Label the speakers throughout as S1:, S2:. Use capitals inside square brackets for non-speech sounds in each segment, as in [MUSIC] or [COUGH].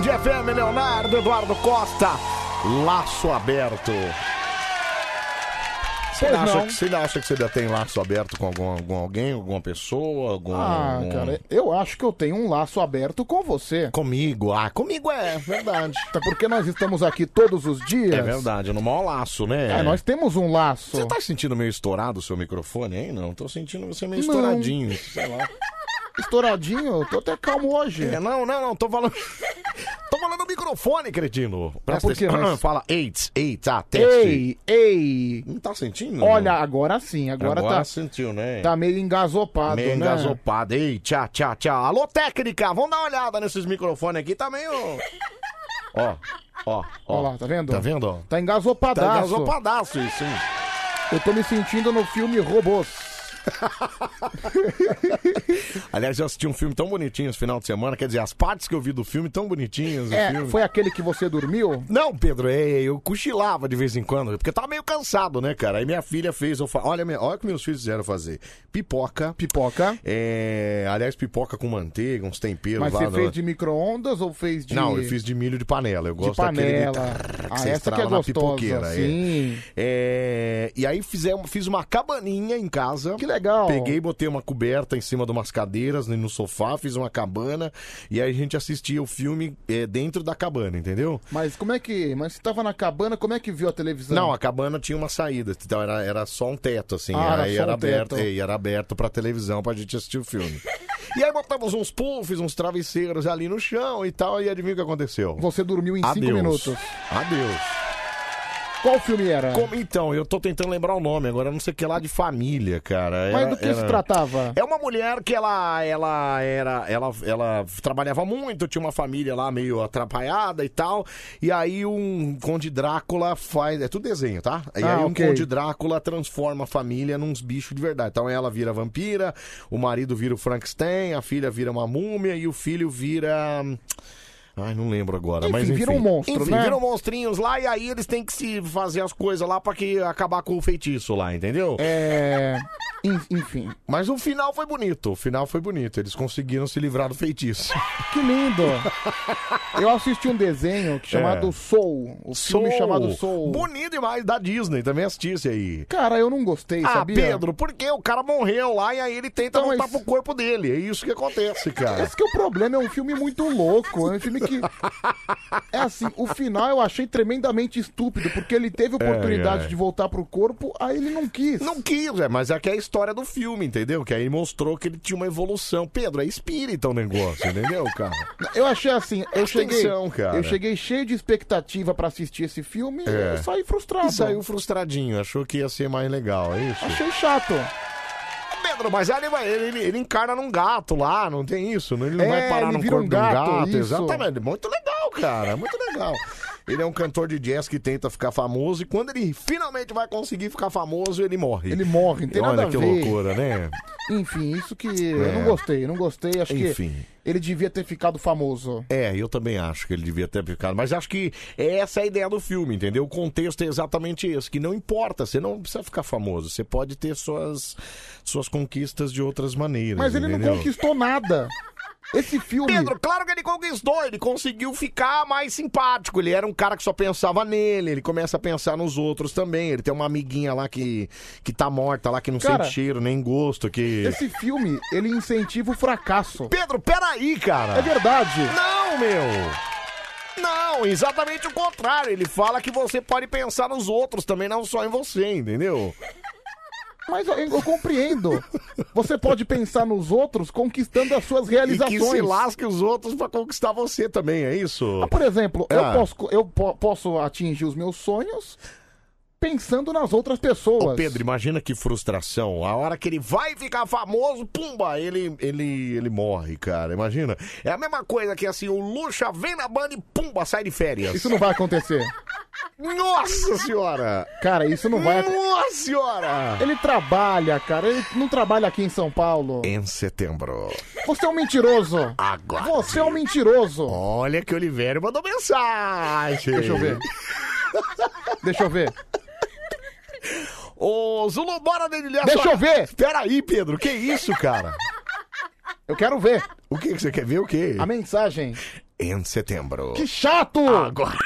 S1: Guilherme né, Leonardo, Eduardo Costa. Laço aberto. Você
S2: Pois
S1: acha,
S2: não.
S1: que, você acha que você ainda tem laço aberto com algum, algum alguém, alguma pessoa? Algum,
S2: Ah,
S1: algum-
S2: cara, é, eu acho que eu tenho um laço aberto com você.
S1: Comigo, ah, comigo é verdade.
S2: Até porque nós estamos aqui todos os dias.
S1: É verdade, no maior laço, né?
S2: É, nós temos um laço.
S1: Você tá sentindo meio estourado o seu microfone aí? Não, tô sentindo você meio
S2: Não. [LAUGHS]
S1: estouradinho, sei lá.
S2: Estouradinho? Eu tô até calmo hoje.
S1: É, não, não, não, tô falando. tô falando no microfone, cretino. Presta
S2: por quê?
S1: atenção. [CLEARS THROAT]
S2: Mas-
S1: Fala, AIDS, AIDS, ah, teste.
S2: É Ei, ei.
S1: Não tá sentindo?
S2: Olha, agora sim, agora,
S1: Agora
S2: tá.
S1: sentiu, né?
S2: Tá meio engasopado,
S1: Meio
S2: né?
S1: engasopado. Ei, tchau, tchau, tchau. Alô, técnica, vamos dar uma olhada nesses microfones aqui, tá meio.
S2: [LAUGHS]
S1: Ó, ó, ó.
S2: Olha lá, tá vendo?
S1: Tá vendo? ó?
S2: Tá engasopadaço.
S1: Tá engasopadaço isso, hein?
S2: Eu tô me sentindo no filme Robôs.
S1: Aliás, eu assisti um filme tão bonitinho esse final de semana. Quer dizer, as partes que eu vi do filme tão bonitinhas. o
S2: É,
S1: filme.
S2: foi aquele que você dormiu?
S1: Não, Pedro, é, eu cochilava de vez em quando, porque eu tava meio cansado, né, cara? Aí minha filha fez, eu fa... olha, minha- olha o que meus filhos fizeram fazer. Pipoca.
S2: Pipoca.
S1: É, aliás, pipoca com manteiga, uns temperos
S2: Mas
S1: lá.
S2: você
S1: não-
S2: fez de micro-ondas ou fez de.
S1: Não, eu fiz de milho de panela. Eu gosto daquele
S2: panela.
S1: de... trrr,
S2: Ah,
S1: que você
S2: essa que é
S1: estrala na
S2: gostosa,
S1: pipoqueira. é.
S2: sim.
S1: É, E aí fizemos- fiz uma cabaninha em casa.
S2: Que legal.
S1: Peguei, botei uma coberta em cima de umas cadeiras no sofá, fiz uma cabana e aí a gente assistia o filme é, dentro da cabana, entendeu?
S2: Mas como é que. Mas você tava na cabana, como é que viu a televisão?
S1: Não, a cabana tinha uma saída, então era, era só um teto, assim.
S2: Ah, era
S1: aí
S2: só
S1: era
S2: um
S1: aberto,
S2: teto.
S1: é, e era aberto pra televisão pra gente assistir o filme.
S2: [LAUGHS]
S1: e aí botamos uns puffs, uns travesseiros ali no chão e tal, e adivinha o que aconteceu?
S2: Você dormiu em 5
S1: Adeus.
S2: minutos.
S1: Adeus.
S2: Qual filme era?
S1: Como- então, eu tô tentando lembrar o nome agora, eu não sei o que é lá de família, cara.
S2: Mas
S1: Era-
S2: do que se
S1: era-
S2: tratava?
S1: É uma mulher que ela, ela era, ela, ela trabalhava muito, tinha uma família lá meio atrapalhada e tal. E aí um Conde Drácula faz, é tudo desenho, tá? E
S2: Ah,
S1: aí um
S2: ok.
S1: Conde Drácula transforma a família num bicho de verdade. Então ela vira vampira, o marido vira o Frankenstein, a filha vira uma múmia e o filho vira hum, Ai, não lembro agora, mas
S2: Enfim,
S1: enfim.
S2: vira um monstro,
S1: enfim,
S2: né?
S1: Viram monstrinhos lá e aí eles têm que se fazer as coisas lá pra que acabar com o feitiço lá, entendeu? [LAUGHS]
S2: É. en- Enfim.
S1: Mas o final foi bonito, o final foi bonito. Eles conseguiram se livrar do feitiço.
S2: Que lindo! Eu assisti um desenho que- chamado
S1: É.
S2: Soul. O filme chamado Soul.
S1: Bonito demais, da Disney, também assisti esse aí.
S2: Cara, eu não gostei,
S1: Ah,
S2: sabia?
S1: Pedro, porque o cara morreu lá e aí ele tenta
S2: Então,
S1: voltar
S2: mas-
S1: pro corpo dele. É isso que acontece, cara.
S2: [LAUGHS] Esse que é o problema, é um filme muito louco. É um filme que. É assim, o final eu achei tremendamente estúpido, porque ele
S1: É,
S2: teve oportunidade
S1: ai.
S2: de voltar pro corpo, aí ele não quis.
S1: Não quis, é, mas é que é a história do filme, entendeu? Que aí mostrou que ele tinha uma evolução. Pedro, é espírita o negócio, entendeu,
S2: [LAUGHS]
S1: cara?
S2: Eu achei assim, eu cheguei.
S1: Atenção, é cara.
S2: Eu cheguei cheio de expectativa pra assistir esse filme
S1: É.
S2: eu saí frustrado.
S1: E saiu frustradinho, achou que ia ser mais legal, é isso? É
S2: Achei chato.
S1: Pedro, mas ele, vai- ele, ele, ele encarna num gato lá, não tem isso? né? Ele não
S2: É,
S1: vai parar
S2: ele
S1: no
S2: vira
S1: corpo
S2: um
S1: de
S2: gato,
S1: um gato.
S2: isso.
S1: Exatamente. Muito legal, cara. Muito
S2: [LAUGHS]
S1: legal. Ele é um cantor de jazz que tenta ficar famoso e quando ele finalmente vai conseguir ficar famoso, ele morre.
S2: Ele morre, não tem
S1: Olha
S2: nada a
S1: que
S2: ver.
S1: loucura, né?
S2: Enfim, isso que eu não gostei, não gostei. Acho
S1: É. Enfim.
S2: que ele devia ter ficado famoso.
S1: É, eu também acho que ele devia ter ficado. Mas acho que essa é a ideia do filme, entendeu? O contexto é exatamente esse, que não importa, você não precisa ficar famoso, você pode ter suas, suas conquistas de outras maneiras.
S2: Mas ele não
S1: entendeu?
S2: conquistou nada. Esse filme.
S1: Pedro, claro que ele conquistou, ele conseguiu ficar mais simpático. Ele era um cara que só pensava nele, ele começa a pensar nos outros também. Ele tem uma amiguinha lá que, que tá morta lá, que não
S2: Cara,
S1: sente cheiro, nem gosto, que.
S2: Esse filme, ele incentiva o fracasso.
S1: Pedro, peraí, cara!
S2: É verdade.
S1: Não, meu! Não, exatamente o contrário. Ele fala que você pode pensar nos outros também, não só em você, entendeu?
S2: Mas eu, eu compreendo. Você pode pensar nos outros conquistando as suas
S1: E que
S2: realizações.
S1: se lasque os outros pra conquistar você também, é isso?
S2: Ah, Por exemplo,
S1: Ah.
S2: eu, posso, eu po- posso atingir os meus sonhos pensando nas outras pessoas.
S1: Ô Pedro, imagina que frustração. A hora que ele vai ficar famoso, pumba, ele, ele, ele morre, cara. Imagina. É a mesma coisa que assim, o Luxa vem na banda e pumba, sai de férias.
S2: Isso não vai acontecer.
S1: Nossa senhora!
S2: Cara, isso não vai acontecer.
S1: Nossa senhora!
S2: Ele trabalha, cara. Ele não trabalha aqui em São Paulo.
S1: Em setembro,
S2: Você é um mentiroso.
S1: agora.
S2: Você é um mentiroso.
S1: Olha que o Oliveira mandou mensagem.
S2: Deixa eu ver. Deixa eu ver.
S1: Ô, Zulu, bora dedilhar
S2: Deixa
S1: sua-
S2: eu ver.
S1: Peraí, Pedro, que isso, cara?
S2: Eu quero ver
S1: O que que você quer ver? O quê?
S2: a mensagem.
S1: em setembro.
S2: Que chato!
S1: Agora.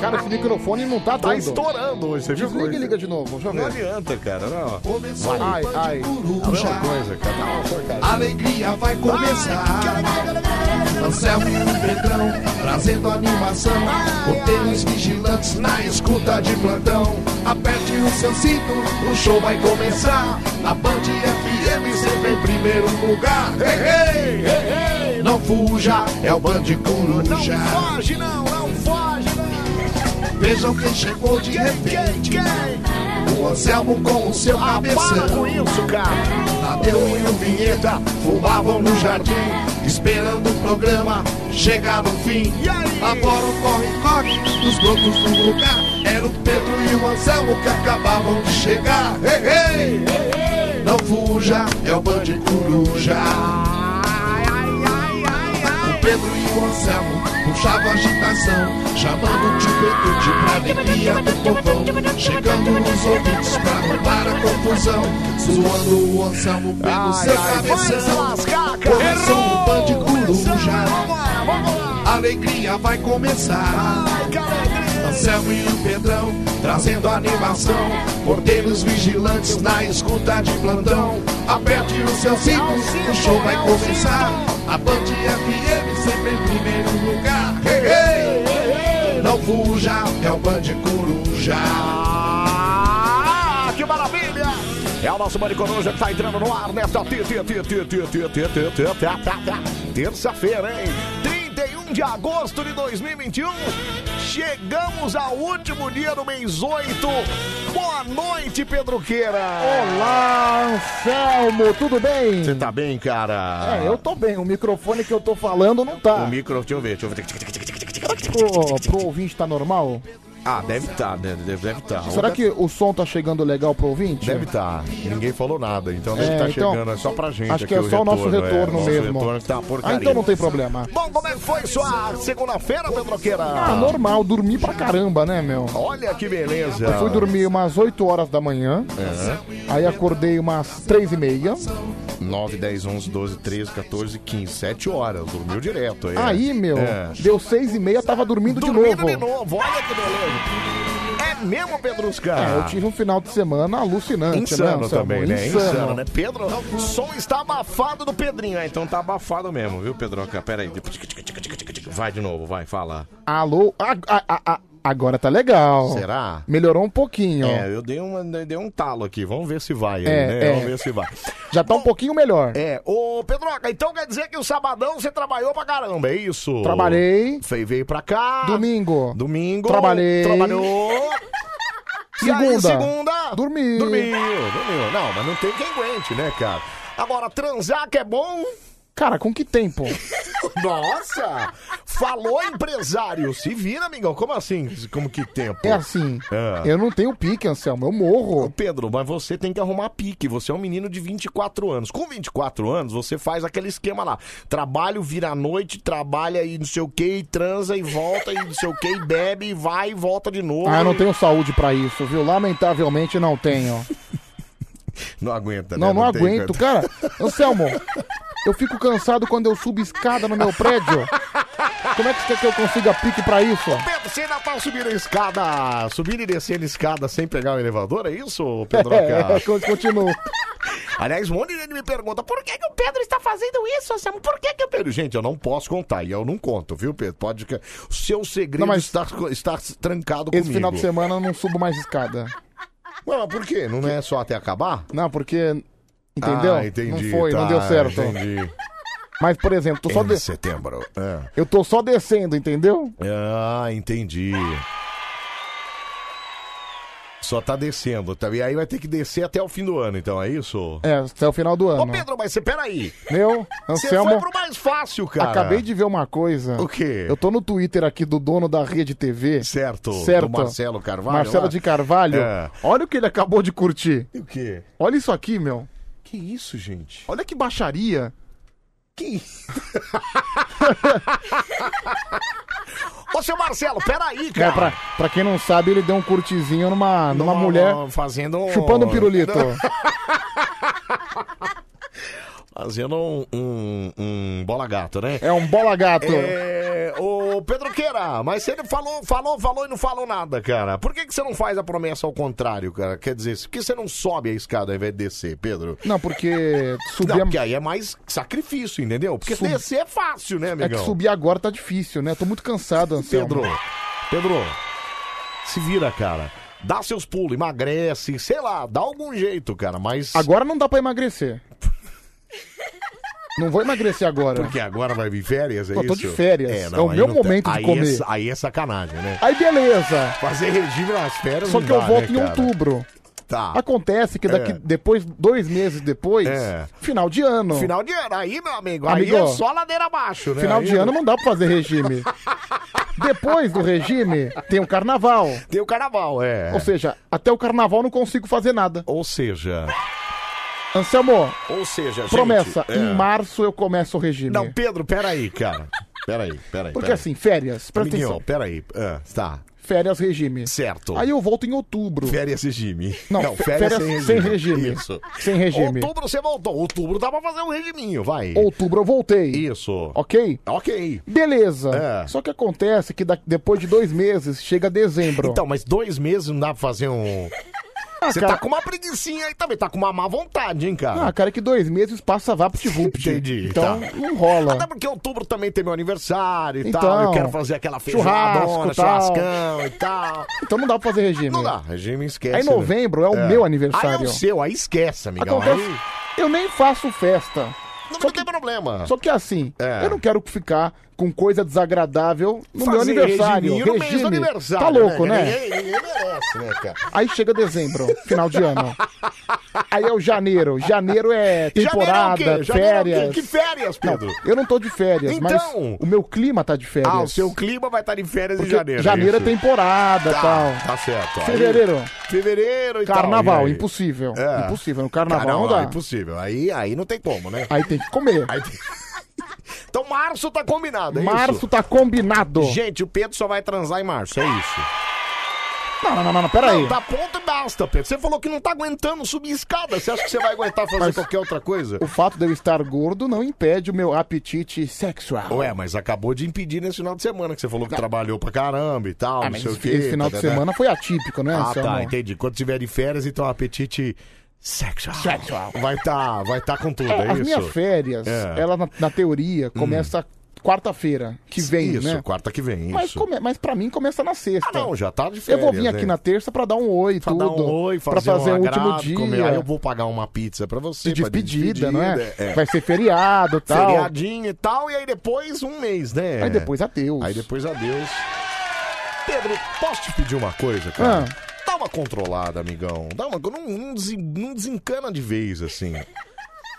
S2: Cara, esse microfone não tá
S1: Tá
S2: dando.
S1: estourando hoje, você viu?
S2: Desliga e
S1: coisa?
S2: liga de novo, deixa eu
S1: Não
S2: ver.
S1: adianta, cara. Não.
S3: Começou
S2: Ai,
S3: o Band
S2: ai.
S1: A
S3: Coruja.
S1: mesma coisa, cara. Não, porcaria.
S3: A alegria vai começar. Anselmo e Pedrão trazendo animação. Roteiros vigilantes na escuta de plantão. Aperte o seu cinto, o show vai começar. Na Band FM sempre em primeiro lugar. Ei, ei, ei, ei, não fuja, é o Band
S1: Não
S3: Coruja.
S1: foge, não, não foge, não.
S3: Vejam quem chegou de repente. O Anselmo com o seu
S1: Para
S3: cabeção.
S1: com isso, cara.
S3: Tadeu e o Vinheta fumavam no jardim, esperando o programa chegar no fim.
S1: E aí?
S3: Agora o corre-corre dos brotos do lugar. Era o Pedro e o Anselmo que acabavam de chegar. Ei, ei, ei, ei. Não fuja, é o Band Coruja. O Pedro e o Anselmo puxavam a agitação, chamando o tio Pedro de alegria do povão. Chegando os ouvintes pra roubar a confusão, zoando o Anselmo pelo seu cabeção.
S1: lascar,
S3: Começou o Band Coruja,
S1: Vambora, vambora.
S3: a alegria vai começar.
S1: Ai, que alegria.
S3: Anselmo e o Pedrão trazendo animação. Porteiros vigilantes na escuta de plantão. Aperte o seu cinto, o show vai começar. A Band FM sempre em primeiro lugar. Ei, ei, ei, não fuja, é o Band Coruja.
S1: Ah, que maravilha! É o nosso Bande Coruja que tá entrando no ar nesta te- te- te- te- te- te- te- te- te- ta- ta- ta- terça-feira, hein? 31 de agosto de 2021. Chegamos ao último dia do mês 8. Boa noite, Pedroqueira!
S2: Olá, Anselmo, tudo bem?
S1: Você tá bem, cara?
S2: É, eu tô bem. O microfone que eu tô falando não tá.
S1: O micro, deixa eu ver, deixa eu ver.
S2: Pro, pro ouvinte tá normal?
S1: Ah, deve tá, né? Deve deve tá.
S2: Será que o som tá chegando legal pro ouvinte? Ah,
S1: Deve estar. Tá, Ninguém falou nada, então deve
S2: É,
S1: estar
S2: então,
S1: chegando. É só pra gente.
S2: Acho que é
S1: aqui
S2: só o nosso retorno
S1: é, nosso
S2: mesmo.
S1: retorno que tá uma
S2: ah,
S1: porcaria.
S2: então não tem problema.
S1: Bom, como é que foi sua segunda-feira, Pedroqueira?
S2: Ah, normal, dormi pra caramba, né, meu?
S1: Olha que beleza.
S2: Eu fui dormir umas 8 horas da manhã,
S1: É.
S2: aí acordei umas 3 e meia.
S1: 9, 10, 11, 12, 13, 14, 15, 7 horas. Dormiu direto aí.
S2: Aí, meu,
S1: É.
S2: deu 6 e meia, tava dormindo,
S1: Dormindo
S2: de novo.
S1: de novo. Olha que beleza. É mesmo, Pedrusca?
S2: É, eu tive um final de semana alucinante,
S1: Insano
S2: né? Anselmo?
S1: também, né?
S2: Insano.
S1: Insano. né? Pedro, o som está abafado do Pedrinho. Ah, então tá abafado mesmo, viu, Pedroca? Pera aí. Vai de novo, vai, fala.
S2: Alô? Ah, ah, ah, ah, agora tá legal.
S1: Será?
S2: Melhorou um pouquinho.
S1: É, eu dei, uma, dei um talo aqui. Vamos ver se vai aí,
S2: É,
S1: né?
S2: é.
S1: Vamos ver se vai.
S2: Já tá um pouquinho melhor.
S1: É, ô Pedroca, então quer dizer que o sabadão você trabalhou pra caramba, é isso?
S2: Trabalhei.
S1: Fe- Veio pra cá.
S2: Domingo.
S1: Domingo.
S2: Trabalhei.
S1: Trabalhou.
S2: [LAUGHS]
S1: E aí,
S2: Segunda.
S1: segunda.
S2: Dormi.
S1: Dormiu, dormiu. Não, mas não tem quem aguente, né, cara? Agora, transar que é bom?
S2: Cara, com que tempo?
S1: [LAUGHS] Nossa! Falou empresário. Se vira, amigão. Como assim? Como que tempo?
S2: É assim.
S1: Ah.
S2: Eu não tenho pique, Anselmo. Eu morro.
S1: Pedro, mas você tem que arrumar pique. Você é um menino de 24 anos. Com 24 anos, você faz aquele esquema lá. Trabalho, vira à noite, trabalha e não sei o que, e transa e volta, e não sei o que, e bebe, e vai e volta de novo.
S2: Ah, eu não tenho saúde pra isso, viu? Lamentavelmente
S1: [LAUGHS]
S2: não tenho.
S1: Não aguenta, né?
S2: Não, não
S1: tem,
S2: aguento, cara. Anselmo, eu fico cansado quando eu subo escada no meu prédio. Como é que você quer que eu consiga pique pra isso?
S1: Pedro, você ainda tá subindo a escada, subindo e descendo a escada sem pegar o elevador, é isso, Pedro?
S2: [LAUGHS] É, continuo.
S1: [LAUGHS] Aliás, um monte de gente me pergunta por que, que o Pedro está fazendo isso, Anselmo? Por que, que o Pedro. Gente, eu não posso contar e eu não conto, viu, Pedro? Pode. que- O seu segredo
S2: Não, mas-
S1: está, está trancado
S2: Esse
S1: comigo.
S2: final de semana eu não subo mais escada.
S1: Ué, mas por quê? Não é só até acabar?
S2: Não, porque. Entendeu?
S1: Ah, entendi.
S2: não foi, não
S1: tá,
S2: deu certo.
S1: Entendi.
S2: Mas, por exemplo, tô só
S1: Em
S2: de-
S1: setembro. É.
S2: eu tô só descendo, entendeu?
S1: Ah, entendi. Só tá descendo, tá? E aí vai ter que descer até o fim do ano, então, é isso?
S2: É, até o final do
S1: Ô,
S2: ano.
S1: Pedro, mas você, peraí.
S2: Meu,
S1: Você foi
S2: Anselmo,
S1: pro mais fácil, cara.
S2: acabei de ver uma coisa.
S1: O quê?
S2: Eu tô no Twitter aqui do dono da rede TV.
S1: Certo.
S2: Certo.
S1: Do Marcelo Carvalho.
S2: Marcelo
S1: lá.
S2: de Carvalho.
S1: É.
S2: Olha o que ele acabou de curtir.
S1: O quê?
S2: Olha isso aqui, meu.
S1: Que isso, gente?
S2: Olha que baixaria.
S1: Que Ô, seu
S2: [LAUGHS]
S1: Marcelo, peraí,
S2: É,
S1: cara.
S2: pra, pra quem não sabe, ele deu um curtizinho numa, numa mulher um
S1: fazendo
S2: chupando um pirulito.
S1: Fazendo um, um, um bola gato, né?
S2: É um bola gato.
S1: É, ô Pedro Queira, mas você não falou, falou, falou e não falou nada, cara. Por que, que você não faz a promessa ao contrário, cara? Quer dizer, por que você não sobe a escada ao invés de descer, Pedro?
S2: Não, porque subir
S1: Não,
S2: a-
S1: porque aí é mais sacrifício, entendeu? [LAUGHS] Porque
S2: Sub-
S1: descer é fácil, né,
S2: É
S1: amigão?
S2: que subir agora tá difícil, né? Tô muito cansado, Anselmo.
S1: Pedro, Pedro, se vira, cara. Dá seus pulos, emagrece, sei lá, dá algum jeito, cara, mas.
S2: Agora não dá pra emagrecer. não vou emagrecer agora.
S1: Porque agora vai vir férias, é
S2: Eu tô
S1: isso?
S2: de férias, é o
S1: aí
S2: meu
S1: tem-
S2: momento de
S1: aí
S2: comer.
S1: É, sa- aí é sacanagem, né?
S2: Aí beleza.
S1: Fazer regime nas férias
S2: Só
S1: não
S2: que eu
S1: dá,
S2: volto
S1: né,
S2: em
S1: cara?
S2: outubro.
S1: Tá.
S2: Acontece que daqui
S1: É.
S2: depois, dois meses depois,
S1: É.
S2: final de ano.
S1: Final de ano, aí, meu amigo,
S2: Amigo,
S1: aí é só ladeira abaixo, né?
S2: Final
S1: Aí
S2: de ano não dá pra fazer regime. Depois do regime, tem o carnaval.
S1: Tem o carnaval, é.
S2: Ou seja, até o carnaval não consigo fazer nada.
S1: Ou seja,
S2: Anselmo,
S1: ou seja, gente,
S2: promessa,
S1: é.
S2: em março eu começo o regime.
S1: Não, Pedro, peraí, cara. Peraí, peraí.
S2: Porque
S1: peraí.
S2: assim, férias, presta
S1: Amiguinho,
S2: atenção.
S1: peraí. Ah, tá,
S2: Férias, regime.
S1: certo.
S2: Aí eu volto em outubro.
S1: Férias regime.
S2: Não, fe- férias sem regime.
S1: Isso.
S2: Sem regime.
S1: Outubro você voltou. Outubro dá pra fazer um regiminho, vai.
S2: Outubro eu voltei.
S1: Isso.
S2: Ok?
S1: Ok.
S2: Beleza.
S1: É.
S2: Só que acontece que da- depois de dois meses, chega dezembro.
S1: Então, mas dois meses não dá pra fazer um.
S2: Ah,
S1: Você
S2: cara-
S1: tá com uma preguicinha aí também, tá com uma má vontade, hein, cara?
S2: Ah, cara, que dois meses passa
S1: [LAUGHS]
S2: VaptVupt.
S1: Entendi,
S2: Então,
S1: tá.
S2: não rola.
S1: Até porque outubro também tem meu aniversário e
S2: Então,
S1: tal. Eu quero fazer aquela feijoadona,
S2: churrasco, tal.
S1: churrascão e tal.
S2: Então não dá pra fazer regime.
S1: Não dá, regime esquece.
S2: Aí
S1: né?
S2: novembro é o meu aniversário.
S1: Aí é o seu, aí esquece, amigão.
S2: Acontece.
S1: Aí
S2: Eu nem faço festa.
S1: não, tem problema.
S2: Só que assim,
S1: É.
S2: eu não quero ficar com coisa desagradável no
S1: Fazer
S2: meu aniversário.
S1: regiminho no mês do aniversário.
S2: tá louco, né?
S1: Ninguém, ninguém merece, né, cara?
S2: Aí chega dezembro, final de ano. Aí é o janeiro. Janeiro é
S1: Janeiro
S2: temporada,
S1: é o quê? Janeiro é o
S2: férias.
S1: quê? Que férias, Pedro?
S2: Eu não tô de férias, mas
S1: Então.
S2: o meu clima tá de férias.
S1: Ah, o seu clima vai estar de férias
S2: Porque
S1: em janeiro.
S2: Janeiro é
S1: isso.
S2: temporada e
S1: Tá,
S2: tal.
S1: tá certo. Aí-
S2: Fevereiro,
S1: Fevereiro e tal,
S2: carnaval,
S1: Então, e aí?
S2: impossível.
S1: É.
S2: Impossível, no carnaval
S1: Carnaval,
S2: não dá.
S1: impossível. Aí, aí não tem como, né?
S2: Aí tem que comer.
S1: Aí tem- Então março tá combinado, é
S2: março
S1: isso?
S2: tá combinado.
S1: Gente, o Pedro só vai transar em março, é isso.
S2: Não, não, não, não, não, pera aí.
S1: Não, dá ponto e basta, Pedro. Você falou que não tá aguentando subir escada. Você acha que você vai aguentar fazer
S2: Mas-
S1: qualquer outra coisa?
S2: O fato de eu estar gordo não impede o meu apetite sexual.
S1: Ué, mas acabou de impedir nesse final de semana, que você falou que trabalhou pra caramba e tal,
S2: Ah,
S1: não
S2: mas
S1: sei o
S2: esse,
S1: quê.
S2: esse final
S1: tá,
S2: de
S1: tá, tá.
S2: semana foi atípico, né,
S1: Ah, tá,
S2: Anselmo?
S1: entendi. Quando tiver de férias, então o apetite sexual.
S2: Sexual.
S1: Vai tá, vai tá com tudo, é,
S2: As
S1: isso?
S2: minhas férias,
S1: É. Hum.
S2: ela na, na teoria começa quarta-feira, que vem,
S1: Isso,
S2: né?
S1: quarta que vem, isso.
S2: Mas, come, mas pra mim começa na sexta.
S1: Ah, não, já tá de
S2: eu
S1: férias,
S2: vou vir aqui
S1: né?
S2: na terça pra dar um oi,
S1: Pra
S2: tudo.
S1: dar um oi, fazer,
S2: pra fazer
S1: um
S2: o último
S1: agrado,
S2: dia.
S1: comer. Aí eu vou pagar uma pizza pra você.
S2: de
S1: pra
S2: despedida, não é?
S1: é.
S2: Vai ser feriado e tal.
S1: Feriadinho e tal, e aí depois um mês, né?
S2: Aí depois adeus.
S1: Aí depois adeus. Pedro, posso te pedir uma coisa, cara?
S2: Ah.
S1: Dá uma controlada, amigão. Dá uma. Não, não, desen- não desencana de vez, assim.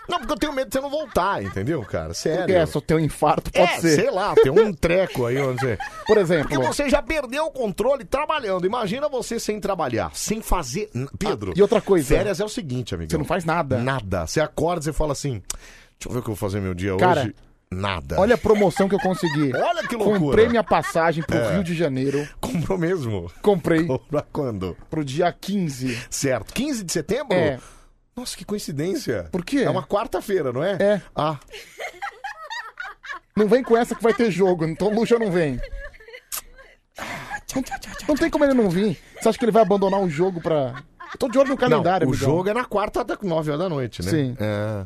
S1: Não, porque eu tenho medo de você não voltar, entendeu, cara? Sério.
S2: É, só ter um infarto, pode
S1: É,
S2: ser.
S1: sei lá, tem um treco aí onde você.
S2: Por
S1: Porque
S2: exemplo.
S1: você já perdeu o controle trabalhando. Imagina você sem trabalhar, sem fazer. n- Pedro.
S2: e outra coisa.
S1: Férias é o seguinte, amigão.
S2: Você não faz nada.
S1: Nada. Você acorda e fala assim: deixa eu ver o que eu vou fazer meu dia
S2: Cara,
S1: hoje. Nada.
S2: Olha a promoção que eu consegui.
S1: Olha que loucura.
S2: Comprei minha passagem pro Rio de Janeiro.
S1: É. Comprou mesmo.
S2: Comprei
S1: Pra quando?
S2: pro dia 15.
S1: Certo. 15 de setembro?
S2: É.
S1: Nossa, que coincidência.
S2: Por quê?
S1: É uma quarta-feira, não é?
S2: É.
S1: Ah,
S2: Não vem com essa que vai ter jogo, então o Lucha não vem.
S1: Ah,
S2: Não tem como ele não vir. Você acha que ele vai abandonar o jogo pra. Eu tô de olho no
S1: não,
S2: calendário,
S1: o
S2: amigão.
S1: jogo é na quarta, da- nove horas da noite, né?
S2: Sim.
S1: É.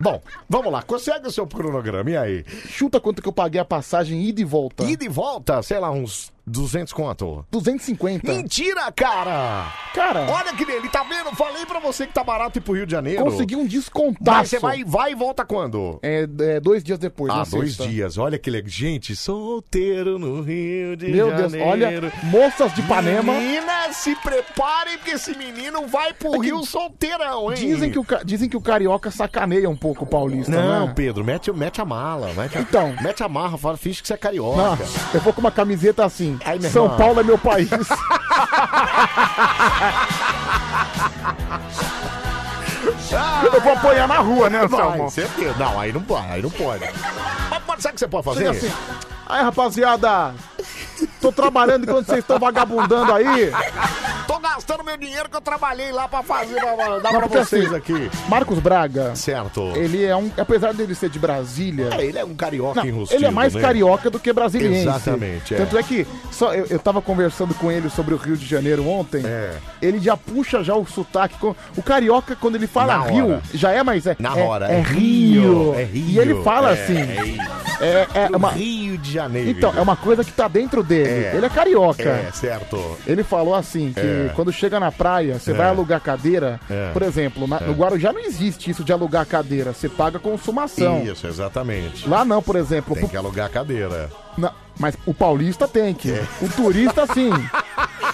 S1: Bom, vamos lá. Consegue o seu cronograma, e aí?
S2: Chuta quanto que eu paguei a passagem ida e volta.
S1: Ida e volta, sei lá, uns 200 conto.
S2: 250.
S1: Mentira, cara!
S2: Cara,
S1: Olha que ele tá vendo? Falei pra você que tá barato ir pro Rio de Janeiro.
S2: consegui um
S1: Mas
S2: descontaço.
S1: você vai, vai e volta quando?
S2: É, é, dois dias depois.
S1: Ah,
S2: na
S1: dois
S2: sexta.
S1: dias. Olha que legal. Gente, solteiro no Rio de
S2: Meu
S1: Janeiro.
S2: Deus, olha, moças de Ipanema.
S1: Menina, se preparem porque esse menino vai pro Rio solteirão, hein?
S2: É Dizem que, o, ca- dizem que o carioca sacaneia um pouco o paulista,
S1: Não,
S2: né?
S1: Pedro, mete, mete a mala. Mete a...
S2: Então.
S1: Mete a marra, fala, finge que você é
S2: Não,
S1: carioca.
S2: eu vou com uma camiseta assim.
S1: Ai, meu
S2: São
S1: irmão.
S2: Paulo é
S1: [LAUGHS]
S2: meu país. eu vou apanhar na rua, né,
S1: Ah, Vai,
S2: Anselmo?
S1: certeza. Não, aí não, pode, aí não pode. Mas pode- sabe o que você pode fazer?
S2: Chega assim. Aí, rapaziada, tô trabalhando enquanto vocês estão vagabundando aí.
S1: Tô gastando meu dinheiro que eu trabalhei lá pra fazer, pra dar
S2: Mas
S1: pra
S2: porque
S1: vocês
S2: assim,
S1: aqui.
S2: Marcos Braga.
S1: Certo.
S2: Ele é um. Apesar dele ser de Brasília.
S1: É, ele é um carioca
S2: Não,
S1: enrustido,
S2: ele é mais
S1: né?
S2: carioca do que brasiliense.
S1: Exatamente, é.
S2: Tanto é que só, eu, eu tava conversando com ele sobre o Rio de Janeiro ontem.
S1: É.
S2: Ele já puxa já o sotaque. com- O carioca, quando ele fala
S1: Na hora.
S2: Rio, já é mais. É,
S1: Na
S2: é-
S1: hora.
S2: É, Rio.
S1: É Rio.
S2: E ele fala
S1: É,
S2: assim.
S1: é Rio.
S2: É, é
S1: Do
S2: uma-
S1: Rio de Janeiro.
S2: Então, é uma coisa que tá dentro dele. Ele é carioca.
S1: É, certo.
S2: Ele falou assim que
S1: É.
S2: quando chega na praia, você
S1: É.
S2: vai alugar cadeira.
S1: É.
S2: Por exemplo, na-
S1: É.
S2: no Guarujá não existe isso de alugar cadeira. Você paga consumação.
S1: Isso, exatamente.
S2: Lá não, por exemplo.
S1: Tem que alugar a cadeira.
S2: Não, mas o paulista tem que.
S1: É.
S2: O turista
S1: [LAUGHS]
S2: sim.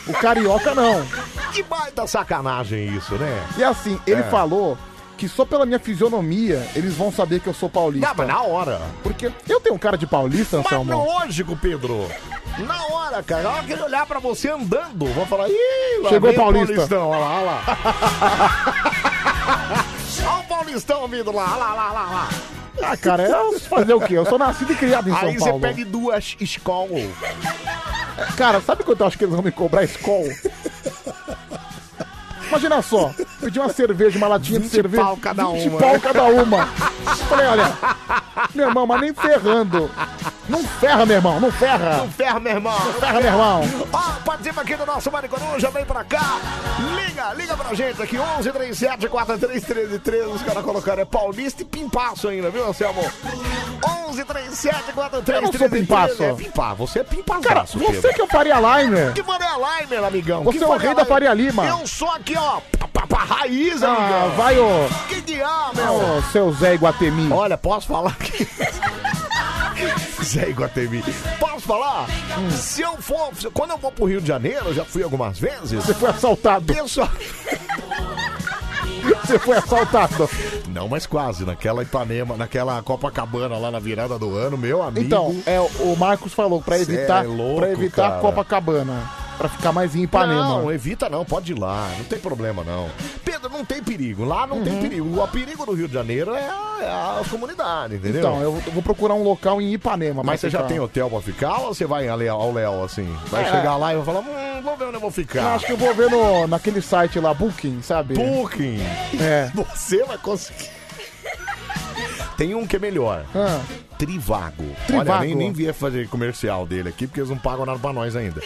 S2: o carioca não.
S1: Que baita sacanagem isso, né?
S2: E assim, ele
S1: É.
S2: falou que só pela minha fisionomia eles vão saber que eu sou paulista.
S1: Não, Ah, mas na hora.
S2: Porque eu tenho um cara de paulista,
S1: Mas
S2: Anselmo.
S1: lógico, Pedro. Na hora, cara. Na hora que ele olhar pra você andando, vou falar, ih, lá
S2: Chegou
S1: vem o
S2: paulista."
S1: Paulistão, olha lá, olha lá. [LAUGHS] Olha o Paulistão vindo lá, olha lá, olha lá, olha lá.
S2: Ah, cara, eu fazer o quê? Eu sou nascido e criado em
S1: Aí
S2: São
S1: você
S2: Paulo.
S1: pede duas escolas.
S2: Cara, sabe quanto eu acho que eles vão me cobrar escol? Imagina só, pedi uma cerveja, uma latinha de
S1: 20
S2: cerveja.
S1: pau cada uma.
S2: pau cada uma. Falei, olha, meu irmão, mas nem ferrando. Não ferra, meu irmão, não ferra.
S1: Não ferro, meu irmão.
S2: Não ferra, meu irmão.
S1: Ó, participa aqui do nosso Mari Coruja, vem pra cá. Liga, liga pra gente aqui, 11 37 4333. Os caras colocaram é paulista e pimpaço ainda, viu, Anselmo? 11 37
S2: Eu não sou
S1: 4333.
S2: pimpaço.
S1: É pimpar, você é pimpaço.
S2: né? Cara, você que é o Faria Liner.
S1: Que Faria Lima, meu amigão.
S2: Você
S1: Que
S2: é o
S1: Faria
S2: rei da
S1: Lima.
S2: Faria Lima.
S1: Eu sou aqui, ó, pra, pra, pra raiz,
S2: Ah,
S1: amigão.
S2: vai, ô,
S1: Que diabo, meu.
S2: ô seu Zé Iguatemi.
S1: Olha, posso falar que. [LAUGHS] Zé Iguatemi. Posso falar?
S2: Hum.
S1: Se eu for. se- Quando eu vou pro Rio de Janeiro, eu já fui algumas vezes.
S2: Você foi assaltado,
S1: Pessoal.
S2: você foi assaltado.
S1: Não, mas quase. Naquela Ipanema, naquela Copacabana lá na virada do ano, meu amigo.
S2: Então, é, o Marcos falou pra
S1: Cê
S2: evitar,
S1: é louco,
S2: pra evitar
S1: cara.
S2: a Copacabana, pra ficar mais em Ipanema.
S1: Não, evita não, pode ir lá, não tem problema não. Pedro, não tem perigo, lá não
S2: Uhum.
S1: tem perigo. O perigo do Rio de Janeiro é a, é a comunidade, entendeu?
S2: Então, eu vou procurar um local em Ipanema.
S1: Mas
S2: pra
S1: você já
S2: ficar.
S1: tem hotel pra ficar ou você vai ali ao Léo assim? Vai
S2: então. É.
S1: chegar lá e vai falar, hum, vou ver onde eu vou
S2: Eu
S1: ficar.
S2: acho que eu vou ver no, naquele site lá, Booking, sabe?
S1: Booking.
S2: É.
S1: Você vai conseguir. Tem um que é melhor.
S2: Ah,
S1: Trivago.
S2: Trivago.
S1: Olha, nem, nem via fazer comercial dele aqui, porque eles não pagam nada pra nós ainda.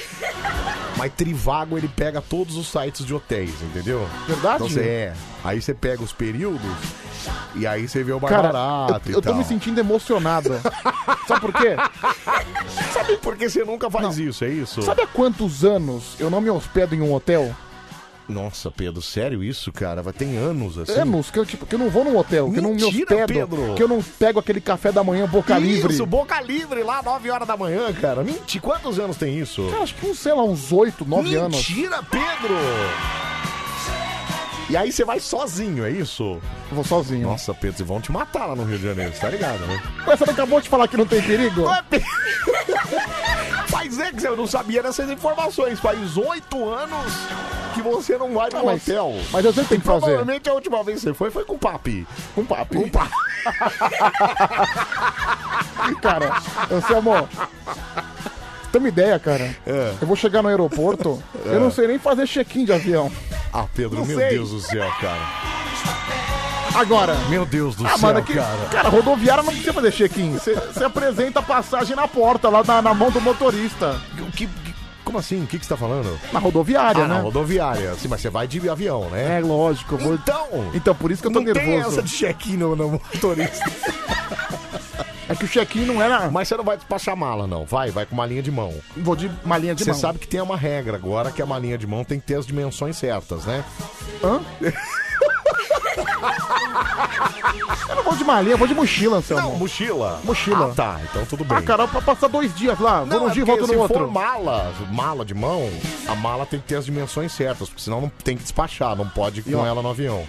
S1: Mas Trivago, ele pega todos os sites de hotéis, entendeu?
S2: Verdade?
S1: Então você é. Aí você pega os períodos e aí você vê o mais
S2: cara,
S1: barato então.
S2: eu,
S1: e
S2: eu tô
S1: tal.
S2: me
S1: [LAUGHS]
S2: sentindo emocionado. sabe por quê?
S1: Sabe por que você nunca faz isso, é isso?
S2: Sabe há quantos anos eu não me hospedo em um hotel?
S1: Nossa, Pedro, sério isso, cara? Vai ter anos assim.
S2: Anos que eu, tipo, que eu não vou num hotel, que eu não me
S1: Mentira,
S2: hospedo,
S1: Pedro.
S2: que eu não pego aquele café da manhã boca livre.
S1: Isso, boca livre lá, 9 horas da manhã, cara. Mentira, quantos anos tem isso?
S2: Cara, acho que, uns, sei lá, uns 8, 9 anos.
S1: Mentira, Pedro! E aí você vai sozinho, é isso?
S2: Eu vou sozinho.
S1: Nossa, Pedro, vocês vão te matar lá no Rio de Janeiro, você tá ligado, né?
S2: Mas você não acabou de falar que não tem perigo?
S1: [LAUGHS] Faz é que eu não sabia dessas informações. Faz oito anos que você não vai no
S2: Ah, mas,
S1: hotel.
S2: mas eu sempre tenho que fazer.
S1: Provavelmente é a última vez que você foi foi com o papi.
S2: Com papo.
S1: Com o papi.
S2: [LAUGHS] Cara, eu sei, amor. Tem uma ideia, cara.
S1: É.
S2: Eu vou chegar no
S1: [LAUGHS]
S2: aeroporto, eu não sei nem fazer check-in de avião.
S1: Ah, Pedro,
S2: Não
S1: meu
S2: sei.
S1: Deus do céu, cara.
S2: Agora.
S1: Meu Deus do
S2: Ah,
S1: céu,
S2: mano, que, cara.
S1: cara.
S2: rodoviária não precisa fazer check-in. Você você apresenta a passagem na porta, lá na, na mão do motorista.
S1: O que- que- como assim? O que, que você tá falando?
S2: Na rodoviária,
S1: Ah,
S2: né?
S1: na rodoviária. Sim, mas você vai de avião, né?
S2: É, lógico. eu vou-
S1: Então,
S2: Então, por isso que eu tô
S1: não tem
S2: nervoso.
S1: essa de check-in no, no motorista.
S2: É que o check-in não era.
S1: Mas você não vai despachar mala, não. Vai, vai com malinha de mão.
S2: [LAUGHS] Vou de malinha de
S1: Você
S2: mão.
S1: sabe que tem uma regra agora que a malinha de mão tem que ter as dimensões certas, né? [LAUGHS]
S2: Hã? eu não vou de malinha, eu vou de mochila, Anselmo.
S1: mochila.
S2: Mochila.
S1: Ah, tá. Então tudo bem.
S2: Ah, cara, pra passar dois dias lá. Vou num
S1: é
S2: dia e
S1: porque
S2: volto
S1: se
S2: no outro.
S1: for mala, mala de mão, a mala tem que ter as dimensões certas, porque senão não tem que despachar, não pode ir com
S2: ó.
S1: ela no avião.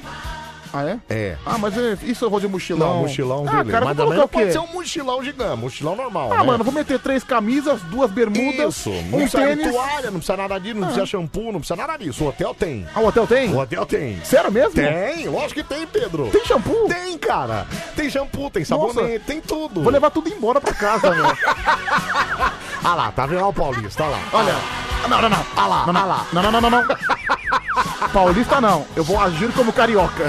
S2: Ah, é?
S1: É.
S2: Ah, mas é, isso eu vou de mochilão.
S1: Não, mochilão,
S2: ah,
S1: beleza.
S2: cara,
S1: Mas
S2: vou
S1: também
S2: colocar
S1: não
S2: o quê?
S1: pode ser um mochilão gigante, mochilão normal,
S2: Ah,
S1: né?
S2: mano, vou meter três camisas, duas bermudas,
S1: Isso, não
S2: um
S1: precisa de
S2: tênis.
S1: toalha, não precisa nada disso, não precisa shampoo, não precisa nada disso. O hotel tem.
S2: Ah, o hotel tem?
S1: O hotel tem.
S2: Sério mesmo?
S1: Tem, lógico que tem, Pedro.
S2: Tem shampoo?
S1: Tem, cara. Tem shampoo, tem sabonete,
S2: Nossa.
S1: tem tudo.
S2: Vou levar tudo embora pra casa, né? meu.
S1: [LAUGHS] Ah lá, tá vendo Olha o Paulista, olha lá.
S2: Olha. Não, não, não.
S1: Ah lá, ah lá.
S2: Não, não, não, não. Paulista não, eu vou agir
S1: [LAUGHS]
S2: como carioca.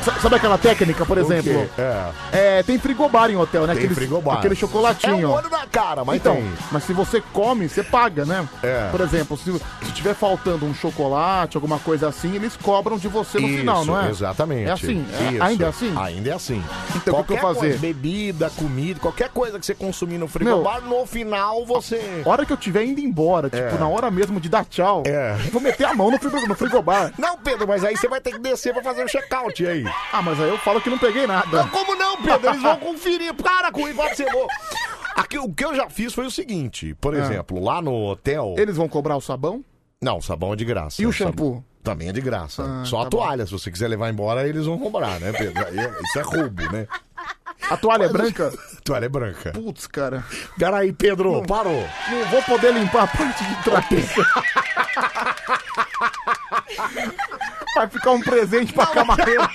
S2: S- Sabe aquela técnica, por
S1: O
S2: exemplo?
S1: quê? É.
S2: É, tem frigobar em hotel, né?
S1: Tem frigobar.
S2: Aquele chocolatinho.
S1: É um olho na cara, mas
S2: então,
S1: tem.
S2: mas se você come, você paga, né?
S1: É.
S2: Por exemplo, se, se tiver faltando um chocolate, alguma coisa assim, eles cobram de você no
S1: Isso,
S2: final, não é?
S1: Exatamente.
S2: É assim, é-
S1: Isso.
S2: ainda é assim?
S1: Ainda é assim.
S2: Então, o que que eu fazer?
S1: coisa, bebida, comida, qualquer coisa que você consumir no frigobar, no final você.
S2: A hora que eu tiver indo embora,
S1: É.
S2: tipo, na hora mesmo de dar tchau, vou meter a mão no, frigo- no frigobar.
S1: Não, Pedro, mas aí você vai ter que descer pra fazer o check-out aí.
S2: Ah, mas aí eu falo que não peguei nada.
S1: Não, como não, Pedro? Eles vão conferir. Para com isso, você louco. Aqui, o que eu já fiz foi o seguinte, por
S2: Ah.
S1: exemplo, lá no hotel.
S2: Eles vão cobrar o sabão?
S1: Não, sabão é de graça.
S2: E o
S1: Sabão-
S2: shampoo?
S1: Também é de graça.
S2: Ah,
S1: Só
S2: tá
S1: a toalha, se você quiser levar embora, eles vão comprar, né, Pedro? Aí é- isso é roubo, né?
S2: A toalha é branca?
S1: [LAUGHS] Toalha é branca.
S2: Putz, cara.
S1: Peraí, Pedro, parou.
S2: Não vou poder limpar a parte de
S1: [LAUGHS]
S2: trás. Vai ficar um presente pra
S1: [LAUGHS]
S2: camareira.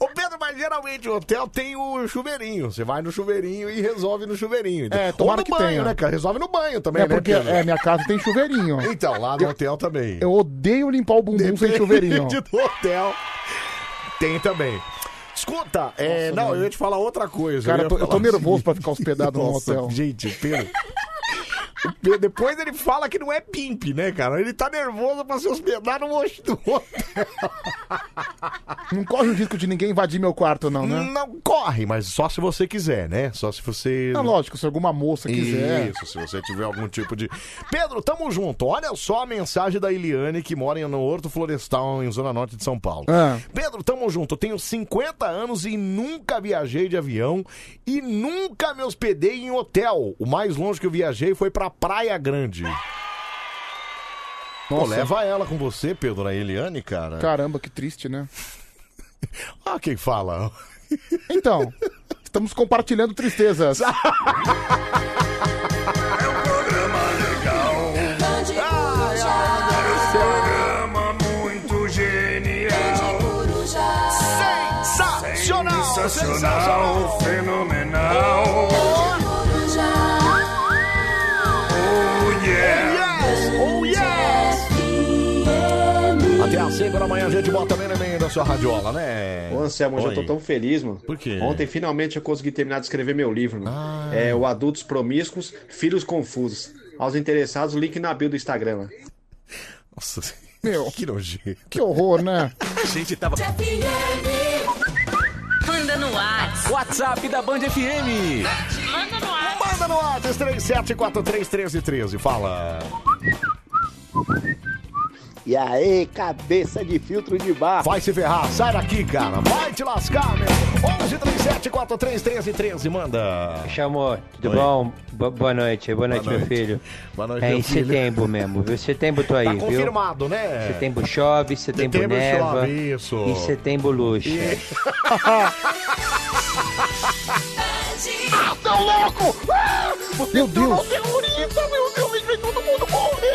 S1: Ô Pedro, mas geralmente o hotel tem o chuveirinho. Você vai no chuveirinho e resolve no chuveirinho.
S2: É,
S1: Ou
S2: tomara
S1: no
S2: que
S1: banho,
S2: tenha.
S1: né, cara? Resolve no banho também,
S2: É
S1: né?
S2: porque
S1: Pedro?
S2: é, minha casa tem chuveirinho.
S1: Então, lá no hotel também.
S2: Eu odeio limpar o bumbum Um sem chuveirinho.
S1: Depende [LAUGHS] do hotel. Tem também. Escuta, é, não, eu ia te falar outra coisa.
S2: Cara,
S1: ia
S2: eu tô, eu tô
S1: falar
S2: nervoso
S1: o
S2: pra ficar hospedado num
S1: seguinte.
S2: hotel.
S1: Nossa, gente, Pedro... o Pedro- Depois ele fala que não é pimp, né, cara? Ele tá nervoso pra se hospedar no hotel.
S2: Não corre o risco de ninguém invadir meu quarto, não, né?
S1: Não corre, mas só se você quiser, né? Só se você...
S2: É lógico, se alguma moça quiser.
S1: Isso, se você tiver algum tipo de. Pedro, tamo junto. Olha só a mensagem da Eliane, que mora em- no Horto Florestal, em Zona Norte de São Paulo.
S2: Ah.
S1: Pedro, tamo junto. Tenho 50 anos e nunca viajei de avião e nunca me hospedei em hotel. O mais longe que eu viajei foi pra Praia Grande. Pô,
S2: Nossa.
S1: leva ela com você, Pedro, a Eliane, cara.
S2: Caramba, que triste, né?
S1: Ah, quem fala?
S2: Então, estamos
S1: [LAUGHS]
S2: compartilhando tristezas.
S3: programa muito genial.
S1: Sensacional!
S3: Sensacional, fenomenal. Oh yeah!
S1: Oh, yes! Até às 5 da manhã a gente bota veneno da sua radiola, né?
S4: Ô, Anselmo, eu já tô tão feliz, mano.
S1: Por quê? Ah.
S4: Ontem finalmente eu consegui terminar de escrever meu livro, mano. É o Adultos Promíscuos, Filhos Confusos. Aos interessados, link na bio do Instagram. Mano.
S1: Nossa,
S2: Meu.
S1: que nojento.
S2: Que horror, né?
S5: Manda no ar.
S6: WhatsApp da Band FM.
S5: Manda no ar.
S1: Manda no WhatsApp 37431313, fala.
S7: E aí, cabeça de filtro de barro.
S1: Vai se ferrar, sai daqui, cara. Vai te lascar, meu. Tá 1137431313, manda.
S8: Chamou, tudo
S1: Oi.
S8: bom? Bo- boa noite, boa noite,
S1: Boa
S8: meu
S1: noite.
S8: filho.
S1: Boa noite,
S8: É
S1: meu
S8: em
S1: filho.
S8: setembro mesmo, viu? Setembro tô aí,
S1: Tá
S8: viu?
S1: confirmado, né?
S8: Setembro chove, setembro,
S1: Setembro
S8: neva.
S1: chove, isso.
S8: E setembro luxo.
S2: Meu Deus!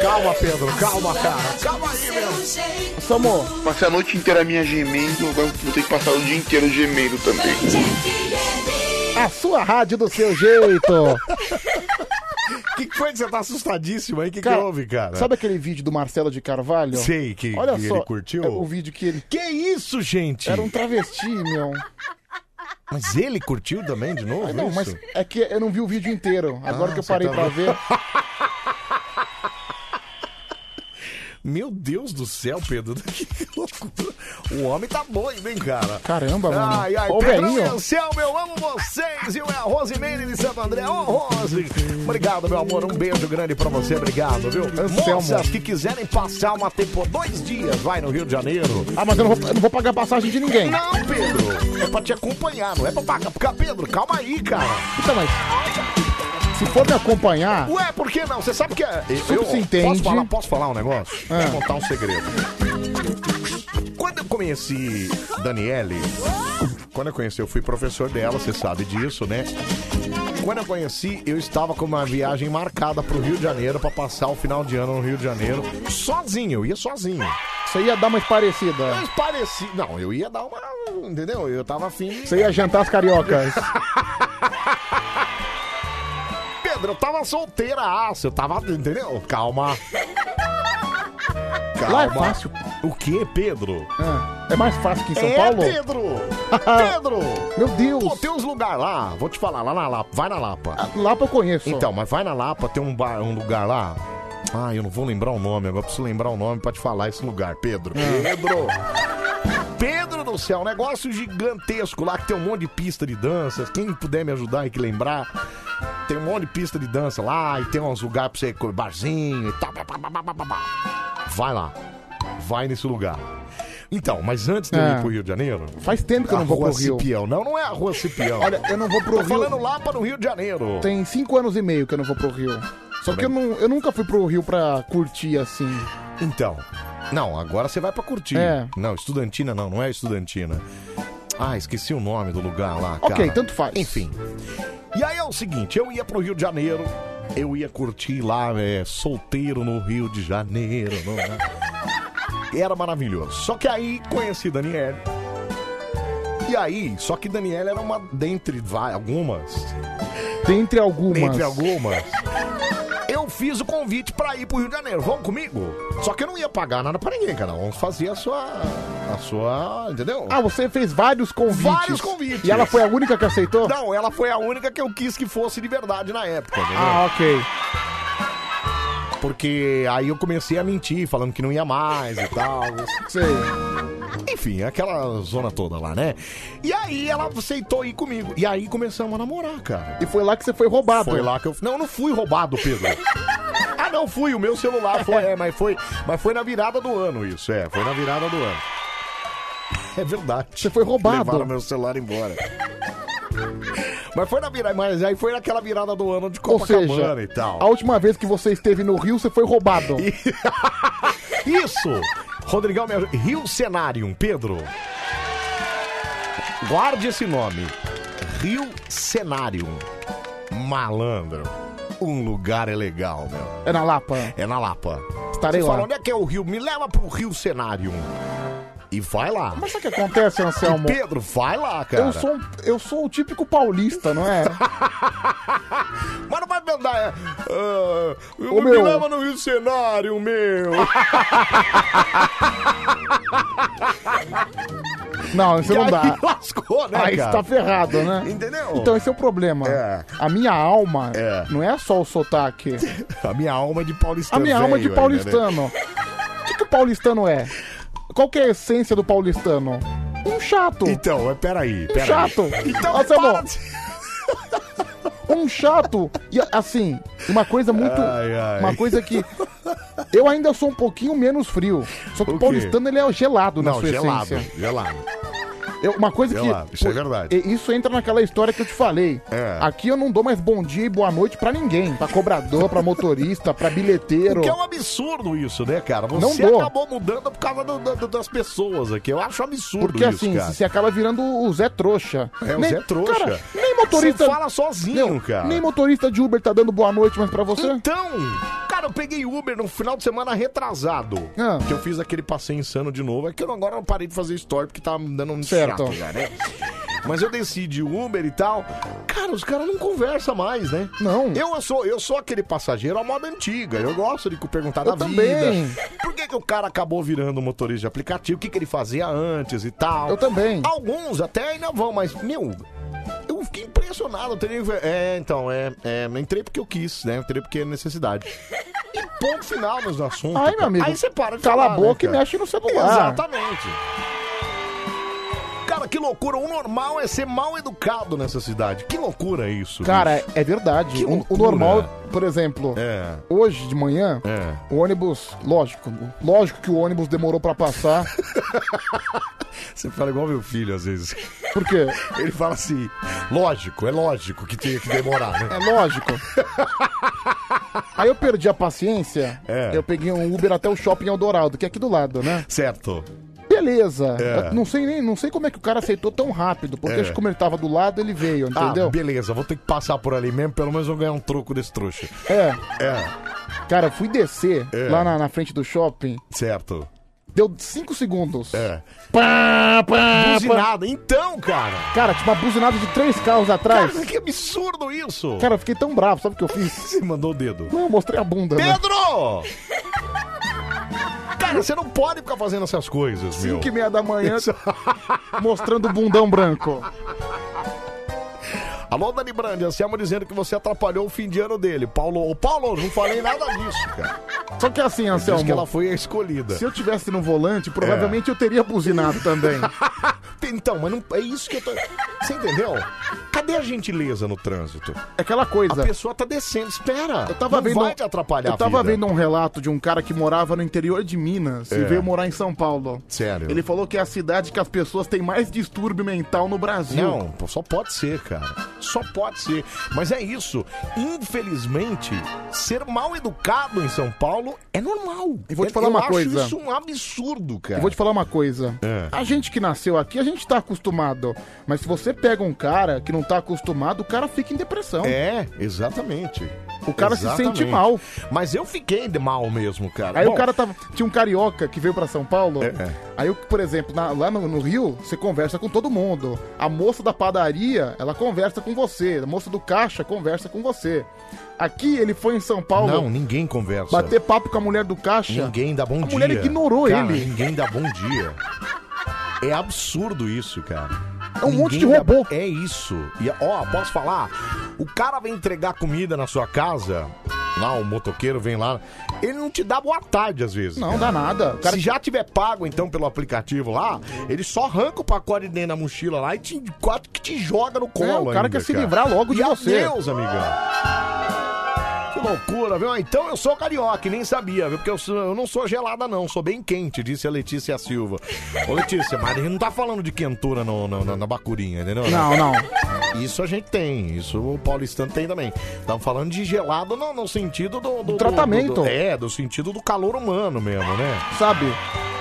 S1: Calma, Pedro, calma, cara. Calma aí, meu.
S2: Samu,
S9: Passei a noite inteira minha gemendo, agora vou ter que passar o dia inteiro gemendo também.
S2: a sua rádio do
S1: [LAUGHS]
S2: seu jeito.
S1: O que que foi que você tá assustadíssimo aí? O que, que
S2: Cara,
S1: houve, cara?
S2: Sabe aquele vídeo do Marcelo de Carvalho?
S1: Sei que,
S2: Olha
S1: que
S2: só,
S1: ele curtiu.
S2: é o vídeo que ele...
S1: Que isso, gente?
S2: Era um travesti, meu.
S1: Mas ele curtiu também de novo?
S2: Não,
S1: isso?
S2: mas é que eu não vi o vídeo inteiro. Agora
S1: Ah,
S2: que eu
S1: você
S2: parei
S1: tá
S2: pra
S1: vendo?
S2: ver...
S1: [LAUGHS] Meu Deus do céu, Pedro. [LAUGHS] Que loucura. O homem tá doido, hein, cara?
S2: Caramba, mano.
S1: Ai, ai,
S2: Ô,
S1: Pedro
S2: velhinho.
S1: Anselmo, eu amo vocês. E o Rosemeire de Santo André. Ô, Rose. Obrigado, meu amor. Um beijo grande pra você. Obrigado, viu?
S2: Anselmo.
S1: Moças que quiserem passar uma tempo, dois dias, vai no Rio de Janeiro.
S2: Ah, mas eu não vou, eu não vou pagar passagem de ninguém.
S1: Não, Pedro. É pra te acompanhar, não é pra pagar. Porque, Pedro, calma aí, cara.
S2: Então, mas... Se for me acompanhar...
S1: Ué, por que não? Você sabe que [LAUGHS] é.
S2: Tudo se entende.
S1: Posso falar, posso falar um negócio?
S2: Ah.
S1: Vou contar um segredo. Quando eu conheci Daniele, quando eu conheci, eu fui professor dela, você sabe disso, né? Quando eu conheci, eu estava com uma viagem marcada pro Rio de Janeiro pra passar o final de ano no Rio de Janeiro, sozinho, eu ia sozinho.
S2: Você ia dar uma parecida.
S1: Mas parecia. Não, eu ia dar uma. Entendeu? Eu tava afim.
S2: Você ia jantar as cariocas.
S1: Pedro, [LAUGHS] Pedro, eu tava solteiraço, eu tava, entendeu? Calma. Calma.
S2: Lá é fácil.
S1: O que, Pedro?
S2: É mais fácil que em São
S1: é,
S2: Paulo? [LAUGHS]
S1: Pedro! Pedro!
S2: Meu Deus! Ah,
S1: Pô, tem uns lugares lá, vou te falar, lá na Lapa, vai na Lapa.
S2: Lapa eu conheço.
S1: Então, mas vai na Lapa, tem um, bar, um lugar lá. Ah, eu não vou lembrar o nome, agora preciso lembrar o nome pra te falar esse lugar, Pedro.
S2: Ah.
S1: Pedro! Pedro do céu, um negócio gigantesco lá que tem um monte de pista de dança. Quem puder me ajudar e que lembrar, tem um monte de pista de dança lá e tem uns lugares pra você comer barzinho e tal. pá, pá, pá, pá, pá, pá, pá. Vai lá, vai nesse lugar. Então, mas antes de eu
S2: É.
S1: ir pro Rio de Janeiro.
S2: Faz tempo que eu não
S1: a
S2: vou
S1: Rua
S2: pro Rio.
S1: Cipião. Não, não é a Rua Cipião.
S2: Olha, eu não vou pro
S1: Tô
S2: Rio.
S1: falando Lapa no Rio de Janeiro.
S2: Tem cinco anos e meio que eu não vou pro Rio. Só que eu, não, eu nunca fui pro Rio pra curtir assim.
S1: Então. Não, agora você vai pra curtir.
S2: É.
S1: Não, estudantina não, não é estudantina. Ah, esqueci o nome do lugar lá, cara.
S2: Ok, tanto faz.
S1: Enfim. E aí é o seguinte, eu ia pro Rio de Janeiro, eu ia curtir lá, é, solteiro no Rio de Janeiro. não é? Era maravilhoso. Só que aí conheci Daniele. E aí, só que Daniela era uma dentre vai, algumas.
S2: Dentre algumas.
S1: Dentre algumas. Eu fiz o convite pra ir pro Rio de Janeiro. Vamos comigo? Só que eu não ia pagar nada pra ninguém, cara. Vamos fazer a sua. A sua. Entendeu?
S2: Ah, você fez vários convites.
S1: Vários convites.
S2: E ela foi a única que aceitou?
S1: Não, ela foi a única que eu quis que fosse de verdade na época. entendeu?
S2: Ah, ok.
S1: Porque aí eu comecei a mentir, falando que não ia mais e tal.
S2: Sei.
S1: Enfim, aquela zona toda lá, né? E aí ela aceitou ir comigo. E aí começamos a namorar, cara.
S2: E foi lá que você foi roubado.
S1: Foi lá que eu. Não, eu não fui roubado, Pedro. Ah, não fui, o meu celular foi, é, mas foi, mas foi na virada do ano isso, é, foi na virada do ano. É verdade. Você
S2: foi roubado.
S1: Levaram meu celular embora. Mas foi na virada, mas aí foi naquela virada do ano de
S2: Ou
S1: Copacabana
S2: seja,
S1: e tal.
S2: a última vez que você esteve no Rio, você
S1: [LAUGHS]
S2: foi roubado.
S1: Isso! Rodrigão, me ajuda. Rio Cenarium, Pedro. Guarde esse nome. Rio Cenarium. Malandro. Um lugar é legal, meu.
S2: É na Lapa.
S1: É na Lapa.
S2: Estarei
S1: Você
S2: lá.
S1: fala, onde é que é o Rio? Me leva pro Rio Cenarium. E vai lá.
S2: Mas sabe o que acontece, Anselmo?
S1: E Pedro, vai lá, cara.
S2: Eu sou, um- eu sou o típico paulista, não é?
S1: Mas não vai mandar. é, ah,
S2: Ô,
S1: me
S2: meu.
S1: leva no Rio Cenário,
S2: [LAUGHS]
S1: meu.
S2: Não, isso
S1: E
S2: não
S1: aí
S2: dá.
S1: [LAUGHS] lascou, né,
S2: Aí
S1: cara?
S2: está ferrado, né?
S1: Entendeu?
S2: Então esse é o problema.
S1: É.
S2: A minha alma
S1: É.
S2: não é só o sotaque.
S1: A minha alma é de
S2: A
S1: paulistano.
S2: minha alma é de
S1: velho ainda, né?
S2: paulistano. O que, que o paulistano é? Qual que é a essência do paulistano? Um chato.
S1: Então, mas peraí,
S2: Um
S1: peraí.
S2: chato.
S1: Então,
S2: Nossa,
S1: para
S2: amor,
S1: de-
S2: um chato. E assim, uma coisa muito.
S1: Ai, ai.
S2: Uma coisa que. Eu ainda sou um pouquinho menos frio. Só que
S1: O
S2: o
S1: quê?
S2: paulistano ele é gelado na
S1: Não,
S2: sua
S1: gelado,
S2: essência.
S1: gelado.
S2: Eu- uma coisa
S1: Gelado,
S2: que.
S1: isso é verdade.
S2: E- Isso entra naquela história que eu te falei.
S1: É.
S2: Aqui eu não dou mais bom dia e boa noite pra ninguém. Pra cobrador, pra motorista, pra bilheteiro.
S1: O que é um absurdo isso, né, cara?
S2: Não
S1: Você
S2: dou.
S1: acabou mudando por causa do- do- das pessoas aqui. Eu acho absurdo
S2: Porque
S1: isso,
S2: assim,
S1: cara.
S2: você acaba virando o Zé Trouxa.
S1: É, o Zé Trouxa.
S2: Cara, nem motorista.
S1: Você fala sozinho,
S2: Não,
S1: cara.
S2: Nem motorista de Uber tá dando boa noite mais pra você.
S1: Então, cara, eu peguei Uber no final de semana retrasado.
S2: Ah.
S1: Que eu fiz aquele passeio insano de novo. É que eu agora não parei de fazer story porque tava me dando um chato
S2: Certo.
S1: já, né? Mas eu decidi Uber e tal. Cara, os caras não conversam mais, né?
S2: Não.
S1: Eu sou, eu sou aquele passageiro à moda antiga. Eu gosto de perguntar
S2: Eu
S1: da
S2: também.
S1: vida. Por que, que o cara acabou virando motorista de aplicativo? O que, que ele fazia antes e tal?
S2: Eu também.
S1: Alguns até ainda vão, mas, meu, eu fiquei impressionado. Eu teria... É, então, é, é. Entrei porque eu quis, né? Entrei porque é necessidade. E ponto final nos assuntos.
S2: Ai, meu amigo.
S1: Aí você para de
S2: Cala
S1: falar,
S2: a boca
S1: né,
S2: e
S1: cara?
S2: mexe no celular.
S1: Exatamente. Cara, que loucura. O normal é ser mal educado nessa cidade. Que loucura é isso.
S2: Cara,
S1: bicho.
S2: é verdade.
S1: Que
S2: O, o
S1: loucura.
S2: normal, por exemplo,
S1: É.
S2: hoje de manhã,
S1: É.
S2: o ônibus. Lógico, lógico que o ônibus demorou
S1: [LAUGHS]
S2: pra passar.
S1: Você fala igual meu filho, às vezes.
S2: é- Por quê?
S1: [LAUGHS] Ele fala assim, lógico, é lógico que tinha que demorar, né?
S2: É lógico. Aí eu perdi a paciência.
S1: É.
S2: Eu peguei um Uber até o shopping Eldorado, que é aqui do lado, né?
S1: Certo.
S2: Beleza.
S1: É.
S2: Eu Não sei nem, não sei como é que o cara aceitou tão rápido, porque
S1: É.
S2: acho que como ele tava do lado, ele veio,
S1: Ah,
S2: entendeu?
S1: beleza, vou ter que passar por ali mesmo, pelo menos eu vou ganhar um troco desse trouxa.
S2: é.
S1: É,
S2: Cara, eu fui descer
S1: É.
S2: lá na, na frente do shopping.
S1: certo.
S2: Deu 5 segundos.
S1: É.
S2: Pá, pá,
S1: Buzinada. Então, cara.
S2: Cara, tinha uma buzinada de três carros atrás.
S1: Cara, que absurdo isso.
S2: Cara, eu fiquei tão bravo, sabe o que eu fiz?
S1: [LAUGHS] Você mandou o dedo.
S2: Não, eu mostrei a bunda. né?
S1: Pedro! Cara, você não pode ficar fazendo essas coisas, meu.
S2: Cinco e meia da manhã, [LAUGHS] mostrando o bundão branco.
S1: Alô, Dani Brandi, Anselmo dizendo que você atrapalhou o fim de ano dele. Paulo, ô, Paulo, não falei nada disso, cara.
S2: Só que assim,
S1: Ele disse
S2: Anselmo,
S1: que ela foi [LAUGHS] a escolhida. É.
S2: se eu tivesse no volante, provavelmente eu teria buzinado
S1: [LAUGHS]
S2: também.
S1: Então, mas não... é isso que eu tô. Você entendeu? Cadê a gentileza no trânsito?
S2: É aquela coisa.
S1: A pessoa tá descendo, espera.
S2: Eu tava
S1: não
S2: vendo. um-
S1: vai te atrapalhar,
S2: eu tava
S1: vida.
S2: vendo um relato de um cara que morava no interior de Minas e
S1: É.
S2: veio morar em São Paulo.
S1: Sério.
S2: um- Ele falou que é a cidade que as pessoas têm mais distúrbio mental no Brasil.
S1: Não, pô, só pode ser, cara. Só pode ser. Mas é isso. Infelizmente, ser mal educado em São Paulo é normal.
S2: E vou te falar uma
S1: acho
S2: coisa.
S1: isso um absurdo, cara.
S2: Eu vou te falar uma coisa.
S1: É.
S2: A gente que nasceu aqui, a gente tá acostumado. Mas se você pega um cara que não tá acostumado, o cara fica em depressão.
S1: É, exatamente.
S2: O cara se sente mal.
S1: Mas eu fiquei de mal mesmo, cara.
S2: Aí
S1: Bom,
S2: o cara tava. Tinha um carioca que veio pra São Paulo.
S1: É, é.
S2: Aí, eu, por exemplo, na- lá no, no Rio, você conversa com todo mundo. A moça da padaria, ela conversa com você. A moça do caixa conversa com você. Aqui ele foi em São Paulo
S1: Não, ninguém conversa.
S2: bater papo com a mulher do caixa.
S1: Ninguém dá bom
S2: A
S1: dia.
S2: mulher ignorou
S1: Cara,
S2: ele.
S1: Ninguém dá bom dia. É absurdo isso, cara.
S2: É um
S1: Ninguém
S2: monte de
S1: dá-
S2: robô.
S1: É isso. E ó, posso falar? O cara vem entregar comida na sua casa, lá o motoqueiro vem lá, ele não te dá boa tarde às vezes.
S2: Não
S1: cara.
S2: dá nada. O cara
S1: Se já tiver pago, então, pelo aplicativo lá, ele só arranca o pacote de dentro da mochila lá e te, quase que te joga no colo.
S2: É, o cara
S1: ainda,
S2: quer se livrar logo de
S1: e
S2: você.
S1: Deus, amigão. Que loucura, viu? Ah, Então eu sou carioca e nem sabia, viu? Porque eu, sou- eu não sou gelada, não. Sou bem quente, disse a Letícia Silva. Ô, Letícia, mas a gente não tá falando de quentura no, no- na, na bacurinha, entendeu?
S2: Não, não.
S1: Isso a gente tem. Isso o paulistano tem também. Estamos falando de gelado no, no sentido do... Do
S2: tratamento.
S1: do- do- é, do sentido do calor humano mesmo, né?
S2: Sabe?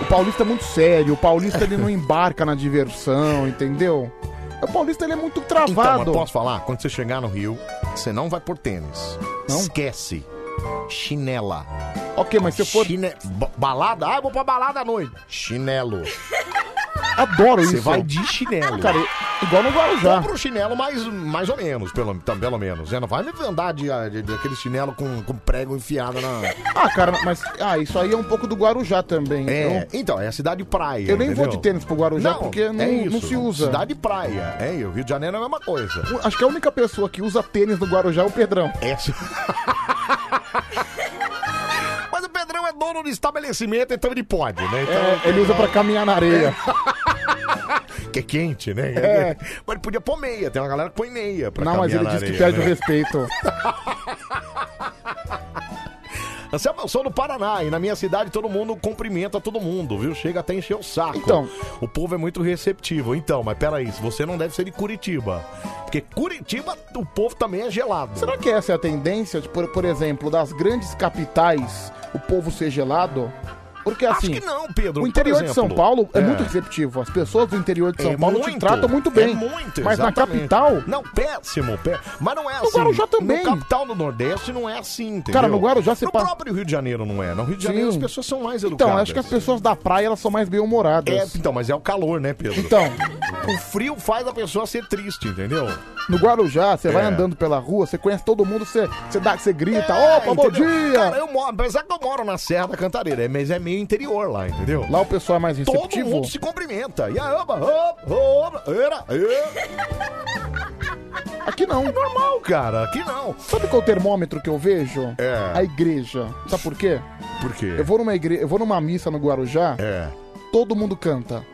S2: O paulista é muito sério. O paulista
S1: [LAUGHS]
S2: ele não embarca na diversão, entendeu? O paulista ele é muito
S1: Então, mas
S2: travado.
S1: posso falar? Quando você chegar no Rio, você não vai por tênis.
S2: Não?
S1: Esquece. Chinela.
S2: ok, mas se eu for.
S1: Chine- ba- Balada? Ah, eu vou pra balada à noite. Chinelo.
S2: [LAUGHS] Adoro isso.
S1: Você vai de chinelo.
S2: Cara, igual no Guarujá.
S1: Compra um chinelo mais, mais ou menos, pelo, tam- pelo menos. Né? Não vai me andar de, de- de aquele chinelo com, com prego enfiado na.
S2: Ah, cara, mas. Ah, isso aí é um pouco do Guarujá também.
S1: É,
S2: então.
S1: então, é a cidade de praia.
S2: Eu nem vou
S1: entendeu?
S2: de tênis pro Guarujá
S1: Não,
S2: porque não,
S1: é
S2: não
S1: isso.
S2: se usa.
S1: Cidade de praia. É, e o Rio de Janeiro é a mesma coisa.
S2: Acho que a única pessoa que usa tênis no Guarujá é o Pedrão. [LAUGHS]
S1: Essa. Mas o Pedrão é dono do estabelecimento, então ele pode, né? Então,
S2: É, ele usa pra caminhar na areia. É.
S1: Que é [LAUGHS] quente, né? Mas ele podia pôr meia, tem uma galera que põe meia pra
S2: não, mas
S1: caminhar
S2: ele
S1: na
S2: diz que
S1: areia,
S2: perde
S1: né?
S2: o respeito.
S1: [LAUGHS] Anselmo, eu sou do Paraná e na minha cidade todo mundo cumprimenta todo mundo, viu? Chega até encher o saco.
S2: Então.
S1: O povo é muito receptivo. Então, mas peraí, você não deve ser de Curitiba. Porque Curitiba, o povo também é gelado.
S2: Será que essa é a tendência, tipo, por, por exemplo, das grandes capitais, o povo ser gelado? Porque assim,
S1: Acho que não, Pedro.
S2: o
S1: por
S2: interior de São
S1: exemplo.
S2: Paulo é, muito receptivo. As pessoas do interior de São
S1: É
S2: Paulo te
S1: muito,
S2: tratam muito bem.
S1: é muito,
S2: mas na
S1: exatamente.
S2: capital,
S1: Não, péssimo, péssimo. Mas não é assim.
S2: Guarujá também.
S1: No capital do Nordeste não é assim, entendeu?
S2: Cara, no Guarujá você
S1: No
S2: pa-
S1: próprio Rio de Janeiro não é. No Rio de Janeiro
S2: Sim.
S1: as pessoas são mais educadas.
S2: então, acho que as pessoas da praia elas são mais
S1: É,
S2: bem-humoradas.
S1: então, mas é o calor, né, Pedro?
S2: Então,
S1: O frio faz a pessoa ser triste, entendeu?
S2: no Guarujá, você vai
S1: É.
S2: andando pela rua, você conhece todo mundo, você, você, dá, você grita,
S1: É,
S2: opa, bom
S1: entendeu?
S2: dia!
S1: Cara, eu moro, apesar que eu moro na Serra da Cantareira, é- mas é meio interior lá, entendeu?
S2: Lá o pessoal é mais
S1: Todo
S2: receptivo.
S1: mundo se cumprimenta. E aí, oba, oba, oba, era, era.
S2: Aqui não.
S1: É Normal, cara, aqui não.
S2: Sabe qual é o termômetro que eu vejo?
S1: É.
S2: A igreja. Sabe por quê?
S1: Por quê?
S2: Eu vou numa igreja, eu vou numa missa no Guarujá,
S1: É,
S2: todo mundo canta.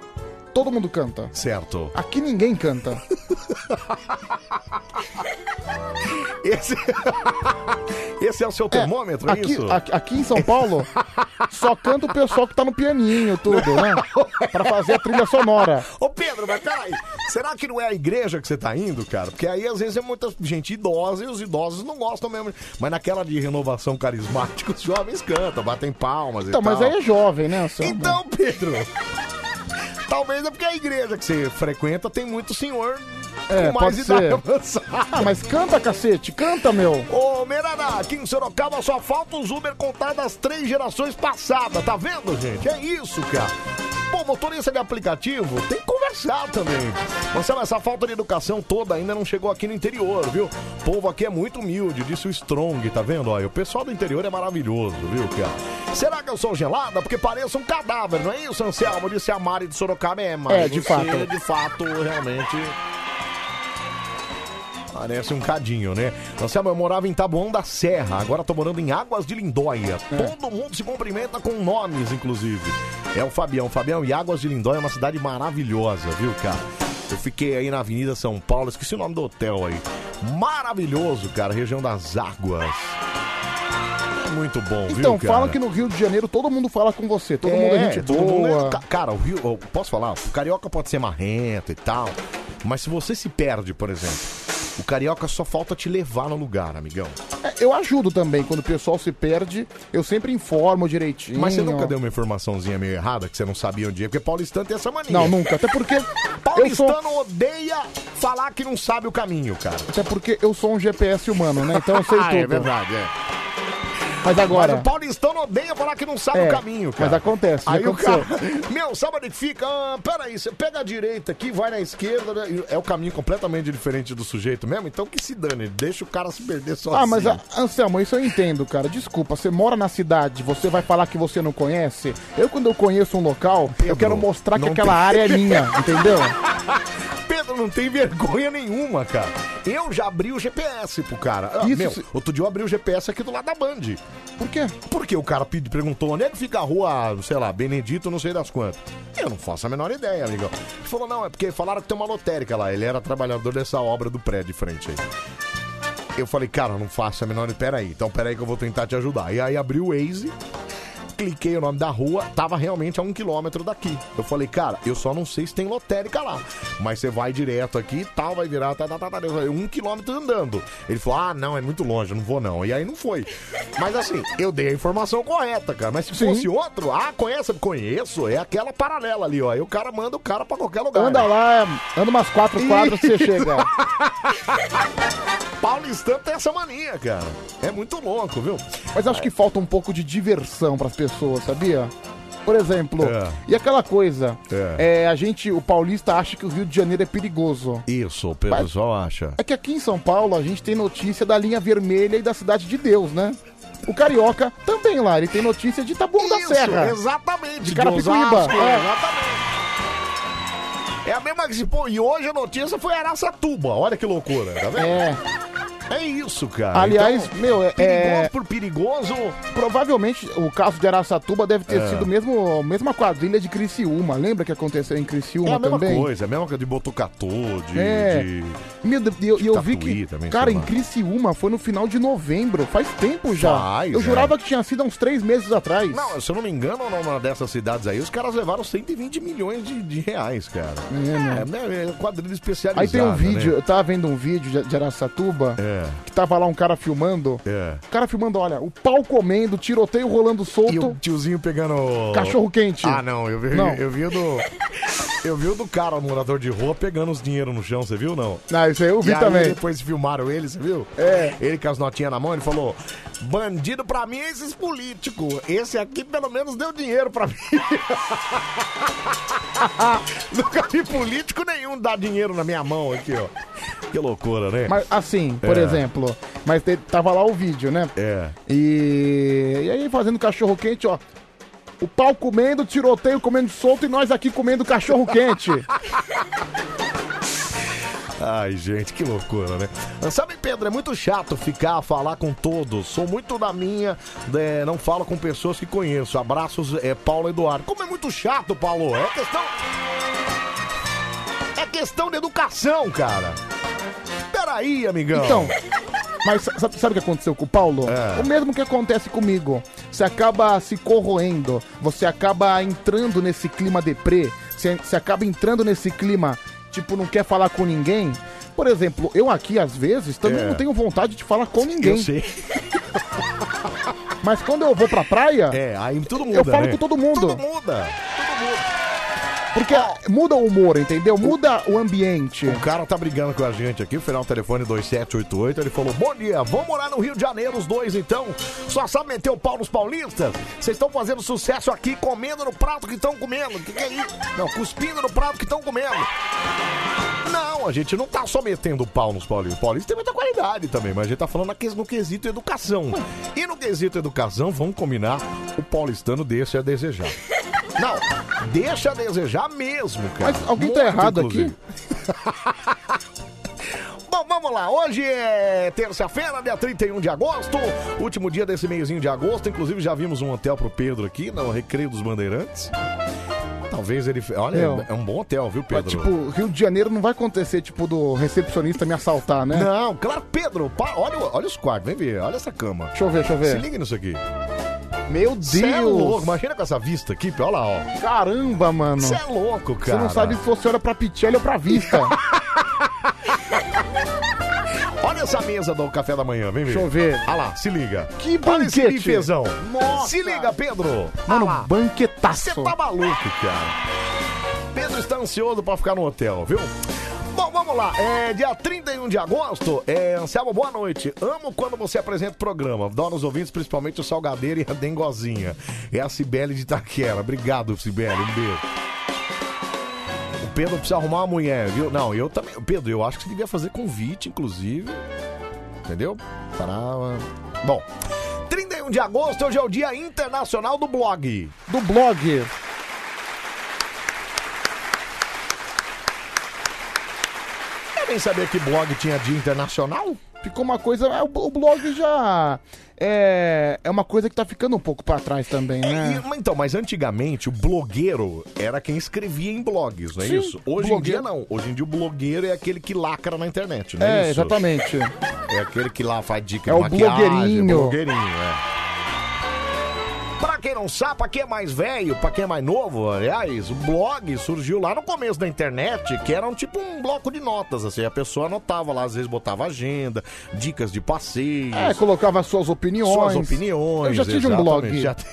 S2: Todo mundo canta.
S1: certo.
S2: Aqui ninguém canta.
S1: [LAUGHS] Esse, [LAUGHS] Esse é o seu termômetro, é,
S2: aqui,
S1: isso?
S2: aqui, aqui em São Paulo, só canta o pessoal que tá no pianinho, tudo, né? [LAUGHS] Pra fazer a trilha sonora.
S1: Ô Pedro, mas peraí, será que não é a igreja que você tá indo, cara? Porque aí às vezes é muita gente idosa e os idosos não gostam mesmo. Mas naquela de renovação carismática, os jovens cantam, batem palmas
S2: Então,
S1: e
S2: mas
S1: tal.
S2: Então, aí é jovem, né? Anselmo?
S1: Então, Pedro, [LAUGHS] Talvez é porque a igreja que você frequenta tem muito senhor
S2: É,
S1: com mais
S2: pode
S1: idade
S2: ser.
S1: avançada.
S2: Ah, mas canta, cacete, canta, meu.
S1: Ô, Merará, aqui em Sorocaba só falta os Uber contar das três gerações passadas, tá vendo, gente? É isso, cara. Pô, motorista de aplicativo, tem que conversar também. Marcelo, essa falta de educação toda ainda não chegou aqui no interior, viu? O povo aqui é muito humilde, disse o Strong, tá vendo? Olha, o pessoal do interior é maravilhoso, viu, cara? Será que eu sou gelada? Porque pareço um cadáver, não é isso, Anselmo? Disse a Mari de Sorocaba, é, mas
S2: É, de
S1: você,
S2: fato.
S1: de fato, realmente... Parece um cadinho, né? Anselmo, eu morava em Taboão da Serra, agora tô morando em Águas de Lindóia.
S2: É.
S1: Todo mundo se cumprimenta com nomes, inclusive. É o Fabião. Fabião, e Águas de Lindóia é uma cidade maravilhosa, viu, cara? Eu fiquei aí na Avenida São Paulo, esqueci o nome do hotel aí. Maravilhoso, cara, região das águas. É Muito bom, viu,
S2: Então,
S1: cara?
S2: falam que no Rio de Janeiro todo mundo fala com você, todo
S1: É,
S2: mundo é gente
S1: todo mundo é-
S2: boa.
S1: Ca- Cara, o Rio, eu posso falar? O carioca pode ser marrento e tal, mas se você se perde, por exemplo, o carioca só falta te levar no lugar, amigão.
S2: É, eu ajudo também, quando o pessoal se perde, eu sempre informo direitinho.
S1: Mas você nunca deu uma informaçãozinha meio errada que você não sabia onde ia, porque paulistano tem essa mania.
S2: Não, nunca, até
S1: [LAUGHS]
S2: porque
S1: Paulistano odeia falar que não sabe o caminho, cara.
S2: Até porque eu sou um GPS humano, né? Então eu [LAUGHS] sei
S1: Ah,
S2: tudo.
S1: é verdade, é.
S2: Mas agora.
S1: Mas o paulistano odeia falar que não sabe
S2: É,
S1: o caminho, cara.
S2: mas acontece, já
S1: Aí o cara. [LAUGHS]
S2: aconteceu.
S1: Meu, sabe onde que fica? Ah, peraí, você pega a direita aqui, vai na esquerda. né? É o caminho completamente diferente do sujeito mesmo. Então que se dane, deixa o cara se perder sozinho.
S2: Ah, mas a- Anselmo, isso eu entendo, cara. Desculpa, você mora na cidade, você vai falar que você não conhece? Eu, quando eu conheço um local, eu quero mostrar que
S1: não
S2: aquela
S1: tem-
S2: área é [LAUGHS] minha,
S1: [LAUGHS]
S2: entendeu?
S1: Pedro não tem vergonha nenhuma, cara. Eu já abri o GPS pro cara. Ah,
S2: Isso
S1: meu,
S2: se-
S1: outro dia eu abri o GPS aqui do lado da Band.
S2: Por quê?
S1: Porque o cara pedi- perguntou onde é que fica a rua, sei lá, Benedito, não sei das quantas. Eu não faço a menor ideia, amigão. Ele falou, não, é porque falaram que tem uma lotérica lá. Ele era trabalhador dessa obra do prédio de frente aí. Eu falei, cara, não faço a menor ideia. Peraí, então peraí que eu vou tentar te ajudar. E aí abri o Waze, cliquei o nome da rua, tava realmente a um quilômetro daqui. Eu falei, cara, eu só não sei se tem lotérica lá, mas você vai direto aqui e tal, vai virar, tá, tá, tá, tá, Eu falei, um quilômetro andando. Ele falou, ah, não, é muito longe, eu não vou não. E aí não foi. Mas assim, eu dei a informação correta, cara, mas se fosse outro, ah, conhece, conheço, é aquela paralela ali, ó. Aí o cara manda o cara pra qualquer lugar.
S2: Anda
S1: né?
S2: lá, anda umas quatro quadras que
S1: Isso. [LAUGHS]
S2: você chega.
S1: Paulistano tem essa mania, cara. É muito louco, viu?
S2: Mas acho que falta um pouco de diversão pras pessoas, sabia? Por exemplo,
S1: É.
S2: e aquela coisa,
S1: É.
S2: é, a gente, o paulista acha que o Rio de Janeiro é perigoso.
S1: Isso, o pessoal acha.
S2: É que aqui em São Paulo a gente tem notícia da linha vermelha e da Cidade de Deus, né? O Carioca também lá, ele tem notícia de Taboão da
S1: Isso,
S2: Serra.
S1: Exatamente,
S2: De Carapicuíba,
S1: Osasco,
S2: é.
S1: Exatamente. É a mesma que se pô, e hoje a notícia foi Araçatuba. Olha que loucura, tá vendo?
S2: É.
S1: É isso, cara.
S2: Ah,
S1: Então,
S2: Aliás, meu, é,
S1: perigoso
S2: é,
S1: por perigoso.
S2: provavelmente o caso de Araçatuba deve ter
S1: É.
S2: sido mesmo a mesma quadrilha de Criciúma. Lembra que aconteceu em Criciúma
S1: É a mesma
S2: também?
S1: coisa, é a mesma coisa de Botucatu, de.
S2: É.
S1: de-
S2: Meu Deus, e eu, e eu vi
S1: Tatuí
S2: que,
S1: também,
S2: cara,
S1: sei
S2: em
S1: lá.
S2: Criciúma foi no final de novembro, faz tempo já.
S1: Faz,
S2: eu
S1: é.
S2: jurava que tinha sido há uns três meses atrás.
S1: Não, se eu não me engano, numa dessas cidades aí, os caras levaram 120 milhões de, de reais, cara. É, né? É quadrilha especializada.
S2: Aí tem um vídeo,
S1: né?
S2: eu tava vendo um vídeo de- de Araçatuba,
S1: É.
S2: que tava lá um cara filmando,
S1: É.
S2: O cara filmando, olha, o pau comendo, tiroteio rolando solto.
S1: E o tiozinho pegando.
S2: Cachorro quente.
S1: Ah, não, eu vi,
S2: Não.
S1: Eu vi o do. Eu vi o do cara, o morador de rua, pegando os dinheiro no chão, você viu não?
S2: Ah, isso aí eu vi
S1: e aí
S2: também.
S1: depois filmaram ele, você viu? É. Ele com as notinhas na mão, ele falou: Bandido pra mim é esses políticos. Esse aqui pelo menos deu dinheiro pra mim. [LAUGHS] Nunca vi político nenhum dar dinheiro na minha mão aqui, ó. Que loucura, né?
S2: Mas assim, por
S1: É.
S2: exemplo, mas te- tava lá o vídeo, né?
S1: É.
S2: E, e aí fazendo cachorro quente, ó. O pau comendo, tiroteio comendo solto e nós aqui comendo
S1: [LAUGHS]
S2: cachorro quente.
S1: Ai, gente, que loucura, né? Sabe, Pedro, é muito chato ficar a falar com todos. Sou muito da minha, né, não falo com pessoas que conheço. Abraços, é, Paulo Eduardo. Como é muito chato, Paulo? É questão. É questão de educação, cara. Peraí, Tá amigão.
S2: Então, mas sa- sabe, sabe o que aconteceu com o Paulo?
S1: É.
S2: O mesmo que acontece comigo. Você acaba se corroendo, você acaba entrando nesse clima deprê, você, você acaba entrando nesse clima, tipo, não quer falar com ninguém. Por exemplo, eu aqui, às vezes, também
S1: É.
S2: não tenho vontade de falar com
S1: eu
S2: ninguém.
S1: sei.
S2: [LAUGHS] Mas quando eu vou pra praia,
S1: É, aí tudo muda.
S2: eu falo
S1: né?
S2: com todo mundo.
S1: Tudo muda. Tudo muda.
S2: Porque muda o humor, entendeu? Muda o ambiente.
S1: O cara tá brigando com a gente aqui, final do telefone 2788. Ele falou: Bom dia, vamos morar no Rio de Janeiro, os dois então. Só sabe meter o pau nos paulistas? Vocês estão fazendo sucesso aqui, comendo no prato que estão comendo. Que que é isso? Não, cuspindo no prato que estão comendo. Não, a gente não tá só metendo pau nos paulistas. Paulistas tem muita qualidade também, mas a gente tá falando aqui no quesito educação. E no quesito educação, vamos combinar: o paulistano deixa a desejar. Não, deixa a desejar mesmo, cara.
S2: Mas alguém tá errado aqui?
S1: [LAUGHS] Bom, vamos lá. Hoje é terça-feira, dia 31 de agosto, último dia desse meiozinho de agosto. Inclusive, já vimos um hotel pro Pedro aqui, no Recreio dos Bandeirantes. Talvez ele. fe- Olha,
S2: Eu.
S1: é um bom hotel, viu,
S2: Mas,
S1: Pedro?
S2: tipo, Rio de Janeiro não vai acontecer, tipo, do recepcionista me assaltar, né?
S1: Não, claro, Pedro, pa- olha, o- olha os quartos, vem ver, olha essa cama.
S2: Deixa eu ver, deixa eu ver.
S1: Se liga nisso aqui.
S2: Meu
S1: Cê é
S2: Deus!
S1: louco, imagina com essa vista aqui, olha lá, ó.
S2: Caramba, mano.
S1: Você é louco,
S2: Você
S1: cara.
S2: não sabe se você olha pra Pichelli ou pra Vista.
S1: [LAUGHS] Olha essa mesa do café da manhã, vem ver.
S2: Deixa eu ver.
S1: Olha lá, se liga.
S2: Que
S1: Olha esse
S2: banquete.
S1: bifezão.
S2: Nossa.
S1: Se liga, Pedro. Olha
S2: Mano,
S1: lá.
S2: banquetaço.
S1: Você tá maluco, cara. Pedro está ansioso pra ficar no hotel, viu? Bom, vamos lá. É dia 31 de agosto. É, Anselmo, boa noite. Amo quando você apresenta o programa. Dó nos ouvintes, principalmente o Salgadeiro e a Dengozinha. É a Cibele de Itaquera. Obrigado, Cibele. Um beijo. O Pedro precisa arrumar uma mulher, viu? Não, eu também. Pedro, eu acho que você devia fazer convite, inclusive. Entendeu? Para. ah, Bom, 31 de agosto, hoje é o Dia Internacional do Blog.
S2: Do blog.
S1: Eu nem sabia que blog tinha Dia Internacional.
S2: Ficou uma coisa. é, O o blog já. É, é uma coisa que tá ficando um pouco pra trás também,
S1: E-
S2: né?
S1: mas então, mas antigamente o blogueiro era quem escrevia em blogs, não é
S2: Sim,
S1: isso? Hoje em dia
S2: blogueiro.
S1: não. Hoje em dia o blogueiro é aquele que lacra na internet, não é,
S2: É,
S1: isso?
S2: exatamente.
S1: É aquele que lá faz dica
S2: É
S1: de
S2: o
S1: maquiagem,
S2: blogueirinho.
S1: blogueirinho, é. Pra quem não sabe, pra quem é mais velho, pra quem é mais novo, aliás, o blog surgiu lá no começo da internet, que era um tipo um bloco de notas, assim, a pessoa anotava lá, às vezes botava agenda, dicas de passeios.
S2: É, colocava suas opiniões.
S1: Suas opiniões.
S2: Eu já tive um
S1: exatamente.
S2: blog.
S1: Já, te-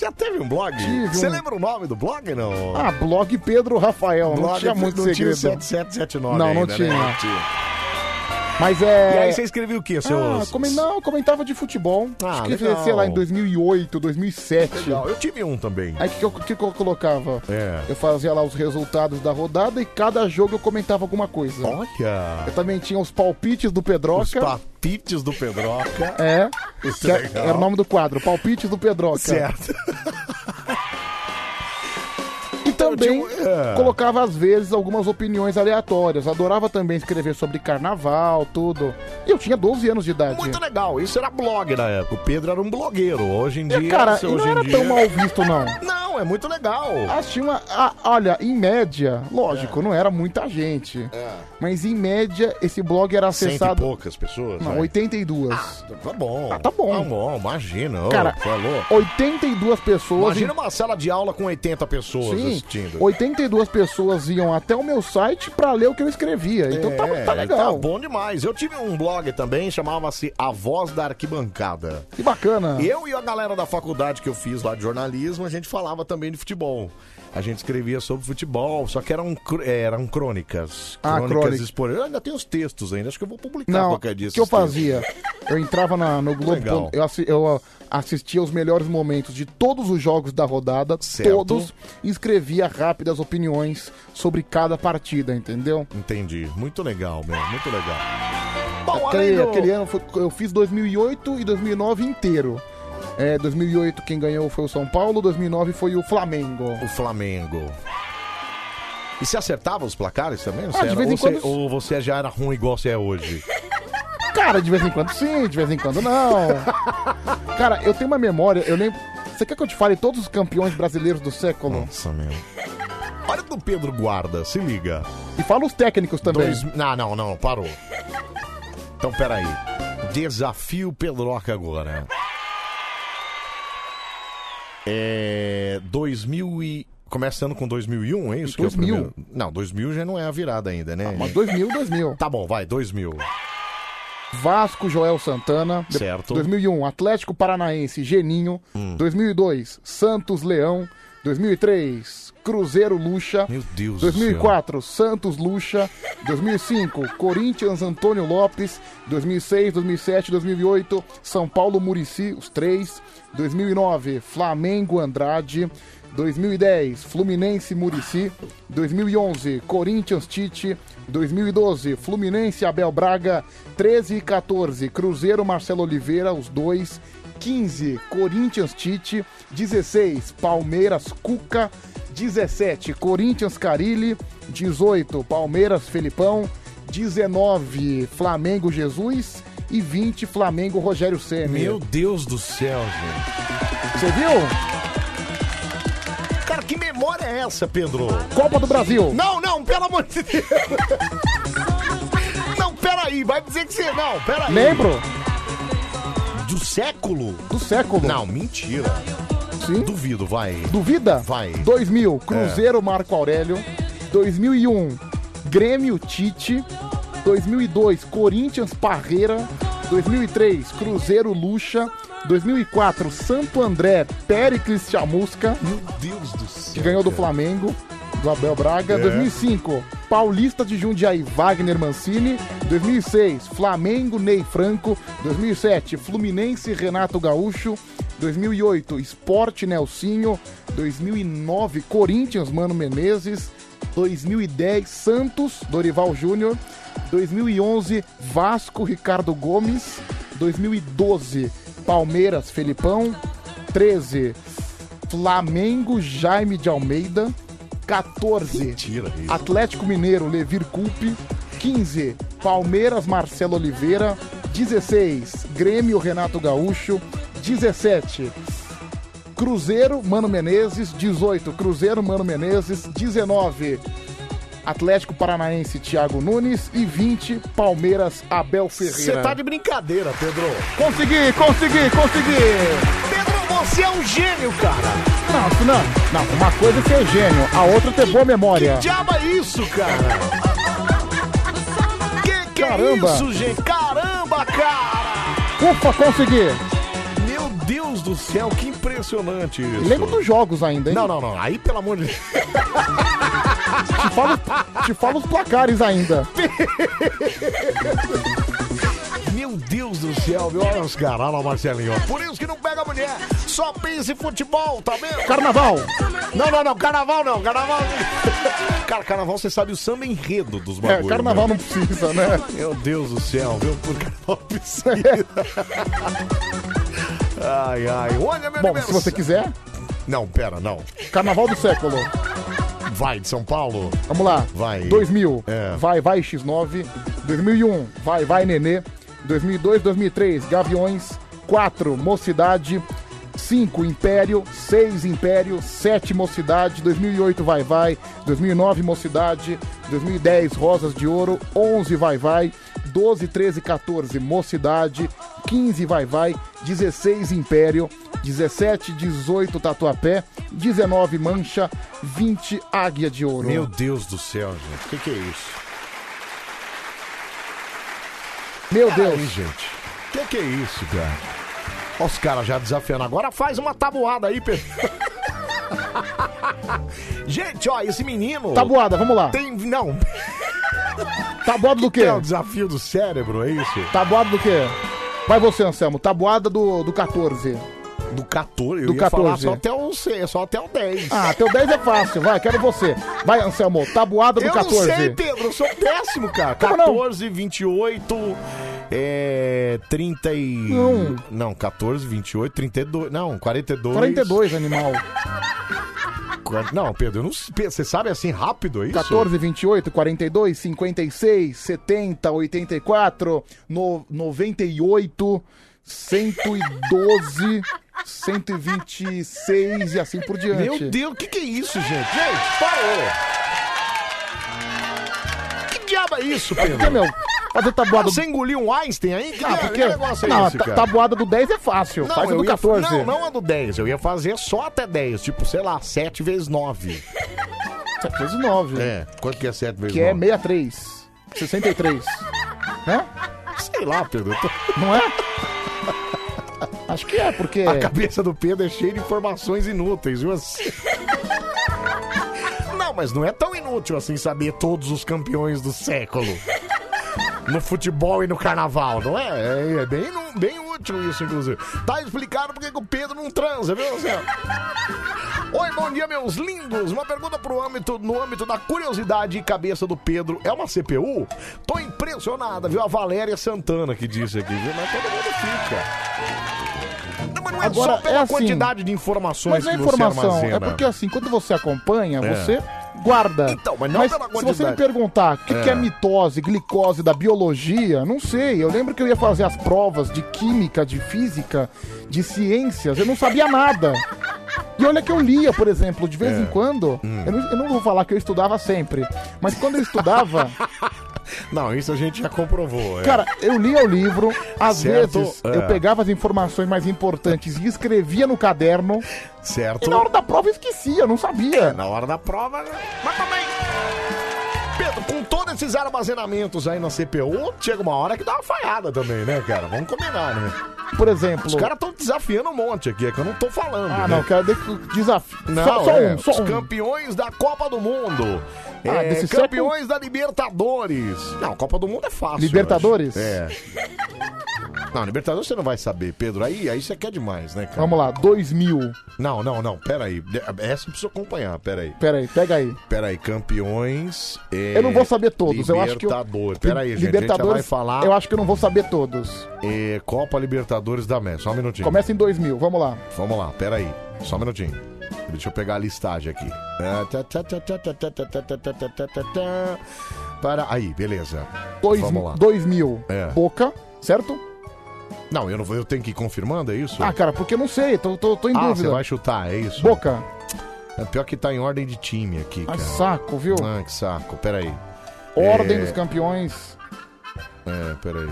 S1: [LAUGHS] Já teve um blog?
S2: Tive
S1: Você
S2: um.
S1: lembra o nome do blog, não?
S2: Ah, blog Pedro Rafael. não
S1: blog
S2: tinha muito
S1: não tinha o
S2: segredo.
S1: 7779
S2: Não, não
S1: ainda, né?
S2: tinha.
S1: tinha.
S2: Mas é.
S1: E aí você escrevia o quê,
S2: Ah,
S1: seus...
S2: comen- Não, comentava de futebol.
S1: Ah,
S2: Acho que
S1: legal.
S2: sei lá, em 2008, 2007.
S1: Legal, eu tive um também.
S2: Aí o que, que eu- que que eu colocava?
S1: É.
S2: Eu fazia lá os resultados da rodada e cada jogo eu comentava alguma coisa.
S1: Olha...
S2: Eu também tinha os palpites
S1: é
S2: do
S1: Os
S2: Pedroca.
S1: papites do Pedroca.
S2: É.
S1: Isso
S2: que
S1: é
S2: é-
S1: legal.
S2: era o nome do quadro, Palpites do Pedroca.
S1: Certo.
S2: E também
S1: Eu tinha um- é.
S2: colocava, às vezes, algumas opiniões aleatórias. Adorava também escrever sobre carnaval, tudo. E eu tinha 12 anos de idade.
S1: Muito legal. Isso era blog na época. O Pedro era um blogueiro. Hoje em
S2: E,
S1: dia...
S2: É, cara,
S1: se
S2: e
S1: hoje
S2: não
S1: em
S2: era
S1: dia-
S2: tão mal visto, não.
S1: [LAUGHS] Não, é muito legal. É.
S2: Assim, uma, a- olha, em média, lógico, não era muita gente. Mas em média, esse blog era
S1: Cento e
S2: acessado.
S1: poucas pessoas. né?
S2: Não,
S1: vai.
S2: 82.
S1: Tá bom.
S2: Ah, tá bom.
S1: Tá bom, imagina. ô, é
S2: Cara,
S1: falou.
S2: 82 pessoas.
S1: Imagina uma sala de aula com 80 pessoas
S2: Sim,
S1: assistindo.
S2: 82 pessoas iam até o meu site pra ler o que eu escrevia. Então tá,
S1: É,
S2: tá legal.
S1: Tá bom demais. Eu tive um blog também, chamava-se A Voz da Arquibancada.
S2: Que bacana.
S1: Eu e a galera da faculdade que eu fiz lá de jornalismo, a gente falava também de futebol. A gente escrevia sobre futebol, só que eram, cr- eh, eram crônicas.
S2: Ah, crônica.
S1: esportivas. Eu ainda tenho os textos ainda, acho que eu vou publicar
S2: Não, o
S1: qualquer dia. esses
S2: que eu
S1: textos.
S2: fazia? Eu entrava na- no Globo,
S1: Legal.
S2: eu, assi- eu assistia os melhores momentos de todos os jogos da rodada,
S1: Certo.
S2: todos, e escrevia rápidas opiniões sobre cada partida, entendeu?
S1: Entendi. Muito legal, meu. Muito legal. Bom, além
S2: Aquele,
S1: do-
S2: aquele ano foi- eu fiz 2008 e 2009 inteiro. É, 2008 quem ganhou foi o São Paulo, 2009 foi o Flamengo.
S1: o Flamengo. E você acertava os placares também? Você
S2: Ah, de
S1: era-
S2: vez em
S1: ou, você,
S2: quando-
S1: ou você já era ruim igual você é
S2: [LAUGHS]
S1: hoje?
S2: Cara, de vez em quando sim, de vez em quando não. Cara, eu tenho uma memória, eu lembro. Você quer que eu te fale todos os campeões brasileiros do século?
S1: Nossa, meu. Olha do Pedro Guarda, se liga.
S2: E fala os técnicos também.
S1: Dois... Não, não, não, parou. Então, peraí. Desafio Pedroca agora. É. 2000 e... Começando com 2001, é isso? que é o
S2: 2000.
S1: primeiro? Não, 2000 já não é a virada ainda, né?
S2: Ah, Mas 2000, 2000.
S1: Tá bom, vai, 2000.
S2: Vasco, Joel Santana. De-
S1: Certo. Hum.
S2: 2001, Atlético Paranaense, Geninho. 2002, Santos, Leão. 2003, Cruzeiro Lucha.
S1: Meu Deus do
S2: 2004, Santos Lucha. 2005, Corinthians Antônio Lopes. 2006, 2007, 2008, São Paulo Murici, os três. 2009, Flamengo Andrade. 2010, Fluminense Murici. 2011, Corinthians Tite. 2012, Fluminense Abel Braga. 13 e 14, Cruzeiro Marcelo Oliveira, os dois. 15, Corinthians Tite. 16, Palmeiras Cuca. 17, Corinthians Carilli. 18, Palmeiras Felipão. 19, Flamengo Jesus. E 20, Flamengo Rogério Ceni.
S1: Meu Deus do céu, gente.
S2: Você viu?
S1: Cara, que memória é essa, Pedro?
S2: Copa do Brasil.
S1: é. Não, não, pelo amor de Deus. Não, peraí, vai dizer que você. Não, peraí.
S2: Lembro.
S1: Do século?
S2: Do século.
S1: Não, mentira.
S2: Sim.
S1: Duvido, vai.
S2: Duvida?
S1: Vai.
S2: 2000,
S1: É.
S2: Cruzeiro Marco Aurélio. 2001, Grêmio Tite. 2002, Corinthians Parreira. 2003, Cruzeiro Lucha. 2004, Santo André Péricles Chamusca,
S1: Deus do
S2: que
S1: céu.
S2: ganhou do Flamengo, do Abel Braga.
S1: É.
S2: 2005, Paulista de Jundiaí, Wagner Mancini. 2006, Flamengo, Ney Franco. 2007, Fluminense, Renato Gaúcho. 2008, Esporte, Nelsinho. 2009, Corinthians, Mano Menezes. 2010, Santos, Dorival Júnior. 2011, Vasco, Ricardo Gomes. 2012, Palmeiras, Felipão. 13, Flamengo, Jaime de Almeida. 14,
S1: Mentira isso.
S2: Atlético Mineiro, Levir Coupe. 15, Palmeiras, Marcelo Oliveira. 16, Grêmio, Renato Gaúcho. 17, Cruzeiro, Mano Menezes. 18, Cruzeiro, Mano Menezes. 19, Atlético Paranaense, Thiago Nunes. E 20, Palmeiras, Abel Ferreira.
S1: Você tá de brincadeira, Pedro.
S2: Consegui, consegui, consegui!
S1: Pedro, você é um gênio, cara.
S2: Não, isso não, não, uma coisa é ser gênio, a outra é ter boa memória.
S1: Diabo é isso, cara? que que
S2: Caramba.
S1: é isso, gente? Caramba, cara!
S2: Ufa, consegui!
S1: Meu Deus do céu, que impressionante isso.
S2: Lembro dos jogos ainda, hein?
S1: Não, não, não. Aí, pelo amor de Deus.
S2: Te falo, te falo os
S1: [LAUGHS]
S2: placares ainda.
S1: Meu Deus do céu, meu. Olha os caras, olha lá, Marcelinho. ó. Por isso que não pega mulher. Só pensa em futebol, tá vendo?
S2: Carnaval!
S1: Não, não, não. Carnaval não. Carnaval. não. Cara, carnaval você sabe o samba enredo dos
S2: É,
S1: bagulhos.
S2: carnaval não precisa, né?
S1: Meu Deus do céu, viu? Por carnaval precisa. [LAUGHS] Ai, ai. Olha, meu
S2: Bom, se você quiser,
S1: Não, pera, não.
S2: carnaval do século.
S1: Vai de São Paulo.
S2: Vamos lá.
S1: Vai.
S2: 2000,
S1: É.
S2: vai, vai X9. 2001, vai, vai Nenê. 2002, 2003, Gaviões. 4, Mocidade. 5, Império. 6, Império. 7, Mocidade. 2008, vai, vai. 2009, Mocidade. 2010, Rosas de Ouro. 11, vai, vai. 12, 13, 14, Mocidade. 15, vai, vai. 16, Império. 17, 18, Tatuapé. 19, Mancha. 20, Águia de Ouro.
S1: Meu Deus do céu, gente. O que, que é isso?
S2: Meu Deus.
S1: Aí, gente. O que, que é isso, cara? Ó, os caras já desafiando. Agora faz uma tabuada aí, Pedro. [LAUGHS] gente, ó, esse menino.
S2: Tabuada, vamos lá.
S1: Tem. Não,
S2: [LAUGHS] Tabuada do quê?
S1: é o desafio do cérebro, é isso?
S2: Tabuada do quê? Vai você, Anselmo. Tabuada do, do 14.
S1: Do 14, eu
S2: Do
S1: ia
S2: 14.
S1: falar só até o C, só até o 10.
S2: Ah, teu 10 é fácil. Vai, quero você. Vai, Anselmo. Tabuada do
S1: eu
S2: 14.
S1: não sei, Pedro, eu sou péssimo, cara.
S2: Como não?
S1: 14, 28, é, 30 e...
S2: Não.
S1: Não, 14, 28, 32, não, 42.
S2: 42, animal.
S1: Qua- Não, Pedro, eu não sei. Pedro, Você sabe assim rápido é isso?
S2: 14, 28, 42, 56, 70, 84, no, 98, 112, 126 e assim por diante.
S1: Meu Deus, o que, que é isso, gente? Gente, parou. Que diabo é isso, Pedro?
S2: Por que, meu? Fazer tabuada do...
S1: Você engoliu um Einstein aí? Que,
S2: Ah,
S1: diabo-
S2: porque...
S1: que negócio é
S2: não,
S1: esse,
S2: ta-
S1: cara? um
S2: tabuada do 10 é fácil. Faz a
S1: eu
S2: do
S1: ia-
S2: 14.
S1: Não, não a do 10. Eu ia fazer só até 10. Tipo, sei lá, 7 vezes 9.
S2: 7 vezes 9.
S1: É. Quanto que é 7 vezes
S2: Que é
S1: 9?
S2: 63. 63. Né?
S1: Sei lá, Pedro. eu tô-
S2: Não é? Acho que é, porque.
S1: A cabeça do Pedro é cheia de informações inúteis, viu? Assim, mas não é tão inútil assim saber todos os campeões do
S2: [LAUGHS]
S1: século. No futebol e no carnaval, não é? É, é bem, nu- bem útil isso, inclusive. Tá explicado porque que o Pedro não transa, viu,
S2: [LAUGHS]
S1: Zé? Oi, bom dia, meus lindos. Uma pergunta pro âmbito, no âmbito da curiosidade e cabeça do Pedro. É uma CPU? Tô impressionada, viu? A Valéria Santana que disse aqui, viu? Mas todo mundo fica. Não, mas não é
S2: Agora,
S1: só pela
S2: é assim,
S1: quantidade de informações
S2: Mas não é
S1: que você
S2: informação,
S1: armazena.
S2: é porque assim, quando você acompanha,
S1: É.
S2: você guarda.
S1: Então, mas não pela
S2: se
S1: quantidade.
S2: você me perguntar o que,
S1: É.
S2: que é mitose, glicose da biologia, não sei. Eu lembro que eu ia fazer as provas de química, de física, de ciências, eu não sabia nada. E olha que eu lia, por exemplo, de vez
S1: É.
S2: em quando. Eu, não, eu não vou falar que eu estudava sempre, mas quando
S1: [LAUGHS]
S2: eu estudava,
S1: Não, isso a gente já comprovou. é.
S2: cara, eu lia o livro, às
S1: Certo,
S2: vezes
S1: é.
S2: eu pegava as informações mais importantes e escrevia no caderno.
S1: Certo.
S2: E na hora da prova eu esquecia, eu não sabia.
S1: na hora da prova. né? Mas também. Pedro, com todos esses armazenamentos aí na CPU, chega uma hora que dá uma falhada também, né, cara? Vamos combinar, né?
S2: Por exemplo.
S1: Os caras estão desafiando um monte aqui, é que eu não tô falando.
S2: Ah,
S1: né?
S2: não, cara, de- desafio.
S1: Não,
S2: só, só
S1: é,
S2: um, só
S1: os
S2: um.
S1: campeões da Copa do Mundo.
S2: Ah,
S1: é,
S2: desse
S1: campeões da Libertadores. Não, Copa do Mundo é fácil.
S2: Libertadores?
S1: eu acho. É. Não, Libertadores você não vai saber, Pedro. Aí, aí você quer demais, né, cara?
S2: Vamos lá, 2000.
S1: Não, não, não, peraí. Essa eu preciso acompanhar, peraí.
S2: Pera aí, pega aí.
S1: Peraí, campeões. é,
S2: Eu não vou saber todos, eu acho que eu-
S1: Libertadores. Peraí, gente,
S2: Libertadores,
S1: a gente já vai falar.
S2: eu acho que eu não vou saber todos.
S1: é, Copa Libertadores da América. Só um minutinho.
S2: Começa em 2000, vamos lá.
S1: Vamos lá, peraí. Só um minutinho. Deixa eu pegar a listagem aqui. Ah, tá, tá, tá, tá, tá, tá, tá, tá, tá, tá, tá, tá, tá. Para. Aí, beleza.
S2: Dois,
S1: Vamos lá.
S2: 2000,
S1: É.
S2: Boca, certo?
S1: Não, eu não vou. Eu tenho que ir confirmando, é isso?
S2: Ah, cara, porque eu não sei, tô, tô, tô em
S1: Ah, você
S2: dúvida.
S1: vai chutar, é isso?
S2: Boca,
S1: É pior que tá em ordem de time aqui,
S2: ah,
S1: cara.
S2: saco, viu?
S1: Ah, que saco. Peraí.
S2: Ordem
S1: É,
S2: dos campeões.
S1: É, peraí.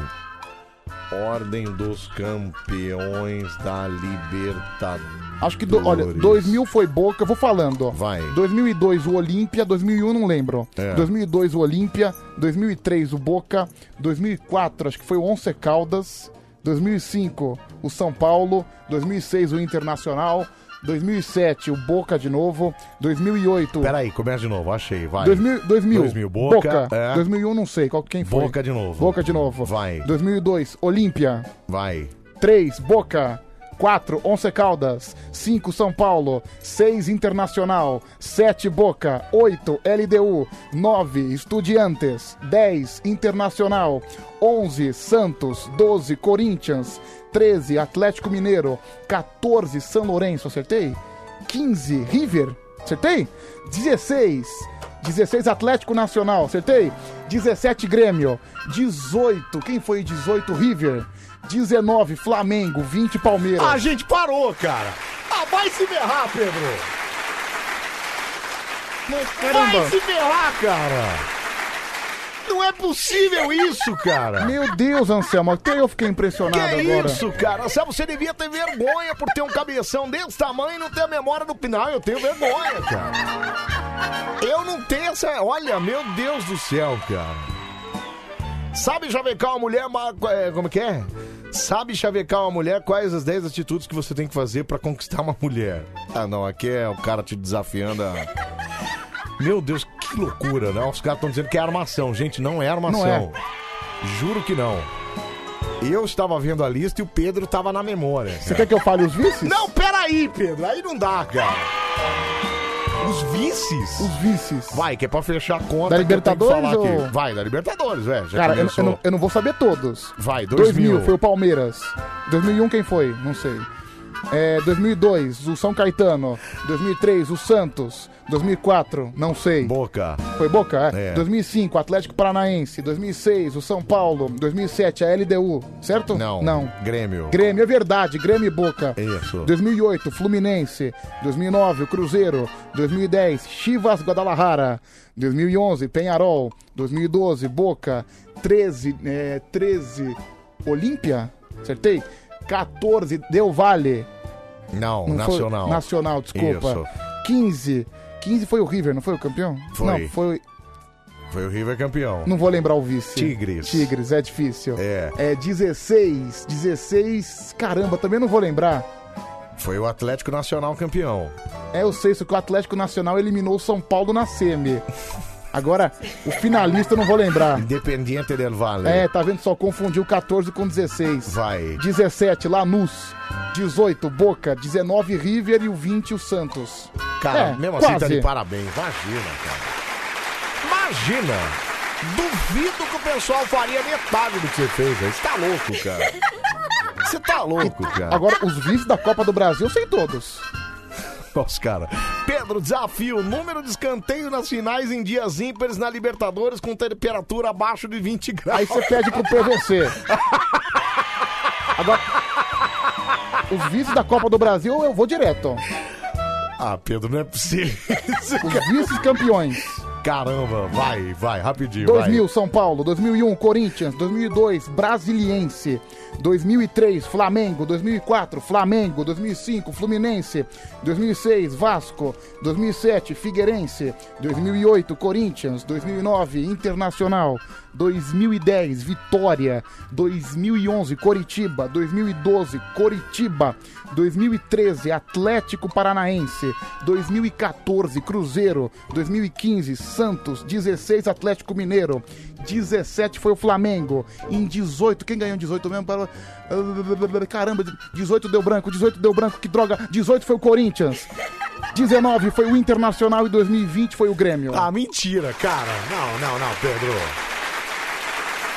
S1: Ordem dos campeões da Libertadores.
S2: Acho que, do- olha, 2000 foi Boca, eu vou falando, ó.
S1: Vai.
S2: 2002 o Olímpia, 2001 não lembro.
S1: É.
S2: 2002 o Olímpia, 2003 o Boca, 2004 acho que foi o Once Caldas, 2005 o São Paulo, 2006 o Internacional, 2007 o Boca de novo, 2008
S1: Peraí, começa de novo. Achei, vai.
S2: 2000, 2000,
S1: 2000, Boca, é.
S2: 2001 não sei qual quem foi.
S1: Boca de novo.
S2: Boca de novo.
S1: Vai.
S2: 2002 Olímpia,
S1: Vai.
S2: 3 Boca, 4 Once Caldas, 5 São Paulo, 6 Internacional, 7 Boca, 8 LDU, 9 Estudiantes, 10 Internacional, 11 Santos, 12 Corinthians, 13 Atlético Mineiro, 14 São Lourenço, acertei? 15 River, acertei? 16 16 Atlético Nacional, acertei? 17 Grêmio, 18, quem foi 18 River? 19 Flamengo, 20 Palmeiras.
S1: A gente parou, cara. Ah, vai se ferrar, Pedro. Vai se ferrar, cara. Não é possível isso, cara.
S2: Meu Deus, Anselmo, até eu fiquei
S1: Que é
S2: impressionado agora.
S1: isso, cara? Sabe, você devia ter vergonha por ter um cabeção desse tamanho e não ter a memória do final. Eu tenho vergonha, cara. Eu não tenho essa. Olha, meu Deus do céu, cara. Sabe chavecar uma mulher, ma- é, como que é? Sabe chavecar uma mulher, quais as 10 atitudes que você tem que fazer pra conquistar uma mulher? Ah, não, aqui é o cara te desafiando a... Meu Deus, que loucura, né? Os caras estão dizendo que é armação. Gente, não é armação.
S2: Não
S1: Juro que não. Eu estava vendo a lista e o Pedro estava na memória.
S2: Você quer que eu fale os vices?
S1: Não, peraí, Pedro. Aí não dá, cara. Os vices?
S2: Os vices.
S1: Vai, que é pra fechar a conta.
S2: Da
S1: que eu tenho que falar
S2: Libertadores
S1: aqui.
S2: ou-
S1: Vai, da Libertadores, velho. Já
S2: Cara, eu,
S1: começou.
S2: eu não, eu não vou saber todos.
S1: Vai, 2000.
S2: 2000 foi o Palmeiras. 2001 quem foi? Não sei. É, 2002 o São Caetano. 2003 o Santos. 2004 não sei.
S1: Boca.
S2: Foi Boca, é.
S1: É.
S2: 2005, Atlético Paranaense. 2006, o São Paulo. 2007, a LDU, certo?
S1: Não.
S2: Não.
S1: Grêmio.
S2: Grêmio, é verdade, Grêmio e Boca.
S1: Isso.
S2: 2008, Fluminense. 2009, o Cruzeiro. 2010, Chivas Guadalajara. 2011, Penharol. 2012, Boca. 13, é, 13, Olímpia. Acertei? 14, Del Valle.
S1: Não,
S2: Não foi-
S1: Nacional.
S2: nacional, desculpa.
S1: Isso.
S2: 15. 15 foi o River, não foi o campeão?
S1: Foi.
S2: Não, foi
S1: Foi o River campeão.
S2: não vou lembrar o vice.
S1: Tigres.
S2: Tigres, é difícil.
S1: É.
S2: É 16, 16. Caramba, também não vou lembrar.
S1: Foi o Atlético Nacional campeão.
S2: É, eu sei, só que o Atlético Nacional eliminou o São Paulo na semi. Agora, o finalista eu não vou lembrar.
S1: Independiente del Valle.
S2: É, tá vendo? Só confundiu 14 com 16.
S1: Vai.
S2: 17, Lanús. 18, Boca. 19, River. E o 20, o Santos.
S1: Cara,
S2: É,
S1: mesmo assim
S2: quase.
S1: tá de parabéns. Imagina, cara. Imagina. Duvido que o pessoal faria metade do que você fez, velho. Você tá louco, cara. Você tá louco, cara.
S2: Agora, os vices da Copa do Brasil sem todos.
S1: Nossa, cara. Pedro, desafio. Número de escanteio nas finais em dias ímpares na Libertadores com temperatura abaixo de 20 graus.
S2: Aí você pede pro PVC. Agora, os vices da Copa do Brasil eu vou direto.
S1: [LAUGHS] Ah, Pedro, não é possível.
S2: Os vice-campeões.
S1: Caramba, vai, vai, rapidinho. vai.
S2: 2000, São Paulo. 2001, Corinthians. 2002, Brasiliense. 2003, Flamengo. 2004, Flamengo. 2005, Fluminense. 2006, Vasco. 2007, Figueirense. 2008, Corinthians. 2009, Internacional. 2010, Vitória. 2011, Coritiba. 2012, Coritiba. 2013, Atlético Paranaense. 2014, Cruzeiro. 2015, Santos. 16, Atlético Mineiro. 17 foi o Flamengo. Em 18, quem ganhou em 18 mesmo? Caramba, 18 deu branco, 18 deu branco, que droga. 18 foi o Corinthians. 19 foi o Internacional e 2020 foi o Grêmio.
S1: Ah, mentira, cara. Não, não, não, Pedro.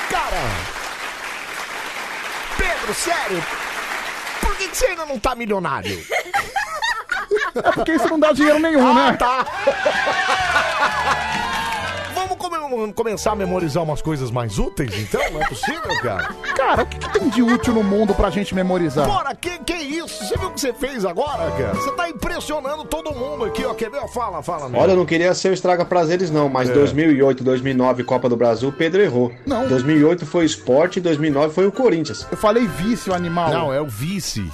S1: Cara! Pedro, sério! Por que, que você ainda não tá milionário?
S2: É porque isso não dá dinheiro nenhum,
S1: ah,
S2: né?
S1: tá! Vamos come- começar a memorizar umas coisas mais úteis, então? Não é possível, cara?
S2: Cara, o que, que tem de útil no mundo pra gente memorizar?
S1: Bora, que, que isso? Você viu o que você fez agora, cara? Você tá impressionando todo mundo aqui, ó. Quer ver? Fala, fala, É. meu.
S4: Olha, eu não queria ser o estraga prazeres não, mas 2008, 2009 Copa do Brasil, Pedro errou.
S2: Não.
S4: 2008 foi o Sport, 2009 foi o Corinthians.
S2: Eu falei vício animal.
S1: Não, é o vice. [LAUGHS]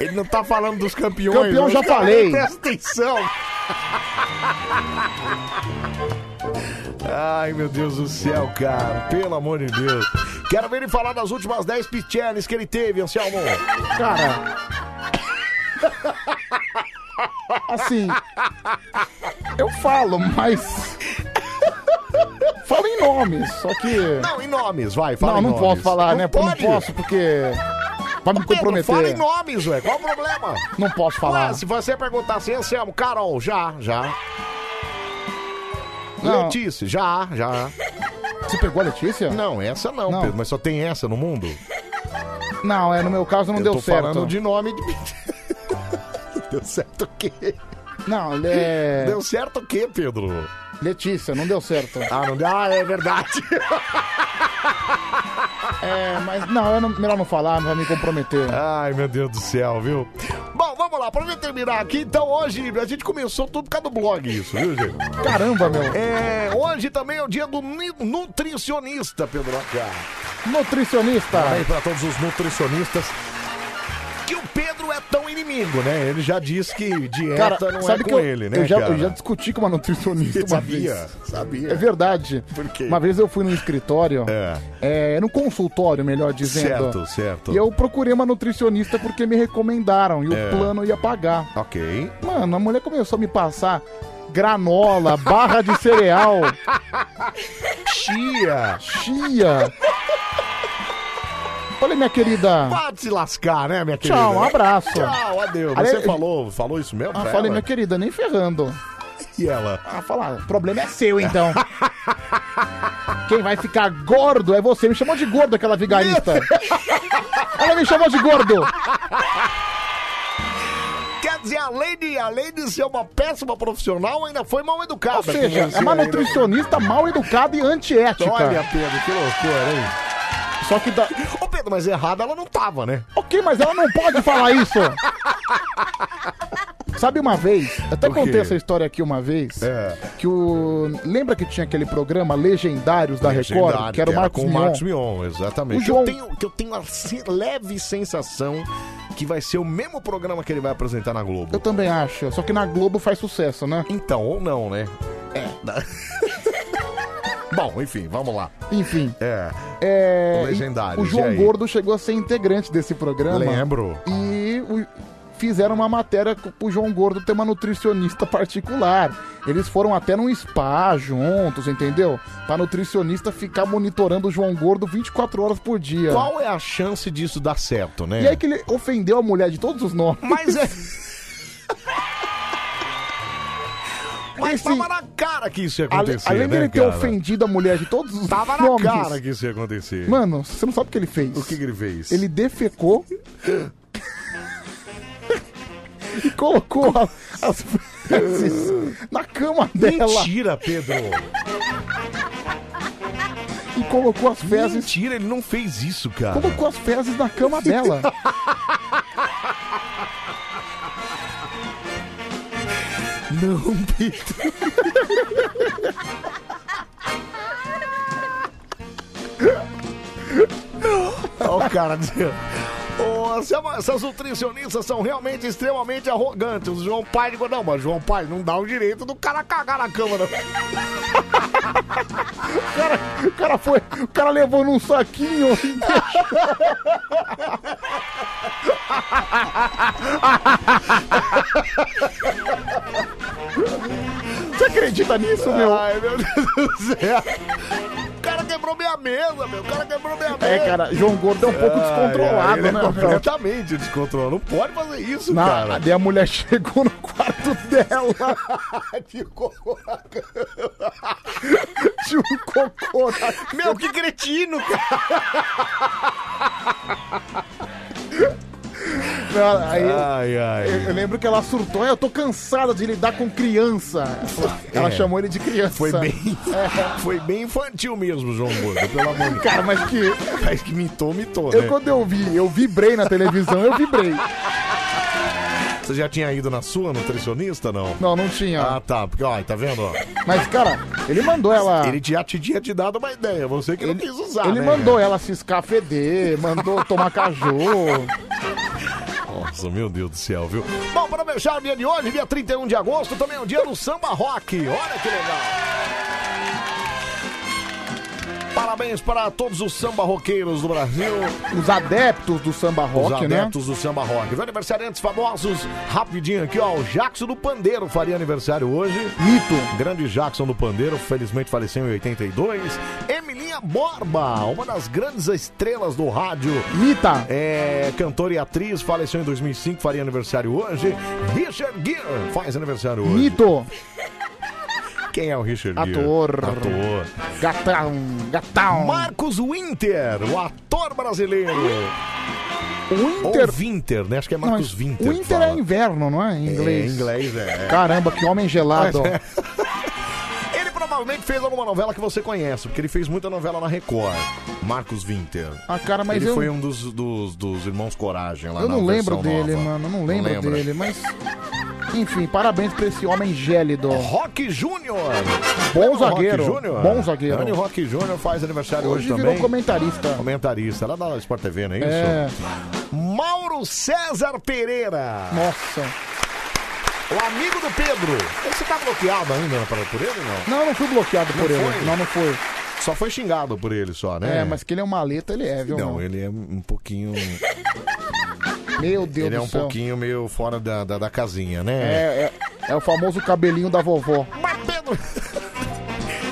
S1: Ele não tá falando dos campeões.
S2: Campeão
S1: não.
S2: já
S1: Os caras
S2: falei.
S1: nem Presta atenção. Ai, meu Deus do céu, cara. Pelo amor de Deus. Quero ver ele falar das últimas 10 pitchellies que ele teve, Anselmo.
S2: Cara. Assim. Eu falo, mas. Falo em nomes, só que.
S1: Não, em nomes, vai. Fala
S2: Não,
S1: em
S2: não
S1: nomes.
S2: posso falar, né? Não
S1: pode.
S2: posso, porque. Vai me
S1: Pedro, fala em
S2: comprometer.
S1: nomes, ué. Qual o problema?
S2: Não posso falar.
S1: Ué, se você perguntar assim, Anselmo, Carol, já, já.
S2: Não.
S1: Letícia, já, já.
S2: Você pegou a Letícia?
S1: Não, essa não,
S2: Não.
S1: Pedro, mas só tem essa no mundo?
S2: Não, é, no meu caso não
S1: Eu
S2: deu
S1: tô
S2: certo.
S1: falando de nome de.
S2: [LAUGHS]
S1: deu certo o quê?
S2: Não, é.
S1: Deu certo o quê, Pedro?
S2: Letícia, não deu certo.
S1: Ah, não deu. Ah, é verdade.
S2: É, mas não, é não- melhor não falar, vai me comprometer.
S1: Ai, meu Deus do céu, viu? Bom, vamos lá, pra gente terminar aqui, então hoje a gente começou tudo por causa do blog, isso, viu, gente?
S2: [LAUGHS] Caramba, meu.
S1: É, hoje também é o dia do ni- nutricionista, Pedro Acar.
S2: Nutricionista.
S1: Aí para todos os nutricionistas. Que o Pedro é tão inimigo, né? Ele já disse que dieta não é com ele, né,
S2: eu já,
S1: cara?
S2: eu já discuti com uma nutricionista uma
S1: sabia,
S2: vez.
S1: sabia.
S2: É verdade.
S1: Por quê?
S2: Uma vez eu fui num escritório,
S1: É.
S2: é, num consultório, melhor dizendo.
S1: Certo, certo.
S2: E eu procurei uma nutricionista porque me recomendaram e
S1: É.
S2: o plano ia pagar.
S1: Ok.
S2: Mano, a mulher começou a me passar granola, barra de cereal,
S1: Chia!
S2: chia. Falei, minha querida,
S1: Vá te lascar, né, minha querida?
S2: tchau, um abraço.
S1: Tchau, adeus.
S2: Aliás,
S1: Você falou, falou isso mesmo?
S2: Ah,
S1: pra
S2: falei,
S1: ela?
S2: minha querida, nem ferrando.
S1: E ela?
S2: Ah, falar, o problema é seu então.
S1: [LAUGHS]
S2: Quem vai ficar gordo é você. Me chamou de gordo
S1: [LAUGHS]
S2: aquela vigarista. Ela me chamou de gordo.
S1: Quer dizer, além de, além de ser é uma péssima profissional, ainda foi mal educada.
S2: Ou seja,
S1: com você
S2: é uma
S1: ainda.
S2: nutricionista mal educada e
S1: Olha,
S2: antiética.
S1: Pedro, que loucura, hein?
S2: Só que dá.
S1: Ô, Pedro, mas errada ela não tava, né?
S2: Ok, mas ela não pode falar isso. Sabe uma vez, eu até
S1: O quê?
S2: contei essa história aqui uma vez,
S1: É.
S2: que o... Lembra que tinha aquele programa Legendários da Record, que era o Marcos
S1: É com
S2: Mion?
S1: Marcos Mion, exatamente.
S2: O
S1: Que
S2: João-
S1: Eu tenho, que eu tenho a se- leve sensação que vai ser o mesmo programa que ele vai apresentar na Globo.
S2: Eu também acho,
S1: [LAUGHS]
S2: só que na Globo faz sucesso, né?
S1: Então, ou não, né? Bom, enfim, vamos lá.
S2: Enfim.
S1: É.
S2: É,
S1: O Legendários,
S2: O
S1: e
S2: João
S1: aí?
S2: Gordo chegou a ser integrante desse programa.
S1: Lembro.
S2: E o- fizeram uma matéria co- pro João Gordo ter uma nutricionista particular. Eles foram até num spa juntos, entendeu? Pra nutricionista ficar monitorando o João Gordo 24 horas por dia.
S1: Qual é a chance disso dar certo, né?
S2: E aí que ele ofendeu a mulher de todos os nomes.
S1: Mas
S2: [LAUGHS]
S1: é. Mas tava na cara que isso ia
S2: Ale-
S1: acontecer,
S2: Além
S1: né,
S2: dele ter
S1: cara?
S2: ofendido a mulher de todos os
S1: Tava na
S2: nomes.
S1: cara que isso ia acontecer.
S2: Mano, você não sabe o que ele fez.
S1: O que, que ele fez?
S2: Ele defecou. e colocou a- as fezes na cama dela.
S1: Mentira, Pedro.
S2: E colocou as fezes.
S1: Mentira, ele não fez isso, cara.
S2: Colocou Tá. as fezes na cama dela.
S1: [LAUGHS] Não, Pedro. Olha o cara dizendo. Ô, Anselmo, essas nutricionistas são realmente extremamente arrogantes. O João Pai digo, não, mas João Pai, não dá o direito do cara cagar na cama, não.
S2: O cara, o cara foi. O cara levou
S1: [LAUGHS]
S2: num saquinho. e Tá deixou. Você acredita nisso, meu?
S1: Ai, meu Deus do céu. O cara quebrou minha mesa, meu. O cara quebrou minha mesa.
S2: É, cara, João Gordo é um pouco descontrolado,
S1: ele
S2: né?
S1: É
S2: meu?
S1: completamente descontrolado. Não pode fazer isso,
S2: Na-
S1: cara.
S2: daí a mulher [LAUGHS] chegou no quarto
S1: [LAUGHS]
S2: dela,
S1: Que cocô na [LAUGHS]
S2: tinha um cocô na...
S1: Meu, que cretino, cara.
S2: Não, aí,
S1: Ai, ai.
S2: eu, eu lembro que ela surtou, "Ah, eu tô cansada de lidar com criança. Ela
S1: É.
S2: chamou ele de criança.
S1: Foi bem, foi bem infantil mesmo, João Gordo, pelo amor de Deus.
S2: É. Cara, mas que...
S1: Mas que mitou, mitou,
S2: Eu,
S1: né?
S2: quando eu vi, eu vibrei na televisão, eu vibrei.
S1: Você já tinha ido na sua nutricionista, não?
S2: Não, não tinha.
S1: Ah, tá. Porque, ó, tá vendo? ó?
S2: Mas, cara, ele mandou ela...
S1: Ele já te tinha te dado uma ideia, você que não quis usar,
S2: ele
S1: né,
S2: mandou ela ciscar feder, mandou tomar caju.
S1: Nossa, meu Deus do céu, viu? Bom, para fechar o dia de hoje, dia 31 de agosto, também é o dia do samba rock. Olha que legal. Parabéns para todos os samba roqueiros do Brasil,
S2: Os adeptos do samba
S1: os
S2: rock, né?
S1: adeptos do samba rock. Os aniversariantes famosos, rapidinho aqui, ó. O Jackson do Pandeiro faria aniversário hoje.
S2: Mito.
S1: Grande Jackson do Pandeiro, felizmente faleceu em 82. Emilinha Borba, uma das grandes estrelas do rádio
S2: Mita.
S1: é cantora e atriz, faleceu em 2005, faria aniversário hoje. Richard Gere faz aniversário hoje.
S2: Mito.
S1: Quem é o Richard
S2: Ator.
S1: Gere? Ator.
S2: Gatão. Gatão.
S1: Marcos Winter, o ator brasileiro.
S2: o
S1: Ou Winter, né? Acho que é
S2: Não,
S1: Marcos Winter.
S2: O
S1: que
S2: Inter
S1: fala.
S2: é inverno, não é? Em inglês.
S1: É, em inglês, é.
S2: Caramba, que homem gelado.
S1: Mas é. Ele provavelmente fez alguma novela que você conhece, porque ele fez muita novela na Record. Marcos Winter.
S2: Ah, cara, mas
S1: ele
S2: eu,
S1: foi um dos, dos, dos irmãos Coragem lá
S2: eu
S1: na
S2: não lembro
S1: versão
S2: dele,
S1: nova.
S2: mano. Eu não lembro
S1: lembra?
S2: dele, mas. Enfim, parabéns pra esse homem gélido.
S1: Rock Júnior.
S2: Bom
S1: Lembra o
S2: zagueiro.
S1: Rock Júnior?
S2: Bom zagueiro.
S1: Grande Rock Júnior faz aniversário hoje,
S2: Hoje virou
S1: também.
S2: comentarista.
S1: Comentarista lá da Sport TV, não é isso?
S2: É.
S1: Mauro César Pereira,
S2: Nossa.
S1: o amigo do Pedro. Você tá bloqueado ainda pra- por ele, não?
S2: Não, eu não fui bloqueado por ele.
S1: foi?
S2: Não, não foi.
S1: Só foi xingado por ele só, né?
S2: É. mas que ele é um maleta, ele é, viu?
S1: Não,
S2: mano?
S1: ele é um pouquinho.
S2: Meu Deus
S1: ele é
S2: do
S1: um
S2: céu.
S1: pouquinho meio fora da, da, da casinha, né?
S2: É, é, é o famoso cabelinho da vovó.
S1: Mas Pedro.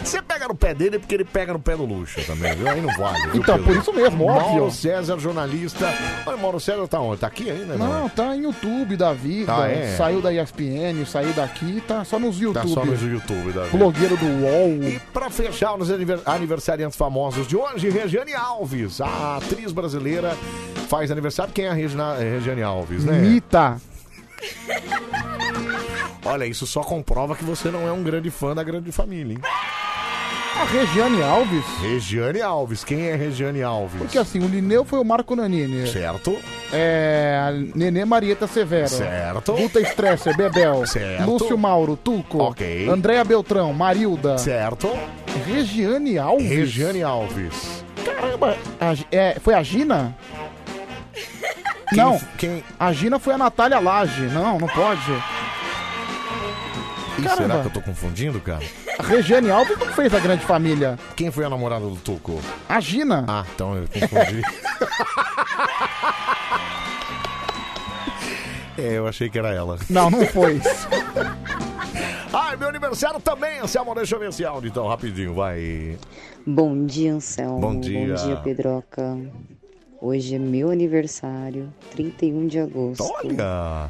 S1: Você pega no pé dele porque ele pega no pé do luxo também, viu? Aí não vale. Viu,
S2: Então,
S1: Pedro?
S2: por isso mesmo,
S1: Mauro
S2: óbvio.
S1: César, jornalista. Olha, Mauro César tá onde? Tá aqui ainda?
S2: Não, tá em YouTube da vida.
S1: Ah, é?
S2: Saiu da ESPN, saiu daqui, tá só nos YouTube.
S1: Tá só no YouTube, Davi.
S2: Blogueiro do
S1: E
S2: UOL.
S1: pra fechar os aniver- aniversariantes famosos de hoje, Regiane Alves, a atriz brasileira, faz aniversário. Quem é a Regina- é Regiane Alves, né?
S2: Mita.
S1: [LAUGHS] Olha, isso só comprova que você não é um grande fã da grande família, hein?
S2: A Regiane Alves.
S1: Regiane Alves, quem é Regiane Alves?
S2: Porque assim, o Lineu foi o Marco Nanini.
S1: Certo,
S2: É. a Nenê Marieta Severo.
S1: certo,
S2: Guta Stresser, Bebel.
S1: Certo.
S2: Lúcio Mauro, Tuco.
S1: Ok.
S2: Andréa Beltrão, Marilda.
S1: certo.
S2: Regiane Alves.
S1: Regiane Alves.
S2: Caramba. A- é, foi a Gina? Não,
S1: Quem,
S2: a Gina foi a Natália Laje. Não, não pode.
S1: Ih, será que eu tô confundindo, cara?
S2: A Regiane Alves não fez a grande família.
S1: Quem foi a namorada do Tuco?
S2: A Gina.
S1: Ah, então eu confundi. [LAUGHS] é, eu achei que era ela.
S2: Não, não foi.
S1: [LAUGHS] Ai, meu aniversário também, Anselmo. Deixa eu ver esse áudio então, rapidinho, vai.
S10: Bom dia, Anselmo.
S1: Bom dia.
S10: Bom dia, Pedroca. Hoje é meu aniversário, 31 de agosto.
S1: Olha!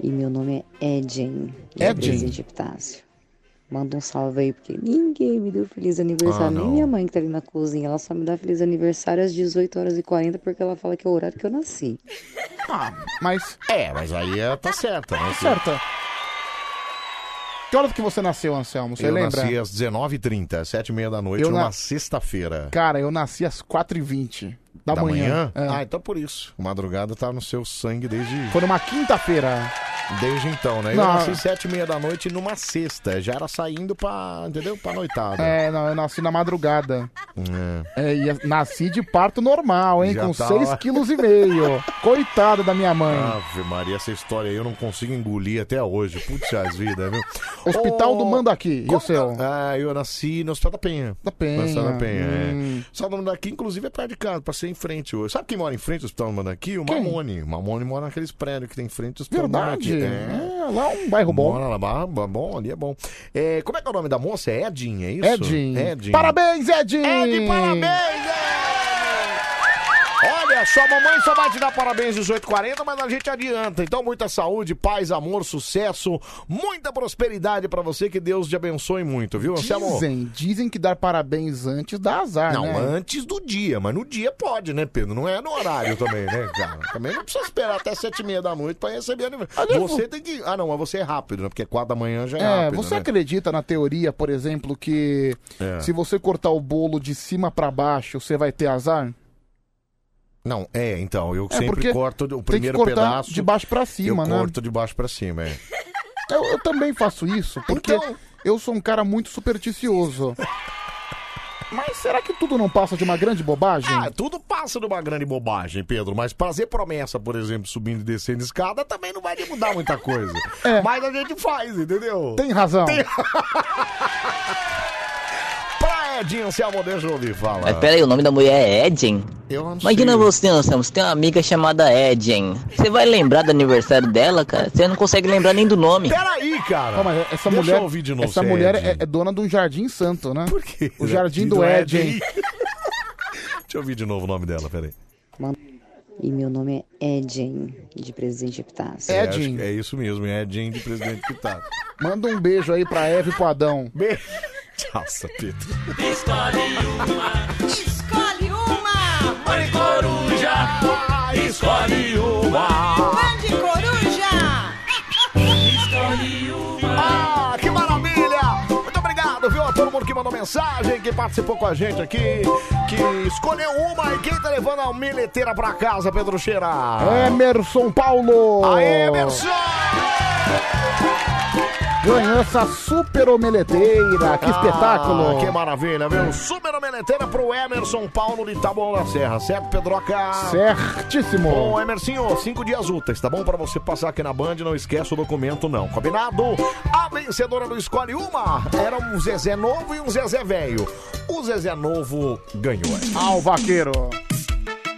S10: E meu nome é Edgen. de
S1: Edgen?
S10: Presidente Epitácio. Manda um salve aí, porque ninguém me deu feliz aniversário.
S1: Ah,
S10: Nem
S1: não.
S10: minha mãe que tá ali na cozinha. Ela só me dá feliz aniversário às 18 horas e 40 porque ela fala que é o horário que eu nasci.
S2: Ah, Mas.
S1: É, mas aí é, tá certa, né?
S2: Certa. Que horas que você nasceu, Anselmo? Você
S1: eu
S2: lembra?
S1: nasci às 19h30, às 7h30 da noite,
S2: Eu
S1: numa
S2: na-
S1: sexta-feira.
S2: Cara, eu nasci às 4h20 da, manhã. É.
S1: Ah, então por isso. Madrugada tá no seu sangue desde.
S2: Foi numa quinta-feira.
S1: Desde então, né? Eu
S2: Não.
S1: nasci sete e meia da noite numa sexta. Já era saindo pra, entendeu? Pra noitada.
S2: É, não, eu nasci na madrugada.
S1: É.
S2: É, e a- nasci de parto normal, hein?
S1: Já
S2: com
S1: tá
S2: 6,5
S1: lá.
S2: quilos e meio. Coitada da minha mãe.
S1: Ave Maria, essa história aí eu não consigo engolir até hoje. Putz, as vidas, viu?
S2: Hospital do Mandaqui, e o
S1: qual-
S2: seu?
S1: Ah, eu nasci no Hospital da Penha. Da
S2: Penha,
S1: No Hospital da Penha,
S2: hum.
S1: é. Só do Mandaqui, inclusive, é perto de casa, passei em frente hoje. Sabe quem mora em frente do Hospital do Mandaqui? O
S2: Quem?
S1: Mamone. O Mamone mora naqueles prédios que tem em frente do Hospital do Mandaqui.
S2: Verdade. É, lá é um bairro bom.
S1: Mora lá, ba- ba- bom, ali é bom. É, como é que é o nome da moça? É Edin, é isso?
S2: Edin.
S1: Edin.
S2: Parabéns, Edin!
S1: Ed, parabéns, Olha, sua mamãe só vai te dar parabéns às 18h40, mas a gente adianta. Então, muita saúde, paz, amor, sucesso, muita prosperidade pra você, que Deus te abençoe muito, viu, Anselmo?
S2: Dizem, dizem que dar parabéns antes dá azar,
S1: Não,
S2: né?
S1: antes do dia, mas no dia pode, né, Pedro? Não é no horário também, né, [LAUGHS] cara? Também não precisa esperar até sete e meia da noite pra receber aniversário. Você tem que... Ah, não, mas você é rápido, né? Porque quatro da manhã já é,
S2: É,
S1: rápido,
S2: você
S1: né?
S2: acredita na teoria, por exemplo, que
S1: É.
S2: se você cortar o bolo de cima pra baixo, você vai ter azar?
S1: Não, é, então, eu
S2: É, porque
S1: sempre corto
S2: tem
S1: o
S2: que
S1: primeiro
S2: cortar
S1: pedaço.
S2: de baixo pra cima,
S1: eu
S2: né?
S1: corto de baixo pra cima, é.
S2: Eu, eu também faço isso, porque eu sou um cara muito supersticioso. Mas será que tudo não passa de uma grande bobagem?
S1: Ah, tudo passa de uma grande bobagem, Pedro, mas fazer promessa, por exemplo, subindo e descendo escada, também não vai lhe mudar muita
S2: [LAUGHS]
S1: coisa. Mas a gente faz, entendeu?
S2: É. Tem razão.
S1: [LAUGHS] Pra Edinho Anselmo, deixa eu ouvir falar.
S11: Mas pera aí, o nome da mulher é Edgen?
S1: Eu não
S11: Imagina você, Anselmo, você tem uma amiga chamada Edgen. Você vai lembrar do aniversário dela, cara? Você não consegue lembrar nem do nome.
S1: Peraí, cara.
S2: Não, mas
S11: Deixa
S2: essa mulher,
S11: eu ouvir de novo,
S2: essa
S11: você é
S2: mulher
S11: Edinho.
S2: é, é dona de um jardim santo, né? Por
S1: quê?
S2: O jardim do, Ed, hein?
S1: Deixa eu ouvir de novo o nome dela, peraí.
S10: E meu nome é Edgen, de Presidente Epitácio.
S1: É, acho que é isso mesmo, é Edinho de Presidente tá. Pitaco.
S2: Manda um beijo aí pra Eve e pro Adão.
S1: Beijo. [LAUGHS] Nossa, Pedro.
S3: Escolhe uma. Escolhe uma. Mande coruja. Escolhe uma. Mande coruja. Escolhe uma.
S1: Ah, que maravilha! Muito obrigado, viu, a todo mundo que mandou mensagem, que participou com a gente aqui, que escolheu uma e quem tá levando a meleteira pra casa, Pedro Cheira.
S2: Ah. É, Emerson Paulo!
S1: Aê, Emerson!
S2: Ganhou essa super omeleteira, que espetáculo!
S1: Ah, que maravilha, viu? Super meleteira pro Emerson Paulo de Taboão da Serra, certo, Pedroca?
S2: Certíssimo!
S1: Bom, Emercinho, cinco dias úteis, tá bom? Pra você passar aqui na Band, não esquece o documento, não. Combinado? A vencedora do Escolhe Uma era um Zezé novo e um Zezé velho. O Zezé novo ganhou. é.
S2: Ao vaqueiro!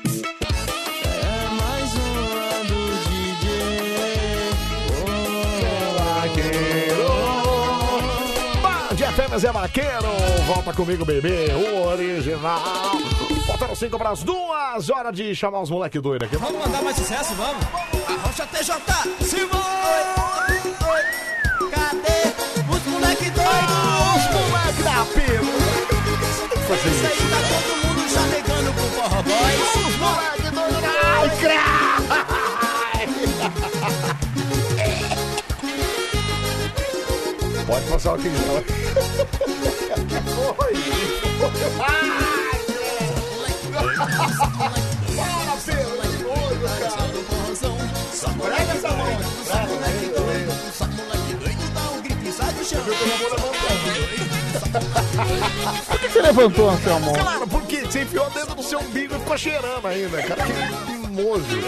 S3: É mais um lado DJ.
S1: Band FM Zé Vaqueiro, volta comigo, bebê, o original. Faltaram cinco pras duas, hora de chamar os moleque doido aqui.
S3: Vamos mandar mais sucesso, vamos? Arrocha TJ, Simão! Cadê os moleque doidos? Os moleque da pila! Isso aí tá todo mundo já negando pro Forró Boys! Os moleque doidos! Ai, [LAUGHS] cra!
S1: Pode passar o que
S2: Por que você levantou, Anselmo?
S1: Claro, porque você enfiou dentro do seu umbigo e ficou cheirando ainda, cara. Que nojo.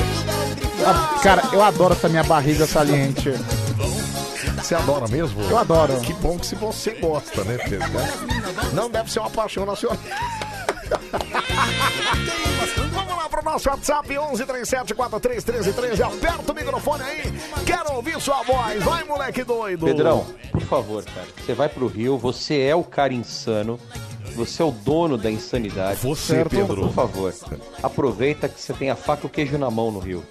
S2: Ah, Cara, eu adoro essa minha barriga saliente.
S1: Você adora mesmo?
S2: Eu adoro.
S1: Que bom que se você gosta, né, Pedro? Não deve ser uma paixão nacional. Vamos lá pro nosso WhatsApp 1137431313. Aperta o microfone aí. Quero ouvir sua voz. Vai, moleque doido.
S12: Pedrão, por favor, cara. Você vai pro Rio, você é o cara insano. Você é o dono da insanidade.
S1: Você, Pedro.
S12: Por favor, aproveita que você tem a faca e o queijo na mão no Rio.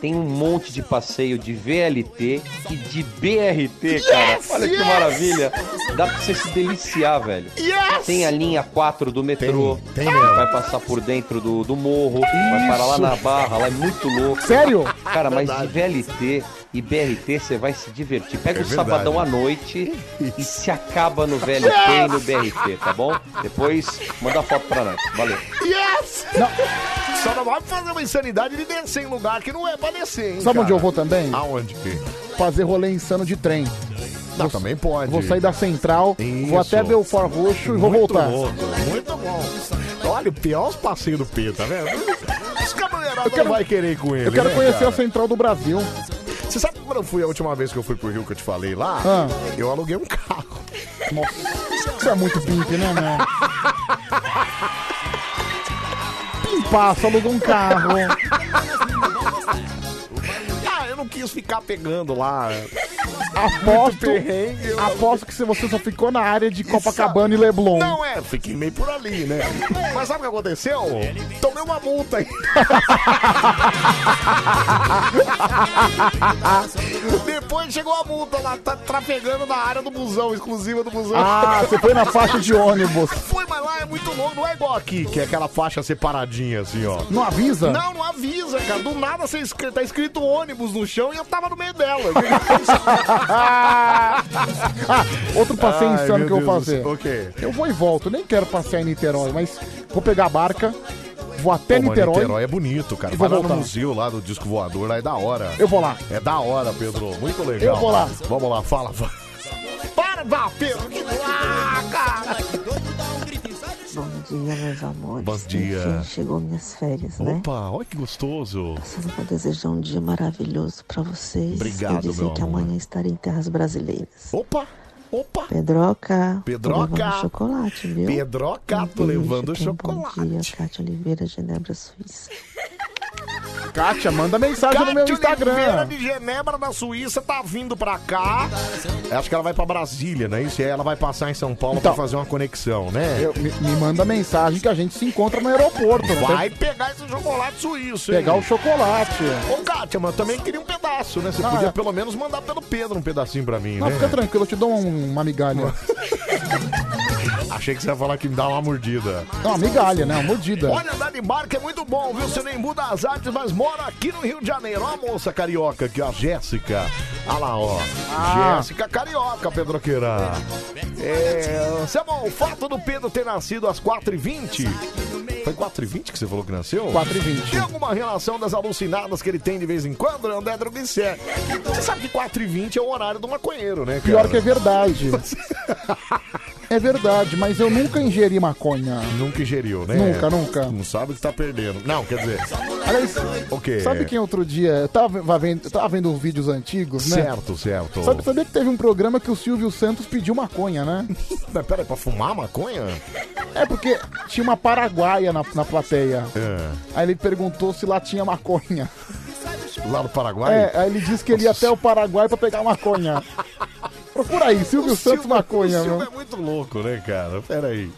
S12: Tem um monte de passeio de VLT e de BRT, cara.
S13: Yes,
S12: Olha que
S13: yes!
S12: maravilha. Dá pra você se deliciar, velho.
S13: Yes!
S12: Tem a linha 4 do metrô.
S1: Tem,
S12: Vai passar por dentro do, do morro. Vai parar lá na barra. Lá é muito louco.
S2: Sério?
S12: Cara, mas de VLT e BRT você vai se divertir. Pega
S1: É
S12: o sabadão à
S1: verdade.
S12: noite e se acaba no VLT e no BRT, tá bom? Depois manda foto pra nós. Valeu.
S1: Yes! Só não vai fazer uma insanidade de descer em lugar que não é pra descer, hein?
S2: Sabe onde
S1: cara?
S2: eu vou também?
S1: Aonde? que?
S2: Fazer rolê insano de trem.
S1: Não, também pode.
S2: Vou sair da central,
S1: Isso.
S2: vou até ver o Far Roxo e vou
S1: Muito
S2: voltar.
S1: bom, muito bom. Olha, o pior é os passeios do Pedro, tá vendo? Os cabeleireiros não vai querer ir com ele.
S2: Eu quero
S1: né,
S2: conhecer
S1: cara?
S2: a central do Brasil.
S1: Você sabe que quando eu fui a última vez que eu fui pro Rio que eu te falei lá?
S2: Ah.
S1: Eu aluguei um carro.
S2: Nossa, isso é muito pimp, né,
S1: [LAUGHS]
S2: meu? Pimpaço, alugou
S1: [LAUGHS]
S2: um carro.
S1: Ah, eu não quis ficar pegando lá.
S2: Aposto,
S1: perrengue, eu-
S2: aposto que se você só ficou na área de Copacabana e Leblon.
S1: Não é, fiquei meio por ali, né? Mas sabe o que aconteceu? Tomei uma multa aí. [LAUGHS] Depois chegou a multa lá, tá trafegando na área do busão, exclusiva do busão.
S2: Ah, você foi na faixa de ônibus.
S1: Foi, mas lá é muito longo, não é igual aqui, que é aquela faixa separadinha assim, ó.
S2: Não avisa?
S1: Não, não avisa, cara. Do nada você escre- tá escrito ônibus no chão e eu tava no meio dela.
S2: Ah, [LAUGHS] outro passeio
S1: Ai,
S2: insano
S1: meu
S2: que eu vou
S1: Deus do
S2: fazer.
S1: céu. Ok.
S2: Eu vou e volto, nem quero passear em Niterói, mas vou pegar a barca, vou até
S1: Pô, mas
S2: Niterói.
S1: é bonito, cara.
S2: E
S1: Vai
S2: vou
S1: lá no
S2: voltar.
S1: museu lá do disco voador, lá é da hora.
S2: Eu vou lá.
S1: É da hora, Pedro. Muito legal.
S2: Eu vou lá.
S1: Vamos lá, fala. fala. Para, vá, Pedro. Que... Ah, cara.
S3: Bom dia, meus amores.
S1: Bom dia.
S3: Enfim, chegou minhas férias, né?
S1: Opa, olha que gostoso.
S3: Passando pra desejar um dia maravilhoso pra vocês.
S1: Obrigado,
S3: e dizer
S1: meu
S3: que
S1: amor.
S3: amanhã estarei em terras brasileiras.
S1: Opa! Opa!
S3: Pedroca!
S1: Pedroca.
S3: Tô levando chocolate, viu?
S1: Pedroca, tô
S3: Um
S1: levando
S3: beijo, tenha um Bom dia, Cátia Oliveira, Genebra, Suíça.
S2: Kátia, manda mensagem no meu
S1: Cátia
S2: Instagram.
S1: Oliveira de Genebra, da Suíça, tá vindo pra cá. É, Acho que ela vai pra Brasília, né? Isso, e aí ela vai passar em São Paulo pra fazer uma conexão, né?
S2: Então. Eu- me, me manda mensagem que a gente se encontra no aeroporto. não
S1: Vai
S2: tem-
S1: pegar esse chocolate suíço, hein?
S2: pegar o chocolate.
S1: Ô, Kátia, mas eu também queria um pedaço, né? Você
S2: Não,
S1: podia
S2: é.
S1: pelo menos mandar pelo Pedro um pedacinho pra mim,
S2: Não,
S1: né?
S2: fica tranquilo, eu te dou um- uma migalha.
S1: Achei que você ia falar que me dá uma mordida.
S2: Não, uma migalha, né? Uma mordida.
S1: Olha, andar de barco é muito bom, viu? Você nem muda as artes, mas mora aqui no Rio de Janeiro. Ó a moça carioca aqui, ó, a Jéssica. Olha lá, ó.
S2: Ah.
S1: Jéssica Carioca, Pedroqueira. É, você é bom, o fato do Pedro ter nascido às 4h20. Foi 4h20 que você falou que nasceu?
S2: 4h20.
S1: Tem alguma relação das alucinadas que ele tem de vez em quando, André Drogissé? Você sabe que 4h20 é o horário do maconheiro, né, cara?
S2: Pior que
S1: [LAUGHS]
S2: é verdade. É verdade, mas eu nunca ingeri maconha.
S1: Nunca ingeriu, né?
S2: Nunca, nunca.
S1: Não sabe o que tá perdendo. Não, quer dizer.
S2: Aliás,
S1: O quê?
S2: sabe quem outro dia. Eu tava vendo, eu tava vendo uns vídeos antigos, né?
S1: Certo, certo.
S2: Sabe, sabia que teve um programa que o Silvio Santos pediu maconha, né?
S1: [LAUGHS] Mas peraí, pra fumar maconha?
S2: É porque tinha uma paraguaia na, na plateia.
S1: É.
S2: Aí ele perguntou se lá tinha maconha.
S1: Lá no Paraguai?
S2: É, aí ele disse que ele ia até o Paraguai pra pegar maconha. Procura aí, Silvio
S1: O
S2: Santos maconha,
S1: o Silvio
S2: mano.
S1: é muito louco, né, cara? Peraí.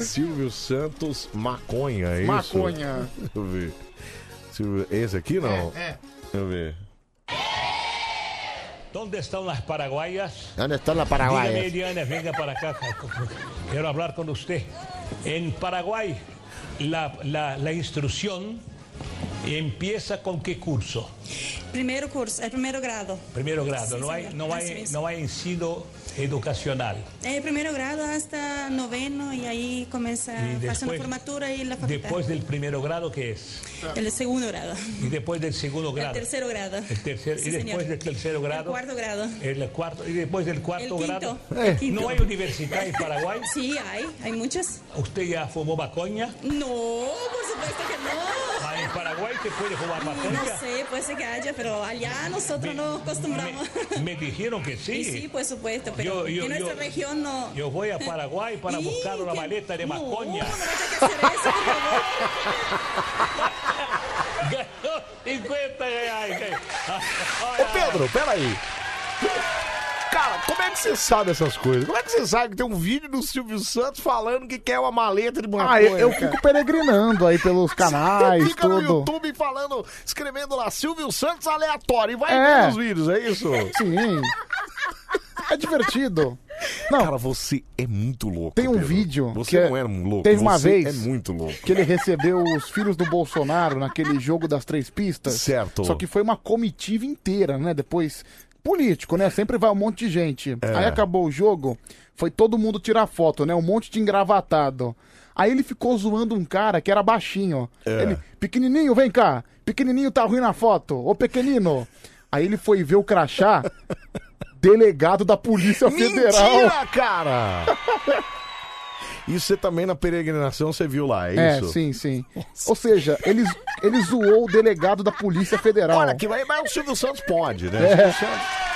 S1: Silvio Santos maconha, é isso?
S2: Maconha.
S1: Deixa eu ver. Silvio- Esse aqui não?
S2: É, é.
S1: Deixa eu ver.
S7: ¿Dónde están las paraguayas?
S1: Onde
S2: tá
S1: está na
S7: Dígame, Eliana, venga para acá. [LAUGHS] Quiero hablar con usted. En Paraguay, la, la- la instrucción empieza con qué curso?
S14: Primeiro curso, é primeiro grado.
S7: Primero grado.
S14: Sí,
S7: No hay,
S14: señor.
S7: no
S14: Así
S7: hay,
S14: es.
S7: no hay ensino educacional.
S14: É primeiro grado hasta noveno e aí começa
S7: E depois-
S14: fazendo formatura e la faculdade.
S7: Después del primero grado, ¿qué es?
S14: El segundo grado.
S7: Y después del segundo
S14: El
S7: grado.
S14: tercero grado.
S7: El tercer-
S14: Sí,
S7: y después
S14: señor.
S7: del tercero grado.
S14: Cuarto grado.
S7: El cuarto, y después del cuarto
S14: El
S7: grado.
S14: quinto, el quinto.
S7: ¿No hay universidad en Paraguay?
S14: Sí, hay, hay muchas.
S7: ¿Usted ya fumó maconha?
S1: Oh,
S14: No, por supuesto que no.
S7: Ah,
S15: Paraguay te puede jugar más
S16: No sé, puede ser que haya, pero allá nosotros nos acostumbramos.
S15: Me dijeron que
S16: Y sí, por supuesto, pero
S15: Yo- yo-
S16: en nuestra
S15: yo-
S16: región no.
S15: Yo voy a Paraguay para
S16: Y
S15: buscar una
S16: que-
S15: maleta de
S16: no,
S15: macoña.
S16: no
S15: Ganó 50 reais.
S16: [LAUGHS]
S15: cara.
S1: Ô Pedro, peraí. Cara, como é que você sabe essas coisas? Como é que você sabe que tem um vídeo do Silvio Santos falando que quer uma maleta de maconha?
S2: Ah, eu, eu
S1: cara?
S2: fico peregrinando aí pelos canais,
S1: Fica no
S2: tudo.
S1: YouTube falando, escrevendo lá Silvio Santos aleatório e vai ver os vídeos, é isso?
S2: Sim. É divertido. Não.
S1: Cara, você é muito louco.
S2: Tem um
S1: Pedro.
S2: vídeo.
S1: Você
S2: que
S1: não era um louco.
S2: Teve uma
S1: você
S2: vez.
S1: É muito louco.
S2: Que ele recebeu os filhos do Bolsonaro naquele jogo das três pistas.
S1: Certo.
S2: Só que foi uma comitiva inteira, né? Depois. Político, né? Sempre vai um monte de gente.
S1: É.
S2: Aí acabou o jogo, foi todo mundo tirar foto, né? Um monte de engravatado. Aí ele ficou zoando um cara que era baixinho.
S1: É.
S2: Ele, pequenininho, vem cá. Pequenininho tá ruim na foto. Ô, pequenino. Aí ele foi ver
S1: [LAUGHS]
S2: o crachá, delegado da Polícia Federal.
S1: Mentira, cara! Isso você também na peregrinação você viu lá, é,
S2: É,
S1: isso?
S2: sim, sim. Ou seja, ele, ele zoou o delegado da Polícia Federal.
S1: Olha, que vai, mas o Silvio Santos pode, né?
S2: É.
S1: O Silvio Santos-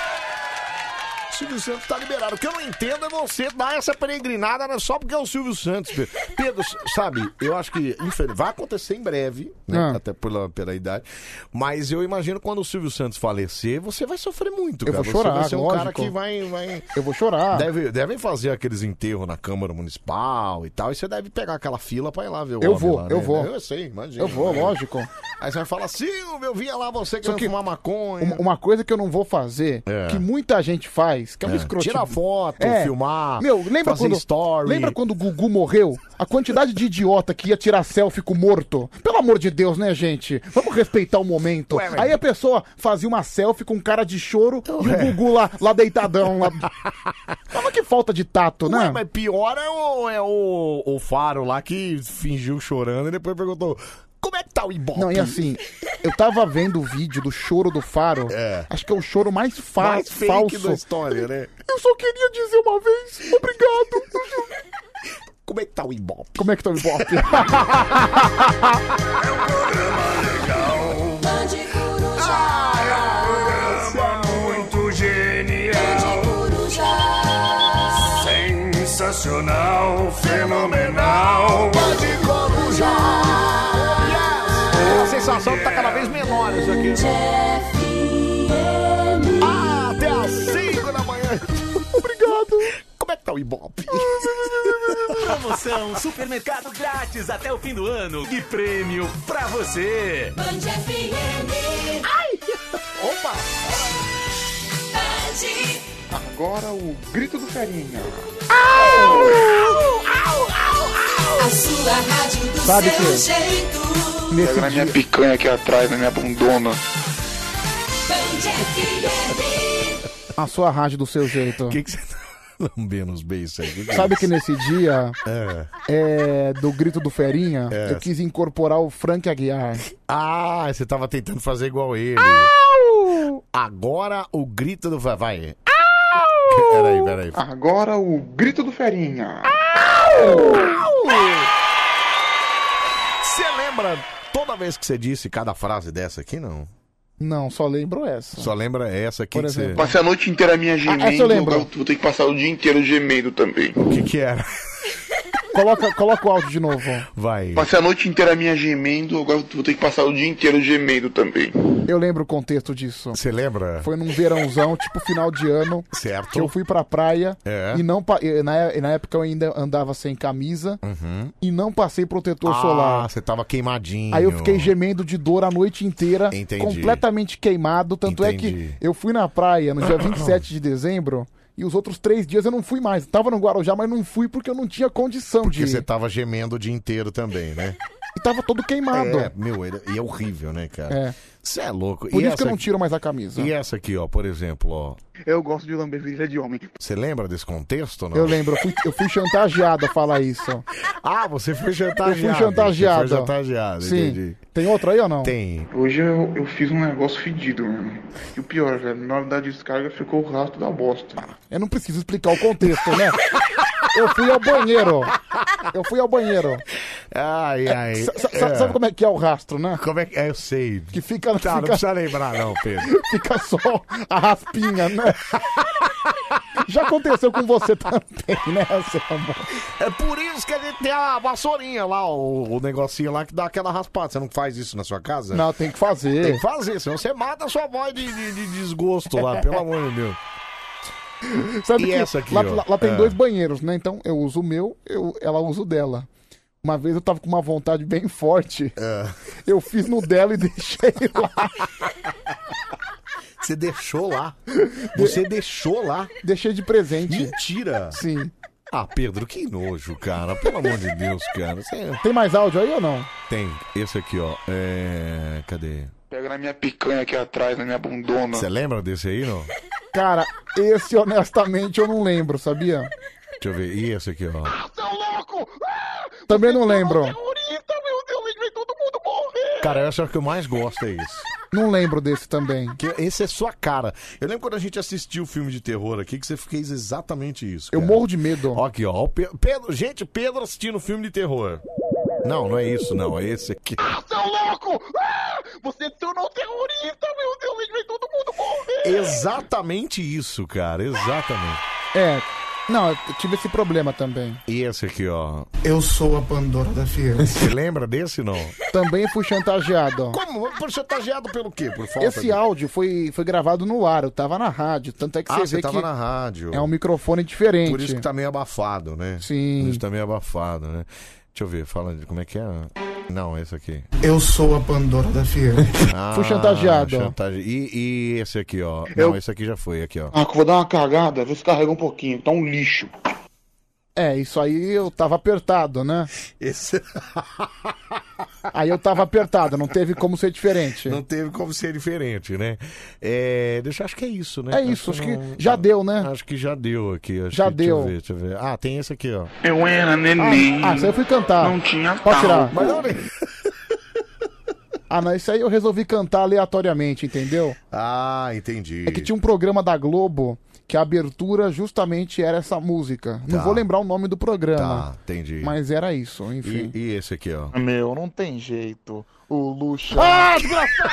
S1: o Silvio Santos tá liberado. O que eu não entendo é você dar essa peregrinada né, só porque é o Silvio Santos. Pedro, Pedro s- sabe, eu acho que infel- vai acontecer em breve, né?
S2: Ah.
S1: Até pela, pela idade. Mas eu imagino que quando o Silvio Santos falecer, você vai sofrer muito,
S2: Eu
S1: cara.
S2: vou chorar,
S1: você vai ser um cara
S2: lógico.
S1: que vai. vai...
S2: Eu vou chorar.
S1: Deve- devem fazer aqueles enterros na Câmara Municipal e tal, e você deve pegar aquela fila pra ir lá ver o
S2: Eu
S1: homem
S2: vou,
S1: lá,
S2: eu
S1: né?
S2: vou.
S1: Eu sei, imagina.
S2: Eu vou,
S1: né?
S2: lógico.
S1: Aí você vai falar, Silvio, eu via lá você
S2: Só
S1: querendo
S2: que
S1: fumar maconha.
S2: Um, Uma, uma coisa que eu não vou fazer, que muita gente faz, que é uma
S1: É.
S2: escrotice.
S1: Tirar foto, filmar,
S2: Meu, lembra
S1: fazer
S2: quando,
S1: story.
S2: lembra quando o Gugu morreu? A quantidade de idiota que ia tirar selfie com o morto. Pelo amor de Deus, né, gente? Vamos respeitar o momento.
S1: Ué, mas-
S2: Aí a pessoa fazia uma selfie com cara de choro e o Gugu lá, lá deitadão.
S1: [LAUGHS]
S2: Lá... Olha que falta de tato, né?
S1: Ué, mas pior é, o, é o, o Faro lá que fingiu chorando e depois perguntou: como é que tá o Ibope?
S2: Não, e assim, eu tava vendo o vídeo do choro do Faro. Acho que é o choro mais, fa
S1: mais fake
S2: falso.
S1: da história, né?
S2: Eu só queria dizer uma vez, obrigado.
S1: [LAUGHS] Como é que tá o Ibope?
S2: Como é que tá o Ibope?
S17: muito genial. Sensacional, fenomenal. Pode corujá.
S1: A sensação que tá cada vez menor isso aqui. Ah, até às 5 da manhã. Obrigado. Como é que tá o Ibope?
S6: [LAUGHS] Promoção Supermercado Grátis até o fim do ano. E prêmio pra você.
S3: Ai!
S1: Opa!
S9: [LAUGHS] Agora o grito do carinha.
S3: A sua rádio do
S9: Sabe
S3: seu
S9: que-
S3: jeito.
S9: Pega na minha picanha aqui atrás, na minha bundona.
S3: Band FM.
S2: A sua rádio do seu jeito.
S1: O que que você tá [LAUGHS] lambendo os beijos aí? é
S2: Sabe
S1: isso?
S2: que nesse dia
S1: É.
S2: é, do grito do Ferinha,
S1: É.
S2: eu quis incorporar o Frank Aguiar.
S1: Ah, você tava tentando fazer igual ele. Agora o grito do. Vai. vai. [LAUGHS] Peraí, peraí.
S9: Agora o grito do ferinha.
S1: Você lembra toda vez que você disse cada frase dessa aqui, não?
S2: Não, só lembro essa.
S1: Só lembra essa aqui
S2: Por
S1: que você.
S2: exemplo.
S9: Passei a noite inteira minha
S2: Ah, essa eu
S9: gemendo.
S2: lembro.
S9: agora vou ter que passar o dia inteiro gemendo também. O
S1: que que era?
S2: Coloca, coloca o áudio de novo.
S1: Vai.
S9: Passei a noite inteira minha gemendo. Agora vou ter que passar o dia inteiro gemendo também.
S2: Eu lembro o contexto disso.
S1: Você lembra?
S2: Foi num verãozão, tipo final de ano,
S1: Certo.
S2: que eu fui pra praia
S1: É.
S2: e não pa- e na, e na época eu ainda andava sem camisa
S1: Uhum.
S2: e não passei protetor
S1: ah,
S2: solar.
S1: você tava queimadinho.
S2: Aí eu fiquei gemendo de dor a noite inteira,
S1: Entendi.
S2: completamente queimado. Tanto é
S1: Entendi.
S2: que eu fui na
S1: [COUGHS]
S2: praia no dia 27 de dezembro e os outros três dias eu não fui mais. Tava no Guarujá, mas não fui porque eu não tinha condição
S1: Porque
S2: de.
S1: você tava gemendo o dia inteiro também, né?
S2: E tava todo queimado.
S1: É, meu, ele- e é horrível, né, cara?
S2: É.
S1: Você é louco.
S2: Por
S1: E
S2: isso que eu
S1: essa
S2: não
S1: aqui-
S2: tiro mais a camisa.
S1: E essa aqui, ó, por exemplo, ó.
S9: Eu gosto de lamber virilha de homem.
S1: Você lembra desse contexto ou não?
S2: Eu lembro, eu fui, eu fui chantageado a falar isso.
S1: Ah, você foi [LAUGHS] chantageado.
S2: Eu fui chantageado.
S1: Você foi chantageado,
S2: Sim.
S1: entendi.
S2: Tem outra aí ou não?
S1: Tem.
S9: Hoje eu, eu fiz um negócio fedido, mano. E o pior, velho, na hora da descarga ficou o rastro da bosta.
S2: Eu não preciso explicar o contexto, né? Eu fui ao banheiro. Eu fui ao banheiro.
S18: Ai, ai.
S2: Sa- sa- sa- Sabe como é que é o rastro, né?
S18: Como é que é? Eu sei.
S2: Que fica.
S18: Tá, não
S2: fica-
S18: precisa lembrar não, Pedro.
S2: Fica [LAUGHS] só a
S1: [LAUGHS]
S2: raspinha, né? Já aconteceu com você também, né, seu amor?
S1: É por isso que a gente tem a vassourinha lá, o, o negocinho lá que dá aquela raspada. Você não faz isso na sua casa?
S2: Não, tem que fazer.
S1: Tem que fazer, senão você mata a sua voz de, de- de desgosto lá, pelo amor de Deus.
S2: [LAUGHS] Sabe
S1: e é,
S2: que
S1: essa aqui,
S2: lá,
S1: ó?
S2: lá- lá tem
S1: É.
S2: dois banheiros, né? Então eu uso o meu, eu, ela usa o dela. Uma vez eu tava com uma vontade bem forte.
S1: É.
S2: [LAUGHS] Eu fiz no dela e deixei lá.
S1: [LAUGHS] Você deixou
S2: [LAUGHS]
S1: lá? Você deixou lá?
S2: Deixei de presente.
S1: Mentira!
S2: Sim.
S1: Ah, Pedro, que nojo, cara. Pelo amor de Deus, cara. Você-
S2: Tem mais áudio aí ou não?
S1: Tem esse aqui, ó. É... Cadê?
S9: Pega na minha picanha aqui atrás, na minha bundona.
S1: Você lembra desse aí, não?
S2: Cara, esse honestamente eu não lembro, sabia?
S1: Deixa eu ver. E esse aqui, ó.
S3: Tá
S2: Também não lembro.
S1: Cara, eu acho que eu mais gosto é esse.
S2: Não lembro desse também.
S1: Que esse é sua cara. Eu lembro quando a gente assistiu o filme de terror aqui que você fez exatamente isso.
S2: Eu morro de medo.
S1: Ó aqui, ó. o Pe- Pedro, gente, Pedro assistindo filme de terror. Não, não é isso, não. É esse aqui.
S3: Seu tá louco! Ah, você tornou um terrorista, meu Deus, a gente vai todo mundo morrer!
S1: Exatamente isso, cara. Exatamente.
S2: É. Não, eu tive esse problema também.
S1: E esse aqui, ó.
S2: Eu sou a Pandora da Fiel.
S1: Você lembra desse, não?
S2: Também fui chantageado.
S1: Como? Por chantageado pelo quê? Por falta
S2: Esse
S1: de-
S2: áudio foi, foi gravado no ar, eu tava na rádio. Tanto é que
S1: Ah,
S2: você
S1: você
S2: vê
S1: tava
S2: que
S1: na rádio.
S2: é um microfone diferente.
S1: Por isso que tá meio abafado, né?
S2: Sim.
S1: Por isso tá meio abafado, né? Deixa eu ver, fala de como é que é. Não, esse aqui.
S2: Eu sou a Pandora da Fiel.
S1: Ah,
S2: [LAUGHS] Fui chantageado.
S1: chantagem. E, e esse aqui, ó.
S9: Eu-
S1: Não, esse aqui já foi, aqui, ó.
S9: Ah, que eu vou dar uma cagada, vê se carrega um pouquinho, tá um lixo.
S2: É, isso aí eu tava apertado, né? [LAUGHS] Aí eu tava apertado, não teve como ser
S1: [LAUGHS]
S2: diferente.
S1: Não teve como ser diferente, né? É, deixa, acho que é isso, né?
S2: É isso, acho que
S1: não-
S2: já deu, né?
S1: Acho que já deu aqui. acho
S2: Já
S1: que- deixa eu
S2: deu.
S1: ver, deixa eu ver. Ah, tem esse aqui, ó.
S9: Eu era neném.
S2: Ah, ah, isso aí eu fui cantar.
S9: Não tinha
S2: Pode tirar.
S9: talco.
S2: Ah, não, isso aí eu resolvi cantar aleatoriamente, entendeu?
S1: Ah, entendi.
S2: É que tinha um programa da Globo que a abertura justamente era essa música. Não
S1: Tá.
S2: vou lembrar o nome do
S1: Tá,
S2: programa.
S1: entendi.
S2: Mas era isso, enfim.
S1: E, e esse aqui, ó.
S2: Meu, não tem jeito. O luxo.
S3: Ah,
S2: desgraçado!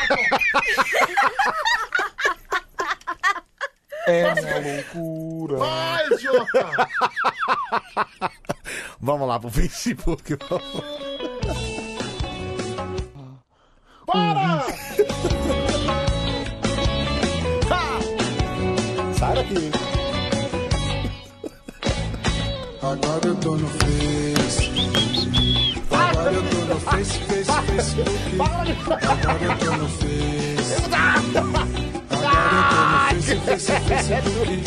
S3: É uma loucura. Vai, idiota!
S1: [LAUGHS] Vamos lá pro Facebook.
S3: Para!
S1: Sai daqui.
S3: Agora eu tô no Face. Agora eu tô no Face, Face, Facebook. Agora eu tô no Face. Agora eu tô no Face, Face, Facebook.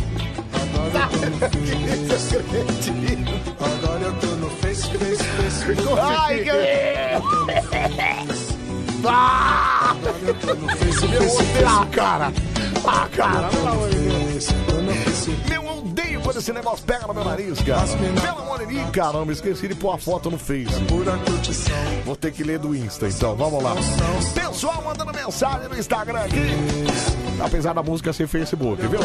S3: Agora eu tô no Face. Agora eu tô no Face, Face, Facebook.
S1: Ai, que-
S3: Agora eu tô no Face, Face,
S1: Ah,
S3: Facebook.
S1: cara! Ah, cara! Pelo amor de
S3: Deus!
S1: Meu, eu odeio quando esse negócio pega no meu nariz, cara! Pelo amor de mim, caramba, esqueci de pôr a foto no Face. Vou ter que ler do Insta, então, vamos lá. Pessoal mandando mensagem no Instagram aqui. Apesar da música ser Facebook, viu?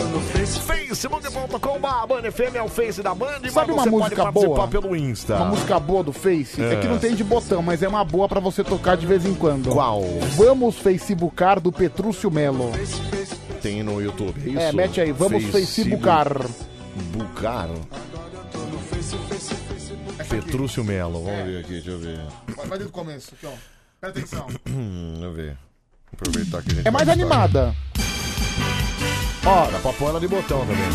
S1: Facebook.com, a Band FM é o Face da Band. mas
S2: Sabe uma
S1: você
S2: música
S1: pode participar
S2: boa?
S1: pelo Insta.
S2: Uma música boa do Face.
S1: É.
S2: É. que não tem de botão, mas é uma boa pra você tocar de vez em quando.
S1: Qual?
S2: Vamos Facebookar do Petrúcio Melo.
S1: Tem no YouTube, é isso?
S2: É, mete aí, vamos Facebookar.
S1: Bucar? Petrúcio Melo, vamos ver aqui, deixa eu ver.
S2: Vai desde o começo, então. Presta atenção.
S1: [COUGHS] Deixa eu ver. Aproveitar que a gente. tá
S2: É mais animada. Ó,
S1: Dá pra pôr ela de botão também.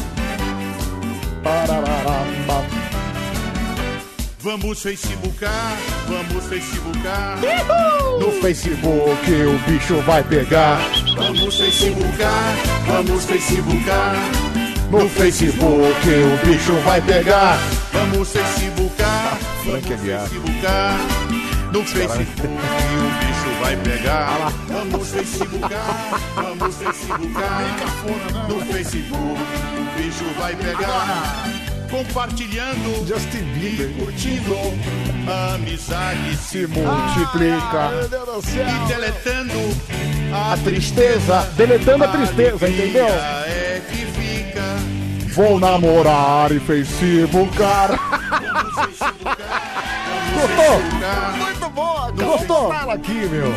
S19: Vamos Facebookar, vamos Facebookar.
S2: no Facebook o bicho vai pegar.
S19: Vamos Facebookar, vamos Facebookar.
S2: No Facebook o bicho vai pegar.
S19: Vamos Facebookar,
S1: Frank Aguiar.
S19: Facebookar. No Facebook o bicho vai pegar. Vamos Facebookar, vamos Facebookar. No Facebook o bicho vai pegar. Compartilhando e curtindo amizade se
S2: multiplica.
S19: Ah, meu Deus do céu. E deletando a,
S2: A tristeza, deletando a tristeza, entendeu?
S19: é que fica.
S2: [LAUGHS] Vou namorar e Facebookar.
S19: Vamos
S1: Gostou? Muito boa, cara.
S19: Gostou?
S1: Fala aqui, meu.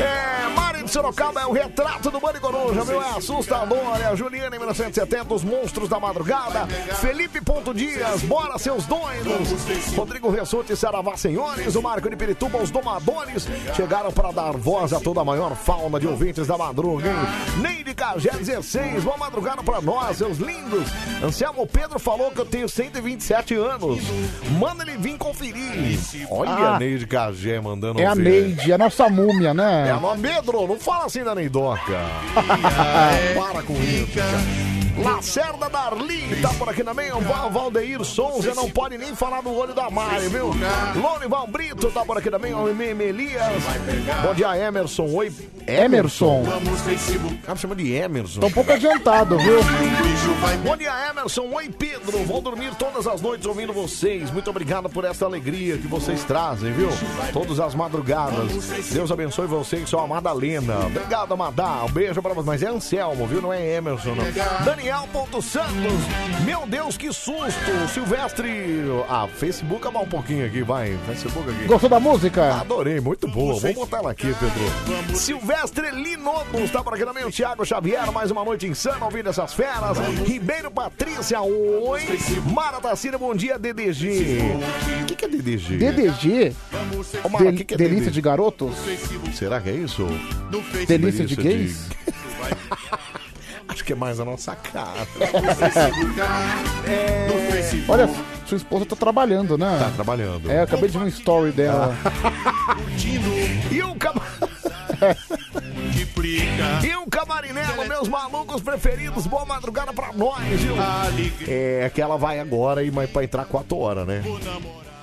S1: É, Mari de Sorocaba é o retrato do Mani Coruja, meu. É assustador. É a Juliana em 1970, os monstros da madrugada. Felipe Ponto Dias, bora seus doidos. Rodrigo Ressuti, Saravá Senhores. O Marco de Pirituba, os domadores. Chegaram para dar voz a toda a maior fauna de ouvintes da madruga, hein? Neide Cagé 16, boa madrugada para nós, seus lindos. Anselmo Pedro falou que eu tenho 127 anos. Manda ele vir conferir. Olha,
S2: Ah.
S1: Neide Cagé mandando
S2: É a
S1: ver.
S2: Neide, a nossa múmia, né?
S1: É, mas Pedro, não fala assim da Neidoca. Para com isso, cara. Lacerda Darlin, tá por aqui também. O Val Valdeir Souza não pode nem falar do olho da Mari, viu? Lorival Brito tá por aqui também. O MM Elias. Bom dia, Emerson. Oi,
S2: Emerson.
S1: Cara, me chama de Emerson.
S2: Tá um pouco adiantado, viu?
S1: Bom dia, Emerson. Oi, Pedro. Vou dormir todas as noites ouvindo vocês. Muito obrigado por essa alegria que vocês trazem, viu? Todas as madrugadas. Deus abençoe vocês, sou a Madalena. Obrigado, Madá. Um beijo pra vocês. Mas é Anselmo, viu? Não é Emerson, não. Daniel Ponto Santos. Meu Deus, que susto. Silvestre. Ah, Facebook abar um pouquinho aqui, vai. Facebook aqui.
S2: Gostou da música?
S1: Adorei, muito boa. Vou botar ela aqui, Pedro. Silvestre Linobos, tá por aqui também o Thiago Xavier, mais uma noite insana ouvindo essas feras. Ribeiro Patrícia, oi. Mara Tacina, bom dia, DDG. O que, que é DDG?
S2: DDG?
S1: Ô, Mara,
S2: Del-
S1: que que é
S2: delícia
S1: DDG?
S2: de garotos?
S1: Será que é isso?
S2: Delícia de gays?
S1: Acho que é mais a nossa cara.
S2: [LAUGHS] [LAUGHS] Olha, sua esposa tá trabalhando, né?
S1: Tá trabalhando. Ah,
S2: É, eu acabei de ver um story dela.
S1: E o cam... E o Camarinelo, meus malucos preferidos, boa madrugada pra nós, viu? É que ela vai agora, e mas pra entrar 4 horas, né?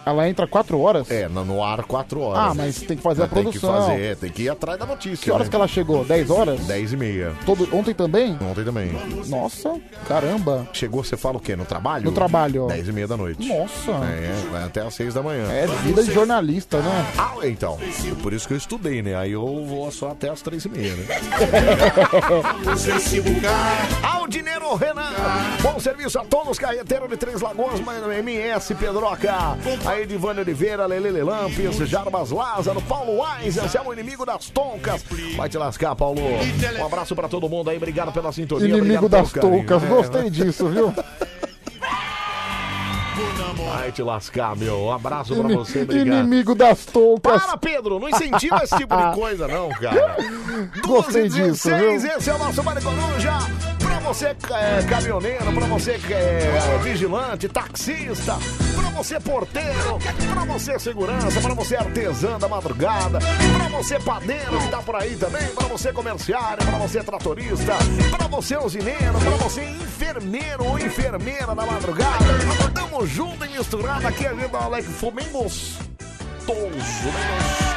S2: Ela entra 4 horas?
S1: É, no, no ar 4 horas.
S2: Ah, mas tem que fazer a produção.
S1: Tem que fazer, tem que ir atrás da notícia. né?
S2: Que horas que ela chegou? 10 horas?
S1: 10 e meia.
S2: Todo... Ontem também?
S1: Ontem também.
S2: Nossa, caramba.
S1: Chegou, você fala o quê? No trabalho?
S2: No trabalho.
S1: 10 e meia da noite.
S2: Nossa.
S1: [LAUGHS] É, vai até às 6 da manhã.
S2: É vida de jornalista, né?
S1: Ah, então. Por isso que eu estudei, né? Aí eu vou só até às 3 e meia, né? É. Aldinero Renan. Bom serviço a todos, carreteiro de Três Lagoas, mano, MS Pedroca. A Edivane Oliveira, Lelele Lampes, Jarbas Lázaro, Paulo Weiser, você é o inimigo das toncas. Vai te lascar, Paulo. Um abraço pra todo mundo aí, obrigado pela sintonia.
S2: Inimigo
S1: obrigado pelo
S2: das
S1: carinho.
S2: toucas,
S1: É.
S2: gostei disso, viu?
S1: Vai te lascar, meu. Um abraço pra
S2: Ini-
S1: você, obrigado.
S2: Inimigo das toucas.
S1: Para, Pedro, não incentiva esse tipo de coisa, não, cara.
S2: [LAUGHS]
S1: 12,
S2: Gostei disso, viu?
S1: 16, esse é o nosso Mário Coruja. Pra você é, caminhoneiro, pra você que é vigilante, taxista, pra você porteiro, pra você segurança, pra você artesã da madrugada, pra você padeiro que tá por aí também, pra você comerciário, pra você tratorista, pra você usineiro, pra você enfermeiro ou enfermeira da madrugada. Tamo junto e misturado aqui, a gente Alex Fomengos. né?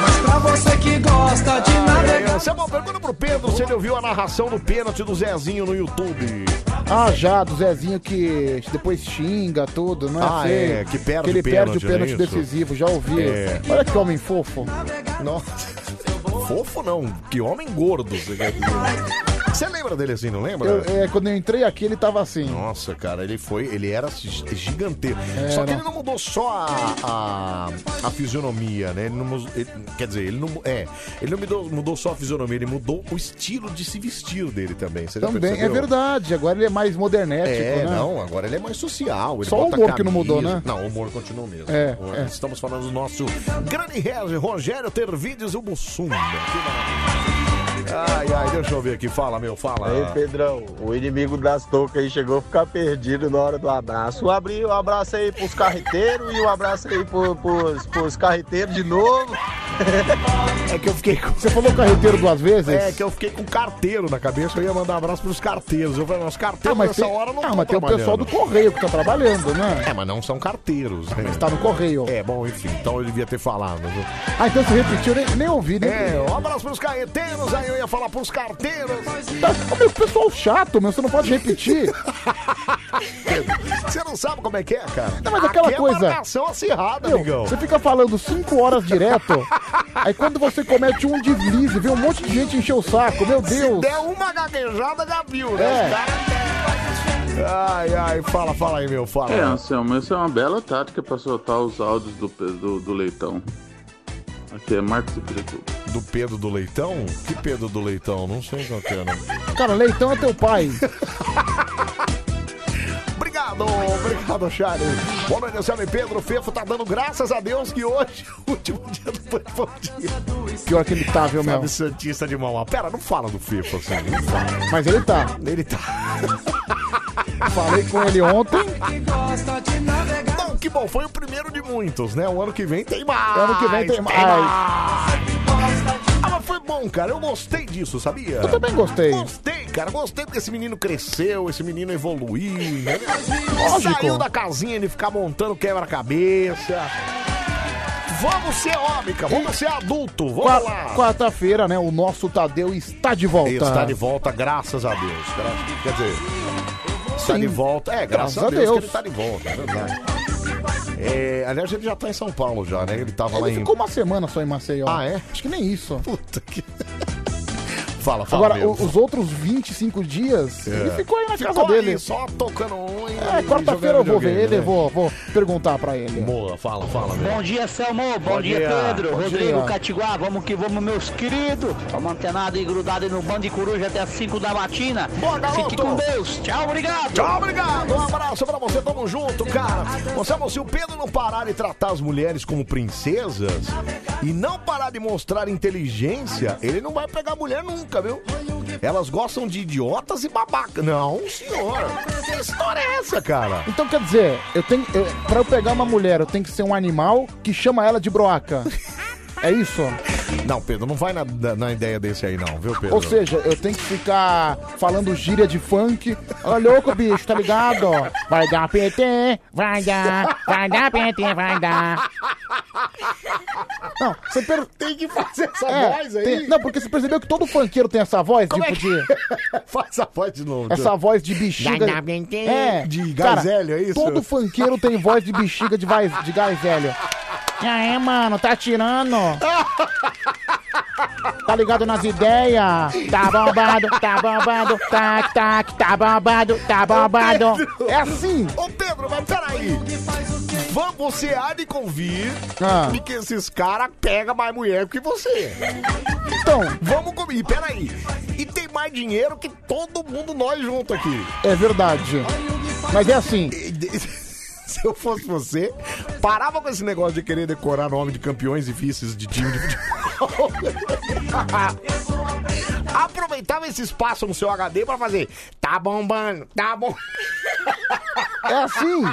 S1: Mas pra você que gosta de navegar. Samuel, é pergunta pro Pedro se ele ouviu a narração do pênalti do Zezinho no YouTube.
S2: Ah, já, do Zezinho que depois xinga tudo, não é?
S1: Ah,
S2: Sei.
S1: é, que perde
S2: que ele
S1: o pênalti,
S2: perde o pênalti
S1: não é isso?
S2: decisivo, já ouvi.
S1: É.
S2: Olha que homem fofo.
S1: Nossa. Fofo não, que homem gordo. Você, quer dizer. Você lembra dele assim, não lembra?
S2: Eu- é, quando eu entrei aqui, ele tava assim.
S1: Nossa, cara, ele foi, ele era gi- gigantesco. Só que
S2: Era.
S1: ele não mudou só a, a, a fisionomia, né? Ele não, mus- ele- quer dizer, ele não é, ele não mudou, mudou só a fisionomia, ele mudou o estilo de se vestir dele também. Você já
S2: Também, é
S1: percebeu?
S2: verdade, agora ele é mais modernético,
S1: É,
S2: né?
S1: não, agora ele é mais social. Ele
S2: Só o
S1: bota
S2: humor que não mudou,
S1: camisa.
S2: né?
S1: Não, o humor continua o mesmo.
S2: É,
S1: O-
S2: é.
S1: Estamos falando do nosso grande Reg, Rogério Tervides, o Bussunda. Ai, ai, deixa eu ver aqui. Fala, meu, fala.
S20: Aí, Pedrão, o inimigo das toucas aí chegou a ficar perdido na hora do abraço. Um, abri, um abraço aí pros carreteiros e um abraço aí pro, pros, pros carreteiros de novo.
S1: É que eu fiquei com.
S2: Você falou carreteiro duas vezes?
S1: É que eu fiquei com carteiro na cabeça, eu ia mandar um abraço pros carteiros. Eu falei, mas os
S2: Ah,
S1: carteiros
S2: mas
S1: nessa
S2: tem,
S1: hora não
S2: ah,
S1: tão
S2: mas tem o pessoal
S1: trabalhando.
S2: do correio que tá trabalhando, né?
S1: É, mas não são carteiros. Né?
S2: Tá no correio.
S1: É, bom, enfim, então eu devia ter falado. viu?
S2: Ah, então se repetiu, nem, nem ouvi, nem
S1: É, um abraço pros carreteiros, aí eu ia falar pros carteiros.
S2: Tá, ô, meu pessoal chato, meu, você não pode repetir.
S1: [LAUGHS] Você não sabe como é que é, cara?
S2: Não, mas aquela
S1: Aqui é
S2: coisa.
S1: marcação acirrada,
S2: Meu,
S1: amigão.
S2: Você fica falando cinco horas
S1: [LAUGHS]
S2: direto, aí quando você comete um deslize, vê um monte de gente encher o saco, meu
S1: Se
S2: Deus.
S1: der uma gaguejada, já viu,
S2: É.
S1: né? Os caras- Ai, ai, fala, fala aí, meu, fala.
S21: É, Anselmo, essa é uma bela tática pra soltar os áudios do, pe- do, do Leitão. Aqui é Marcos Pirituba.
S1: Do Pedro do Leitão? Que Pedro do Leitão? Não sei qual que é, né?
S2: Cara, leitão é teu pai.
S1: Obrigado, obrigado, Charles. Boa noite, Anselmo e Pedro. O Fefo tá dando graças a Deus que hoje é o último [LAUGHS] dia do Band Bom Dia.
S2: Pior que ele tá, viu, meu?
S1: Sabe, Santista de Mauá. Pera, não fala do Fefo assim. não fala.
S2: Mas ele tá.
S1: Ele tá.
S2: [LAUGHS] Falei com ele ontem.
S1: Não, que bom, foi o primeiro de muitos, né? O ano que vem tem mais.
S2: Ano que vem tem mais.
S1: Ah, mas foi bom, cara. Eu gostei disso, sabia?
S2: Eu também gostei.
S1: Gostei, cara. Gostei porque esse menino cresceu, esse menino evoluiu, entendeu?
S2: Lógico.
S1: Saiu da casinha de ficar montando quebra-cabeça. Vamos ser homem, cara. Vamos ser adulto. Vamos
S2: Qua-
S1: lá.
S2: Quarta-feira, né? O nosso Tadeu está de volta.
S1: Ele está de volta, graças a Deus. Gra- Quer dizer, está
S2: Sim.
S1: de volta. É, graças,
S2: Graças a
S1: a Deus,
S2: Deus.
S1: que ele está de volta, é verdade. É, aliás, ele já está em São Paulo já, né? Ele estava lá
S2: Ele
S1: em...
S2: ficou uma semana só em Maceió.
S1: Ah, é?
S2: Acho que nem isso.
S1: Puta que. Fala, fala
S2: Agora,
S1: meu.
S2: o- os outros 25 dias,
S1: É.
S2: ele ficou aí na
S1: Ficou
S2: casa
S1: aí,
S2: dele.
S1: só tocando um e-
S2: É,
S1: e
S2: quarta-feira
S1: jogando
S2: eu vou ver
S1: videogame,
S2: ele,
S1: né?
S2: vou, vou perguntar pra ele.
S1: Boa, fala, fala, meu.
S22: Bom dia, Selmo. Bom,
S1: Bom
S22: dia,
S1: dia.
S22: Pedro.
S1: Bom
S22: Rodrigo
S1: dia.
S22: Catiguá. Vamos que vamos, meus queridos. Vamos antenado e grudado aí no bando de coruja até as 5 da matina. Fique
S1: garoto.
S22: com Deus. Tchau, obrigado.
S1: Tchau, obrigado. Um abraço pra você, tamo junto, cara. Você, amor, se o Pedro não parar de tratar as mulheres como princesas e não parar de mostrar inteligência, ele não vai pegar mulher nunca, viu? Elas gostam de idiotas e babaca. Não, senhor. Que história é essa, cara?
S2: Então quer dizer, eu tenho, eu, pra eu pegar uma mulher, eu tenho que ser um animal que chama ela de broaca. É isso?
S1: Não, Pedro, não vai na, na- na ideia desse aí, não, viu, Pedro?
S2: Ou seja, eu tenho que ficar falando gíria de funk. Olha, louco, bicho, tá ligado? Vai dar PT, vai dar,
S1: [LAUGHS]
S2: vai dar PT, vai dar. Não, você per...
S1: tem que fazer essa voz aí.
S2: É, tem- Não, porque você percebeu que todo funkeiro tem essa voz,
S1: Como
S2: tipo
S1: é
S2: de...
S1: Faz a voz de [LAUGHS] novo.
S2: Essa voz de bexiga.
S1: É, de
S2: cara,
S1: gazélio, é isso?
S2: Todo funkeiro tem voz de bexiga de, vai, de gás velho. E aí, mano, tá tirando? [LAUGHS] Tá ligado nas ideias? Tá bombado, tá bombado, tac, tac, tá bombado, tá bombado. É assim.
S1: Ô Pedro, mas peraí. Vão- Você há de convir
S2: Ah.
S1: de que esses caras pegam mais mulher que você.
S2: Então,
S1: Vamos comigo, peraí. E tem mais dinheiro que todo mundo nós junto aqui.
S2: é verdade. Mas é assim.
S1: [LAUGHS] Se eu fosse você, parava com esse negócio de querer decorar nome de campeões e vices de time de futebol. [LAUGHS] Aproveitava esse espaço no seu HD pra fazer. Tá bombando, tá bom.
S2: É assim.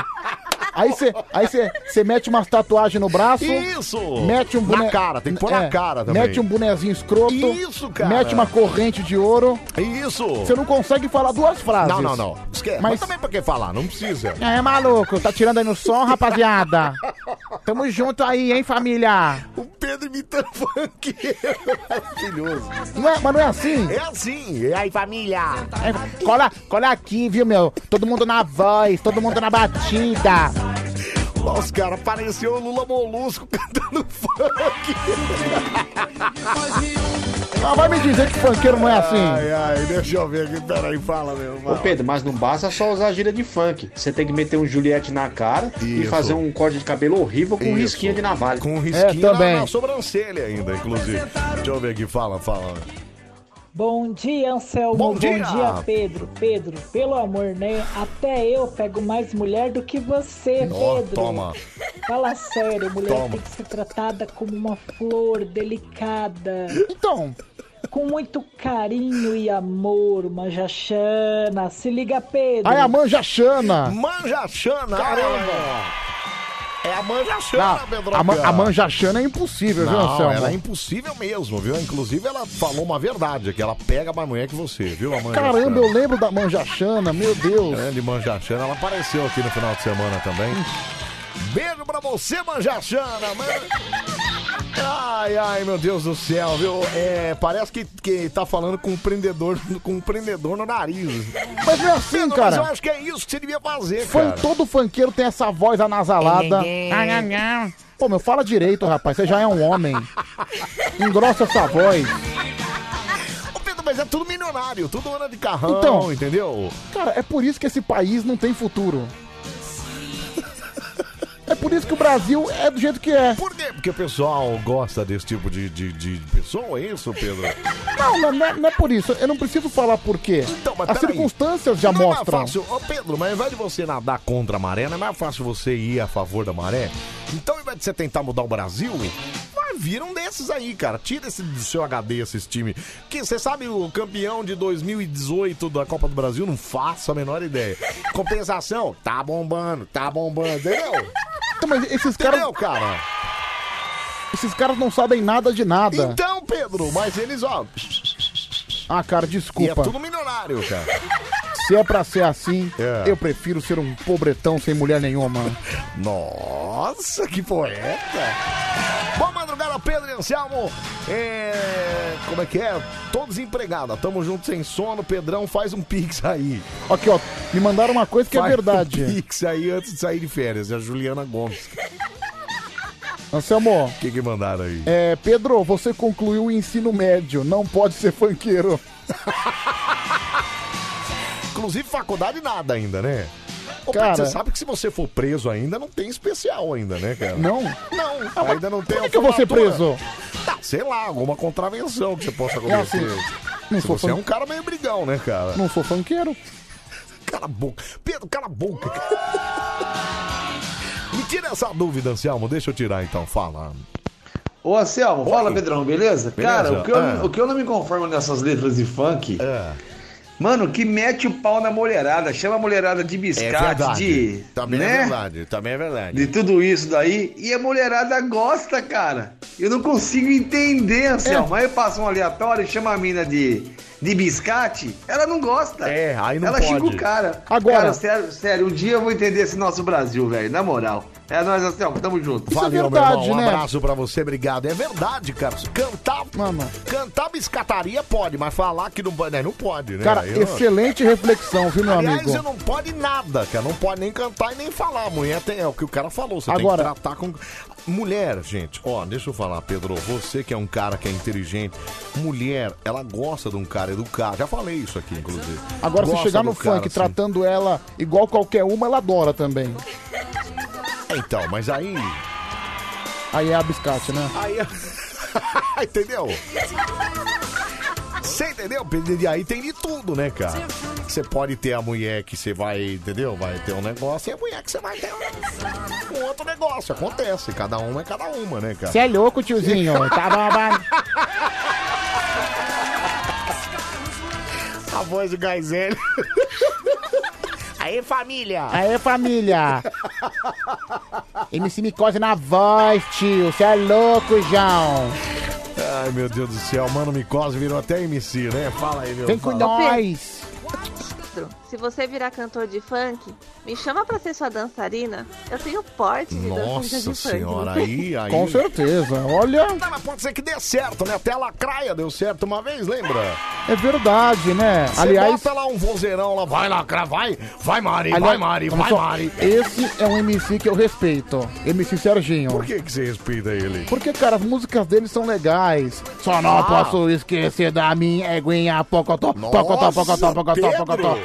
S2: Aí você aí cê, cê mete umas tatuagens no braço.
S1: Isso!
S2: Mete um
S1: Na
S2: boné...
S1: cara, tem que pôr na cara também.
S2: Mete um bonezinho escroto.
S1: Isso, cara.
S2: Mete uma corrente de ouro.
S1: Isso!
S2: Você não consegue falar duas frases.
S1: Não, não, não. Esquece. Mas...
S2: Tá, Mas-
S1: também pra que falar? Não precisa.
S2: É, maluco, tá tirando aí no som, rapaziada. Tamo junto aí, hein, família?
S1: [LAUGHS] O Pedro imitando funk. Maravilhoso.
S2: Não é, mas não é assim?
S1: É assim. E aí, família?
S2: É, cola, cola aqui, viu, meu? Todo mundo na voz, todo mundo na batida.
S1: Ó, Os caras pareceu o Lula Molusco [LAUGHS] cantando funk.
S2: Mas vai me dizer que funkeiro não é assim.
S1: Ai, ai, deixa eu ver aqui. Peraí, fala, meu.
S4: Ô
S1: fala.
S4: Pedro, mas não basta só usar gíria de funk. Você tem que meter um Juliette na cara e
S1: Isso.
S4: fazer um corte de cabelo horrível com um
S1: Isso.
S4: risquinho de navalha.
S1: Com um risquinho
S2: É, também.
S1: na, na sobrancelha ainda, inclusive. Deixa eu ver aqui. Fala, fala.
S14: Bom dia, Anselmo.
S1: Bom dia.
S14: Pedro. Pedro, pelo amor, né? Até eu pego mais mulher do que você,
S1: Ó,
S14: Pedro.
S1: toma.
S14: Fala sério, mulher
S1: Toma.
S14: tem que ser tratada como uma flor delicada.
S2: Então,
S14: Com muito carinho e amor, manjachana. Se liga, Pedro.
S2: aí a manja chana.
S1: Manja Xana.
S2: Caramba.
S1: É a Manja
S2: Não,
S1: Xana, Pedro.
S2: a, man, a manja chana é impossível, viu,
S1: Não,
S2: Anselmo?
S1: ela é impossível mesmo, viu? Inclusive, ela falou uma verdade, que ela pega mais mulher que você, viu, Amanda?
S2: Caramba, eu lembro da manja chana, meu Deus.
S1: Grande Manjachana, ela apareceu aqui no final de semana também. Beijo pra você, Manjachana, mano. Ai, ai, meu Deus do céu, viu? É, parece que, que tá falando com um prendedor, com um prendedor no nariz.
S2: Mas não é assim,
S1: Não, Mas eu
S2: cara.
S1: acho que é isso que você devia fazer,
S2: Fun-
S1: cara.
S2: todo funkeiro tem essa voz anasalada. Pô, meu, fala direito, rapaz. Você já é um homem. Engrossa essa voz.
S1: Ô, Pedro, mas mas é tudo milionário, tudo anda de carrão,
S2: Então.
S1: entendeu?
S2: Cara, é por isso que esse país não tem futuro. É por isso que o Brasil é do jeito que é.
S1: Por quê? Porque o pessoal gosta desse tipo de, de, de pessoa, é isso, Pedro?
S2: Não, não, não é, não é por isso. Eu não preciso falar por quê.
S1: Então, mas
S2: As
S1: peraí.
S2: circunstâncias já
S1: não
S2: mostram.
S1: É mais fácil. Ô, Pedro, mas ao invés de você nadar contra a maré, não é mais fácil você ir a favor da maré? Então, ao invés de você tentar mudar o Brasil, vai vir um desses aí, cara. Tira esse do seu HD, esses times. Que você sabe o campeão de 2018 da Copa do Brasil? Não faço a menor ideia. Compensação? Tá bombando, tá bombando, entendeu?
S2: Então, mas esses caras.
S1: Entendeu, cara?
S2: Esses caras não sabem nada de nada.
S1: Então, Pedro, mas eles, ó...
S2: Ah, cara,
S1: E é
S2: desculpa.
S1: tudo milionário, cara.
S2: Se é pra ser assim,
S1: É.
S2: eu prefiro ser um pobretão sem mulher nenhuma.
S1: Nossa, que poeta! Boa madrugada, Pedro e Anselmo. É... Como é que é? Tô desempregada, tamo junto sem sono. Pedrão, faz um pix aí.
S2: Aqui, ó, me mandaram uma coisa que é
S1: Faz
S2: verdade.
S1: Um pix aí antes de sair de férias. É a Juliana Gomes.
S2: Anselmo,
S1: O que que mandaram aí?
S2: é, Pedro, você concluiu o ensino médio, não pode ser funkeiro.
S1: Inclusive, faculdade nada ainda, né? Ô, Pedro,
S2: Cara-
S1: você sabe que se você for preso ainda, não tem especial ainda, né, cara?
S2: Não?
S1: Não. ainda não tem
S2: Ah, por que que eu vou ser
S1: formatura.
S2: preso?
S1: Tá, sei lá, alguma contravenção que você possa
S2: É assim,
S1: cometer.
S2: não
S1: Se
S2: sou
S1: você é
S2: fã-
S1: um cara meio brigão, né, cara?
S2: Não sou funkeiro.
S1: Cala a boca. Pedro, cala a boca. Me tira essa dúvida, Anselmo. Deixa eu tirar então. Fala.
S5: Ô Anselmo, fala Pedrão, beleza?
S1: Beleza,
S5: Cara, o que, eu,
S1: é.
S5: o que eu não me conformo nessas letras de funk, mano, que mete o pau na mulherada, chama a mulherada de biscate, de.
S1: É Também
S5: né?
S1: é verdade. Também é verdade.
S5: De tudo isso daí, e a mulherada gosta, cara. Eu não consigo entender,
S22: É.
S5: Anselmo. Aí passa um aleatório e chama a mina de, de biscate, ela não gosta. É, aí
S1: não
S5: Ela
S1: pode.
S5: xinga o cara.
S1: Agora-
S5: Cara, sério, sério, um dia eu vou entender esse nosso Brasil, velho, na moral. É nóis, Anselmo, tamo
S2: é
S5: junto.
S1: Valeu, meu
S2: né?
S1: irmão. Um abraço pra você, obrigado. É verdade, cara. Cantar, cantar biscataria pode, mas falar que não pode, né? não pode, né?
S2: Cara,
S1: Eu-
S2: excelente reflexão, viu, meu
S1: Aliás,
S2: amigo?
S1: você não pode nada, cara. Não pode nem cantar e nem falar. A mulher tem, é o que o cara falou. Você
S2: Agora-
S1: tem que tratar com. Mulher, gente, ó, deixa eu falar, Pedro. Você que é um cara que é inteligente, mulher, ela gosta de um cara educado. Já falei isso aqui, inclusive.
S2: Agora, se
S1: Gosta
S2: chegar
S1: do
S2: no
S1: cara,
S2: funk
S1: assim.
S2: tratando ela igual qualquer uma, ela adora também.
S1: É, Então, mas aí.
S2: Aí é a biscate, né?
S1: Aí. é- [LAUGHS] entendeu? Você entendeu? Pedro? E aí tem de tudo, né, cara? Você pode ter a mulher que você vai, entendeu? Vai ter um negócio e a mulher que você vai ter um, um outro negócio. Acontece, cada uma é cada uma, né, cara?
S2: Você é
S1: [LAUGHS]
S2: louco, tiozinho. Tá babado.
S1: A voz do Gaizelli. Aí, família!
S2: Aê, família. [LAUGHS] MC Micose na voz, tio. Você é louco, João.
S1: Ai, meu Deus do céu, mano, Micose virou até MC, né? Fala aí, meu
S2: Vem com
S1: fala.
S2: nós.
S23: Pedro, se você virar cantor de funk, me chama pra ser sua dançarina. Eu tenho porte de dançarina de
S1: Nossa
S23: funk.
S1: senhora, aí, aí.
S2: Com certeza. Olha,
S1: Não, mas Ah, pode ser que dê certo, né? Até a lacraia deu certo uma vez, lembra?
S2: é verdade, né?
S1: Você
S2: Aliás,
S1: bota lá um vozeirão lá, vai lacrar, vai, vai Mari, vai
S2: aliás,
S1: Mari,
S2: olha
S1: vai
S2: só,
S1: Mari.
S2: Esse é um MC que eu respeito. MC Serginho.
S1: Por que, que você respeita ele?
S2: Porque, cara, as músicas dele são legais. Só não
S1: Ah.
S2: posso esquecer da minha eguinha pocotó, pocotó, pocotó, pocotó,
S1: Pedro!
S2: pocotó.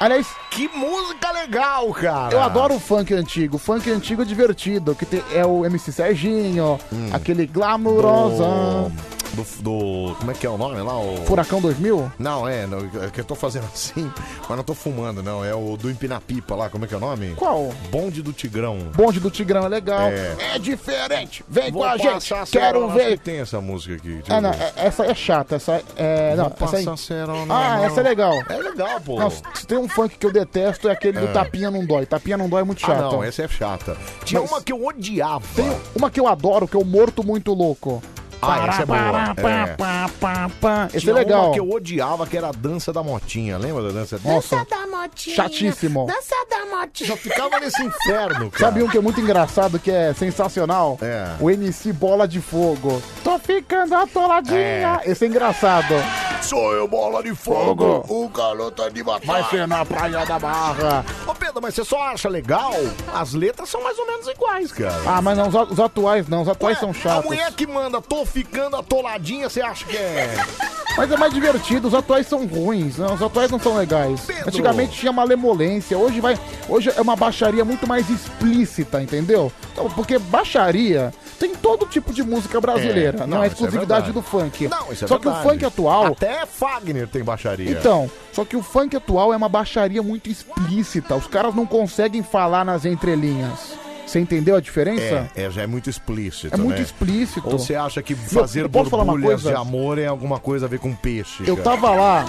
S2: Aliás,
S1: que música legal, cara!
S2: Eu adoro o funk antigo. O funk antigo é divertido, que tem- é o MC Serginho,
S1: Hum.
S2: aquele glamourosão.
S1: Do, do- Como é que é o nome lá? O...
S2: Furacão 2000?
S1: Não, é, não, é que eu tô fazendo [LAUGHS] assim, mas não tô fumando, não. É o do Empinapipa lá, como é que é o nome?
S2: Qual?
S1: Bonde do Tigrão.
S2: Bonde do Tigrão é legal.
S1: É.
S2: É diferente. Vem
S1: Vou
S2: com a gente.
S1: passar
S2: Quero
S1: cerol- acho
S2: ver.
S1: que tem essa música aqui. deixa
S2: Ah,
S1: eu
S2: não,
S1: ver.
S2: é- essa é chata. Essa é. Não,
S1: Vou
S2: essa aí.
S1: passar cerol na
S2: Ah,
S1: mão.
S2: essa é legal.
S1: É legal, pô.
S2: Não, se tem um funk que eu detesto é aquele
S1: É.
S2: do Tapinha Não Dói. Tapinha Não Dói é muito chato.
S1: Ah, não, essa é chata. Tinha
S2: Mas-
S1: uma que eu odiava.
S2: Tem uma que eu adoro, que é o Morto Muito Louco.
S1: Ah, essa é boa,
S2: Pará, pará,
S1: é.
S2: pá, pá, pá. Esse
S1: Tinha
S2: é legal.
S1: uma que eu odiava, que era a dança da motinha. Lembra da dança?
S2: Nossa.
S1: Dança
S2: da motinha. Chatíssimo.
S1: Dança da motinha. Só ficava nesse inferno, cara.
S2: Sabe um que é muito engraçado, que é sensacional?
S1: É.
S2: O MC Bola de Fogo. Tô ficando atoladinha. Esse é engraçado.
S1: Sou eu, é bola de fogo, o garoto é de matar.
S2: Vai ser na Praia da Barra.
S1: Ô, Pedro, mas você só acha legal? As letras são mais ou menos iguais, cara.
S2: Ah, mas não, os, os atuais não. Os atuais são
S1: A
S2: chatos.
S1: mulher que manda, tô ficando atoladinha, você acha que é...
S2: [LAUGHS] Mas é mais divertido, os atuais são ruins, né? os atuais não são legais. Antigamente tinha malemolência, hoje vai. Hoje é uma baixaria muito mais explícita, entendeu? Então, porque baixaria tem todo tipo de música brasileira,
S1: É,
S2: não,
S1: não,
S2: é
S1: isso é
S2: exclusividade
S1: verdade.
S2: do funk.
S1: Não, isso é
S2: Só que o
S1: verdade.
S2: funk atual.
S1: Até Fagner tem baixaria.
S2: Então, só que o funk atual é uma baixaria muito explícita. Os caras não conseguem falar nas entrelinhas. Você entendeu a diferença?
S1: É, é, já é muito explícito.
S2: É muito
S1: né?
S2: explícito.
S1: Ou você acha que
S2: Meu,
S1: fazer
S2: eu posso falar uma
S1: borbulhas
S2: coisa?
S1: de amor é alguma coisa a ver com peixe?
S2: Eu
S1: cara?
S2: tava lá,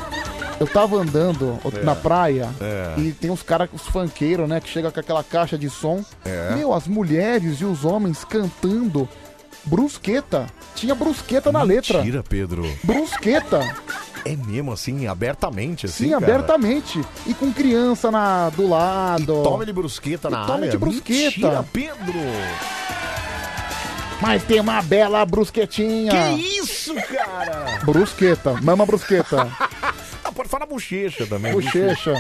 S2: eu tava andando
S1: É.
S2: na praia
S1: É.
S2: e tem uns caras, os funkeiros, né, que chega com aquela caixa de som.
S1: É.
S2: Meu, as mulheres e os homens cantando brusqueta. Tinha brusqueta na letra.
S1: Tira, Pedro.
S2: Brusqueta.
S1: É mesmo assim, abertamente, assim?
S2: Sim,
S1: cara?
S2: abertamente. E com criança na, do lado.
S1: Toma de brusqueta na
S2: E toma
S1: área.
S2: de brusqueta.
S1: Mentira, Pedro.
S2: Mas tem uma bela brusquetinha.
S1: Que isso, cara?
S2: Brusqueta, mama brusqueta.
S1: Ah, pode falar bochecha também.
S2: Bochecha.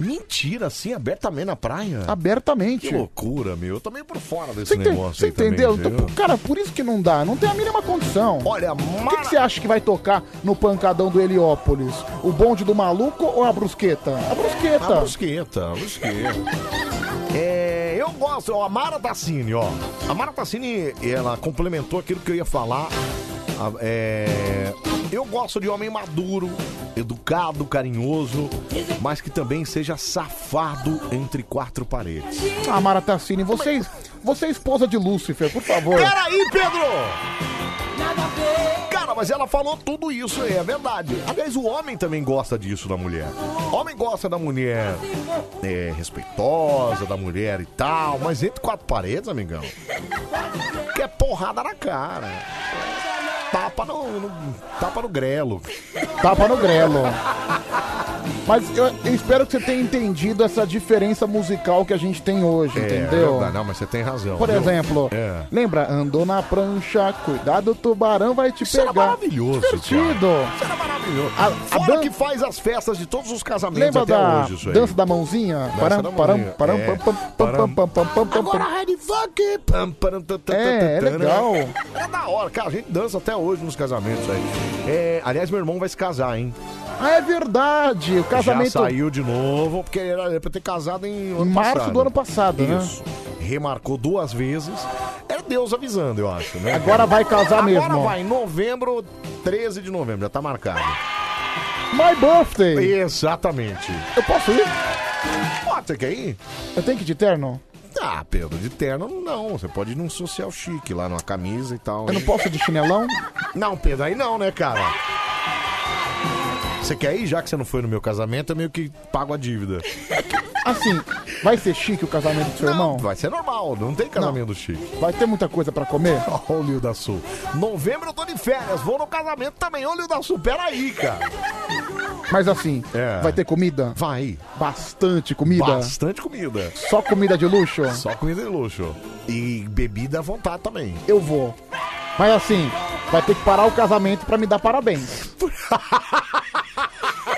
S1: Mentira, assim, abertamente na praia?
S2: Abertamente.
S1: Que loucura, meu. Eu também por fora desse
S2: Você ente-
S1: negócio
S2: você
S1: aí também,
S2: entendeu?
S1: viu?
S2: Então, cara, por isso que não dá, não tem a mínima condição.
S1: Olha,
S2: O que, que você acha que vai tocar no pancadão do Heliópolis? O bonde do maluco ou a brusqueta? A brusqueta.
S1: A Ah, brusqueta, a brusqueta. É, eu gosto, ó, a Mara Tassini, ó. A Mara Tassini, ela complementou aquilo que eu ia falar. A- é, eu gosto de homem maduro, educado, carinhoso, mas que também seja safado entre quatro paredes.
S2: Ah, Mara Tassini, você, você é esposa de Lúcifer, por favor.
S1: Peraí, Pedro! Cara, mas ela falou tudo isso aí, é verdade. Aliás, o homem também gosta disso da mulher. Homem gosta da mulher é, respeitosa, da mulher e tal, mas entre quatro paredes, amigão, quer é porrada na cara. Tapa no, no- tapa no grelo.
S2: Tapa no grelo. Mas eu, eu espero que você tenha entendido essa diferença musical que a gente tem hoje,
S1: É,
S2: entendeu?
S1: verdade. Não, mas você tem razão.
S2: Por
S1: viu?
S2: exemplo,
S1: É.
S2: lembra? Andou na prancha, cuidado, o tubarão vai te
S1: Isso era
S2: pegar.
S1: maravilhoso,
S2: Divertido.
S1: Maravilhoso.
S2: A- a
S1: Fora
S2: dan-
S1: que faz as festas de todos os casamentos
S2: Lembra
S1: até
S2: da
S1: hoje, isso aí.
S2: dança da mãozinha?
S1: Dança
S2: Param,
S1: da
S2: param,
S1: mãozinha,
S2: param,
S1: é.
S2: pam, pam, pam, pam, pam, pam, pam, pam, pam.
S1: Red Funk! Pam, param, tã, tã,
S2: É,
S1: tã,
S2: é
S1: tã,
S2: legal.
S1: né? É da hora, cara. A gente dança até hoje nos casamentos aí. É, aliás, meu irmão vai se casar, hein?
S2: Ah, é verdade. O casamento.
S1: Já saiu de novo, porque era era pra ter casado em
S2: Em março do ano passado, né?
S1: Isso. Remarcou duas vezes. Era Deus avisando, eu acho, né?
S2: Agora vai casar mesmo.
S1: Agora vai, em novembro, 13 de novembro, já tá marcado.
S2: My birthday!
S1: Exatamente.
S2: Eu posso ir?
S1: Pode, você quer ir?
S2: Eu tenho que ir de terno?
S1: Ah, Pedro, de terno não. Você pode ir num social chique, lá numa camisa e tal.
S2: Eu não posso ir de chinelão?
S1: Não, Pedro, aí não, né, cara? Você quer ir? Já que você não foi no meu casamento, eu meio que pago a dívida.
S2: Assim, vai ser chique o casamento do seu irmão?
S1: Vai ser normal, não tem casamento chique.
S2: Vai ter muita coisa pra comer?
S1: [LAUGHS] Ó, o Lio da Sul. Novembro eu tô de férias, vou no casamento também. Ô, Lio da Sul, peraí, cara.
S2: Mas assim,
S1: É.
S2: vai ter comida?
S1: Vai.
S2: Bastante comida?
S1: Bastante comida.
S2: Só comida de luxo?
S1: Só comida de luxo. E bebida à vontade também.
S2: Eu vou. Mas assim, vai ter que parar o casamento pra me dar parabéns.
S1: [LAUGHS]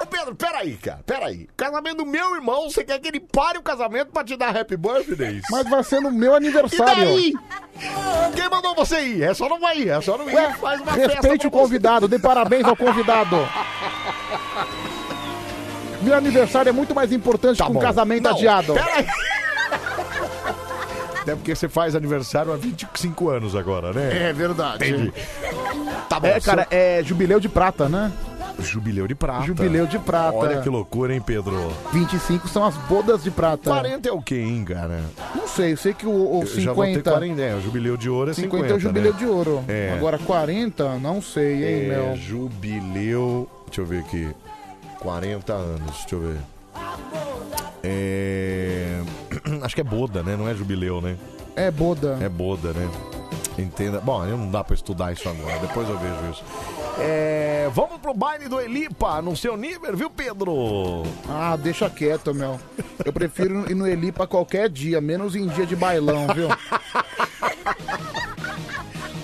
S1: Ô, Pedro, peraí, cara, peraí. Casamento do meu irmão, você quer que ele pare o casamento pra te dar happy birthday?
S2: Mas vai ser no meu
S1: E
S2: aniversário.
S1: daí? Quem mandou você ir? É só não vai ir, é só não ir.
S2: Ué,
S1: faz uma
S2: respeite
S1: festa.
S2: o convidado, dê parabéns ao convidado. Meu aniversário é muito mais importante que um
S1: Tá bom.
S2: casamento
S1: Não,
S2: adiado.
S1: peraí. Até porque você faz aniversário há 25 anos agora, né?
S2: É verdade.
S1: Entendi. Tá bom,
S2: É, cara, é jubileu de prata, né?
S1: Jubileu de prata.
S2: Jubileu de prata.
S1: Olha que loucura, hein, Pedro?
S2: 25 são as bodas de prata.
S1: 40 é o quê, hein, cara?
S2: Não sei, eu sei que o, o
S1: Eu já vou ter
S2: 50.
S1: 40, é, o jubileu de ouro é 50,
S2: 50 é o jubileu
S1: né?
S2: de ouro.
S1: É.
S2: Agora 40, não sei, hein,
S1: É,
S2: meu.
S1: jubileu. Deixa eu ver aqui. 40 anos, deixa eu ver. É. [CLEARS THROAT] Acho que é boda, né? Não é jubileu, né?
S2: É boda.
S1: É boda, né? Entenda. Bom, eu não dá pra estudar isso agora, depois eu vejo isso. É. Vamos pro baile do Elipa, no seu nível, viu, Pedro?
S2: Ah, deixa quieto, meu. Eu prefiro ir no Elipa qualquer dia, menos em dia de bailão, viu?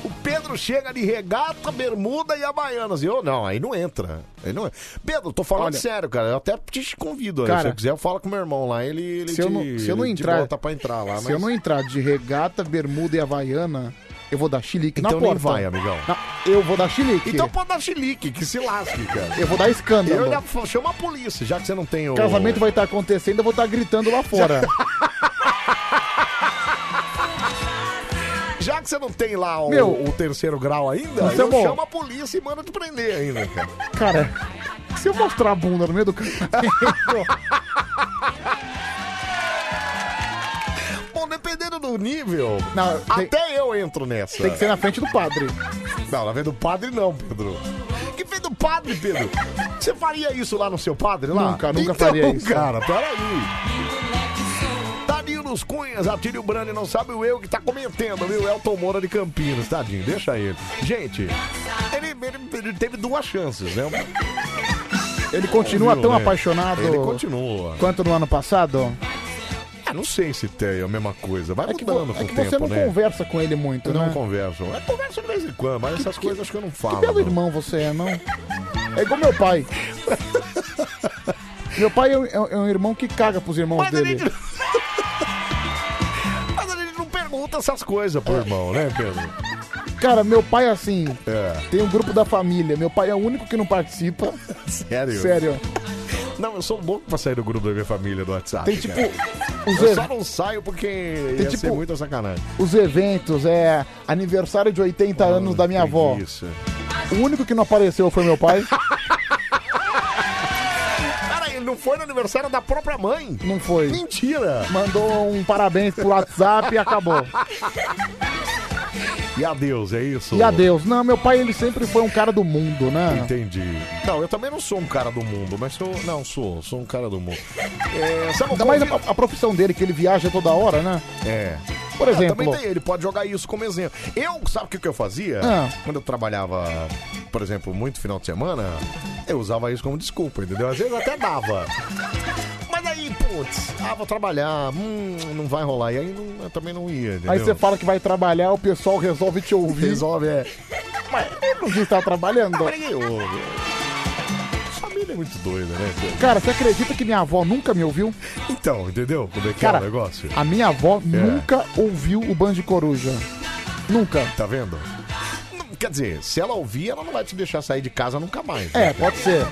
S1: O Pedro chega de regata, bermuda e havaianas. Eu não, aí não entra. Aí não... é. Pedro, tô falando
S2: Olha-
S1: sério, cara. Eu até te convido. né?
S2: Cara-
S1: se eu quiser, eu falo com meu irmão lá. Ele, ele
S2: se eu
S1: te-
S2: não, se eu não
S1: ele te
S2: entrar,
S1: bota pra entrar lá.
S2: se
S1: mas-
S2: eu não entrar de regata, bermuda e havaiana, eu vou dar chilique na
S1: Então nem
S2: porta.
S1: vai, amigão.
S2: Na- Eu vou dar chilique.
S1: Então pode dar chilique, que se lasque, cara.
S2: Eu vou dar escândalo.
S1: Eu ainda chamo a polícia, já que você não tem o.
S2: O casamento vai estar acontecendo, eu vou estar gritando
S1: [LAUGHS]
S2: lá fora.
S1: Já que você não tem lá o,
S2: Meu, é
S1: o terceiro grau ainda,
S2: Mas,
S1: eu
S2: amor-
S1: chamo a polícia e mando te prender ainda, cara.
S2: Cara, se eu mostrar a bunda no meio do casamento...
S1: Bom, dependendo do nível,
S2: Não, tem-
S1: até eu entro nessa.
S2: Tem que ser na frente do padre.
S1: Não, na frente do padre não, Pedro. Que frente do padre, Pedro? Você faria isso lá no seu padre? Lá?
S2: Nunca, nunca
S1: Então,
S2: faria isso.
S1: cara, peraí. Tadinho nos Cunhas, Atílio Brani, não sabe o eu que tá comentando, viu? Elton Moura de Campinas, tadinho, deixa ele. Gente, ele, ele- ele teve duas chances, né?
S2: Ele continua
S1: Viu,
S2: tão
S1: né?
S2: apaixonado...
S1: Ele continua.
S2: Quanto no ano passado?
S1: Ah, não sei se tem a mesma coisa, vai
S2: É que, vo-
S1: mudando com
S2: é
S1: o
S2: que
S1: tempo,
S2: você não
S1: né?
S2: conversa com ele muito,
S1: Eu não
S2: né?
S1: converso. Eu converso de vez em quando, mas essas coisas acho que eu não falo.
S2: Que belo
S1: não.
S2: irmão você é, não? É igual meu pai. meu pai é um, é um- é um irmão que caga pros irmãos dele.
S1: [LAUGHS] Mas a gente não pergunta essas coisas pro irmão, né, Pedro?
S2: Cara, meu pai é assim.
S1: É.
S2: Tem um grupo da família. Meu pai é o único que não participa.
S1: Sério?
S2: Sério.
S1: Não, eu sou louco pra sair do grupo da minha família do WhatsApp.
S2: Tem, tipo,
S1: Ah, cara.
S2: os
S1: Eu
S2: er-
S1: só não saio porque ia
S2: Tem,
S1: ser
S2: tipo,
S1: muita sacanagem.
S2: Os eventos, é aniversário de 80 anos da minha avó.
S1: Ah, Isso.
S2: O único que não apareceu foi
S1: [LAUGHS]
S2: meu pai.
S1: Cara, ele não foi no aniversário da própria mãe.
S2: Não foi.
S1: Mentira!
S2: Mandou um parabéns pro WhatsApp e acabou.
S1: E adeus, é isso?
S2: E adeus. Não, meu pai ele sempre foi um cara do mundo, né?
S1: Entendi. Não, eu também não sou um cara do mundo, mas sou. Não, sou, sou um cara do mundo. É, sabe
S2: Ainda mais a, a profissão dele, que ele viaja toda hora, né?
S1: É.
S2: Por
S1: Ah,
S2: exemplo-
S1: também tem, ele pode jogar isso como exemplo. Eu, sabe o que, que eu fazia?
S2: Ah.
S1: Quando eu trabalhava, por exemplo, muito final de semana, eu usava isso como desculpa, entendeu? Às vezes até
S2: [LAUGHS]
S1: dava. Mas aí, putz, ah, vou trabalhar, hum, não vai rolar. E aí não- eu também não ia, entendeu?
S2: Aí você fala que vai trabalhar, o pessoal resolve te ouvir.
S1: Resolve, é.
S2: Mas ele não está trabalhando.
S1: Mas ninguém ouve. Família é muito doida, né? pô?
S2: Cara, você acredita que minha avó nunca me ouviu?
S1: Então, entendeu como é que é
S2: Cara,
S1: o negócio?
S2: a minha avó
S1: É.
S2: nunca ouviu o Band Coruja. Nunca.
S1: Tá vendo? Não, Quer dizer, se ela ouvir, ela não vai te deixar sair de casa nunca mais. né,
S2: É,
S1: cara?
S2: pode ser.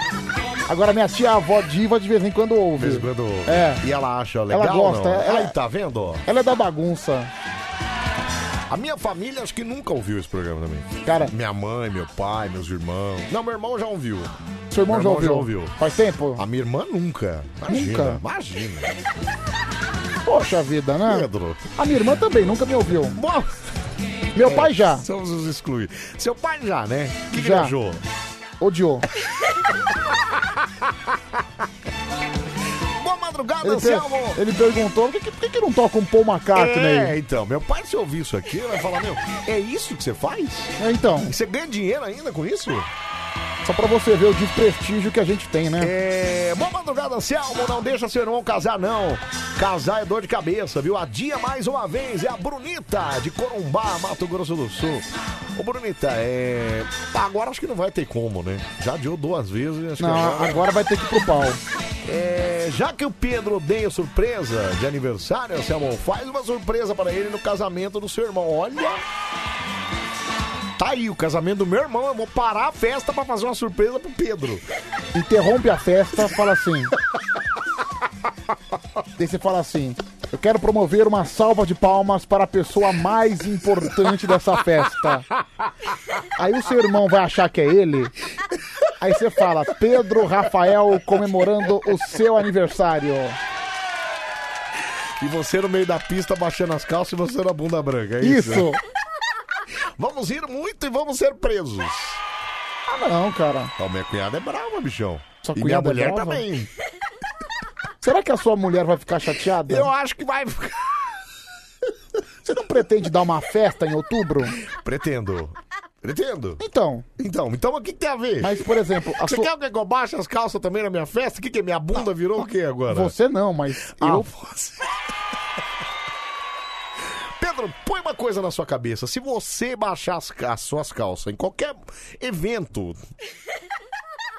S2: Agora, minha tia, a avó diva, de vez em quando
S1: De
S2: ouve.
S1: vez em quando.
S2: É.
S1: E ela acha legal.
S2: Ela gosta, é.
S1: não?
S2: ela-
S1: Aí, tá vendo?
S2: Ela é da bagunça.
S1: A minha família acho que nunca ouviu esse programa também.
S2: Cara-
S1: Minha mãe, meu pai, meus irmãos. Não, meu irmão já ouviu.
S2: Seu irmão,
S1: Meu
S2: já, ouviu. Faz tempo?
S1: A minha irmã nunca. Imagina,
S2: Nunca?
S1: imagina.
S2: Poxa vida, né?
S1: Pedro.
S2: A minha irmã também nunca me ouviu.
S1: Bom, É,
S2: Meu pai já.
S1: Somos os excluídos. Seu pai já, né? Que que
S2: Já.
S1: ele achou?
S2: Odiou.
S1: Boa madrugada,
S2: Ele, per-
S1: Anselmo.
S2: ele perguntou, por que, por que que não toca um Paul McCartney?
S1: É, então, meu pai se ouvir isso aqui, ele vai falar, meu, é isso que você faz?
S2: É, então,
S1: Você ganha dinheiro ainda com isso?
S2: só pra você ver o desprestígio que a gente tem, né?
S1: É, boa madrugada, Anselmo. Não deixa seu irmão casar, não. Casar é dor de cabeça, viu? A dia mais uma vez é a Brunita de Corumbá, Mato Grosso do Sul. Ô, Brunita, é. tá, Agora acho que não vai ter como, né? Já deu duas vezes. Acho
S2: Não,
S1: que
S2: agora vai ter que ir pro pau.
S1: É, já que o Pedro odeia surpresa de aniversário, Anselmo, faz uma surpresa para ele no casamento do seu irmão. Olha. Tá aí, o casamento do meu irmão. Eu vou parar a festa pra fazer uma surpresa pro Pedro.
S2: Interrompe a festa, fala assim. Daí você fala assim: Eu quero promover uma salva de palmas para a pessoa mais importante dessa festa. Aí o seu irmão vai achar que é ele. Aí você fala: Pedro Rafael comemorando o seu aniversário.
S1: E você no meio da pista baixando as calças e você na bunda branca, é isso?
S2: Isso!
S1: né? Vamos rir muito e vamos ser presos.
S2: Ah, não, cara.
S1: Então, minha cunhada é brava, bichão.
S2: Sua
S1: e minha
S2: cunhada é
S1: mulher
S2: brava?
S1: também.
S2: Será que a sua mulher vai ficar chateada?
S1: Eu acho que vai ficar.
S2: Você não pretende dar uma festa em outubro?
S1: Pretendo. Pretendo.
S2: Então.
S1: Então, então o que que tem a ver?
S2: Mas, por
S1: [LAUGHS]
S2: exemplo, a
S1: Você
S2: sua-
S1: quer que eu baixe as calças também na minha festa? O que, que é? Minha bunda virou o quê agora?
S2: Você não, mas
S1: Ah,
S2: eu.
S1: você. [LAUGHS] Pedro, põe uma coisa na sua cabeça. Se você baixar as, ca- as suas calças em qualquer evento,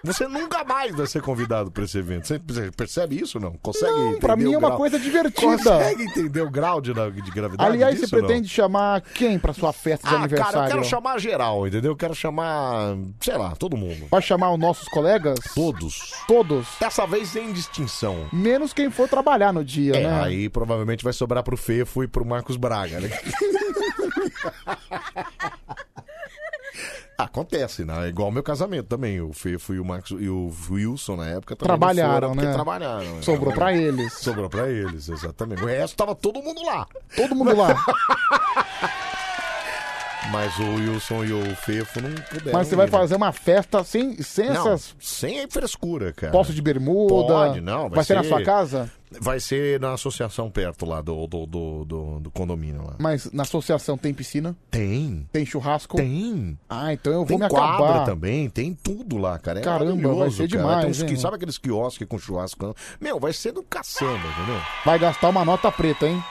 S1: Você nunca mais vai ser convidado para esse evento. Você você percebe isso não? Consegue
S2: Não,
S1: entender
S2: pra mim
S1: o
S2: é uma
S1: grau-
S2: coisa divertida.
S1: Consegue entender o grau de, na- de gravidade
S2: Aliás,
S1: disso,
S2: você
S1: não?
S2: pretende chamar quem pra sua festa de
S1: Ah,
S2: aniversário?
S1: cara, eu quero chamar geral, entendeu? Eu quero chamar, sei lá, todo mundo.
S2: Vai chamar os nossos colegas?
S1: Todos.
S2: Todos.
S1: Dessa vez sem distinção.
S2: Menos quem for trabalhar no dia,
S1: É,
S2: né?
S1: aí provavelmente vai sobrar pro Fefo e pro Marcos Braga,
S2: [LAUGHS]
S1: né? Acontece, né? É igual meu casamento também. O Fefo e o Marcos e o Wilson na época também não
S2: Trabalharam,
S1: foram, porque
S2: né?
S1: Trabalharam. né?
S2: Sobrou pra eles.
S1: Sobrou pra eles, exatamente. O resto tava todo mundo lá.
S2: Todo
S1: [LAUGHS]
S2: mundo lá.
S1: Mas o Wilson e o Fefo não puderam.
S2: Mas você vai
S1: ir, né?
S2: fazer uma festa sem, sem
S1: Não,
S2: essas
S1: sem frescura, cara.
S2: postos de bermuda?
S1: Pode, não.
S2: Vai, ser na sua casa?
S1: Vai ser na associação perto lá do, do, do, do- do condomínio lá.
S2: Mas na associação tem piscina?
S1: Tem.
S2: Tem churrasco?
S1: Tem.
S2: Ah, então eu vou
S1: Tem
S2: me
S1: quadra
S2: acabar.
S1: também, tem tudo lá, cara. É
S2: Caramba,
S1: maravilhoso,
S2: vai ser
S1: cara.
S2: demais,
S1: Tem uns
S2: hein,
S1: qui-
S2: mano?
S1: sabe aqueles quiosques com churrasco? né? Meu, vai ser do caçamba, entendeu?
S2: Vai gastar uma nota preta, hein?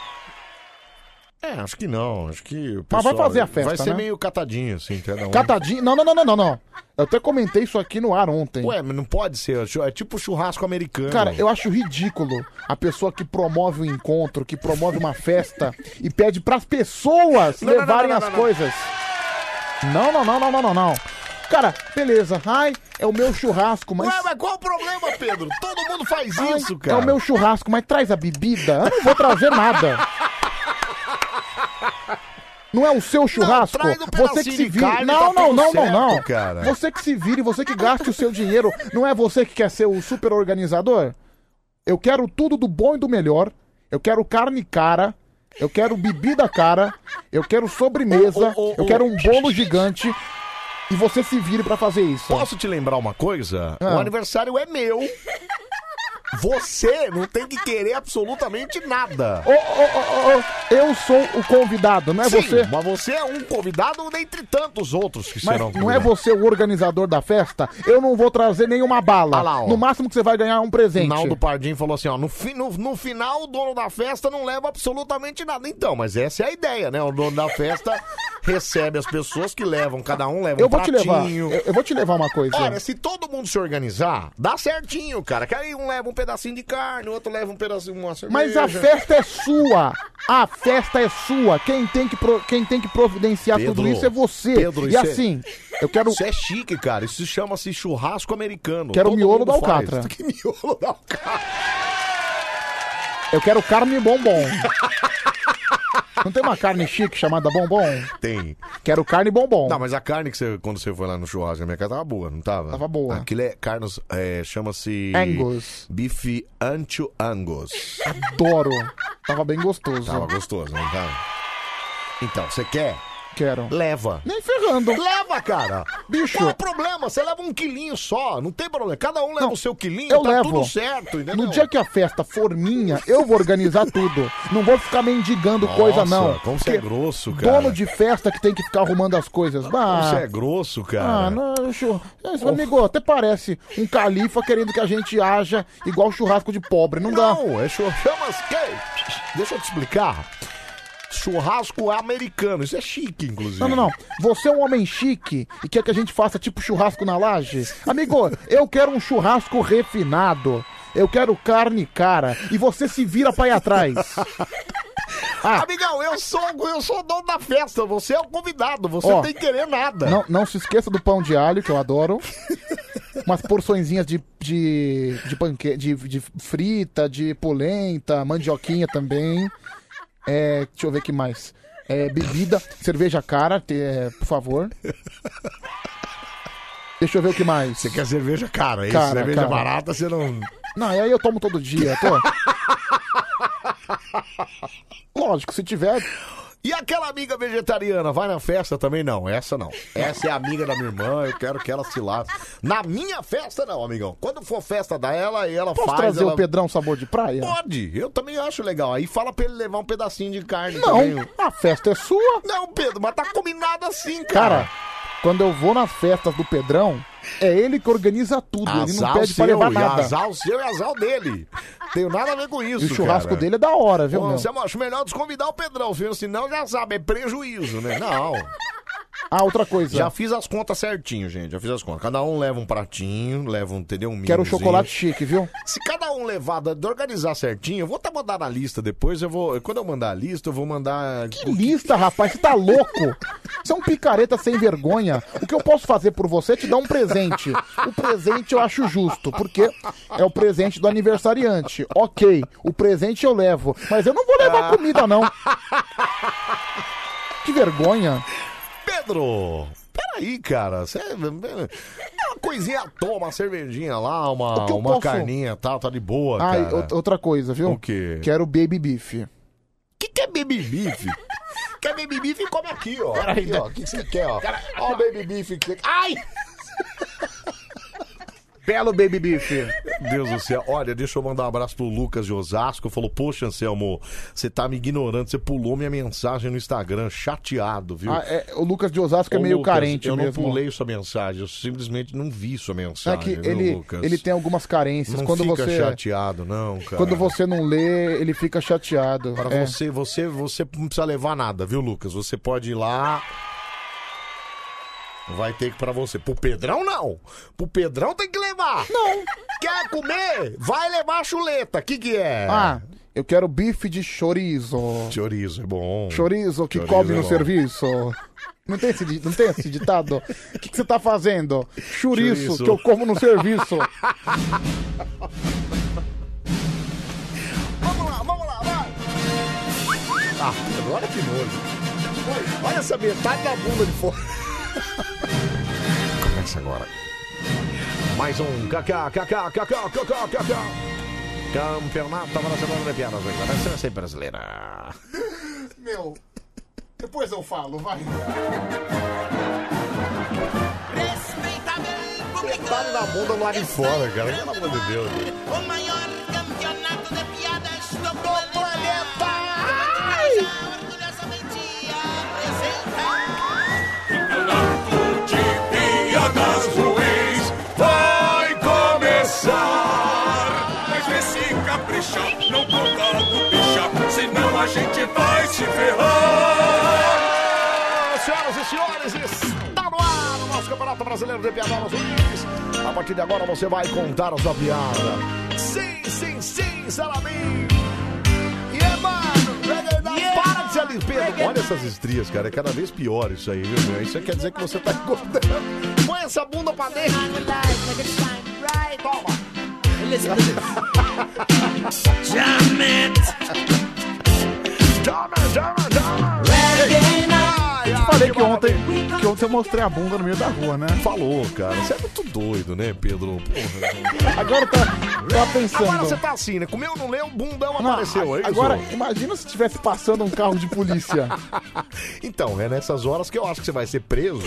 S1: É, acho que não. Acho que. o
S2: Mas vai
S1: pessoal-
S2: fazer a festa,
S1: Vai ser
S2: né?
S1: meio catadinho, assim, cada um.
S2: Catadinho. Não, não, não, não, não, não. Eu até comentei isso aqui no ar ontem.
S1: Ué, mas não pode ser. É tipo churrasco americano.
S2: Cara, eu acho ridículo a pessoa que promove um encontro, que promove uma festa e pede pras pessoas
S1: Não, não, não,
S2: levarem
S1: não,
S2: as
S1: não, não.
S2: coisas. Não, não, não, não, não, não, não. Cara, beleza. Ai, é o meu churrasco, mas.
S1: Ué, mas qual o problema, Pedro? Todo mundo faz
S2: Ai,
S1: isso, cara.
S2: É o meu churrasco, mas traz a bebida. Eu não vou trazer nada. Não é o seu churrasco?
S1: traz um
S2: você que
S1: pedacinho
S2: se
S1: de
S2: vire.
S1: carne,
S2: não,
S1: tá
S2: não,
S1: tudo
S2: não, não,
S1: certo,
S2: não.
S1: cara.
S2: Você que se vire, você que gaste o seu dinheiro. Não é você que quer ser o super organizador? Eu quero tudo do bom e do melhor. Eu quero carne cara. Eu quero bebida cara. Eu quero sobremesa. eu quero um bolo gigante. E você se vire pra fazer isso.
S1: Posso te lembrar uma coisa?
S2: Ah.
S1: O aniversário é meu. [LAUGHS] Você não tem que querer absolutamente nada.
S2: Ô, ô, ô, ô, ô, eu sou o convidado, não é
S1: Sim,
S2: você.
S1: Mas você é um convidado dentre tantos outros que
S2: Mas
S1: serão. né?
S2: não é
S1: convidados.
S2: você o organizador da festa? Eu não vou trazer nenhuma bala.
S1: Ah lá, ó.
S2: no máximo que você vai ganhar é um presente.
S1: Naldo Pardim falou assim, ó, no, fi- no- no final o dono da festa não leva absolutamente nada. Então, mas essa é a ideia, né? O dono da festa [LAUGHS] recebe as pessoas que levam, cada um leva
S2: eu
S1: um
S2: vou te levar.
S1: pratinho.
S2: Eu, eu vou te levar
S1: [LAUGHS]
S2: uma coisa.
S1: Olha, se todo mundo se organizar, dá certinho, cara. Que aí um leva um pedacinho de carne, o outro leva um pedacinho de uma cerveja.
S2: Mas a festa é sua. A festa é sua. Quem tem que, pro- quem tem que providenciar tudo isso é você.
S1: Pedro,
S2: e
S1: isso é-
S2: assim, eu quero.
S1: Isso é chique, cara. Isso chama-se churrasco americano.
S2: Quero o
S1: Todo
S2: miolo
S1: mundo
S2: da
S1: faz.
S2: Alcatra. [LAUGHS]
S1: Que miolo da Alcatra.
S2: Eu quero carne bombom. Não tem uma carne chique chamada bombom?
S1: Tem.
S2: Quero carne bombom.
S1: Não, mas a carne que você, quando você foi lá no churrasco na minha casa, tava boa, não tava?
S2: Tava boa.
S1: Aquilo é carne, é, chama-se...
S2: Angus.
S1: Bife ancho angus.
S2: Adoro. Tava bem gostoso.
S1: Tava gostoso, não tava? Então, você quer?
S2: Quero.
S1: Leva.
S2: Nem ferrando.
S1: Leva, cara.
S2: Bicho.
S1: Qual é o problema? Você leva um quilinho só, não tem problema. Cada um leva o seu quilinho,
S2: Eu
S1: tá
S2: levo.
S1: tudo certo, entendeu?
S2: No dia que a festa for minha, eu vou organizar tudo. Não vou ficar mendigando
S1: Nossa,
S2: coisa, não.
S1: como você é grosso, cara.
S2: Dono de festa que tem que ficar arrumando as coisas.
S1: Como
S2: Ah,
S1: Você é grosso, cara.
S2: ah não, chu- Esse amigo, até parece um califa querendo que a gente haja igual churrasco de pobre. Não, dá.
S1: Não, é chur- chamas que? Deixa eu te explicar. Churrasco americano, isso é chique, inclusive.
S2: Não, não, não. Você é um homem chique e quer que a gente faça tipo churrasco na laje? Amigo, eu quero um churrasco refinado. Eu quero carne cara. E você se vira pra ir atrás. Ah.
S1: Amigão, eu sou, eu sou o dono da festa, você é o convidado, você
S2: Ó,
S1: não tem que querer nada.
S2: Não, não se esqueça do pão de alho, que
S1: [LAUGHS]
S2: eu adoro. Umas porçõezinhas de, de, de, panque... de, de frita, de polenta, mandioquinha também. É, deixa eu ver o que mais. É, bebida, cerveja cara, te- é,
S1: [LAUGHS]
S2: por favor. Deixa eu ver o que mais. Você
S1: quer cerveja cara, é isso?
S2: Cara,
S1: cerveja
S2: cara.
S1: barata, você não.
S2: Não, aí eu tomo todo dia, tô. Lógico, se tiver.
S1: E aquela amiga vegetariana, vai na festa também? Não, essa não. Essa é a amiga da minha irmã, eu quero que ela se lasque. Na minha festa, não, amigão. Quando for festa da ela, aí ela
S2: Posso
S1: faz.
S2: trazer
S1: ela...
S2: o Pedrão sabor de praia?
S1: Pode, eu também acho legal. Aí fala pra ele levar um pedacinho de carne
S2: Não,
S1: também.
S2: a festa é sua.
S1: Não, Pedro, mas tá combinado assim, cara.
S2: Cara, quando eu vou nas festas do Pedrão, é ele que organiza tudo. ele não pede pra levar
S1: e
S2: nada.
S1: Azar o seu e azar o dele. Tenho nada a ver com isso.
S2: E o churrasco
S1: cara.
S2: dele é da hora, viu,
S1: Pô,
S2: meu?
S1: Você acho melhor desconvidar o Pedrão, viu? Senão já sabe, é prejuízo, né? Não.
S2: Ah, outra coisa.
S1: Já fiz as contas certinho, gente. Já fiz as contas. Cada um leva um pratinho, leva um, entendeu? Um
S2: Quero
S1: mimozinho.
S2: chocolate chique, viu?
S1: Se cada um levar, da- de organizar certinho, eu vou até mandar na lista depois. Eu vou, quando eu mandar a lista, eu vou mandar.
S2: Que lista, rapaz, você tá louco? Você é um picareta sem vergonha. O que eu posso fazer por você é te dar um presente. O presente eu acho justo, porque é o presente do aniversariante. Ok, o presente eu levo, mas eu não vou levar comida, não. Que vergonha.
S1: Pedro! Peraí, cara. Cê, uma coisinha toma, uma cervejinha lá, uma,
S2: O que eu
S1: uma
S2: posso-
S1: carninha tal, tá de boa,
S2: Ai,
S1: cara.
S2: out- outra coisa, viu?
S1: O quê?
S2: Quero baby beef.
S1: que, que é baby beef? Quer baby beef? Come aqui, ó.
S2: Peraí,
S1: Aqui, ó. O que que você quer, ó? Ó o baby beef. que você- Ai!
S2: Belo baby beef.
S1: Meu Deus do céu. Olha, deixa eu mandar um abraço pro Lucas de Osasco. Falou, poxa, Anselmo, você tá me ignorando. Você pulou minha mensagem no Instagram. Chateado, viu?
S2: Ah, é, o Lucas de Osasco
S1: Ô,
S2: é meio
S1: Lucas,
S2: carente
S1: eu
S2: mesmo.
S1: não pulei sua mensagem, eu simplesmente não vi sua
S2: É
S1: mensagem,
S2: que
S1: viu,
S2: ele,
S1: Lucas?
S2: ele tem algumas carências.
S1: não
S2: quando
S1: fica
S2: você
S1: chateado, não, cara.
S2: quando você não lê, ele fica chateado.
S1: Para
S2: É.
S1: você, você, você não precisa levar nada, viu, Lucas? Você pode ir lá. Vai ter que pra você. Pro Pedrão, não. Pro Pedrão tem que levar.
S2: Não.
S1: Quer comer? Vai levar a chuleta. O que que é?
S2: Ah, eu quero bife de chorizo.
S1: Chorizo é bom.
S2: Chorizo que
S1: Chorizo
S2: come
S1: é
S2: no
S1: bom.
S2: serviço. Não tem esse, di- não tem esse ditado? O que, que você tá fazendo? Chorizo,
S1: Chouriço.
S2: que eu como no serviço.
S1: Ah, agora que nojo. Olha essa metade da bunda de fora. Começa agora. Mais um KKKKKKKKKK. Campeonato Brasileiro de Piadas. Começa sem é brasileira.
S2: [LAUGHS] Meu, depois eu falo, vai.
S1: Metade da bunda lá de fora, cara. Pelo amor de Deus.
S3: O maior campeonato de piadas do, planeta. Orgulhosamente apresenta. Campeonato de piadas ruins vai começar. Mas vê se caprichar, não conta do bicha, senão a gente vai se ferrar.
S1: Senhoras e senhores, está no ar o nosso Campeonato Brasileiro de Piadas Ruins. A partir de agora você vai contar a sua piada. Sim, sim, sim, Salamim. Yeah, mano. Yeah. Para de ser limpeza. Olha essas estrias, cara. É cada vez pior isso aí, viu? meu? Isso aí quer dizer que você tá engordando. Põe essa bunda pra dentro. Toma. [LAUGHS]
S3: Jam it.
S1: Jam it, jam it, jam
S2: Eu te falei que ontem, que ontem eu mostrei a bunda no meio da rua, né?
S1: Falou, cara. Você é muito doido, né, Pedro? Porra.
S2: Agora tá, tá pensando.
S1: Agora você tá assim, né? Comeu, não leu, bundão
S2: Não,
S1: apareceu. É isso?
S2: Agora, imagina se tivesse passando um carro de
S1: [LAUGHS]
S2: polícia.
S1: Então, é nessas horas que eu acho que você vai ser preso. [LAUGHS]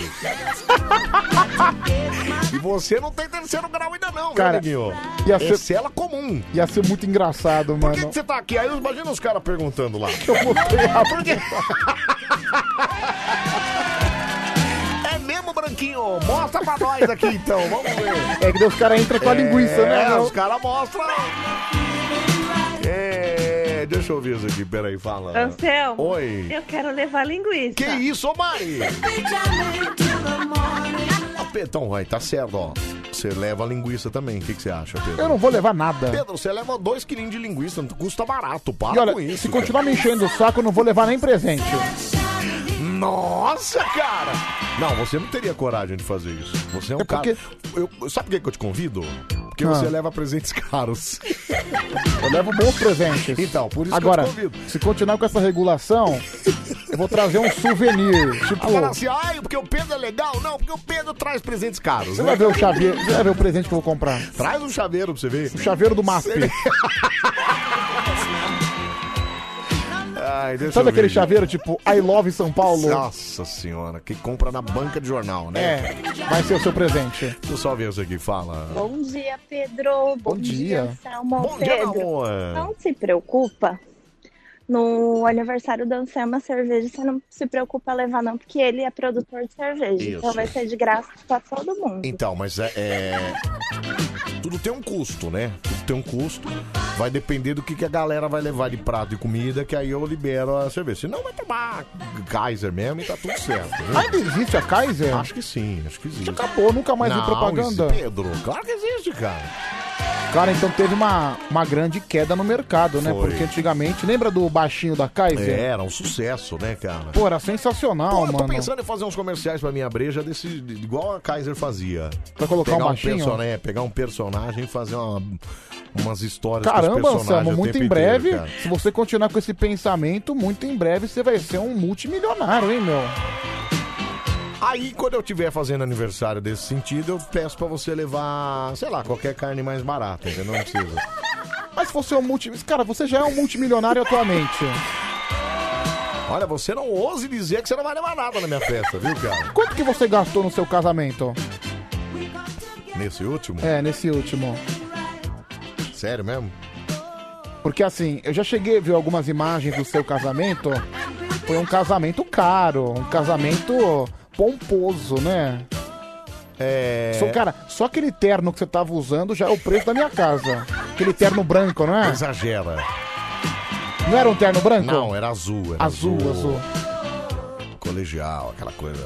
S1: e você não tem terceiro grau ainda não,
S2: Cara,
S1: velho,
S2: ia
S1: Ia
S2: ser-
S1: ser... cela é comum.
S2: Ia ser muito engraçado,
S1: Por que,
S2: mano.
S1: que você tá aqui? Aí imagina os caras perguntando lá.
S2: Eu botei a
S1: Por quê? É mesmo, Branquinho? Mostra pra nós aqui, então. Vamos ver.
S2: É que daí os caras entram com a linguiça,
S1: É,
S2: né?
S1: Os caras mostram. É, deixa eu ver isso aqui. Peraí, fala.
S23: Anselmo,
S1: Oi.
S23: eu quero levar linguiça.
S1: Que isso, Mari? Ó, Petão, vai, tá certo, ó. Você leva a linguiça também. O que, que você acha, Pedro?
S2: Eu não vou levar nada.
S1: Pedro, você leva dois quilinhos de linguiça, não custa barato, para
S2: E
S1: com
S2: olha,
S1: isso.
S2: se continuar me enchendo o saco, eu não vou levar nem presente.
S1: cara. Nossa, cara! Não, você não teria coragem de fazer isso. Você é um cara. Eu- sabe por que que eu te convido? Porque
S2: Ah.
S1: você leva presentes [LAUGHS] caros.
S2: Eu levo bons presentes.
S1: Então, por isso que
S2: Agora,
S1: eu te convido.
S2: se continuar com essa regulação, eu vou trazer um souvenir. Tipo,
S1: Agora assim, ai, porque o Pedro é legal? Não, porque o Pedro traz presentes caros.
S2: você
S1: né?
S2: vai ver o chaveiro, você vai ver o presente que eu vou comprar.
S1: Traz um chaveiro pra você ver.
S2: O chaveiro do MASP.
S1: Ai, deixa
S2: Sabe
S1: eu
S2: aquele
S1: ver.
S2: chaveiro tipo I Love São Paulo?
S1: Nossa senhora, que compra na banca de jornal, né?
S2: É, vai ser o seu presente.
S1: Deixa eu só ver isso aqui, fala.
S7: Bom dia, Pedro. Bom,
S1: dia.
S7: Anselmo.
S1: Bom dia,
S7: Pedro,
S1: amor.
S7: não se preocupa. No aniversário do Anselmo, a cerveja, você não se preocupa levar, não, porque ele é produtor de cerveja.
S1: Isso.
S7: Então vai ser de graça pra todo mundo.
S1: Então, mas é. é- Tudo tem um custo, né? Tudo tem um custo. Vai depender do que, que a galera vai levar de prato e comida, que aí eu libero a cerveja. Senão vai tomar Kaiser mesmo e tá tudo certo.
S2: Ainda existe a Kaiser?
S1: Acho que sim, acho que existe.
S2: Acabou, nunca mais vi
S1: Não,
S2: propaganda.
S1: esse Pedro, claro que é existe, cara.
S2: Cara, então teve uma, uma grande queda no mercado, né?
S1: Foi.
S2: Porque antigamente, lembra do baixinho da Kaiser?
S1: É, era um sucesso, né, cara?
S2: Pô, era sensacional,
S1: Pô, eu tô
S2: mano.
S1: pensando em fazer uns comerciais pra minha breja desse, igual a Kaiser fazia.
S2: Pra colocar
S1: pegar
S2: um baixinho?
S1: person- é, pegar um personagem e fazer uma- umas histórias com os
S2: Caramba,
S1: personagens
S2: Anselmo,
S1: o
S2: muito
S1: tempo
S2: em breve,
S1: inteiro, cara.
S2: se você continuar com esse pensamento, muito em breve você vai ser um multimilionário, hein, meu?
S1: Aí, quando eu tiver fazendo aniversário desse sentido, eu peço pra você levar, sei lá, qualquer carne mais barata, entendeu? Não
S2: [LAUGHS]
S1: precisa.
S2: Mas se você é um multi... Cara, você já é um multimilionário atualmente.
S1: Olha, você não ouse dizer que você não vai levar nada na minha festa, viu, cara?
S2: Quanto que você gastou no seu casamento?
S1: Nesse último?
S2: É, nesse último.
S1: Sério mesmo?
S2: Porque assim, eu já cheguei a ver algumas imagens do seu casamento. Foi um casamento caro, um casamento pomposo, né?
S1: É.
S2: Só, cara, só aquele terno que você tava usando já é o preço da minha casa. Aquele terno branco, não é?
S1: Exagera.
S2: Não era um terno branco?
S1: Não, era azul. Ah, Era
S2: Azul, azul.
S1: Colegial, aquela coisa.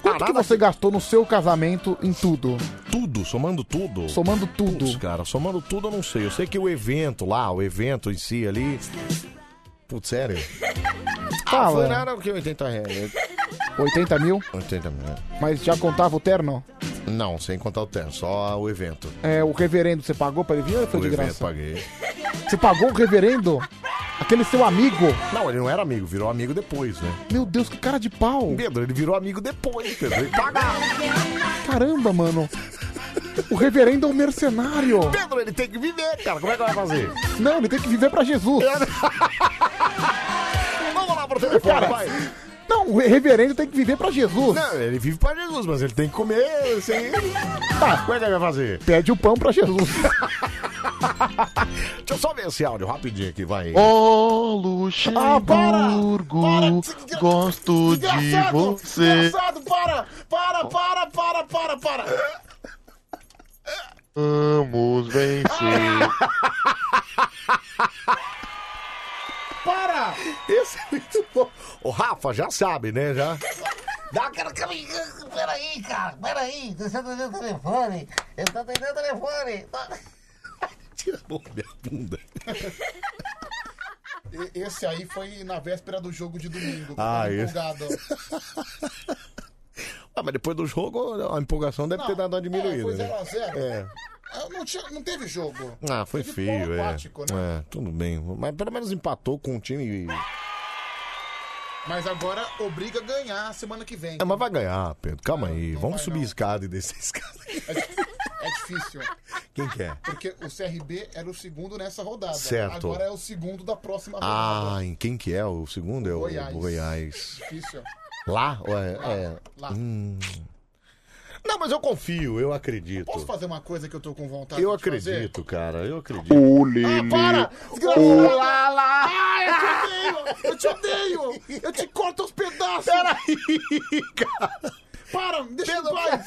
S2: Quanto que você gastou no seu casamento em tudo?
S1: Tudo, somando tudo.
S2: Somando tudo.
S1: Putz, cara, somando tudo eu não sei. Eu sei que o evento lá, o evento em si ali. Putz, sério? Ah, foi
S2: Fala.
S1: nada que 80 reais.
S2: 80 mil?
S1: 80 mil.
S2: Mas já contava o terno?
S1: Não, sem contar o tempo, só o evento.
S2: É, o reverendo, você pagou pra ele vir ou foi
S1: o
S2: de
S1: evento
S2: graça?
S1: paguei.
S2: Você pagou o reverendo? Aquele seu amigo?
S1: Não, ele não era amigo, virou amigo depois, né?
S2: Meu Deus, que cara de pau!
S1: Pedro, ele virou amigo depois, tá Pedro. Ele paga.
S2: Caramba, mano! O reverendo é um mercenário!
S1: Pedro, ele tem que viver, cara. Como é que vai fazer?
S2: Não, ele tem que viver pra Jesus!
S1: É, né? Vamos lá pro telefone,
S2: Cara,
S1: vai.
S2: Não, o reverendo tem que viver pra Jesus!
S1: Não, ele vive pra Jesus, mas ele tem que comer sem. Tá, como é que ele vai fazer?
S2: Pede o pão pra Jesus!
S1: Deixa eu só ver esse áudio rapidinho aqui, vai.
S19: Ô Luxemburgo,
S2: Ah,
S19: gosto de você.
S1: Desgraçado, para! Para, para, para, para, para!
S19: Vamos vencer.
S1: Ah! [LAUGHS] Para! Esse é muito bom. O Rafa já sabe, né? Já.
S3: Dá aquela caminhada. Peraí, cara, peraí. Você tá atendendo o telefone. Eu tô atendendo o telefone.
S1: Tira a mão da minha bunda.
S2: Esse aí foi na véspera do jogo de domingo.
S1: Ah, tava esse. Ah, mas depois do jogo, a empolgação então deve ter dado uma
S2: é,
S1: diminuída. né? É.
S2: Ah, Não, teve jogo.
S1: Ah, foi feio, é.
S2: aquático, né?
S1: É, tudo bem. Mas pelo menos empatou com o time.
S2: Mas agora obriga a ganhar semana que vem.
S1: É, mas vai ganhar, Pedro. Calma aí. Vamos subir escada e descer escada.
S2: É difícil.
S1: Quem que é?
S2: Porque o CRB era o segundo nessa rodada.
S1: Certo. Agora
S2: é o segundo da próxima
S1: Ah, em quem que é? O segundo é o
S2: Goiás.
S1: Goiás.
S2: Difícil.
S1: Lá? Ou é, é.
S2: Lá.
S1: Hum. Não, mas eu confio, eu acredito.
S2: Posso fazer uma coisa que eu tô com vontade
S1: Eu
S2: de fazer?
S1: acredito, cara, eu acredito.
S2: Ah, para! Desgraçado!
S1: Olá,
S2: lá! Ah, eu te odeio! Eu te odeio! Eu te corto aos pedaços!
S1: Peraí, cara!
S2: Para, me deixa em paz!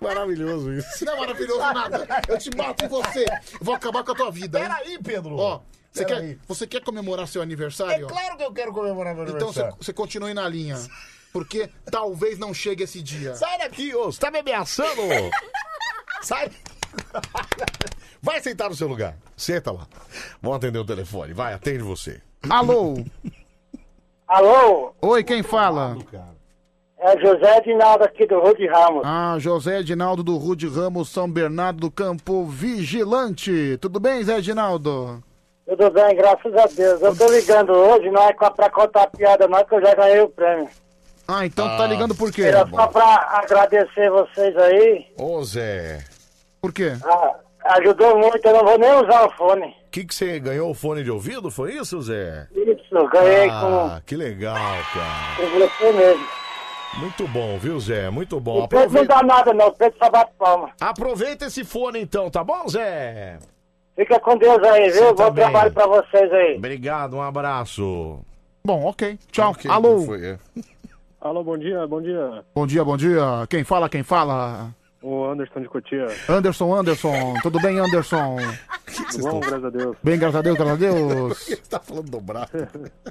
S1: Maravilhoso isso.
S2: Não é maravilhoso nada! Eu te mato em você! Eu Vou acabar com a tua vida! Peraí, Pedro! Ó, você
S1: Pera
S2: quer,
S1: aí.
S2: você quer comemorar seu
S3: É
S2: aniversário?
S1: que eu quero comemorar meu
S2: Então você- você continue na linha. Porque talvez não chegue esse dia.
S1: Sai daqui, ô, você tá me ameaçando?
S2: [LAUGHS]
S1: Sai! Vai sentar no seu lugar. Senta lá. Vamos atender o telefone. Vai, atende você.
S2: Alô?
S10: Alô?
S2: Oi, quem fala?
S10: É José Edinaldo aqui do Rude Ramos.
S2: Ah, José Edinaldo do Rude Ramos, São Bernardo do Campo Vigilante. Tudo bem, Zé Edinaldo?
S10: Tudo bem, graças a Deus. Eu tô ligando hoje, não é co- pra contar piada, não é que eu já ganhei o prêmio.
S2: Ah, então tá ligando por
S19: É,
S2: quê?
S10: Era só pra agradecer vocês aí.
S1: Ô, Zé.
S2: Por quê?
S10: Ah, ajudou muito, eu não vou nem usar o fone.
S1: O que, que você ganhou? O fone de ouvido? Foi isso, Zé?
S10: Isso, ganhei
S1: Ah, que legal, cara.
S10: com, com você mesmo.
S1: Muito bom, viu, Zé? Muito bom.
S10: O Pedro não
S1: Aproveita,
S10: dá nada não, o Pedro só bate palma.
S1: aproveita esse fone então, tá bom, Zé?
S10: Fica com Deus aí,
S1: Você
S10: viu? Bom
S1: também.
S10: trabalho pra vocês aí.
S1: Obrigado, um abraço.
S2: Bom, ok. Tchau. Alô?
S1: Foi, é.
S16: Alô, bom dia, bom dia.
S2: Bom dia, bom dia. Quem fala, quem fala?
S16: O Anderson de
S2: [LAUGHS]
S16: Cotia.
S2: Anderson, Anderson. Tudo bem, Anderson?
S16: Tudo bom, graças a Deus.
S2: Bem, graças a Deus, graças
S16: [LAUGHS]
S2: a Deus.
S1: Você tá falando
S2: [LAUGHS]
S1: dobrado.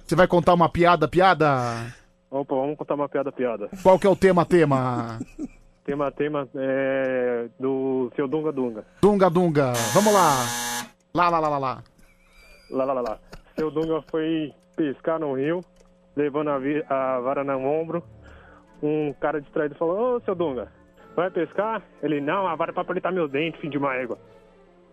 S2: Você vai contar uma piada, piada?
S16: Opa, vamos contar uma piada, piada.
S2: Qual que é o tema, tema?
S16: Tema, tema é, do seu Dunga Dunga.
S2: Dunga, dunga. Vamos lá. Lá, lá, lá, lá, lá.
S16: Lá, lá, lá, lá. Seu Dunga foi pescar no rio, levando a, vi- a vara no ombro. Um cara distraído falou, ô, seu Dunga, vai pescar? Ele, não, a vara é pra apertar meus dentes, filho de uma égua.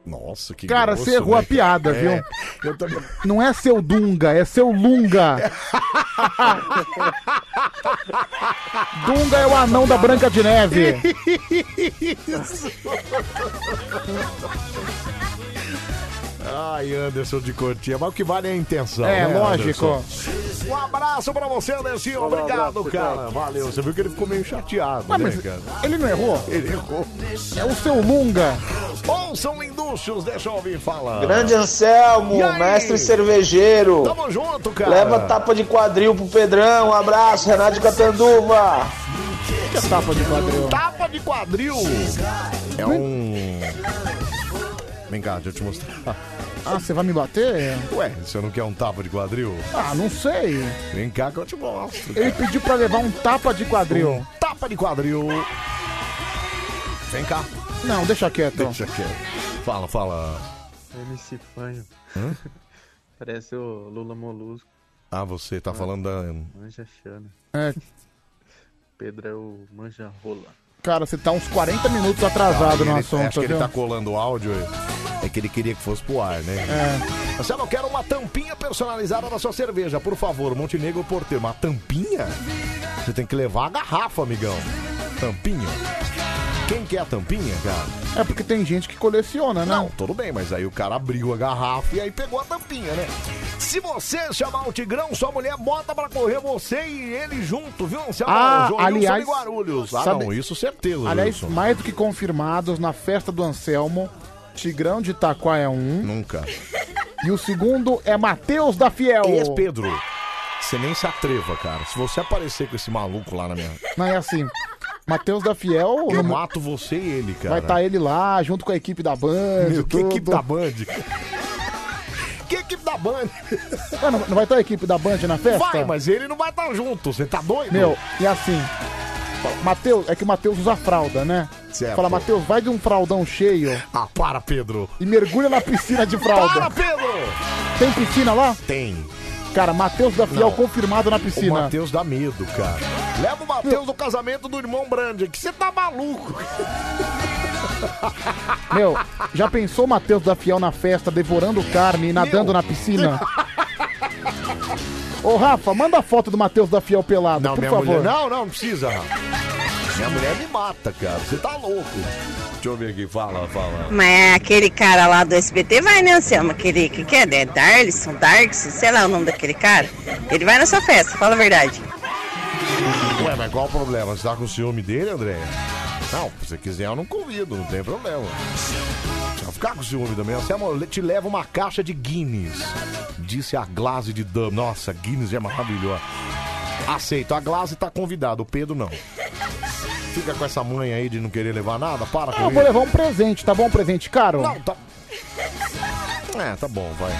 S1: Nossa, que
S2: Cara,
S1: grosso,
S2: você errou
S1: né,
S2: a piada,
S1: cara? É,
S2: viu?
S1: eu também-
S2: Não é seu Dunga, é seu Lunga. Dunga é o anão da Branca de Neve.
S1: Ai, Anderson de Cotia, mas o que vale é a intenção.
S2: [LAUGHS] É,
S1: né,
S2: lógico.
S1: Anderson? Um abraço pra você, Anderson.
S10: Um
S1: Obrigado, cara. Ah, Valeu. Você viu que ele ficou meio chateado,
S2: Ué,
S1: né,
S2: mas
S1: cara?
S2: ele não errou?
S1: Ele errou.
S2: É o seu Lunga.
S1: Ouçam indústrios, deixa eu ouvir falar.
S3: Grande Anselmo,
S1: E aí?
S3: mestre cervejeiro.
S1: Tamo junto, cara.
S3: Leva tapa de quadril pro Pedrão. Um abraço, Renato de Catanduva.
S2: Que é tapa de quadril?
S1: Tapa de quadril. É um. Vem cá, deixa eu te mostrar.
S2: Ah, você vai me bater?
S1: Ué, você não quer um tapa de quadril?
S2: Ah, não sei.
S1: Vem cá que eu te mostro.
S2: Ele pediu pra levar um tapa de quadril.
S1: Um Tapa de quadril. Vem cá.
S2: Não, deixa quieto.
S1: Deixa quieto. Fala, fala.
S23: MC Fanho.
S1: Hã?
S23: Parece o Lula Molusco,
S1: Ah, você tá falando da.
S23: Manja Chana.
S2: É,
S23: Pedro é o Manja Rola.
S2: cara, você tá uns 40 minutos atrasado
S1: Ah,
S2: no
S1: ele-
S2: assunto,
S1: Acho que
S2: viu?
S1: ele tá colando o áudio. É que ele queria que fosse pro ar, né?
S2: É.
S1: Marcelo, eu quero uma tampinha personalizada na sua cerveja, por favor. Montenegro por ter uma tampinha? Você tem que levar a garrafa, amigão. Tampinha. Quem quer a tampinha, cara?
S2: É porque tem gente que coleciona, né?
S1: Não, tudo bem, mas aí o cara abriu a garrafa e aí pegou a tampinha, né? Se você chamar o Tigrão, sua mulher bota pra correr você e ele junto, viu? Anselmo?
S2: Ah,
S1: Joilson
S2: aliás,
S1: e Guarulhos. Ah,
S2: sabe-
S1: não, isso certeza.
S2: Aliás,
S1: Joilson.
S2: mais do que confirmados na festa do Anselmo, Tigrão de Itaquá é um.
S1: Nunca.
S2: E o segundo é Matheus da Fiel.
S1: Ex-Pedro, você nem se atreva, cara. Se você aparecer com esse maluco lá na minha.
S2: Não, é assim. Matheus da Fiel
S1: Eu
S2: no-
S1: mato você e ele, cara.
S2: vai tá estar ele lá, junto com a equipe da Band.
S1: Meu, que equipe
S2: tudo.
S1: da Band? Que equipe da Band?
S2: Ué, Ah, não, não vai estar a equipe da Band na festa?
S1: Vai, mas ele não vai estar junto, você tá doido?
S2: Meu, e assim. Matheus, é que o Matheus usa fralda, né?
S1: Certo.
S2: Fala, Matheus, vai de um fraldão cheio
S1: Ah, para, Pedro.
S2: e mergulha na piscina de fralda.
S1: Para, Pedro!
S2: Tem piscina lá?
S1: Tem.
S2: Cara, Matheus da Fiel
S1: Não.
S2: confirmado na
S1: O
S2: piscina.
S1: Matheus dá medo, cara. Leva o Matheus no casamento do irmão Brand, que você tá maluco.
S2: Meu, já pensou o Matheus da Fiel na festa, devorando carne e nadando na piscina? Ô, Rafa, manda a foto do Matheus da Fiel pelado, por
S1: minha
S2: favor.
S1: mulher. Não, não, não precisa. Rafa. Minha mulher me mata, cara. Você tá louco. Deixa eu ver aqui, fala, fala.
S14: Mas é aquele cara lá do SBT vai, né, Anselmo? Aquele que que é? É Darlison, Darkson, sei lá o nome daquele cara. Ele vai na sua festa, fala a verdade.
S1: Ué, mas qual o problema? Você tá com ciúme dele, André? Não, se você quiser, eu não convido, não tem problema. Se eu ficar com ciúme também, você amor, te leva uma caixa de Guinness. Disse a Glaze de Dam. Nossa, Guinness é maravilhosa. Aceito, a Glaze tá convidada, o Pedro não. Fica com essa mãe aí de não querer levar nada, para
S2: Ah, eu
S1: com
S2: vou
S1: isso.
S2: levar um presente, tá bom? Um presente caro?
S1: Não, tá. É, tá bom, vai.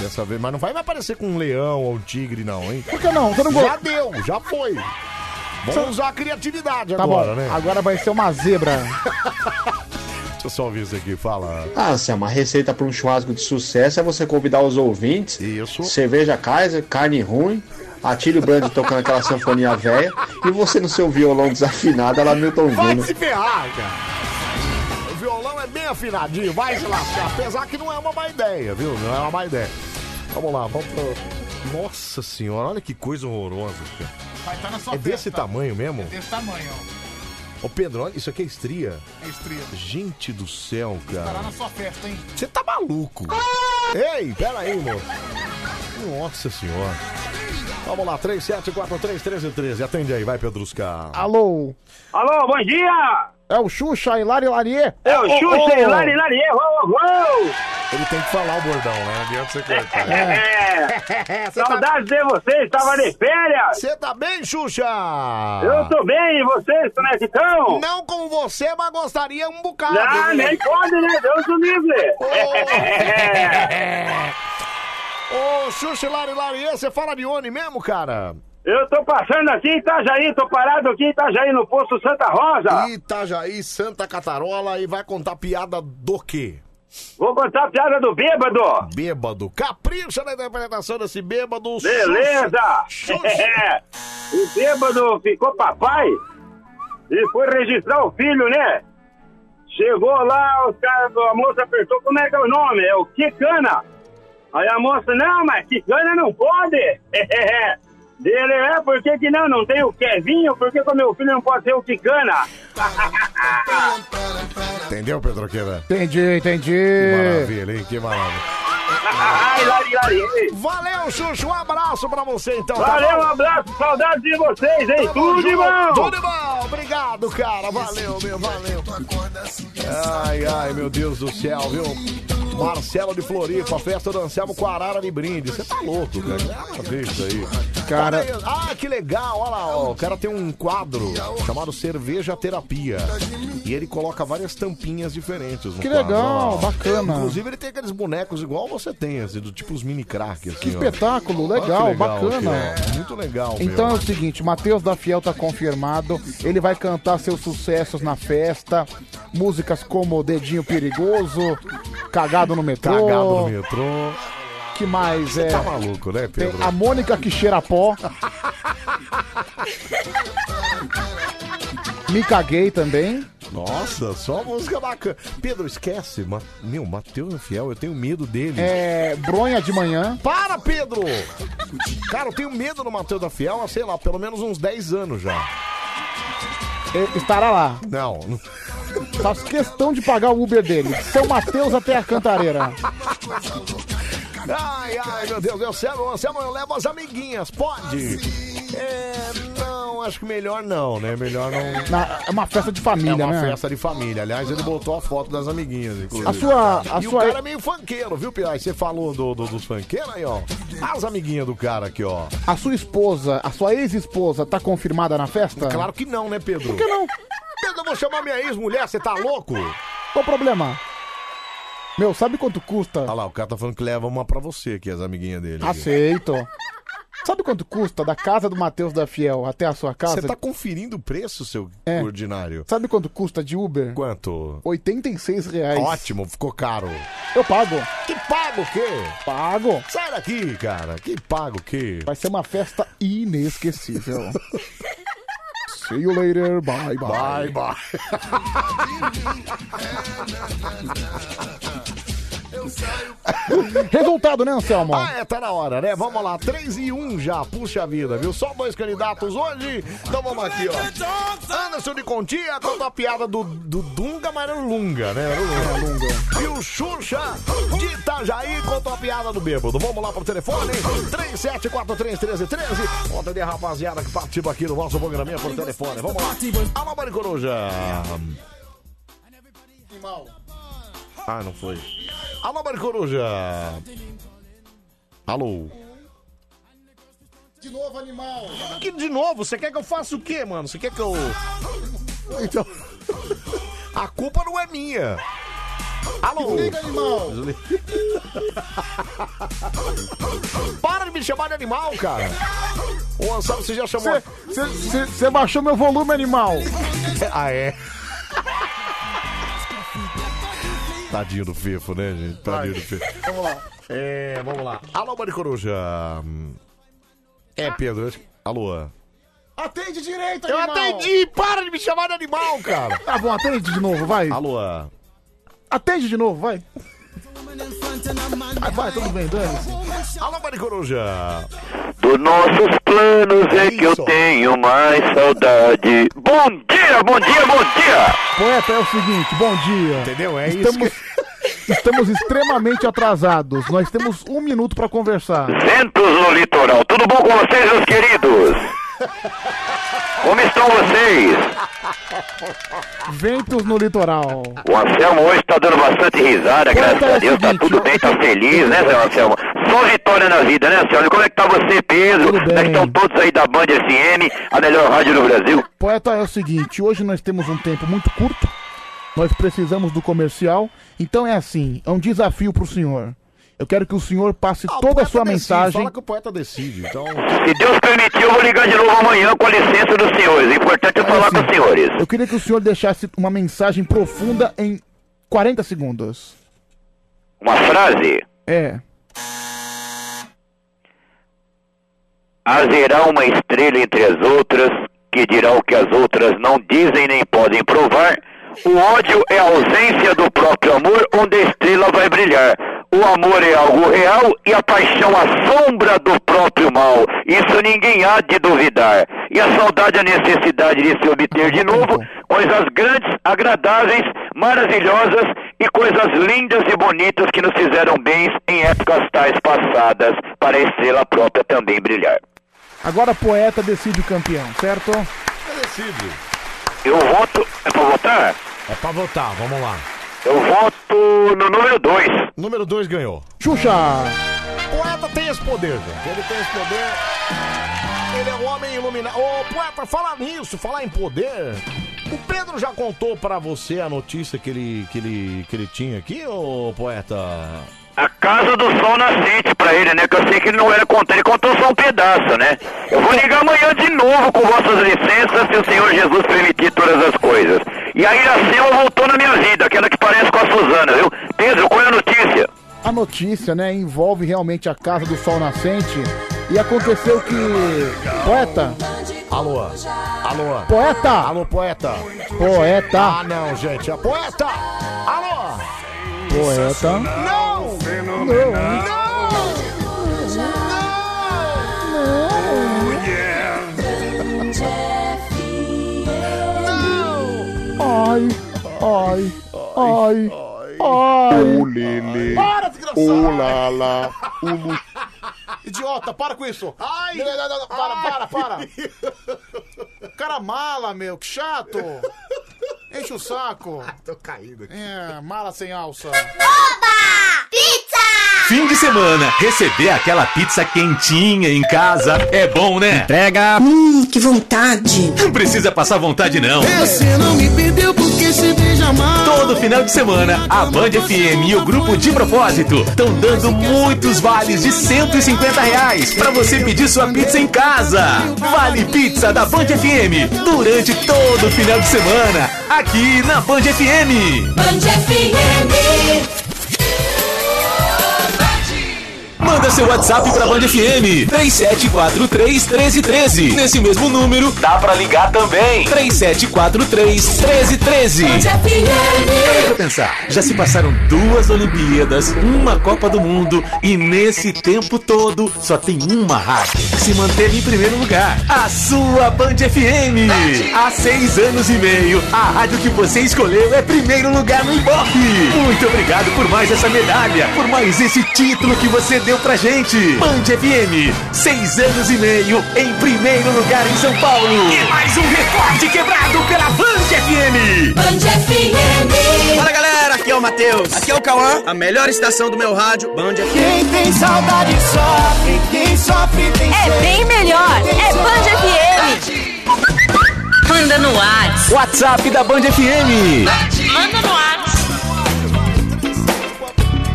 S1: Dessa vez, mas não vai me aparecer com um leão ou um tigre, não, hein?
S2: Por que não? Você não
S1: Já
S2: gosta?
S1: deu, já foi. Vamos usar a criatividade
S2: Tá
S1: agora,
S2: bom,
S1: né?
S2: agora vai ser uma zebra.
S1: [LAUGHS] Deixa eu só ouvir isso aqui, fala.
S10: Ah, Anselmo, a receita para um churrasco de sucesso é você convidar os ouvintes.
S1: Isso.
S10: Cerveja Kaiser, carne ruim, [LAUGHS] Atílio Brand tocando aquela sanfoninha velha e você no seu violão desafinado, ela Milton
S1: Vai
S10: Júnior.
S1: se ferrar, cara. O violão é bem afinadinho, vai se lascar. Apesar que não é uma má ideia, viu? Não é uma má ideia. Vamos lá, vamos pro... Nossa senhora, olha que coisa horrorosa, cara.
S2: Vai estar na É
S1: É desse tamanho mesmo?
S2: tamanho,
S1: Ô Pedro, olha, isso aqui é estria.
S2: É estria. Tá
S1: Gente do céu, cara.
S2: sua festa, hein?
S1: Você tá maluco? Ei, pera aí, moço. Nossa senhora. Vamos lá, 37431313. Atende aí, vai, Pedrusca.
S2: Alô?
S24: Alô, bom dia!
S2: É o Xuxa, Hilari Larier?
S24: É o Xuxa, Hilari Larier, uou, uou, uou!
S1: Ele tem que falar o bordão, né? Não adianta você cortar.
S10: É. Saudades de vocês, estava de férias.
S1: tá- Você tá bem, Xuxa?
S10: Eu tô bem, e vocês, como é que estão?
S1: Não com você, mas gostaria um bocado.
S10: Ah,
S1: viu?
S10: nem pode, né? Deus o livre.
S3: É,
S10: [LAUGHS]
S1: Ô, Xuxa Lari Larian, você fala de onde mesmo, cara?
S10: Eu tô passando aqui em Itajaí, tô parado aqui em Itajaí, no posto Santa Rosa.
S1: Itajaí, Santa Catarola, e vai contar piada do quê?
S10: Vou contar a piada do bêbado.
S1: Bêbado. Capricha na interpretação desse bêbado.
S10: Beleza!
S1: Xuxa.
S10: o bêbado ficou papai e foi registrar o filho, né? Chegou lá, os caras, a moça apertou, como é que é o nome? É o Kikana. Aí a moça, não, mas Kikana não pode. [LAUGHS] Dele, é, por que que não? Não tem o Kevinho? Por que que o meu filho não pode ser o Kikana?
S1: Entendeu, Pedroqueira?
S2: Entendi,
S1: Que
S2: entendi.
S1: maravilha, hein? Que maravilha.
S10: [LAUGHS] Ai, lari, lari.
S1: Valeu, Xuxa. Um abraço pra você, então. tá
S10: Valeu, um
S1: bom?
S10: abraço, saudades de vocês, hein?
S1: Tamo
S10: Tudo de
S1: junto.
S10: bom!
S1: Tudo de bom. Obrigado, cara. Valeu,
S2: tipo
S1: meu. Valeu. Ai, ai, meu Deus do céu, viu? Marcelo de Floripa, festa do Anselmo com arara de brinde. Você tá louco, cara. Grava isso aí. Olha
S2: Cara-
S1: aí, Ah, que legal. Olha lá, ó. O cara tem um quadro chamado Cerveja Terapia. E ele coloca várias tampinhas diferentes. no
S2: Que
S1: quadro,
S2: legal,
S1: olha lá.
S2: bacana.
S1: Inclusive, ele tem aqueles bonecos igual você tem, assim, do, tipo os mini crack. Assim,
S2: Que
S1: ó.
S2: espetáculo,
S1: Olha que
S2: legal,
S1: legal,
S2: bacana.
S1: aqui, ó. Muito legal, meu.
S2: Então é o seguinte, Matheus da Fiel tá confirmado, ele vai cantar seus sucessos na festa, músicas como Dedinho Perigoso, Cagado no Metrô.
S1: Cagado no metrô.
S2: Que mais é?
S1: Tá maluco, né,
S2: Tem
S1: Pedro?
S2: a Mônica que cheira pó. Me caguei também.
S1: Nossa, só música bacana. Pedro, esquece. Ma... Meu, Matheus Fiel, eu tenho medo dele.
S2: É, bronha de manhã.
S1: Para, Pedro! Cara, eu tenho medo do Matheus da Fiel há, sei lá, pelo menos uns 10 anos já.
S2: E- É, Estará lá.
S1: Não.
S2: Faz questão de pagar o Uber dele. de São Mateus até a Cantareira.
S1: Ai, ai, meu Deus, eu céu, eu céu, eu levo as amiguinhas, pode? É, não, acho que melhor não, né? Melhor não.
S2: Na- é uma festa de
S1: É
S2: família,
S1: uma
S2: né?
S1: festa de família. Aliás, ele botou a foto das amiguinhas, inclusive.
S2: A sua- a
S1: e
S2: sua-
S1: o cara é meio funkeiro, viu, Piai? Você falou do, do- dos funkeiros aí, ó. As amiguinhas do cara aqui, ó.
S2: A sua esposa, a sua ex-esposa, tá confirmada na festa?
S1: Claro que não, né, Pedro? Por que
S2: não?
S1: Pedro, eu vou chamar minha ex-mulher, você tá louco? Olha
S2: Qual o problema? Meu, sabe quanto custa? Ah,
S1: lá, o cara tá falando que leva uma pra você aqui, as amiguinhas dele. aqui.
S2: Aceito. Sabe quanto custa da casa do Matheus da Fiel até a sua
S1: Você
S2: casa?
S1: tá conferindo o preço, seu
S2: É.
S1: ordinário?
S2: Sabe quanto custa de Uber?
S1: Quanto?
S2: 86 reais.
S1: Ótimo, ficou caro.
S2: Eu pago.
S1: Que pago o quê?
S2: Pago.
S1: Sai daqui, cara. Que pago o quê?
S2: Vai ser uma festa inesquecível.
S1: [LAUGHS]
S2: See you later. Bye, bye.
S1: Bye, bye.
S2: Resultado, né, Anselmo?
S1: Ah, é, tá na hora, né? Vamos lá, 3 e 1 já, puxa vida, viu? Só dois candidatos hoje, então vamos aqui, ó. Anderson de Contia conta a piada do, do Dunga, mas era o Lunga, né? Era o Lunga. E o Xuxa de Itajaí contou a piada do bêbado. Vamos lá pro telefone, 37431313. Conta de rapaziada que participa aqui do nosso programinha por telefone. Vamos lá. Alô, Mari Coruja. Ah, não foi. Alô, Mari Coruja. Alô.
S2: De novo, animal.
S1: Que de novo, você quer que eu faça o quê, mano? Você quer que eu. Então. A culpa não é minha. Alô?
S2: Desliga, animal.
S1: Desliga. Para de me chamar de animal, cara. Ô, Anselmo, você já chamou.
S2: Você baixou meu volume, animal.
S1: [LAUGHS] Ah, é? Tadinho do Fefo, né, gente? Tadinho do Fefo.
S2: Vamos lá.
S1: É, vamos lá. Alô, Mari Coruja. É, Pedro. acho que- Alô.
S2: Atende direito,
S1: Eu
S2: animal.
S1: atendi! Para de me chamar de animal, cara!
S2: Tá bom, atende de novo, vai.
S1: Alô?
S2: Atende de novo, vai. Vai, vai, tudo bem, dane-se.
S1: Alô, Mari Coruja!
S25: Dos nossos planos é que eu tenho mais saudade. Bom dia, bom dia, bom dia!
S2: Poeta, é o seguinte, bom dia.
S1: Entendeu? É
S2: estamos, [LAUGHS] estamos extremamente atrasados. Nós temos um minuto pra conversar.
S25: Ventos no litoral, tudo bom com vocês, meus queridos?
S10: Como estão vocês?
S2: Ventos no litoral.
S10: O Anselmo hoje tá dando bastante risada, graças a Deus. Tá tudo bem, tá feliz, né, seu Anselmo? Só vitória na vida, né, Anselmo? E Como é que tá você, Pedro? Como é que estão todos aí da Band FM, a melhor rádio do Brasil?
S2: Poeta, é o seguinte, hoje nós temos um tempo muito curto, nós precisamos do comercial, então é assim, é um desafio pro senhor. Eu quero que o senhor passe toda a sua mensagem.
S1: Fala que o poeta decide, então.
S10: Se Deus permitir, eu vou ligar de novo amanhã com a licença dos senhores. O importante é falar com os senhores.
S2: assim, Eu queria que o senhor deixasse uma mensagem profunda em 40 segundos.
S10: Uma frase:
S2: É.
S10: haverá uma estrela entre as outras que dirá o que as outras não dizem nem podem provar. O ódio é a ausência do próprio amor, onde a estrela vai brilhar. O amor é algo real e a paixão a sombra do próprio mal. Isso ninguém há de duvidar. E a saudade é a necessidade de se obter de novo coisas grandes, agradáveis, maravilhosas e coisas lindas e bonitas que nos fizeram bens em épocas tais passadas, para a estrela própria também brilhar.
S2: Agora poeta decide o campeão, certo?
S10: Eu voto. É pra votar?
S1: É pra votar, vamos lá.
S10: Eu voto no número 2.
S1: Número 2 ganhou.
S2: Xuxa!
S1: Poeta tem esse poder, gente. Ele tem esse poder. Ele é um homem iluminado. Ô, poeta, falar nisso, falar em poder. O Pedro já contou pra você a notícia que ele, que ele, que ele tinha aqui, ô poeta?
S10: A casa do sol nascente pra ele, né? Que eu sei que ele não era contar, ele contou só um pedaço, né? Eu vou ligar amanhã de novo com vossas licenças, se o Senhor Jesus permitir todas as coisas. E a Iracema voltou na minha vida, aquela que parece com a Suzana, viu? Pedro, qual é a notícia?
S16: [LAUGHS]
S2: A notícia, né, envolve realmente a Casa do Sol Nascente. E aconteceu que. Poeta!
S1: Alô? Alô?
S2: Poeta!
S1: Alô, poeta!
S2: Poeta!
S1: Ah, não, gente, é poeta! Alô?
S2: Poeta!
S1: Não!
S2: Ai, ai, ai, ai.
S26: O Lele.
S1: Para, desgraçado.
S26: O Lala. O Lu...
S1: Idiota, para com isso! Ai! Não, não, não, para, para, [LAUGHS] para!
S2: Cara mala, meu, que chato! Enche o saco!
S1: Ah, Tô caindo aqui.
S2: É, mala sem alça.
S6: Fim de semana, receber aquela pizza quentinha em casa é bom, né? Entrega! Hum, que vontade! Não precisa passar vontade, não.
S3: Você não me perdeu porque se beija mal.
S6: Todo final de semana, a Band FM e o grupo de propósito estão dando muitos vales de 150 reais para você pedir sua pizza em casa. Vale Pizza da Band FM durante todo o final de semana aqui na Band FM.
S3: Band FM.
S6: Manda seu WhatsApp pra Band FM 3743 1313. Nesse mesmo número, dá pra ligar também 3743 1313. Parei pra pensar, já se passaram duas Olimpíadas, uma Copa do Mundo e nesse tempo todo só tem uma rádio que se manteve em primeiro lugar. A sua Band FM. Há seis anos e meio, a rádio que você escolheu é primeiro lugar no Ibope. Muito obrigado por mais essa medalha, por mais esse título que você deu pra gente. Band FM, seis anos e meio em primeiro lugar em São Paulo. E mais um recorde quebrado pela Band FM.
S3: Band FM.
S8: Fala galera, aqui é o Matheus, aqui é o Cauã, a melhor estação do meu rádio, Band
S3: Quem
S8: FM.
S3: tem saudade sofre, quem sofre tem É bem melhor, é Band FM.
S6: Manda no WhatsApp. WhatsApp da Band FM.
S3: Manda no ar.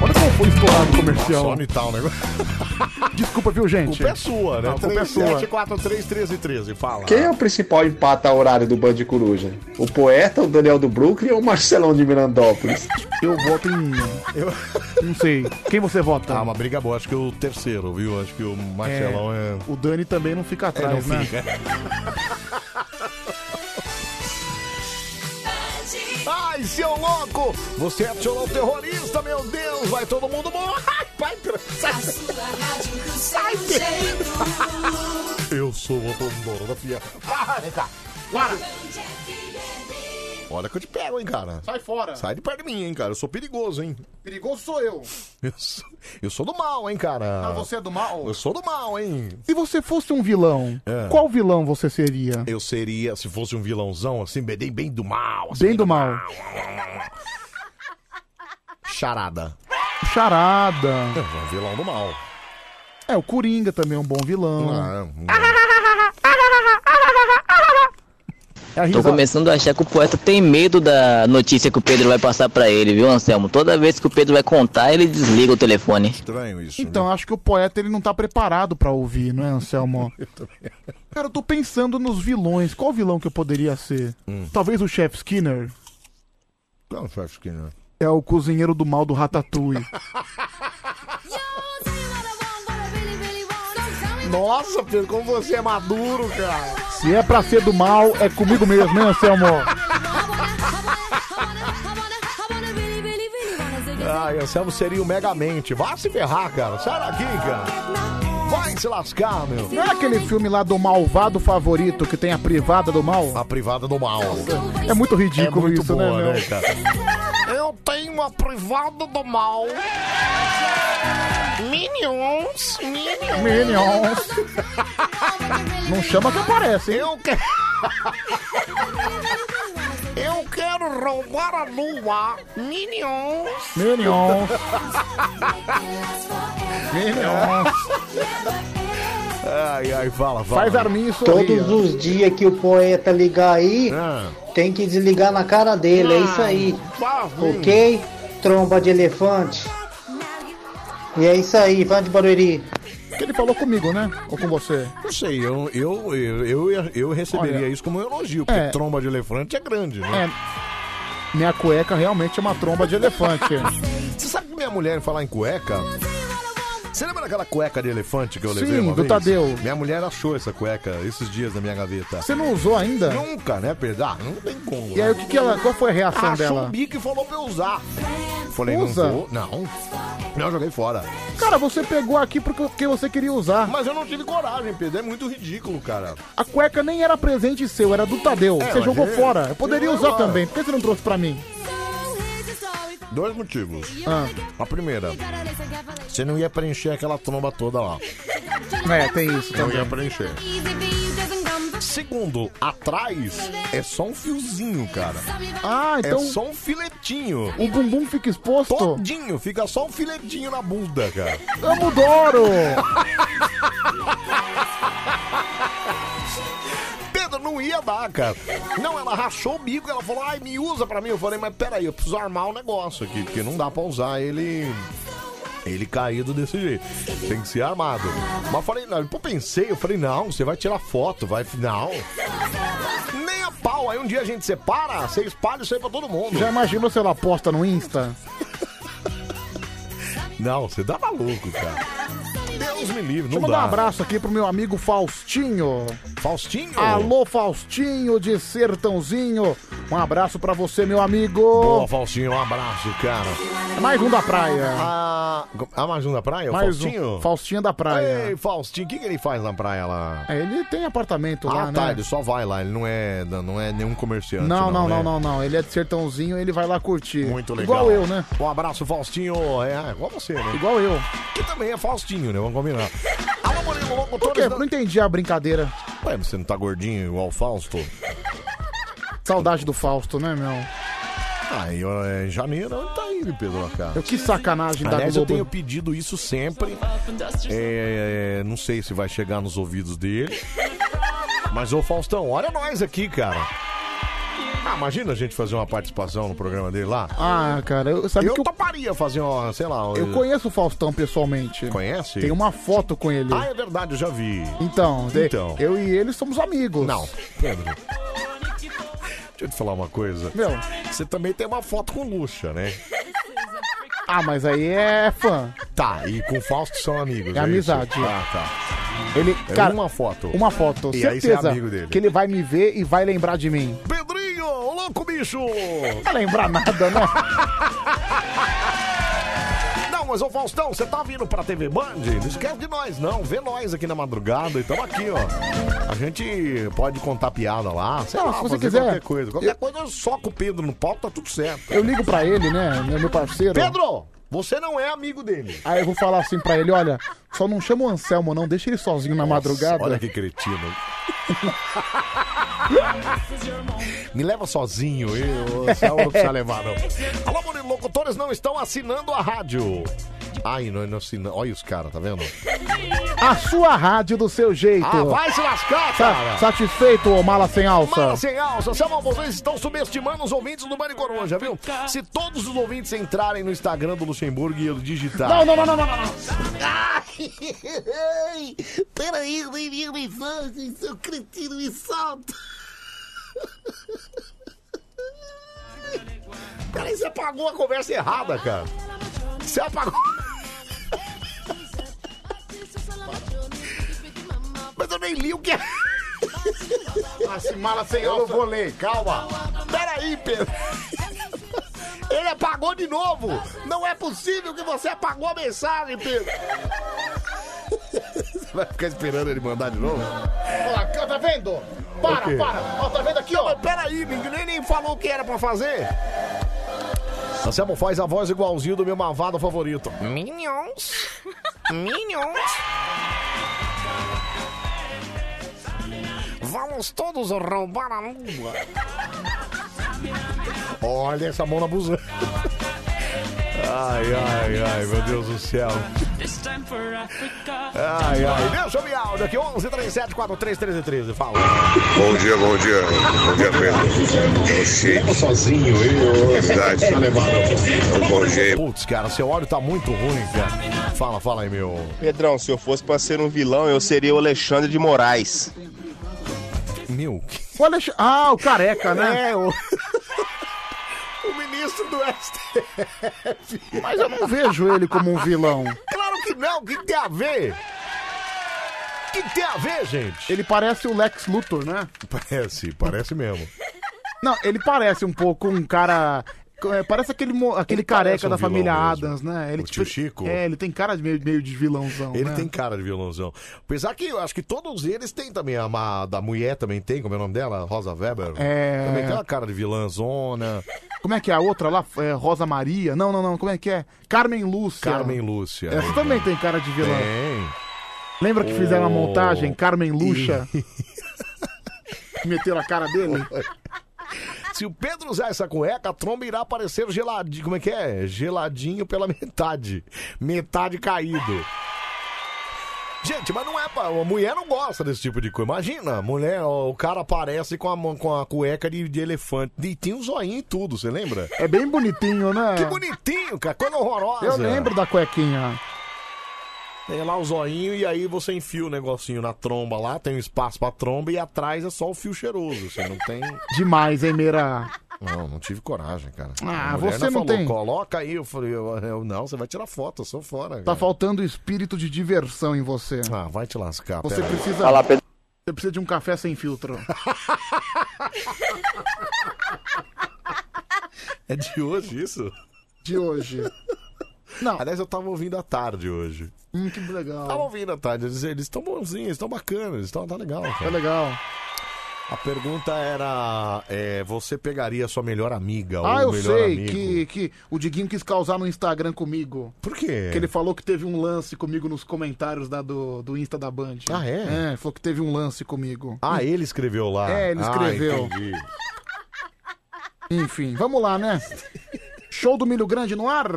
S2: Olha como foi estourado o comercial.
S1: Some e tal, negócio.
S2: Desculpa, viu, gente?
S1: Culpa é sua, né?
S2: Não, a culpa é sua.
S1: 3743 1313, fala.
S27: Quem é o principal empata horário do Band Coruja? O poeta, o Daniel do Brooklyn ou o Marcelão de Mirandópolis?
S2: Eu voto em. Não sei. Quem você vota?
S1: Ah, uma briga boa, acho que o terceiro, viu? Acho que o Marcelão é.
S2: O Dani também não fica
S1: É, não
S2: atrás, né?
S1: fica. [LAUGHS] Ai, seu louco! Você é tio terrorista, meu Deus! Vai todo mundo morrer! Vai, pra- sai!
S3: Sai, Pedro.
S1: Eu sou o dono da fia. Ah,
S3: Para, vem cá. Para.
S1: Acorda que eu te pego, hein, cara.
S2: Sai fora.
S1: Sai de perto de mim, hein, cara. Eu sou perigoso, hein. [LAUGHS]
S2: Perigoso sou eu.
S1: Eu sou, eu sou do mal, hein, cara.
S2: Ah, você é do mal?
S1: Eu sou do mal, hein.
S2: Se você fosse um vilão,
S1: É.
S2: qual vilão você seria?
S1: Eu seria, se fosse um vilãozão, assim, bem, bem do mal. assim,
S2: Bem do mal.
S1: Charada.
S2: Charada.
S1: É, um vilão do mal.
S2: É, o Coringa também é um bom vilão.
S1: Ah, um
S2: É a
S15: Tô
S2: risada.
S15: começando a achar que o poeta tem medo da notícia que o Pedro vai passar pra ele, viu, Anselmo? Toda vez que o Pedro vai contar, ele desliga o telefone.
S1: Estranho isso. né?
S2: Então, acho que o poeta ele não tá preparado pra ouvir, não
S1: [LAUGHS]
S2: é, Anselmo? Cara, eu tô pensando nos vilões. Qual vilão que eu poderia ser?
S1: Hum.
S2: Talvez o Chef Skinner.
S1: Não, eu acho que não.
S2: É o cozinheiro do mal do Ratatouille.
S1: Nossa, Pedro, como você é maduro, cara.
S2: Se é pra ser do mal, é comigo mesmo, hein, Anselmo?
S1: Ai, Anselmo Ah, seria o Megamente. Vá se ferrar, cara. Sai daqui, cara. Vai se lascar, meu.
S2: Não é aquele filme lá do malvado favorito que tem a privada do mal?
S1: A privada do mal.
S2: É muito ridículo
S1: É muito
S2: isso,
S1: boa,
S2: né,
S1: né,
S2: meu?
S1: cara? Eu tenho a privada do mal. Minions, Minions.
S2: Minions. Não chama que aparece, hein?
S1: Eu quero. Eu quero roubar a lua. Minions.
S2: Minions.
S1: Ai, ai, fala, fala.
S2: Faz arminha e sorria.
S16: Todos os dias que o poeta ligar aí, tem que desligar na cara dele, é isso aí. Ok? Tromba de elefante. E é isso aí, Vande Barueri.
S2: Que ele falou comigo, né? Ou com você?
S1: Não sei, eu, eu, eu, eu, eu receberia isso como um elogio, porque
S2: É.
S1: tromba de elefante é grande, né?
S2: Minha cueca realmente é uma tromba de elefante.
S1: [LAUGHS] Você sabe que minha mulher falar em cueca? Você lembra daquela cueca de elefante que eu
S2: Sim,
S1: levei uma
S2: do
S1: vez?
S2: Tadeu.
S1: Minha mulher achou essa cueca esses dias na minha gaveta.
S2: Você não usou ainda?
S1: Nunca, né, Pedro? Ah, não tem como.
S2: E aí, o que, que ela. Qual foi a reação
S1: Achou
S2: dela?
S1: um bico e falou pra eu usar. Falei,
S2: Usa.
S1: não vou. Não. Não, eu joguei fora.
S2: Cara, você pegou aqui porque- porque você queria usar.
S1: Mas eu não tive coragem, Pedro. É muito ridículo, cara.
S2: A cueca nem era presente seu, era do Tadeu.
S1: É,
S2: você
S1: mas
S2: jogou
S1: é-
S2: fora. Eu poderia
S1: é,
S2: usar
S1: agora.
S2: também. Por que você não trouxe pra mim?
S1: Dois motivos.
S2: Ah.
S1: A primeira, você não ia preencher aquela tromba toda lá.
S2: É, tem isso
S1: Não
S2: também.
S1: ia preencher. Segundo, atrás é só um fiozinho, cara.
S2: Ah,
S1: É
S2: então
S1: só um filetinho.
S2: o bumbum fica exposto?
S1: Todinho, fica só um filetinho na bunda, cara.
S2: Amo Doro!
S1: Pedro, não ia dar, cara. Não, ela rachou o bico, ela falou, ai, me usa pra mim. Eu falei, mas peraí, eu preciso armar o negócio aqui, porque não dá pra usar ele. Ele caído desse jeito. Tem que ser armado. Mas eu falei, não, eu pensei, eu falei, não, você vai tirar foto, vai. Não. Nem a pau. Aí um dia a gente separa, você espalha isso aí pra todo mundo.
S2: Já imaginou se ela posta no Insta?
S1: Não, você dá maluco, cara. Deus me livre,
S2: Deixa
S1: não
S2: eu mandar
S1: dá.
S2: um abraço aqui pro meu amigo Faustinho.
S1: Faustinho?
S2: Alô, Faustinho de Sertãozinho. Um abraço pra você, meu amigo.
S1: Boa, Faustinho, um abraço, cara.
S2: Mais um da praia.
S1: Ah, ah, mais um da praia? o
S2: Mais
S1: Faustinho?
S2: um. Faustinho da praia.
S1: Ei, Faustinho, o que, que ele faz na praia lá?
S2: É, ele tem apartamento lá,
S1: ah, tá,
S2: né?
S1: ele só vai lá, ele não é, não é nenhum comerciante.
S2: Não, não,
S1: né?
S2: não, não, não. Ele é de sertãozinho, ele vai lá curtir.
S1: Muito legal.
S2: Igual eu, né?
S1: Um abraço, Faustinho. É, igual você, né?
S2: Igual eu.
S1: Que também é Faustinho, né? Vamos combinar.
S2: Por quê? Não entendi a brincadeira.
S1: Ué, mas você não tá gordinho igual o Fausto?
S2: Saudade do Fausto, né, meu?
S1: Ah, eu, é, em janeiro ele tá indo, Pedro, cara.
S2: Eu, que sacanagem da
S1: Aliás, eu
S2: Globo.
S1: tenho pedido isso sempre. É, não sei se vai chegar nos ouvidos dele. Mas, ô Faustão, olha nós aqui, cara. Ah, imagina a gente fazer uma participação no programa dele lá.
S2: Ah, cara, eu, sabe
S1: eu
S2: que eu,
S1: toparia fazer uma, sei lá.
S2: eu conheço o Faustão pessoalmente.
S1: Conhece?
S2: Tem uma foto com ele.
S1: Ah, é verdade, eu já vi.
S2: Então, de-
S1: Então.
S2: eu e ele somos amigos.
S1: Não, Pedro. Deixa eu te falar uma coisa.
S2: Meu.
S1: Você também tem uma foto com Luxa, né?
S2: Ah, mas aí é fã.
S1: Tá, e com o Fausto são amigos.
S2: É amizade.
S1: isso? Ah, tá.
S2: Ele,
S1: É
S2: cara,
S1: uma foto.
S2: Uma foto,
S1: E aí você é
S2: certeza
S1: amigo dele.
S2: que ele vai me ver e vai lembrar de mim.
S1: Pedrinho, ô
S2: [LAUGHS]
S1: louco bicho!
S2: Não vai lembrar nada, né?
S1: [LAUGHS] Não, mas ô Faustão, você tá vindo pra TV Band? Não esquece de nós, não. Vê nós aqui na madrugada e tamo aqui, ó. A gente pode contar piada lá. Sei
S2: Não,
S1: lá,
S2: se você
S1: fazer
S2: quiser.
S1: Qualquer coisa. Qualquer
S2: Eu-
S1: coisa eu soco o Pedro no pau, tá tudo certo.
S2: Eu ligo pra ele, né? Meu meu parceiro.
S1: Pedro, você não é amigo dele.
S2: Aí eu vou falar assim pra ele, olha, só não chama o Anselmo, não, deixa ele sozinho na madrugada.
S1: Olha que cretino. Me leva sozinho,
S2: [LAUGHS]
S1: eu, você não precisa levar, não. Alô, Murilo, locutores não estão assinando a rádio. Ai, não, não assina. Olha os caras, tá vendo?
S2: A sua rádio do seu jeito.
S1: Ah, vai se lascar, cara.
S2: Satisfeito, ô mala sem alça.
S1: Mala sem [LAUGHS] alça, Selma, vocês estão subestimando os ouvintes do Mani Coruja, viu? Se todos os ouvintes entrarem no Instagram do Luxemburgo e ele
S9: Tá.
S1: digitar.
S3: Não, não, não, não, não, não,
S9: Ai, peraí, eu nem vi uma imagem, seu cretino, me solta.
S1: Peraí, você apagou a conversa errada, cara. Você apagou. Mas eu nem li o que é.
S3: Esse mala sem
S1: Eu não
S3: alça.
S1: vou ler, calma. Peraí, Pedro. Ele apagou de novo. Não é possível que você apagou a mensagem, Pedro. Você vai ficar esperando ele mandar de novo?
S2: Olha lá, tá vendo?
S1: O quê?
S2: Para, para. Ó, tá vendo aqui, ó?
S1: Peraí, ninguém nem falou o que era pra fazer. Anselmo faz a voz igualzinho do meu malvado favorito. Minions. Minions. Vamos todos roubar a lua. Olha essa mão na buzina. Ai, ai, ai, meu Deus do céu. Ai, ai, deixa eu ver áudio aqui, 11 37 43 13 13, fala.
S18: Bom dia, bom dia. Bom dia, Pedro. É o Chico. sozinho, é eu. Cidade. É um Bom dia.
S1: É Putz, cara, seu óleo tá muito ruim, cara. Fala, fala aí, meu.
S20: Pedrão, se eu fosse pra ser um vilão, eu seria o Alexandre de Moraes.
S1: Meu,
S2: O Alex- Ah, o careca, né?
S1: É, o... O ministro do STF.
S2: Mas eu não vejo ele como um vilão.
S1: Claro que não, o que tem a ver? O que tem a ver, gente?
S2: Ele parece o Lex Luthor, né?
S1: Parece, parece mesmo.
S2: Não, ele parece um pouco um cara. é, Parece aquele, mo- aquele
S1: parece
S2: careca
S1: um
S2: da família
S1: vilão mesmo.
S2: Adams, né? Ele,
S1: O tio Chico?
S2: É, ele tem cara de meio, meio de vilãozão.
S1: Ele
S2: né?
S1: tem cara de violãozão. Apesar que eu acho que todos eles têm também. A, ma- da mulher também tem, como é o nome dela? Rosa Weber.
S2: É.
S1: Também tem uma cara de vilãzona.
S2: Como é que é a outra lá? É, Rosa Maria? Não, não, não. Como é que é? Carmen Lúcia.
S1: Carmen Lúcia. né? é.
S2: Essa também tem cara É de vilã.
S1: Tem.
S2: Lembra que fizeram a
S1: Oh.
S2: montagem
S1: [LAUGHS]
S2: Carmen Lucha? Meteram a cara dele?
S1: Se o Pedro usar essa cueca, a tromba irá aparecer geladinho. Como é que é? Geladinho pela metade. Metade caído. Gente, mas não é pra. A mulher não gosta desse tipo de coisa. Imagina, a mulher, ó, o cara aparece com a, mão- com a cueca de, de elefante. E tem um zoinho e tudo, você lembra?
S2: É bem bonitinho, né?
S1: Que bonitinho, cara. Coisa horrorosa.
S2: Eu lembro da cuequinha.
S1: Tem lá o zoinho e aí você enfia o negocinho na tromba lá, tem um espaço pra tromba e atrás é só o fio cheiroso. Você não tem.
S2: Demais, hein, Meira?
S1: Não, não tive coragem, cara.
S2: Ah,
S1: A mulher ainda
S2: você não
S1: falou,
S2: tem.
S1: Coloca aí, eu falei, eu- eu- não, você vai tirar foto, eu sou fora.
S2: Tá
S1: cara."
S2: faltando espírito de diversão em você.
S1: Ah, vai te lascar.
S2: Você
S1: pera aí.
S2: precisa. Você precisa de um café sem filtro.
S1: É de hoje isso? [LAUGHS]
S2: De hoje. Não.
S1: Aliás, eu tava ouvindo à tarde hoje.
S2: Hum, que legal.
S1: Tava ouvindo à tarde, eles eles estão bonzinhos, eles estão bacanas, eles estão tá legal. Tá
S2: legal.
S1: A pergunta era: é, você pegaria sua melhor amiga ou
S2: Ah, eu
S1: Então, melhor
S2: sei
S1: amigo?
S2: que, que o Diguinho quis causar no Instagram comigo.
S1: Por quê?
S2: Que ele falou que teve um lance comigo nos comentários da, do, do Insta da Band.
S1: Ah, é?
S2: É, falou que teve um lance comigo.
S1: Ah, ele escreveu lá.
S2: É, ele
S1: Ah,
S2: escreveu.
S1: entendi.
S2: Enfim, vamos lá, né? Show do Milho Grande no ar?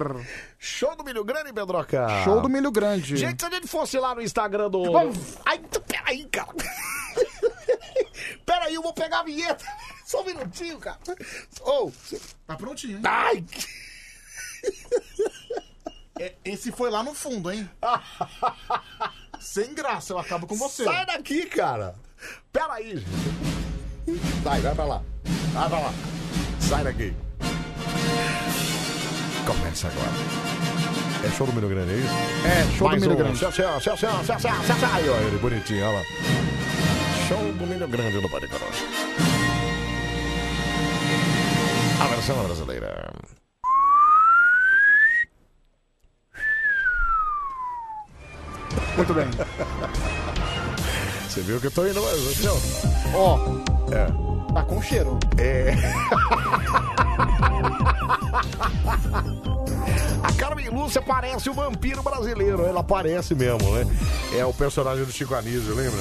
S1: Show do Milho Grande, Pedroca?
S2: Show do Milho Grande.
S1: [LAUGHS] Gente, se a gente fosse lá no Instagram do.
S2: Vamos-
S1: Ai, então, peraí, cara. [LAUGHS] peraí, eu vou pegar a vinheta. [LAUGHS] Só um minutinho, cara. Oh,
S2: Tá prontinho, hein?
S1: Ai!
S2: É, Esse foi lá no
S1: [LAUGHS]
S2: fundo, hein? Sem graça, eu acabo com você.
S1: Sai daqui, cara. Peraí, gente. Vai, vai pra lá. Vai pra lá. Sai daqui. Começa agora. É show do Milho Grande, é isso?
S2: É, show
S1: Mais
S2: do Milho
S1: um.
S2: Grande.
S1: Tchau, tchau, tchau, tchau, tchau, tchau, tchau. Ai, olha ele, bonitinho, olha lá. Show do Milho Grande no Pode Coruja. A versão brasileira.
S2: Muito bem.
S1: [LAUGHS] Você viu que eu tô indo.
S2: Ó.
S1: É.
S2: Tá com cheiro. [LAUGHS]
S1: É. A Carmen Lúcia parece o vampiro brasileiro. Ela parece mesmo, né? É o personagem do Chico Anísio, lembra?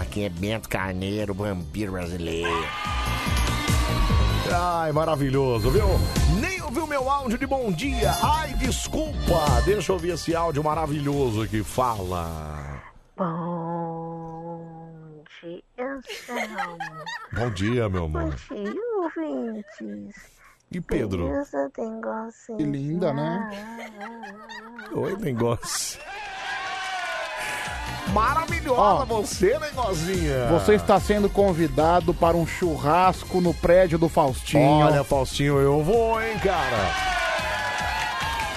S1: Aqui é Bento Carneiro, vampiro brasileiro. Ai, maravilhoso, viu? Nem ouviu meu áudio de bom dia. Ai, desculpa. Deixa eu ouvir esse áudio maravilhoso aqui. Fala.
S5: [LAUGHS] Bom dia, Anselmo.
S1: Bom dia, meu amor.
S5: Bom dia, ouvintes.
S1: E Pedro?
S5: Beleza, tem gosto.
S2: Que linda, né?
S1: Oi, negócio. Maravilhosa você, negozinha.
S2: Você está sendo convidado para um churrasco no prédio do Faustinho.
S1: Olha, Faustinho, eu vou, hein, cara.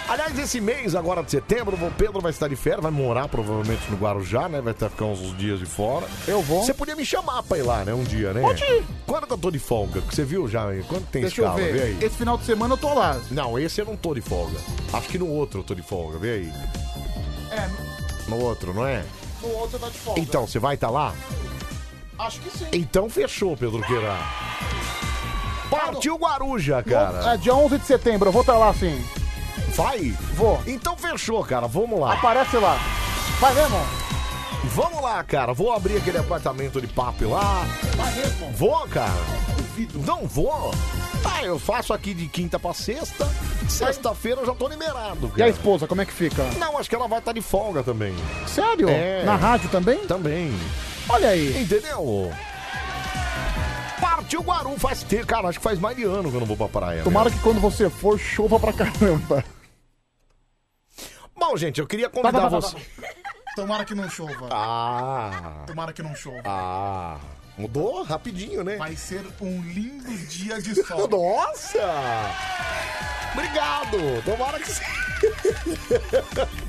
S1: Aliás, esse mês, agora de setembro, o Pedro vai estar de férias, vai morar provavelmente no Guarujá, né? Vai estar ficar uns dias de fora.
S2: Eu vou.
S1: Você podia me chamar pra ir lá, né? Um dia, né?
S2: Pode ir.
S1: Quando que eu tô de folga? Você viu já? hein? Quando tem
S2: Deixa eu
S1: escala? Vê
S2: ver.
S1: aí.
S2: Esse final de semana eu tô lá.
S1: Não, esse eu não tô de folga. Acho que no outro eu tô de folga, vê aí. É. No outro, não é?
S2: No outro tá de folga.
S1: Então, você vai estar lá?
S2: Acho que sim. Tá
S1: Então fechou, Pedro Queira. Partiu Guaruja, cara.
S2: É dia 11 de setembro, eu vou estar lá sim.
S1: Vai?
S2: Vou.
S1: Então fechou, cara. Vamos lá.
S2: Aparece lá. Vai mesmo?
S1: Vamos lá, cara. Vou abrir aquele apartamento de papo lá.
S2: Vai mesmo?
S1: Vou, cara. Não vou. Ah, eu faço aqui de quinta pra sexta. Sexta-feira eu já tô liberado,
S2: E a
S1: cara.
S2: esposa, como é que fica?
S1: Não, acho que ela vai estar de folga também.
S2: Sério?
S1: É.
S2: Na rádio também?
S1: Também.
S2: Olha aí.
S1: Entendeu? Partiu Guaru, faz tempo. Cara, acho que faz mais de ano que eu não vou pra praia.
S2: Tomara que quando você for, chova pra caramba.
S1: Bom, gente, eu queria convidar
S2: Tá, tá, tá,
S1: você.
S2: Tomara que não chova.
S1: Ah.
S2: Tomara que não chova.
S1: Ah. Mudou rapidinho, né?
S2: Vai ser um lindo dia
S1: [LAUGHS]
S2: de sol.
S1: Nossa! Obrigado! Tomara que seja. [LAUGHS]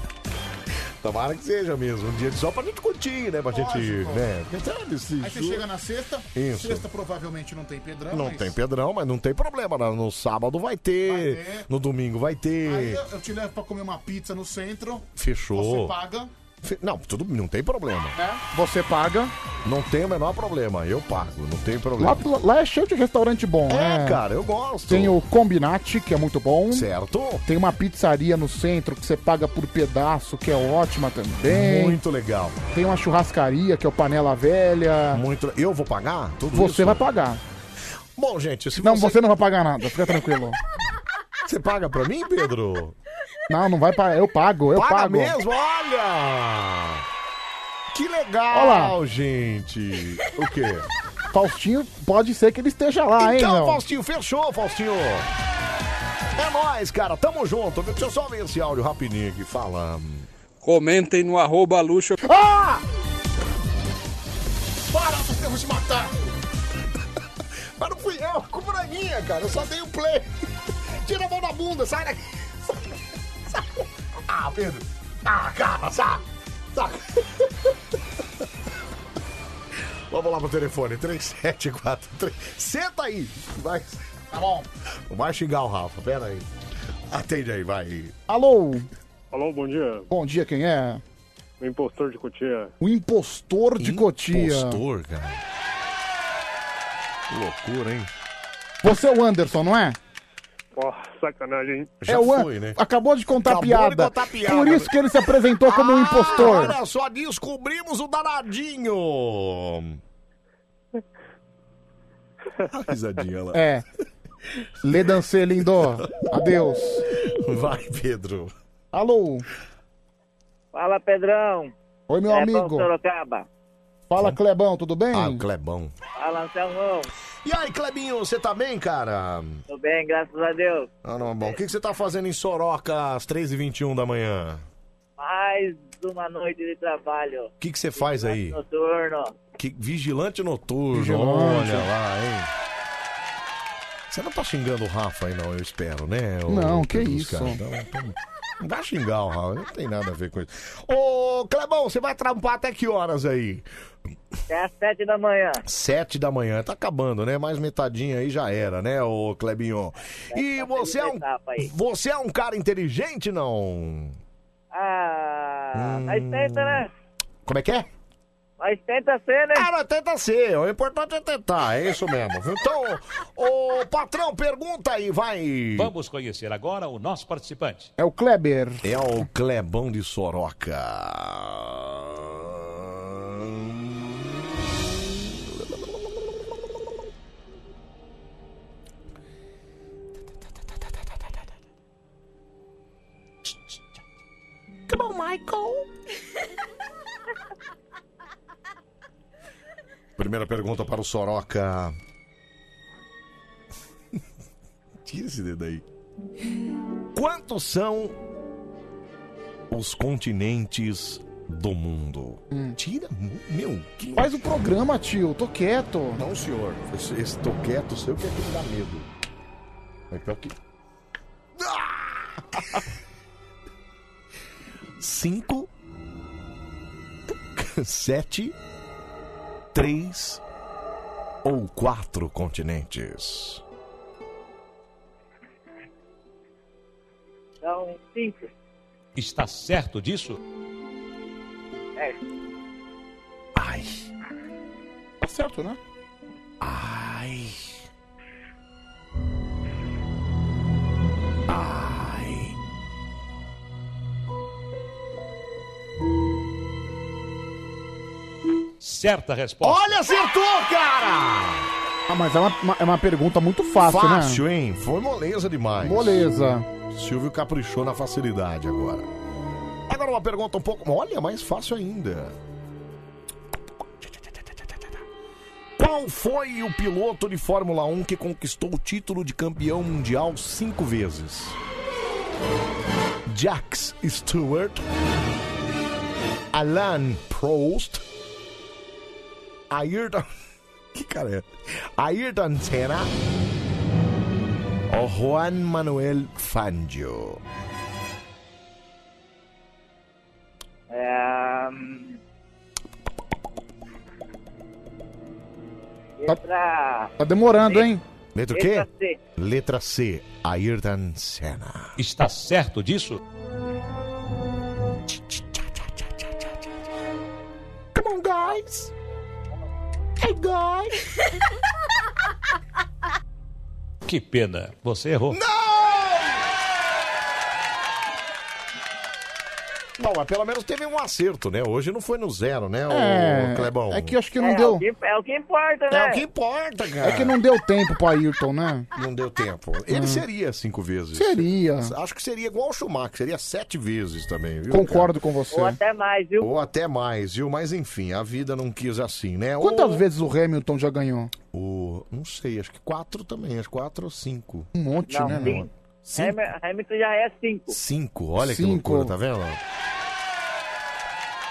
S1: Tomara que seja mesmo. Um dia de sol pra gente curtir, né? Pra gente.
S2: Lógico.
S1: Né? Porque tá desse
S2: Aí você
S1: jogo-
S2: chega na sexta,
S1: Isso.
S2: sexta provavelmente não tem pedrão.
S1: Não
S2: mas-
S1: tem pedrão, mas não tem problema. né? No sábado vai ter,
S2: Vai ter.
S1: no domingo vai
S2: Aí
S1: ter.
S2: eu eu te levo pra comer uma pizza no centro.
S1: Fechou.
S2: Você paga.
S1: Fe- Não, tudo não tem problema.
S2: É. Você paga.
S1: Não tem o menor problema. Eu pago, não tem problema.
S2: Lá, lá é cheio de restaurante bom,
S1: É,
S2: né?
S1: cara, eu gosto.
S2: Tem o Combinati, que é muito bom.
S1: Certo.
S2: Tem uma pizzaria no centro que você paga por pedaço, que é ótima também.
S1: Muito legal.
S2: Tem uma churrascaria, que é o Panela Velha.
S1: Muito. Eu vou pagar? Tudo
S2: Você
S1: isso?
S2: vai pagar.
S1: Bom, gente, se
S2: Não,
S1: você...
S2: você não vai pagar nada, fica
S1: [LAUGHS]
S2: tranquilo.
S1: Você paga pra mim, Pedro?
S2: Não, não vai pagar. Eu pago, eu
S1: Paga
S2: pago.
S1: mesmo? Olha! Que legal,
S2: Olha lá.
S1: gente! O quê?
S2: Faustinho, pode ser que ele esteja lá, hein,
S1: então,
S2: meu?
S1: Faustinho, fechou, Faustinho! É nóis, cara, tamo junto. Deixa eu só ver esse áudio rapidinho aqui, fala.
S21: Comentem no arroba luxo.
S1: Ah!
S2: Para, você vou te matar!
S1: [LAUGHS] Mas não fui eu, a culpa não é minha, cara, eu só dei o play. Tira a mão da bunda, sai daqui! Sai daqui. Ah, Pedro! Ah, cara, sai! Sai! Vamos lá pro telefone, 3743. Senta aí! Vai.
S2: Tá bom.
S1: Não vai xingar o Rafa, pera aí. Atende aí, vai.
S2: Alô,
S8: Alô, bom dia.
S2: bom dia, quem é?
S8: O impostor de Cotia.
S2: O impostor de Cotia.
S1: Impostor, cara. Que loucura, hein?
S2: Você é o Anderson, não é?
S8: Ó, sacanagem, hein?
S1: Já
S2: é o An-
S1: foi, né?
S2: Acabou de contar
S1: Acabou de
S2: piada.
S1: contar piada. né? Ah,
S2: Por isso que ele se apresentou como um impostor.
S1: Olha só, descobrimos o danadinho! A risadinha lá.
S2: É. Lê dancê, lindo. Adeus.
S1: Vai, Pedro.
S2: Alô,
S14: Fala, Pedrão.
S2: oi, meu
S14: é, Paulo
S2: amigo.
S14: Sorocaba.
S2: Fala, Clebão, tudo bem?
S1: Ah, o Clebão.
S14: Fala, Anselmão.
S1: E aí, Clebinho, você tá bem, cara?
S14: Tudo bem, graças a Deus.
S1: Ah, não, bom. O que, que você tá fazendo em Soroca às 3h21 da manhã?
S14: Mais uma noite de trabalho.
S1: O que, que você faz aí?
S14: Noturno.
S1: Que... Vigilante noturno,
S2: Vigilante.
S1: olha lá, hein? Você não tá xingando o Rafa aí, não, eu espero, né? ô,
S2: Não, que
S1: Pedro,
S2: isso.
S1: cara? Então, então, não vai xingar o Rafa, não tem nada a ver com isso. Ô, Clebão, você vai trampar até que horas aí?
S14: Até É às sete da manhã.
S1: Sete da manhã, tá acabando, né? Mais metadinha aí já era, né, ô Clebinho? E você é um. Você é um cara inteligente, não?
S14: Ah, Nós tenta, né?
S1: Como é que é?
S14: Nós tenta ser, né?
S1: Ah, nós tenta ser. O importante é tentar, é isso mesmo. viu? Então, ô patrão, pergunta aí, vai.
S7: Vamos conhecer agora o nosso participante.
S2: É o Kleber.
S1: É o Clebão de Soroca.
S3: Come
S14: [LAUGHS]
S3: on, Michael.
S1: Primeira pergunta para o Soroca. [LAUGHS] Tira esse dedo aí. Quantos são os continentes do mundo? Tira, mu- meu. Que...
S2: Hum. Faz o programa, tio. Tô quieto.
S1: Não, senhor. Esse, esse tô quieto, sei o que é que me dá medo. É pior que. Ah! [LAUGHS] Cinco. Sete. Três. Ou quatro continentes.
S14: Então, cinco.
S7: Está certo disso?
S14: É.
S1: Ai.
S2: Tá certo, né?
S1: Ai. Ai.
S7: Certa resposta.
S1: Olha, acertou, cara!
S2: Ah, mas é uma, uma- é uma pergunta muito fácil, né?
S1: Fácil, hein? Foi moleza demais.
S2: Moleza.
S1: Silvio caprichou na facilidade agora. Agora uma pergunta um pouco. Olha, mais fácil ainda. Qual foi o piloto de Fórmula 1 que conquistou o título de campeão mundial cinco vezes? Jax Stewart, Alain Prost, Ayrton. [LAUGHS] Que cara é? Ayrton Senna ou Juan Manuel Fangio?
S14: é... hum.
S19: É
S14: Letra...
S2: Tá demorando, hein?
S1: Letra o
S14: Letra
S1: quê?
S14: C.
S1: Letra C, Ayrton Senna.
S7: Está certo disso?
S3: Come on, guys.
S14: [LAUGHS]
S3: Hey, guys.
S7: Que pena, você errou.
S1: Bom, mas pelo menos teve um acerto, né? Hoje não foi no zero, né,
S2: É,
S1: ô Clebão?
S2: é que eu acho que
S14: é,
S2: não deu.
S14: O que, é o que importa, né?
S1: É o que importa, cara.
S2: É que não deu tempo pro Ayrton, né?
S1: Não deu tempo. Ele
S2: Hum.
S1: seria cinco vezes.
S2: Seria.
S1: Acho que seria igual o Schumacher, seria sete vezes também, viu?
S2: Concordo com
S1: você.
S2: você. Ou
S14: até mais, viu?
S1: Ou até mais, viu? Mas enfim, a vida não quis assim, né?
S2: Quantas
S1: Ou-
S2: vezes o Hamilton já ganhou?
S1: O... Não sei, acho que quatro também, acho que quatro ou cinco.
S2: Um monte,
S14: Não,
S2: né?
S14: sim.
S2: mano?
S14: Hamil- Hamilton já é cinco.
S1: Cinco, olha que
S2: Cinco.
S1: loucura, tá vendo?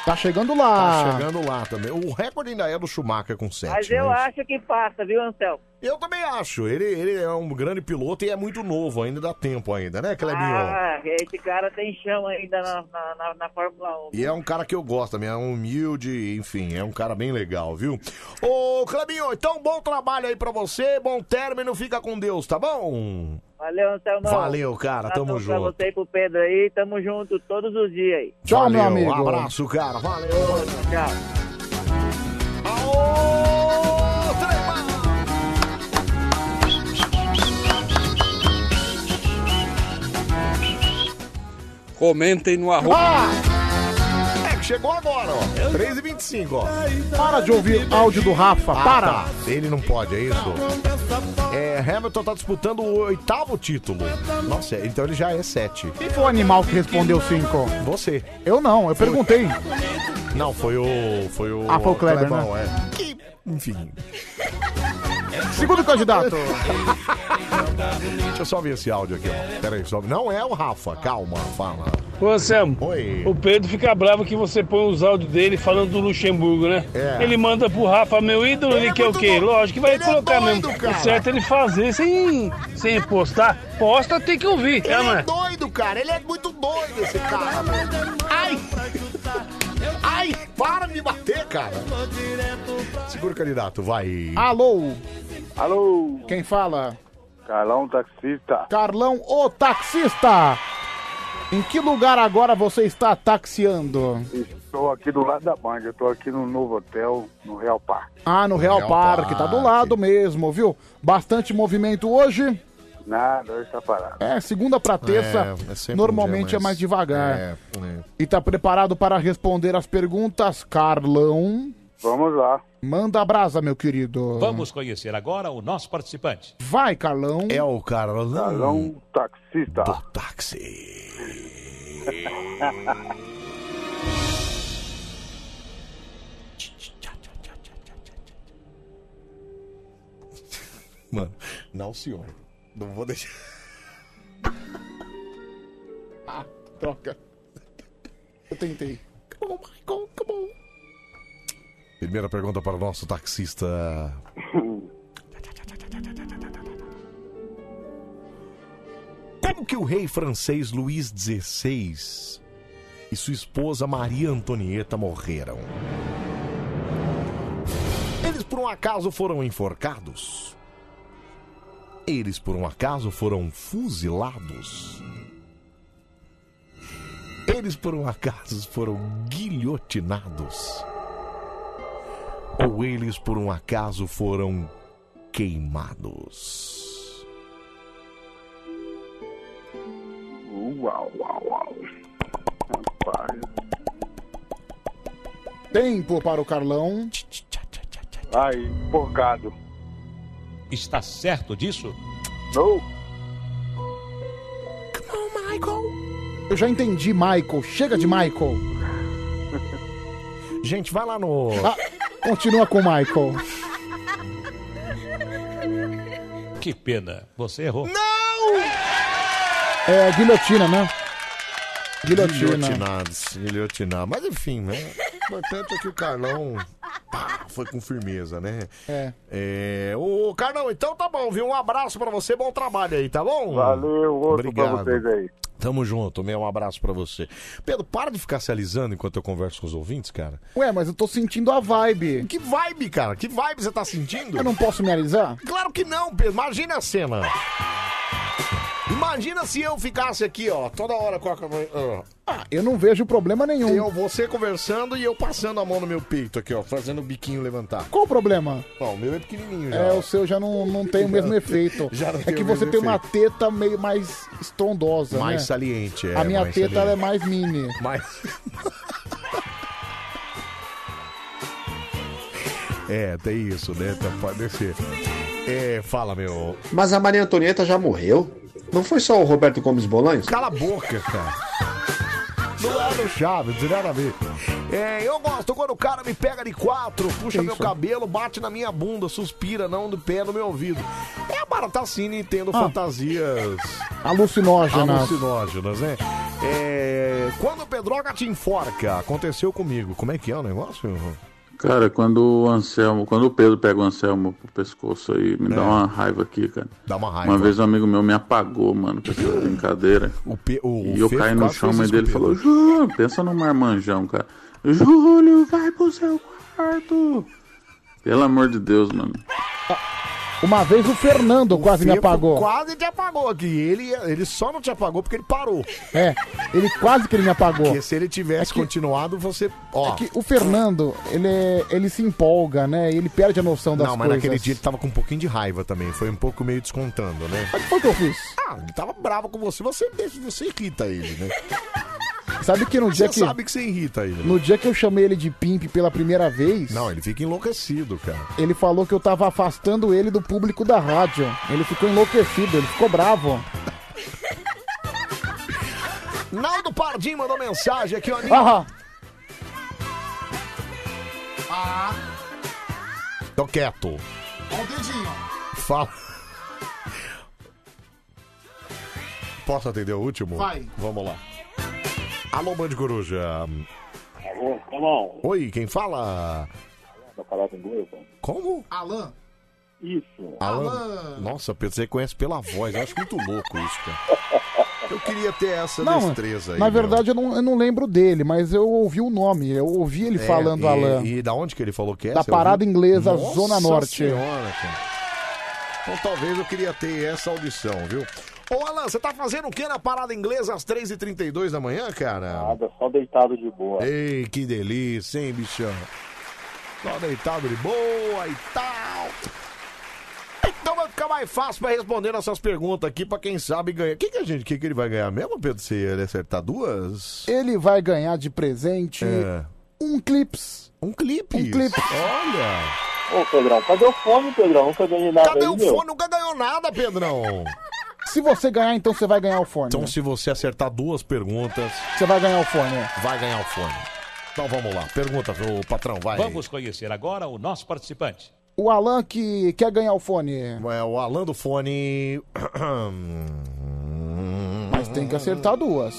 S2: Tá chegando lá.
S1: Tá chegando lá também. O recorde ainda é do Schumacher com sete.
S14: Mas eu
S1: né?
S14: acho que passa, viu, Anselmo?
S1: Eu também acho. Ele, ele é um grande piloto e é muito novo, ainda dá tempo ainda, né, Clebinho?
S14: Ah, esse cara tem chão ainda na, na, na, na Fórmula 1.
S1: E é um cara que eu gosto também, é um humilde, enfim, é um cara bem legal, viu? Ô, Clebinho, então bom trabalho aí pra você, bom término, fica com Deus, tá bom?
S14: Valeu, Anselmo.
S1: Valeu, cara, tamo
S14: Abração
S1: junto.
S14: Pra você e pro Pedro aí, tamo junto todos os dias aí.
S1: Valeu, abraço, cara, valeu.
S14: Tchau.
S21: Comentem no arroba.
S1: É que chegou agora, ó, 3h25, ó.
S2: Para de ouvir áudio do Rafa,
S1: tá Ah,
S2: para!
S1: tá. Ele não pode, é isso? É, Hamilton tá disputando o oitavo título. Nossa, então ele já é sete.
S2: Quem foi o animal que respondeu cinco?
S1: Você.
S2: Eu não, eu perguntei.
S1: Não, foi o. Foi o.
S2: Ah, foi o Kleber,
S1: Clebão,
S2: né?
S1: é. Que, enfim.
S2: Segundo candidato.
S1: Deixa eu só ver esse áudio aqui, ó. Pera aí, só... Não é o Rafa, calma, fala.
S22: Ô, Sam,
S1: Oi.
S22: o Pedro fica bravo que você põe os áudios dele falando do Luxemburgo, né?
S1: É.
S22: Ele manda pro Rafa, meu ídolo, ele, quer o quê? Lógico que vai colocar mesmo. O certo é ele fazer sem, sem postar. Posta tem que ouvir,
S1: é
S22: né, mano?
S1: doido, cara. Ele é muito doido, esse cara. Ai! Ai, para de me bater, cara. Segura o candidato, vai.
S2: Alô?
S23: Alô?
S2: Quem fala?
S23: Carlão, taxista.
S2: Carlão, o taxista. Em que lugar agora você está taxiando?
S11: Estou aqui do lado da Band, eu estou aqui no novo hotel, no Real Park.
S2: Ah, no Real,
S11: Real
S2: Parque, tá do lado mesmo, viu? Bastante movimento hoje.
S11: Nada, hoje tá parado.
S2: É, segunda pra terça,
S11: É, é sempre um
S2: normalmente
S11: dia
S2: é
S11: mais-
S2: mais devagar.
S11: É,
S2: E tá preparado para responder as perguntas, Carlão?
S11: Vamos lá.
S2: Manda a brasa, meu querido.
S7: Vamos conhecer agora o nosso participante.
S2: Vai, Carlão.
S1: É o Carlão.
S11: Carlão taxista.
S1: Do táxi. Mano, não, senhor. Não vou deixar.
S2: Ah, troca. Eu tentei.
S1: Primeira pergunta para o nosso taxista. Como que o rei francês Luís XVI e sua esposa Maria Antonieta morreram? Eles por um acaso foram enforcados? Eles por um acaso foram fuzilados? Eles por um acaso foram guilhotinados? Ou eles por um acaso foram queimados?
S11: Uau, uau, uau. Rapaz.
S2: Tempo para o Carlão.
S11: Ai, empolgado.
S7: Está certo disso?
S11: Não.
S2: Eu já entendi, Michael. Chega de Michael.
S1: Gente, vai lá no.
S2: Ah, continua com o Michael.
S7: Que pena, você errou.
S2: É guilhotina, né? Guilhotina.
S1: Guilhotinados, guilhotinados. Mas enfim, né? O importante é que o Carlão pá, foi com firmeza, né?
S2: É.
S1: É, Ô, Carlão, então tá bom, viu? Um abraço pra você, bom trabalho aí, tá bom?
S11: Valeu, outro pra vocês aí.
S1: Tamo junto, meu. Um abraço pra você. Pedro, para de ficar se alisando enquanto eu converso com os ouvintes, cara.
S2: Ué, mas eu tô sentindo a vibe.
S1: Que vibe, cara? Que vibe você tá sentindo?
S2: Eu não posso me alisar?
S1: Claro que não, Pedro. Imagina a cena. Imagina se eu ficasse aqui, ó, toda hora com a. ó.
S2: Ah, eu não vejo problema nenhum.
S1: Eu, você conversando e eu passando a mão no meu peito aqui, ó, fazendo o biquinho levantar.
S2: Qual o problema?
S1: Ó, o meu é pequenininho já.
S2: É, o seu já não, não tem o mesmo efeito.
S1: [LAUGHS] Já não
S2: é
S1: tem
S2: que
S1: o
S2: você
S1: mesmo
S2: tem uma teta meio mais estrondosa,
S1: Mais
S2: né?
S1: saliente, é,
S2: A minha
S1: mais
S2: teta
S1: saliente.
S2: ela é mais mini.
S1: [LAUGHS] Mais... É, tem isso, né? Tá- Pode ser. É, fala, meu.
S4: Mas a Maria Antonieta já morreu? Não foi só o Roberto Gomes Bolanhos?
S1: Cala a boca, cara. Não é no chave, não tem nada a ver. É, eu gosto quando o cara me pega de quatro,
S2: É
S1: puxa meu cabelo, bate na minha bunda, suspira, não do pé no meu ouvido. É a Baratacine tendo
S2: Ah.
S1: fantasias
S2: Alucinógena.
S1: alucinógenas, né? É, quando o Pedroga te enforca, aconteceu comigo. Como é que é o negócio?
S23: Cara, quando o Anselmo, quando o Pedro pega o Anselmo pro pescoço aí, me dá
S1: É.
S23: uma raiva aqui, cara.
S1: Dá uma raiva.
S23: Uma vez um amigo meu me apagou, mano, com
S1: [CLEARS THROAT]
S23: essa brincadeira. e eu
S1: Fê
S23: caí no
S1: quase
S23: chão, a
S1: um fez
S23: mãe
S1: isso com o
S23: dele falou, Júlio, pensa no marmanjão, cara. Júlio, vai pro seu quarto. Pelo amor de Deus, mano.
S2: Uma vez o Fernando quase me
S1: Fefo
S2: apagou.
S1: Quase te apagou aqui. Ele, ele só não te apagou porque ele parou.
S2: É, ele quase que ele me apagou.
S1: Porque se ele tivesse continuado, você. Ó,
S2: É que o Fernando, ele, é- ele se empolga, né? Ele perde a noção das
S1: Não, mas
S2: coisas.
S1: naquele dia ele tava com um pouquinho de raiva também. Foi um pouco meio descontando, né?
S2: Mas o que foi que eu fiz?
S1: Ah, ele tava bravo com você. Você, deixa- você irrita ele, né?
S2: Sabe que no dia
S1: você
S2: que...
S1: sabe que você irrita ele. né?
S2: No dia que eu chamei ele de pimp pela primeira vez,
S1: Não, ele fica enlouquecido, cara.
S2: ele falou que eu tava afastando ele do público da rádio. Ele ficou enlouquecido, ele ficou bravo.
S1: Naldo Pardim mandou mensagem aqui, ó.
S2: Ah,
S1: Tô quieto.
S3: Ah, o dedinho.
S1: Fala. Posso atender o último?
S3: Vai.
S1: Vamos lá. Alô, Band Coruja.
S28: Alô,
S3: Tá
S28: Ramon,
S1: Oi, quem fala?
S28: pra falar com o Gleuton.
S1: Como?
S2: Alan.
S28: Isso.
S2: Ah,
S1: Alan.
S28: Alan.
S1: Nossa, Pedro, você conhece pela voz. Eu acho muito louco isso, cara. Eu queria ter essa
S2: Não,
S1: destreza aí.
S2: na
S1: meu.
S2: verdade eu não, eu não lembro dele, mas eu ouvi o nome, eu ouvi ele
S1: É,
S2: falando
S1: e,
S2: Alan.
S1: E da onde que ele falou que é?
S2: Da
S1: Você
S2: Parada
S1: ouviu?
S2: Inglesa,
S1: Nossa
S2: Zona Norte.
S1: Senhora, cara. Então talvez eu queria ter essa audição, viu? Ô, Alan, você tá fazendo o que na parada inglesa às 3h32 da manhã, cara?
S28: Nada, só deitado de boa.
S1: Ei, que delícia, hein, bichão? Só deitado de boa e tal. Então vai ficar mais fácil pra responder nossas perguntas aqui, pra quem sabe ganhar. O que, que a gente, que, que ele vai ganhar mesmo, Pedro, se ele acertar duas?
S2: Ele vai ganhar de presente
S1: É.
S2: um clips.
S1: Um clipe?
S2: Um clipe.
S1: Olha!
S28: Ô, Pedrão, cadê o fone, Pedrão? Nunca ganhei nada
S1: Cadê
S28: aí,
S1: o
S28: meu.
S1: fone? Nunca ganhou nada, Pedrão!
S2: Se você ganhar, então você vai ganhar o fone.
S1: Então, se você acertar duas perguntas,
S2: Você vai ganhar o fone. é.
S1: vai ganhar o fone. Então vamos lá, pergunta, ô patrão, vai.
S7: Vamos conhecer agora o nosso participante.
S2: O Alan que quer ganhar o fone.
S1: É o Alan do fone.
S2: Mas tem que acertar duas.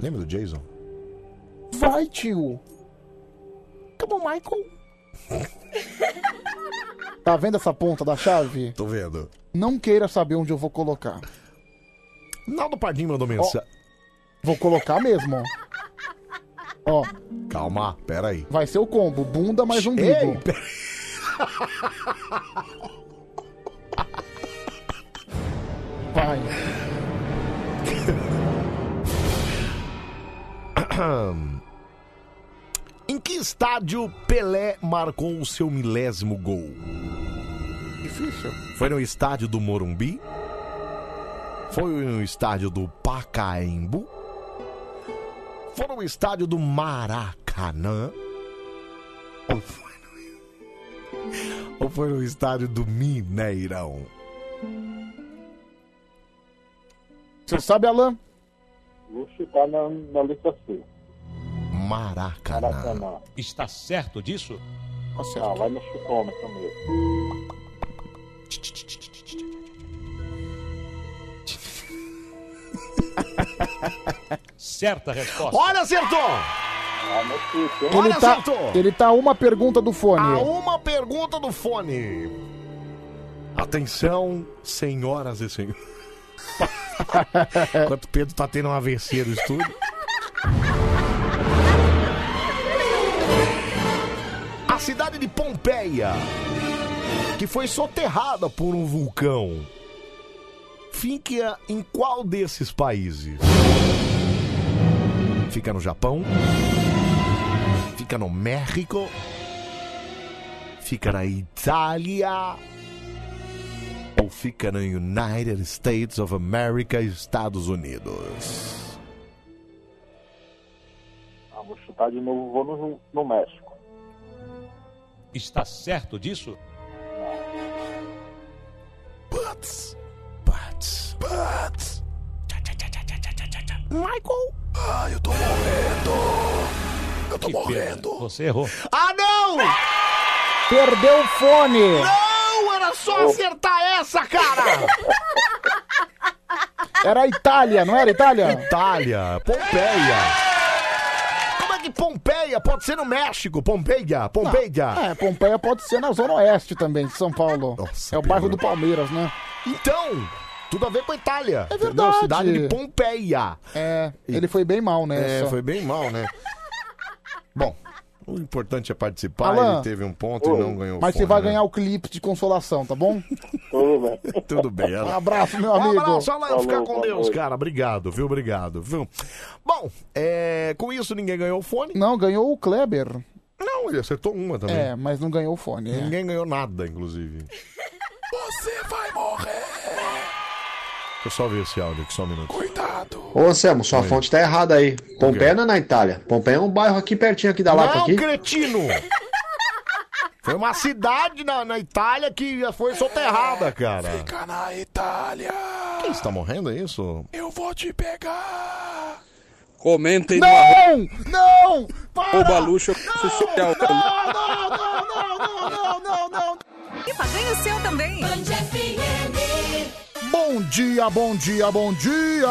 S1: Lembra do Jason?
S2: Vai, tio. Come on, Michael. Tá vendo essa ponta da chave?
S1: Tô vendo.
S2: Não queira saber onde eu vou colocar.
S1: Naldo Pardim mandou mensagem.
S2: Vou colocar mesmo. Ó,
S1: Calma, peraí.
S2: vai ser o combo. Bunda mais umbigo.
S1: Ei,
S2: Vai.
S1: em que estádio Pelé marcou o seu milésimo gol?
S2: Difícil.
S1: Foi no estádio do Morumbi? Foi no estádio do Pacaembu? Foi no estádio do Maracanã? Ou foi no, Ou foi no estádio do Mineirão?
S2: Você sabe, Alan?
S28: Vou chutar Tá na, na letra C.
S1: Maracanã.
S28: Maracanã.
S7: Está certo disso?
S28: Ah, vai no chutômetro mesmo.
S7: Certa resposta.
S1: Olha, acertou!
S2: Ele
S1: Olha,
S2: tá,
S1: acertou!
S2: ele tá a uma pergunta do fone.
S1: A uma pergunta do fone. Atenção, senhoras e senhores. Enquanto o Pedro tá tendo um AVC no estúdio. A cidade de Pompeia, que foi soterrada por um vulcão, fica em qual desses países? Fica no Japão? Fica no México? Fica na Itália? Ou fica no United States of America, Estados Unidos?
S28: Ah, vou chutar de novo, vou no, no México.
S7: Está certo disso?
S1: Butts. Butts. Butts. Michael. Ah, eu tô morrendo. Eu tô morrendo.
S7: Você errou.
S1: Ah, não!
S2: Perdeu o fone.
S1: Não, era só acertar essa, cara!
S2: Era a Itália, não era a Itália?
S1: Itália, Pompeia. Como é que Pompeia pode ser no México? Pompeia, Pompeia.
S2: É, Pompeia pode ser na Zona Oeste também, de São Paulo. é o bairro
S1: Pedro.
S2: do Palmeiras, né?
S1: Então, tudo a ver com a Itália. É
S2: verdade.
S1: Cidade de Pompeia.
S2: É, ele foi bem mal, né?
S1: É, foi bem mal, né? Bom, o importante é participar.
S2: Alan,
S1: ele teve um ponto e não ganhou
S2: Mas
S1: fone,
S2: você vai
S1: né?
S2: ganhar o clipe de consolação, tá
S1: [LAUGHS]
S2: bom?
S1: Tudo bem. Alan.
S2: Um abraço, meu
S1: Um
S2: amigo.
S1: abraço, Alan. Fica
S2: Falou,
S1: com
S2: boa
S1: Deus,
S2: noite.
S1: cara. Obrigado, viu? Obrigado, viu? Bom, é, com isso ninguém ganhou o fone.
S2: Não, ganhou o Kleber.
S1: Não, ele acertou uma também.
S2: É, mas não ganhou o fone. é.
S1: Ninguém ganhou nada,
S2: [LAUGHS]
S1: inclusive.
S3: Você vai morrer.
S1: Deixa eu só ver esse áudio aqui, só um minuto. Coitado.
S4: [LAUGHS] Ô, Anselmo, sua fonte tá errada aí. Pompeia não é na Itália. Pompeia é um bairro aqui pertinho
S3: Tá
S4: aqui da Lapa
S1: não,
S4: aqui.
S2: [LAUGHS]
S1: cretino! Foi uma cidade na, na Itália que já foi soterrada, cara.
S3: Fica na Itália.
S1: Quem está morrendo, é isso?
S3: Eu vou te pegar.
S21: Comentem no arroba
S2: Não! Não!
S21: o Balucho oficial.
S3: Ipa, ganha o seu também.
S2: Bom dia, bom dia, bom dia!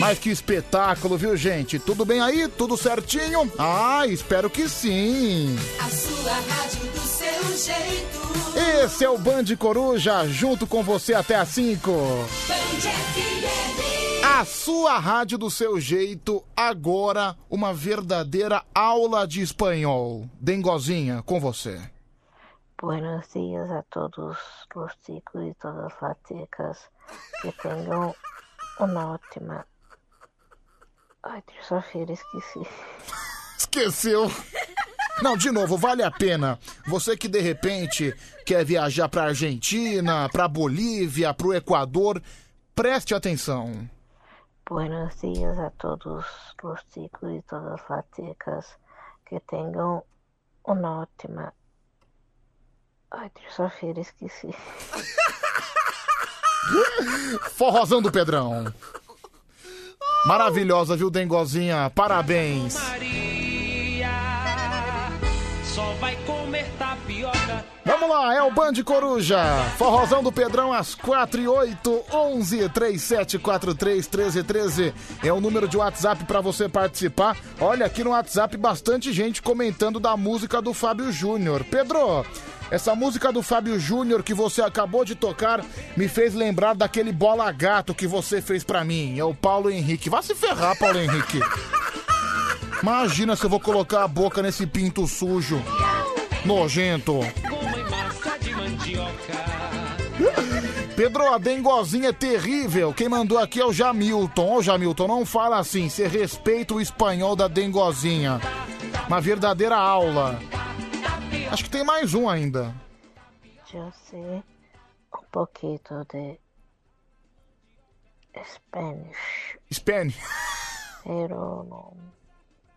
S2: Mas que espetáculo, viu, gente? Tudo bem aí? Tudo certinho? Ah, espero que sim!
S3: A sua rádio do seu jeito.
S2: Esse é o Band Coruja, junto com você até às 5. A sua rádio do seu jeito, agora uma verdadeira aula de espanhol. Dengozinha, com você.
S5: Buenos días a todos los chicos y todas las chicas. Que tenham uma ótima. Ai, terça-feira, esqueci.
S2: Esqueceu. Não, de novo, vale a pena. Você que de repente quer viajar pra Argentina, pra Bolívia, pro Equador, preste atenção.
S5: Buenos dias a todos os chicos e todas as chicas. Que tenham uma ótima. Ai, terça-feira, esqueci.
S2: Forrozão do Pedrão. Maravilhosa, viu, Dengozinha? Parabéns.
S3: Só vai comer tapioca.
S2: Vamos lá, é o Band Coruja. Forrozão do Pedrão às 4 e 8, 11 3743 1313. É o número de WhatsApp para você participar. Olha aqui no WhatsApp bastante gente comentando da música do Fábio Júnior. Pedro, essa música do Fábio Júnior que você acabou de tocar me fez lembrar daquele bola gato que você fez para mim. É o Paulo Henrique. Vá se ferrar, Paulo Henrique. Imagina se eu vou colocar a boca nesse pinto sujo. Nojento.
S3: Goma e massa de mandioca.
S2: Pedro, a dengozinha é terrível. Quem mandou aqui é o Jamilton. Ô Jamilton, não fala assim. Você respeita o espanhol da dengozinha. Uma verdadeira aula. Acho que tem mais um ainda.
S5: Eu sei um pouquinho de Spanish,
S2: Spani.
S5: pero não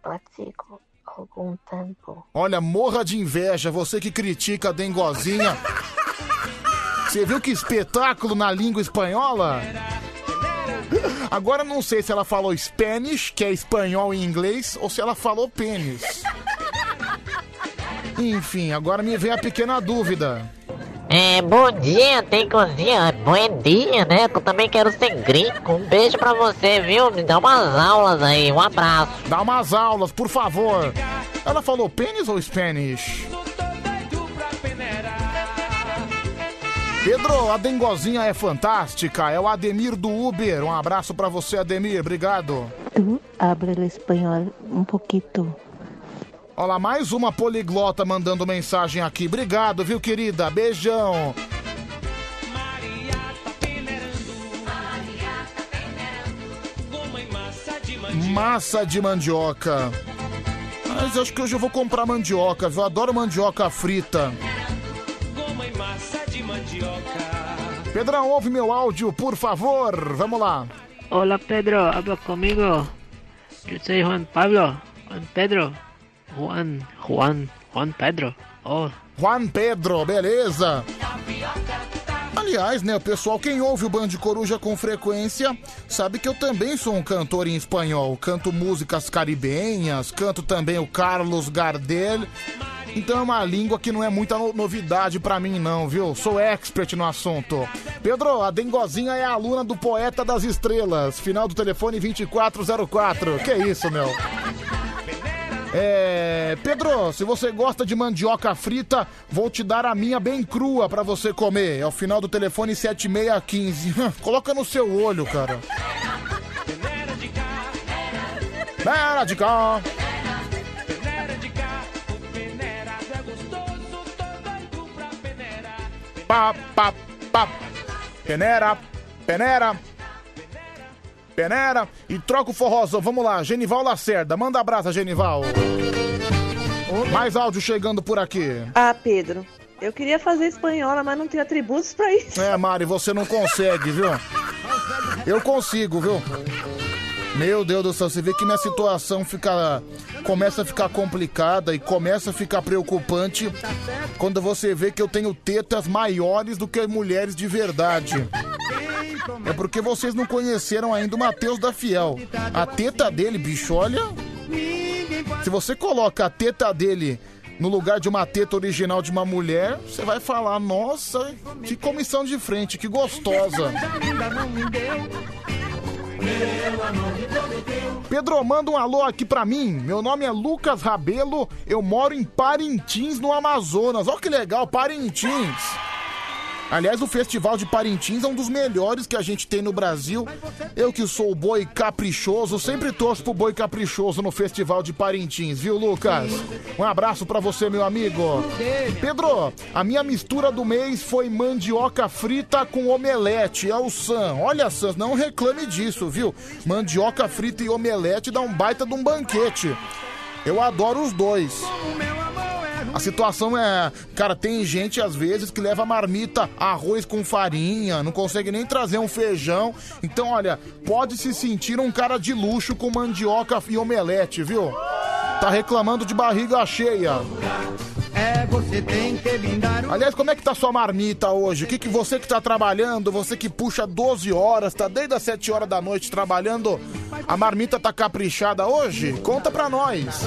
S5: pratico algum tempo.
S2: Olha, morra de inveja. Você que critica a dengozinha. Você viu que espetáculo na língua espanhola? Agora não sei se ela falou Spanish, que é espanhol em inglês, ou se ela falou pênis. Enfim, agora me vem a pequena dúvida.
S10: É, bom dia, tem cozinha. Bom dia, né? Eu também quero ser gringo. Um beijo pra você, viu? Me dá umas aulas aí. Um abraço.
S2: Dá umas aulas, por favor. Ela falou pênis ou Spanish? Pedro, a dengozinha é fantástica. É o Ademir do Uber. Um abraço pra você, Ademir. Obrigado.
S25: Abre el espanhol um pouquinho.
S2: Olha lá, mais uma poliglota mandando mensagem aqui. Obrigado, viu, querida? Beijão.
S3: Goma e massa de
S2: Massa de mandioca. Mas acho que hoje eu vou comprar mandioca, viu? Eu adoro mandioca frita.
S3: mandioca. Goma e massa de mandioca.
S2: Pedrão, ouve meu áudio, por favor. Vamos lá.
S25: Hola Pedro, habla conmigo. Yo soy Juan Pablo. Juan Pedro. Juan, Juan, Juan Pedro. Oh.
S2: Juan Pedro, beleza? Aliás, né, o pessoal, quem ouve o Band Coruja com frequência sabe que eu também sou um cantor em espanhol. Canto músicas caribenhas, canto também o Carlos Gardel. Então é uma língua que não é muita no- novidade pra mim, não, viu? Sou expert no assunto. Pedro, a Dengozinha é aluna do Poeta das Estrelas. Final do telefone 2404. Que isso, meu? É, Pedro, se você gosta de mandioca frita, vou te dar a minha bem crua pra você comer. É o final do telefone 7615. [LAUGHS] Coloca no seu olho, cara. Pera de cá.
S3: é
S2: Pá, pá, pá. Peneira, peneira. Peneira e troca o forrozão. Vamos lá, Genival Lacerda. Manda abraço, Genival. Mais áudio chegando por aqui.
S19: Ah, Pedro, eu queria fazer espanhola, mas não tenho atributos pra isso.
S2: É, Mari, você não consegue, viu? Eu consigo, viu? Meu Deus do céu, você vê que minha situação fica. começa a ficar complicada e começa a ficar preocupante quando você vê que eu tenho tetas maiores do que mulheres de verdade. É porque vocês não conheceram ainda o Matheus da Fiel. A teta dele, bicho, olha. Se você coloca a teta dele no lugar de uma teta original de uma mulher, você vai falar: nossa, que comissão de frente, que gostosa. Pedro, manda um alô aqui pra mim. Meu nome é Lucas Rabelo, eu moro em Parintins, no Amazonas. Olha que legal, Parintins. Aliás, o Festival de Parintins é um dos melhores que a gente tem no Brasil. Eu que sou o boi caprichoso, sempre torço pro boi caprichoso no Festival de Parintins, viu, Lucas? Um abraço pra você, meu amigo. Pedro, a minha mistura do mês foi mandioca frita com omelete. É o Sam. Olha, Sam, não reclame disso, viu? Mandioca frita e omelete dá um baita de um banquete. Eu adoro os dois. A situação é, cara, tem gente às vezes que leva marmita, arroz com farinha, não consegue nem trazer um feijão. Então, olha, pode se sentir um cara de luxo com mandioca e omelete, viu? Tá reclamando de barriga cheia. Aliás, como é que tá sua marmita hoje? O que, que você que tá trabalhando, você que puxa 12 horas, tá desde as 7 horas da noite trabalhando, a marmita tá caprichada hoje? Conta pra nós.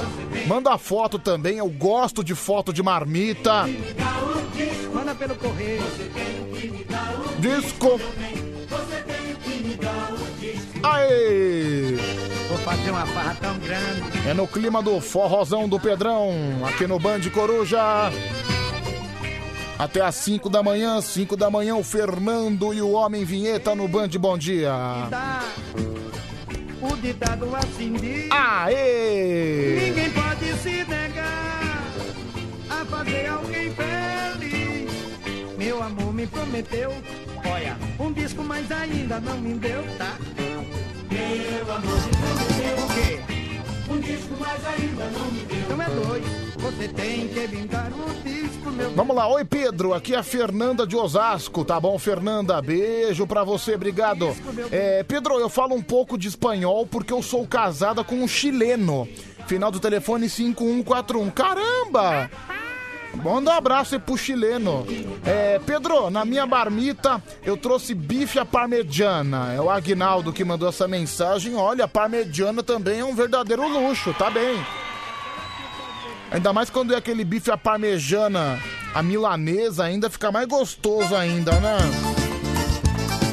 S2: Manda foto também, eu gosto de foto de marmita.
S3: Manda pelo correio. Você tem que me dar um- o
S2: Disco.
S3: Você tem que me dar o disco.
S2: Aê!
S3: Vou fazer uma farra tão grande.
S2: É no clima do forrozão do Pedrão, aqui no Band Coruja. Até às 5 da manhã, 5 da manhã, o Fernando e o Homem Vinheta no Band Bom Dia.
S3: Tá. O ditado assim diz.
S2: Aê!
S3: Ninguém pode se negar a fazer alguém feliz. Meu amor me prometeu, olha, um disco mas ainda não me deu, tá? Meu amor me prometeu o quê? Um disco mas ainda não me deu. Então é dois, você tem que me dar um disco, meu
S2: Vamos lá, oi Pedro, aqui é a Fernanda de Osasco, tá bom, Fernanda? Beijo pra você, obrigado. É, Pedro, eu falo um pouco de espanhol porque eu sou casada com um chileno. Final do telefone 5141. Caramba! Manda um abraço aí pro chileno. É, Pedro, na minha marmita eu trouxe bife à parmegiana. É o Agnaldo que mandou essa mensagem. Olha, a parmegiana também é um verdadeiro luxo, tá bem. Ainda mais quando é aquele bife à parmejana, a milanesa, ainda fica mais gostoso ainda, né?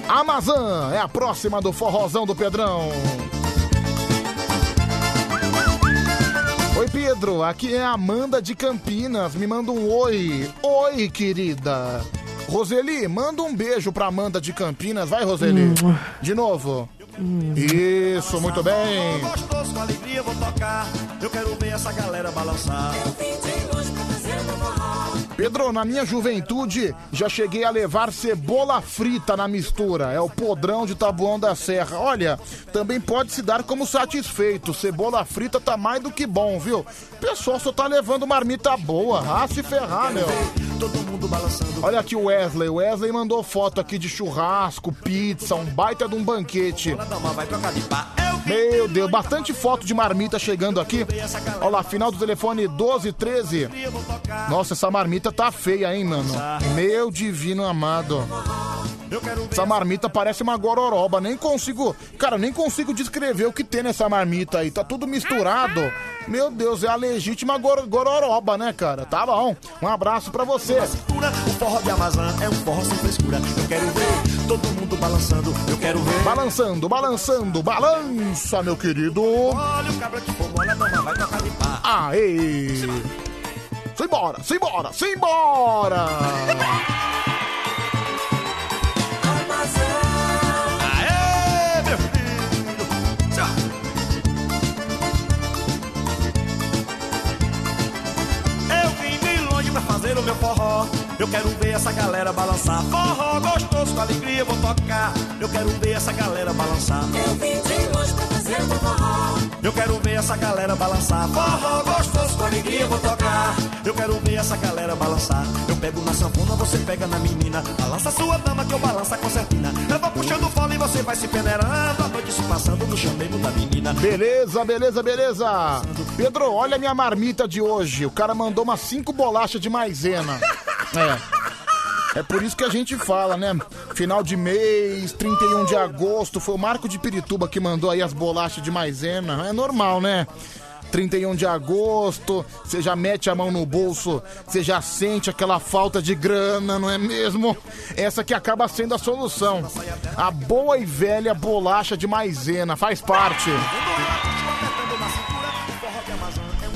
S2: Amazon é a próxima do forrozão do Pedrão. Oi Pedro, aqui é a Amanda de Campinas, me manda um oi. Oi, querida. Roseli, manda um beijo pra Amanda de Campinas, vai Roseli. De novo. Isso, muito bem.
S3: um Gostoso, com alegria vou tocar. Eu quero ver essa galera balançar. Eu vim de longe pra fazer uma forró.
S2: Pedro, na minha juventude, já cheguei a levar cebola frita na mistura. É o podrão de Taboão da Serra. Olha, também pode se dar como satisfeito. Cebola frita tá mais do que bom, viu? O pessoal só tá levando marmita boa. Ah, se ferrar, meu. Olha aqui o Wesley. O Wesley mandou foto aqui de churrasco, pizza, um baita de um banquete. Meu Deus, bastante foto de marmita chegando aqui. Olha lá, final do telefone 1213. Nossa, essa marmita tá feia, hein, mano? Meu divino amado. Essa marmita parece uma gororoba, nem consigo. Cara, nem consigo descrever o que tem nessa marmita aí. Tá tudo misturado. Meu Deus, é a legítima gor- gororoba, né, cara? Tá bom. Um abraço pra você.
S3: O forró de Amazã é um forró sem frescura. Eu quero ver todo mundo balançando. Eu quero ver.
S2: Balançando, balançando, balança, meu querido.
S3: Olha o cabra de fogo, olha a dama, vai tocar de pá.
S2: Aê! Simbora, simbora, simbora!
S3: Aê, meu filho! Tchau. Eu vim de longe pra fazer o meu forró. Eu quero ver essa galera balançar. Forró gostoso, com alegria eu vou tocar. Eu quero ver essa galera balançar. Eu vim de longe pra fazer o meu forró. Eu quero ver essa galera balançar. Forró gostoso, com alegria eu vou tocar. Eu quero ver essa galera balançar. Eu pego na sanfona, você pega na menina. Balança sua dama que eu balanço a concertina. Eu vou puxando fole e você vai se peneirando. A noite se passando no chamego da menina.
S2: Beleza, beleza, beleza. Pedro, olha a minha marmita de hoje. O cara mandou umas cinco bolachas de maisena. É. É por isso que a gente fala, né? Final de mês, 31 de agosto, foi o Marco de Pirituba que mandou aí as bolachas de maisena. É normal, né? 31 de agosto, você já mete a mão no bolso, você já sente aquela falta de grana, não é mesmo? Essa que acaba sendo a solução. A boa e velha bolacha de maisena faz parte.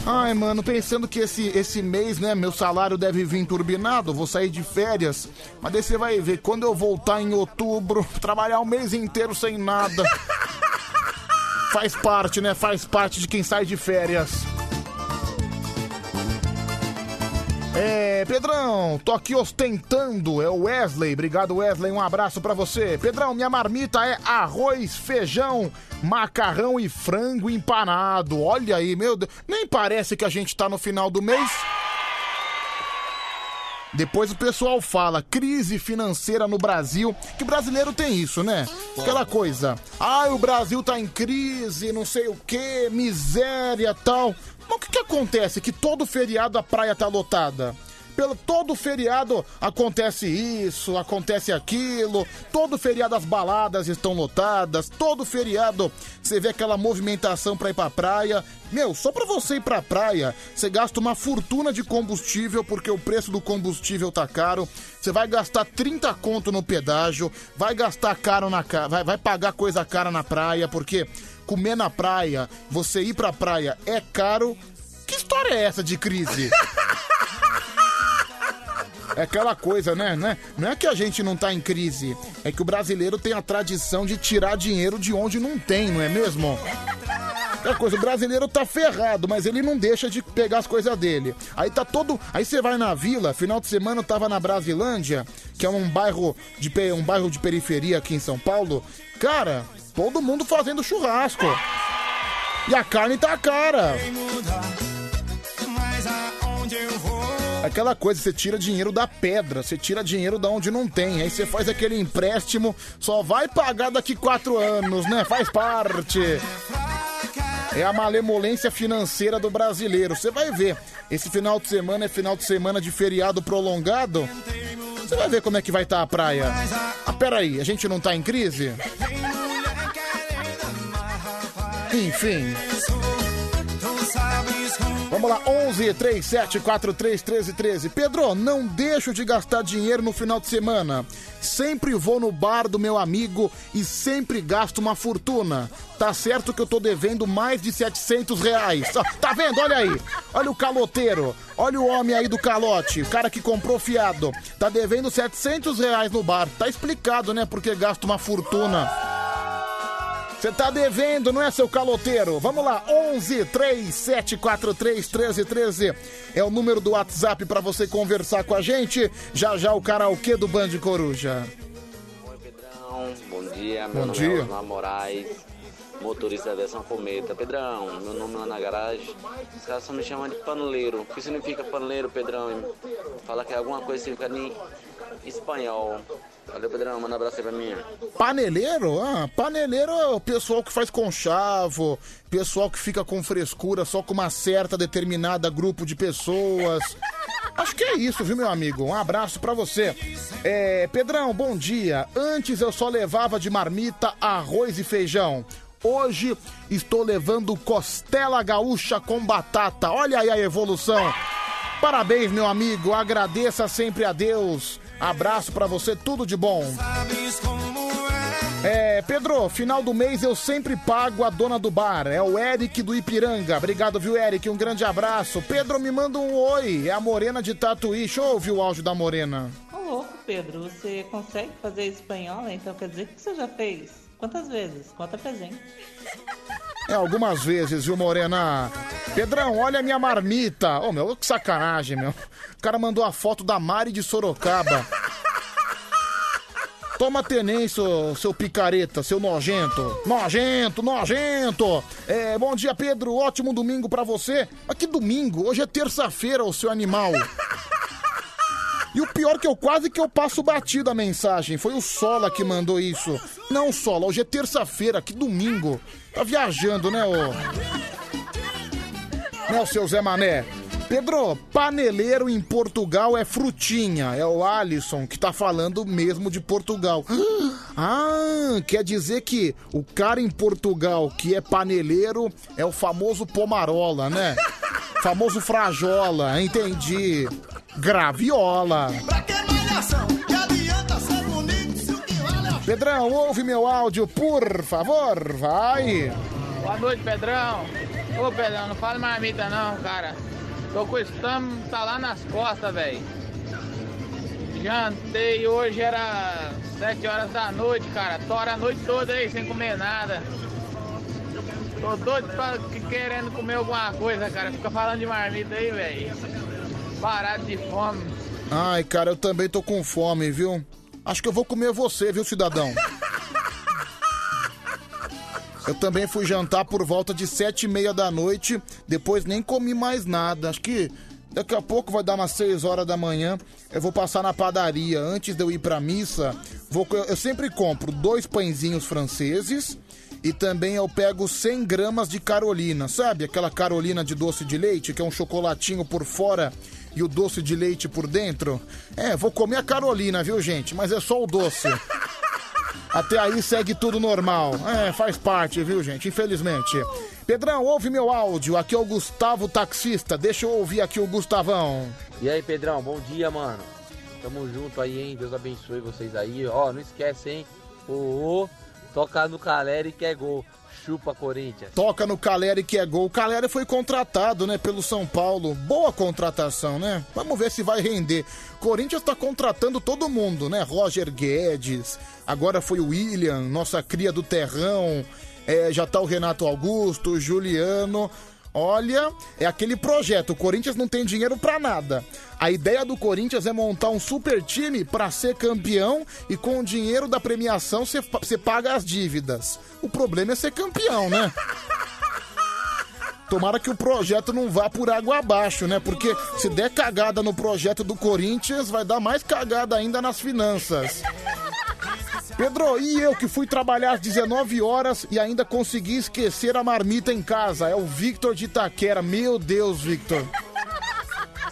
S2: Ai, mano, pensando que esse, esse mês, né, meu salário deve vir turbinado, vou sair de férias. Mas daí você vai ver, quando eu voltar em outubro, [LAUGHS] trabalhar o mês inteiro sem nada. Faz parte, né? Faz parte de quem sai de férias. É, Pedrão, tô aqui ostentando, é o Wesley. Obrigado, Wesley, um abraço pra você. Pedrão, minha marmita é arroz, feijão, macarrão e frango empanado. Olha aí, meu Deus, nem parece que a gente tá no final do mês. Depois o pessoal fala, crise financeira no Brasil, que brasileiro tem isso, né? Aquela coisa, ai, o Brasil tá em crise, não sei o que, miséria tal. Mas o que, que acontece? Que todo feriado a praia tá lotada. Pelo todo feriado acontece isso, acontece aquilo, todo feriado as baladas estão lotadas, todo feriado você vê aquela movimentação pra ir pra praia. Meu, só pra você ir pra praia, você gasta uma fortuna de combustível porque o preço do combustível tá caro. Você vai gastar 30 conto no pedágio, vai gastar caro na ca- vai, vai pagar coisa cara na praia, porque comer na praia, você ir pra praia é caro. Que história é essa de crise? É aquela coisa, né? Não é, não é que a gente não tá em crise, é que o brasileiro tem a tradição de tirar dinheiro de onde não tem, não é mesmo? É coisa, o brasileiro tá ferrado, mas ele não deixa de pegar as coisas dele. Aí tá todo. Aí você vai na vila, final de semana eu tava na Brasilândia, que é um bairro de, pe- um bairro de periferia aqui em São Paulo. Cara, todo mundo fazendo churrasco. E a carne tá cara. Aquela coisa, você tira dinheiro da pedra, você tira dinheiro da onde não tem, aí você faz aquele empréstimo, só vai pagar daqui quatro anos, né? Faz parte. É a malemolência financeira do brasileiro. Você vai ver, esse final de semana é final de semana de feriado prolongado. Você vai ver como é que vai estar a praia. Ah, peraí, a gente não tá em crise?
S3: é
S2: Enfim. Vamos lá, 11 37 43 13 13. Pedro, não deixo de gastar dinheiro no final de semana. Sempre vou no bar do meu amigo e sempre gasto uma fortuna. Tá certo que eu tô devendo mais de 700 reais. Ó, Tá vendo? Olha aí. Olha o caloteiro. Olha o homem aí do calote. O cara que comprou fiado. Tá devendo 700 reais no bar. Tá explicado, né? Porque gasta uma fortuna. Você tá devendo, não é, seu caloteiro? Vamos lá, 11 3743 1313 é o número do WhatsApp pra você conversar com a gente. Já já o karaokê do Band Coruja.
S17: Pedrão, bom dia. Meu
S2: Bom
S17: nome
S2: dia.
S17: é Osmar Moraes, motorista da versão Cometa. Pedrão, meu nome lá na garagem, os caras só me chamam de paneleiro. O que significa paneleiro, Pedrão? Fala que é alguma coisa que significa em espanhol. Valeu, Pedrão, manda um abraço aí pra mim.
S2: Paneleiro? Ah, paneleiro é o pessoal que faz conchavo, pessoal que fica com frescura só com uma certa determinada grupo de pessoas. Acho que é isso, viu, meu amigo? Um abraço pra você. É, Pedrão, bom dia. Antes eu só levava de marmita arroz e feijão. Hoje estou levando costela gaúcha com batata. Olha aí a evolução. Parabéns, meu amigo. Agradeça sempre a Deus. Abraço pra você, tudo de bom. É, Pedro, final do mês eu sempre pago a dona do bar. É o Eric do Ipiranga. Obrigado, viu, Eric? Um grande abraço. Pedro, me manda um oi. É a Morena de Tatuí. Deixa eu ouvir o áudio da Morena.
S6: Ô louco, Pedro, você consegue fazer espanhola? Então quer dizer que você já fez? Quantas vezes? Conta pra gente.
S2: É, algumas vezes, viu, Morena? Pedrão, olha a minha marmita. Ô, meu, que sacanagem, meu. O cara mandou a foto da Mari de Sorocaba. Toma tenência, seu picareta, seu nojento. Nojento, nojento. É, bom dia, Pedro. Ótimo domingo pra você. Mas que domingo? Hoje é terça-feira, o seu animal. E o pior que eu quase que eu passo batido a mensagem. Foi o Sola que mandou isso. Não, Sola, hoje é terça-feira, que domingo. Tá viajando, né, ô? Né, o seu Zé Mané? Pedro, paneleiro em Portugal é frutinha. É o Alisson que tá falando mesmo de Portugal. [GASPS] Ah, quer dizer que o cara em Portugal que é paneleiro é o famoso pomarola, né? Famoso frajola, entendi. Graviola.
S3: Que adianta ser bonito se o que vale é a
S2: Pedrão, ouve meu áudio, por favor, vai.
S15: Boa noite, Pedrão.
S9: Ô, Pedrão, não fala marmita não, cara. Tô com o estômago, tá lá nas costas, velho. Jantei hoje, era 7 horas da noite, cara. Tora a noite toda aí, sem comer nada. Tô doido pra, que- querendo comer alguma coisa, cara. Fica falando de marmita aí, velho. Parado de fome.
S2: Ai, cara, eu também tô com fome, viu? Acho que eu vou comer você, viu, cidadão? Eu também fui jantar por volta de sete e meia da noite, depois nem comi mais nada. Acho que daqui a pouco vai dar umas seis horas da manhã, eu vou passar na padaria. Antes de eu ir pra missa, vou co- eu sempre compro dois pãezinhos franceses e também eu pego 100 gramas de carolina, sabe? Aquela carolina de doce de leite, que é um chocolatinho por fora e o doce de leite por dentro. É, vou comer a carolina, viu, gente? Mas é só o doce. Até aí segue tudo normal. É, faz parte, viu, gente? Infelizmente. Pedrão, ouve meu áudio. Aqui é o Gustavo Taxista. Deixa eu ouvir aqui o Gustavão.
S15: E aí, Pedrão, bom dia, mano. Tamo junto aí, hein? Deus abençoe vocês aí. Ó, não esquece, hein? O ô, toca no Caleri que é gol. Chupa, Corinthians.
S2: Toca no Caleri que é gol. O Caleri foi contratado, né, pelo São Paulo. Boa contratação, né? Vamos ver se vai render. Corinthians tá contratando todo mundo, né? Roger Guedes, agora foi o William, nossa cria do terrão. É, já tá o Renato Augusto, o Juliano. Olha, é aquele projeto. O Corinthians não tem dinheiro pra nada. A ideia do Corinthians é montar um super time pra ser campeão e com o dinheiro da premiação você pa- você paga as dívidas. O problema é ser campeão, né? Tomara que o projeto não vá por água abaixo, né? Porque se der cagada no projeto do Corinthians, vai dar mais cagada ainda nas finanças. Pedro, e eu que fui trabalhar às 19 horas e ainda consegui esquecer a marmita em casa. É o Victor de Itaquera. Meu Deus, Victor.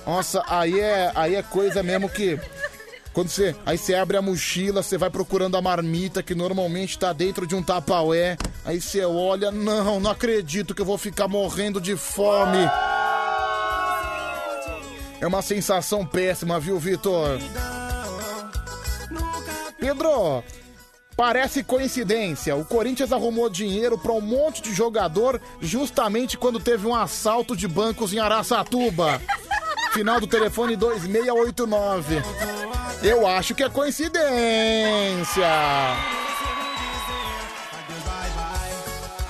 S2: Nossa, aí é, aí é coisa mesmo que. Quando você. Aí você abre a mochila, você vai procurando a marmita que normalmente tá dentro de um tapaué. Aí você olha, não, não acredito que eu vou ficar morrendo de fome. É uma sensação péssima, viu, Vitor? Pedro, parece coincidência. O Corinthians arrumou dinheiro pra um monte de jogador justamente quando teve um assalto de bancos em Araçatuba. Final do telefone 2689. Eu acho que é coincidência.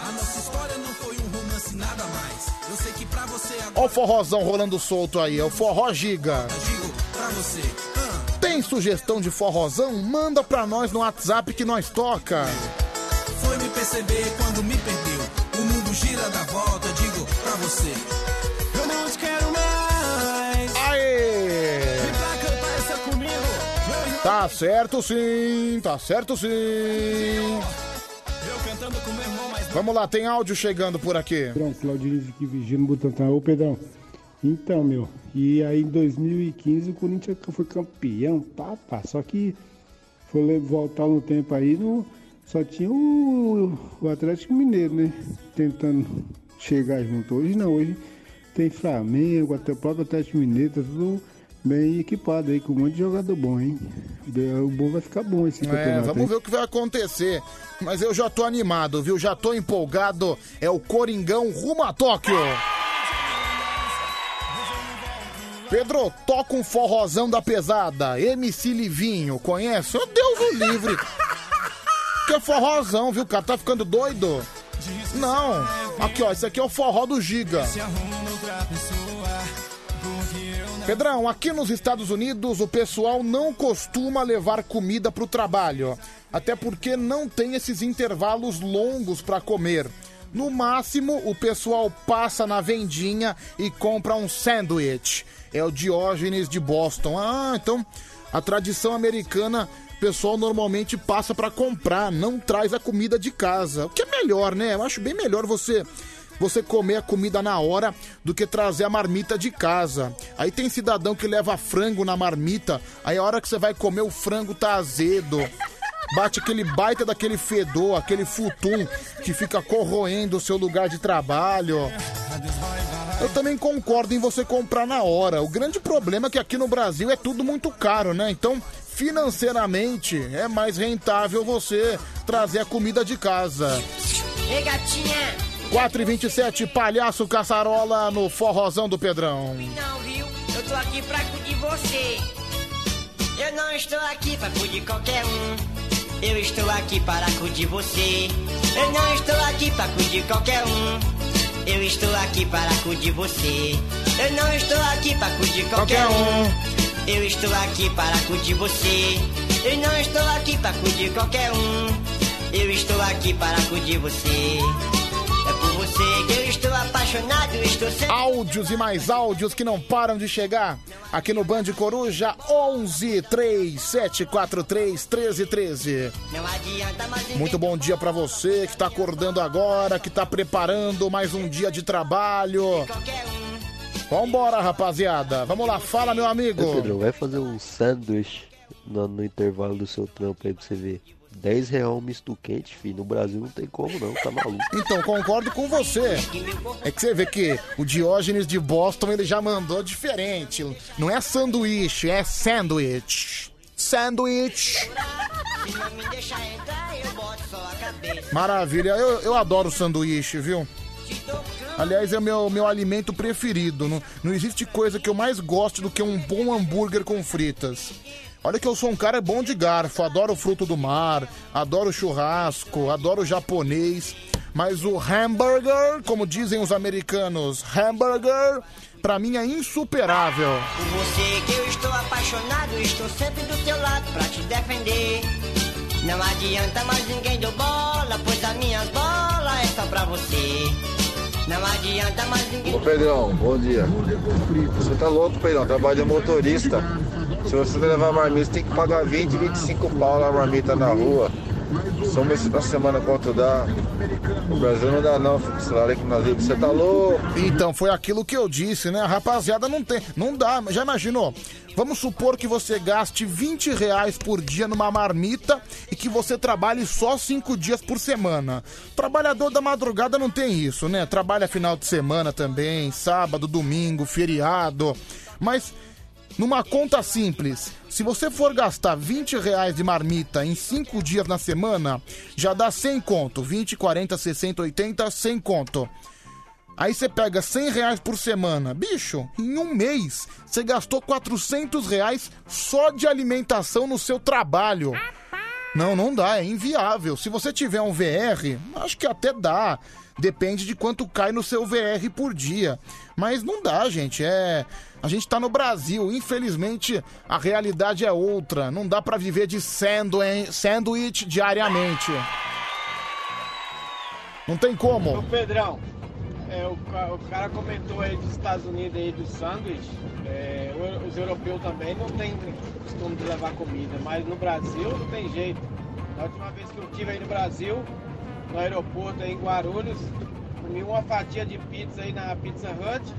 S3: A nossa história não foi um romance, nada mais. Eu sei que pra você é agora
S2: Ó o forrozão rolando solto aí, é o forró giga.
S3: digo um pra você.
S2: Tem sugestão de forrozão? Manda pra nós no WhatsApp que nós toca.
S3: Foi me perceber quando me perdeu. O mundo gira da volta, eu digo pra você. Eu não te quero mais.
S2: Aê!
S3: Vem pra cantar essa comigo. Eu,
S2: Tá certo sim, tá certo sim.
S3: eu cantando com meu irmão, mas
S2: Vamos lá, tem áudio chegando por aqui.
S16: Pedrão, Claudinho aqui vigiando Butantan. Ô, Pedrão, então, meu, e aí em 2015 o Corinthians foi campeão, pá, pá, só que foi le- voltar no tempo aí, no, só tinha o, o Atlético Mineiro, né, tentando chegar junto. Hoje não, hoje tem Flamengo, até o próprio Atlético Mineiro, tá tudo bem equipado aí, com um monte de jogador bom, hein. O bom vai ficar bom esse
S2: É,
S16: campeonato,
S2: vamos ver o que vai acontecer. Mas eu já tô animado, viu? Já tô empolgado. É o Coringão rumo a Tóquio. Pedro, toca um forrozão da pesada. MC Livinho, conhece? Meu Deus o livre. Que é forrozão, viu? O cara tá ficando doido. Não. Aqui, ó, isso aqui é o forró do Giga.
S3: se arruma outra pessoa.
S2: Pedrão, aqui nos Estados Unidos o pessoal não costuma levar comida pro trabalho, até porque não tem esses intervalos longos pra comer. No máximo, o pessoal passa na vendinha e compra um sanduíche. É o Diógenes de Boston. Ah, então a tradição americana, o pessoal normalmente passa pra comprar, não traz a comida de casa. O que é melhor, né? Eu acho bem melhor você você comer a comida na hora do que trazer a marmita de casa. Aí tem cidadão que leva frango na marmita, aí a hora que você vai comer o frango tá azedo. Bate aquele baita daquele fedor, aquele futum que fica corroendo o seu lugar de trabalho. Eu também concordo em você comprar na hora. O grande problema é que aqui no Brasil é tudo muito caro, né? Então, financeiramente, é mais rentável você trazer a comida de casa.
S3: Ei, gatinha.
S2: 4 e 27 Palhaço Caçarola no forrozão do Pedrão.
S8: Não, viu? Eu tô aqui pra acudir você. Eu não estou aqui pra acudir qualquer um. Eu estou aqui para acudir você. Eu não estou aqui pra acudir qualquer um. Eu estou aqui para acudir você. Eu não estou aqui pra acudir qualquer,
S3: Qualquer um.
S8: um. Eu estou aqui para acudir você. Eu não estou aqui pra acudir qualquer um. Eu estou aqui para acudir você. É por você que eu estou apaixonado, estou sempre.
S2: Áudios e mais áudios que não param de chegar aqui no Band Coruja 11 3743 1313.
S8: Não adianta mais
S2: Muito bom dia pra você que tá acordando agora, que tá preparando mais um dia de trabalho. Vambora, rapaziada. Vamos lá, fala, meu
S18: Ô,
S2: amigo.
S18: Pedro, vai fazer um sanduíche no, no intervalo do seu trampo aí pra você ver. 10 real um misto quente, filho. No Brasil não tem como não, tá maluco.
S2: Então, concordo com você. É que você vê que o Diógenes de Boston ele já mandou diferente. Não é sanduíche, é sanduíche. Sanduíche.
S8: Se não me deixar entrar, eu boto só a cabeça.
S2: Maravilha, eu, eu adoro sanduíche, viu? Aliás, é meu, meu alimento preferido. Não, não existe coisa que eu mais gosto do que um bom hambúrguer com fritas. Olha que eu sou um cara bom de garfo, adoro fruto do mar, adoro churrasco, adoro japonês. Mas o hambúrguer, como dizem os americanos, hambúrguer, pra mim é insuperável.
S8: Por você que eu estou apaixonado, estou sempre do teu lado pra te defender. Não adianta mais ninguém deu bola, pois a minha bola é só pra você. Não adianta mais ninguém.
S20: Ô Pedrão, bom dia. Você tá louco, Pedrão, trabalho de motorista. Se você levar marmita, você tem que pagar 20, 25 pau na marmita na rua. Soma isso na semana quanto dá. O Brasil não dá não, fica o salário que nós vivemos. Você tá louco?
S2: Então, foi aquilo que eu disse, né? A rapaziada não tem. Não dá, já imaginou? Vamos supor que você gaste 20 reais por dia numa marmita e que você trabalhe só 5 dias por semana. Trabalhador da madrugada não tem isso, né? Trabalha final de semana também, sábado, domingo, feriado. Mas numa conta simples, se você for gastar 20 reais de marmita em 5 dias na semana, já dá 100 conto. 20, 40, 60, 80, 100 conto. Aí você pega 100 reais por semana. Bicho, em um mês, você gastou 400 reais só de alimentação no seu trabalho. Não, não dá, é inviável. Se você tiver um VR, acho que até dá. Depende de quanto cai no seu VR por dia. Mas não dá, gente. É. A gente tá no Brasil, infelizmente a realidade é outra. Não dá pra viver de sandwich, sandwich diariamente. Não tem como.
S29: Ô Pedrão, é, o, ca- o cara comentou aí dos Estados Unidos aí do sanduíche. É, o- os europeus também não tem costume de levar comida, mas no Brasil não tem jeito. A última vez que eu estive aí no Brasil, no aeroporto aí em Guarulhos, comi uma fatia de pizza aí na Pizza Hut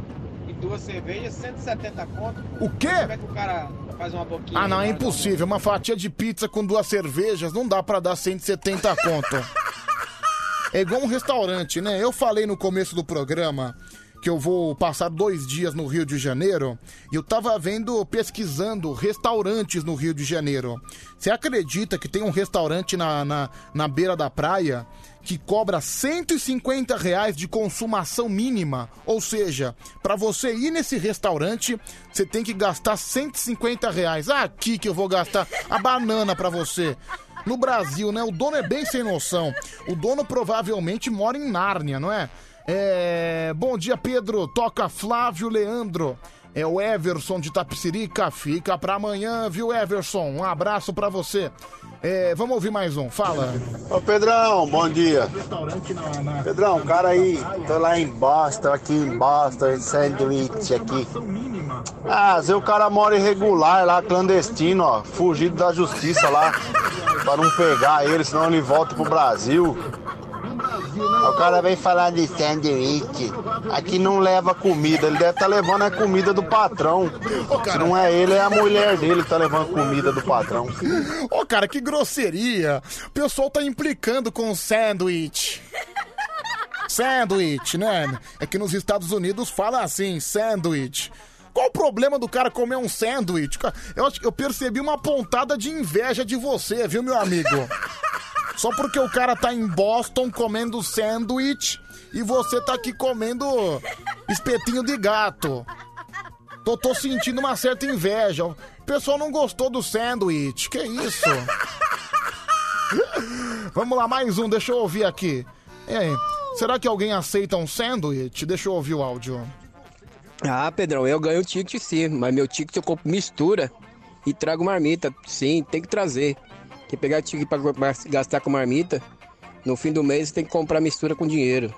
S29: e duas cervejas, 170 conto.
S2: O quê?
S29: Como é que o cara faz uma boquinha?
S2: Ah, não, é
S29: né?
S2: impossível. Uma fatia de pizza com duas cervejas não dá pra dar 170 conto. É igual um restaurante, né? Eu falei no começo do programa que eu vou passar dois dias no Rio de Janeiro e eu tava vendo, pesquisando restaurantes no Rio de Janeiro. Você acredita que tem um restaurante na, na, na beira da praia que cobra 150 reais de consumação mínima? Ou seja, pra você ir nesse restaurante, você tem que gastar 150 reais. Ah, aqui que eu vou gastar a banana pra você. No Brasil, né? O dono é bem sem noção. O dono provavelmente mora em Nárnia, não é? É, Bom dia, Pedro. Toca Flávio Leandro. É o Everson de Tapicirica. Fica pra amanhã, viu, Everson? Um abraço pra você. É, Vamos ouvir mais um. Fala.
S30: Ô Pedrão, bom dia. Pedrão, o cara aí, tô lá em Boston, aqui em Boston, sanduíche aqui. Ah, às vezes o cara mora irregular lá, clandestino, ó, fugido da justiça lá, pra não pegar ele, senão ele volta pro Brasil. Aí O cara vem falar de sanduíche, aqui não leva comida, ele deve estar levando a comida do patrão. Se não é ele, é a mulher dele que tá levando comida do patrão.
S2: Ô, cara, que grosseria. O pessoal tá implicando com o sanduíche. Sanduíche, né? É que nos Estados Unidos fala assim, sanduíche. Qual o problema do cara comer um sanduíche? Eu, acho que eu percebi uma pontada de inveja de você, viu, meu amigo? Só porque o cara tá em Boston comendo sanduíche e você tá aqui comendo espetinho de gato. Tô, tô sentindo uma certa inveja. O pessoal não gostou do sanduíche. Que isso? Vamos lá, mais um. Deixa eu ouvir aqui. E aí? Será que alguém aceita um sanduíche? Deixa eu ouvir o áudio.
S11: Ah, Pedrão, eu ganho ticket sim, mas meu ticket eu compro mistura e trago marmita. Sim, tem que trazer. Quem pegar ticket pra pra gastar com marmita, no fim do mês tem que comprar mistura com dinheiro.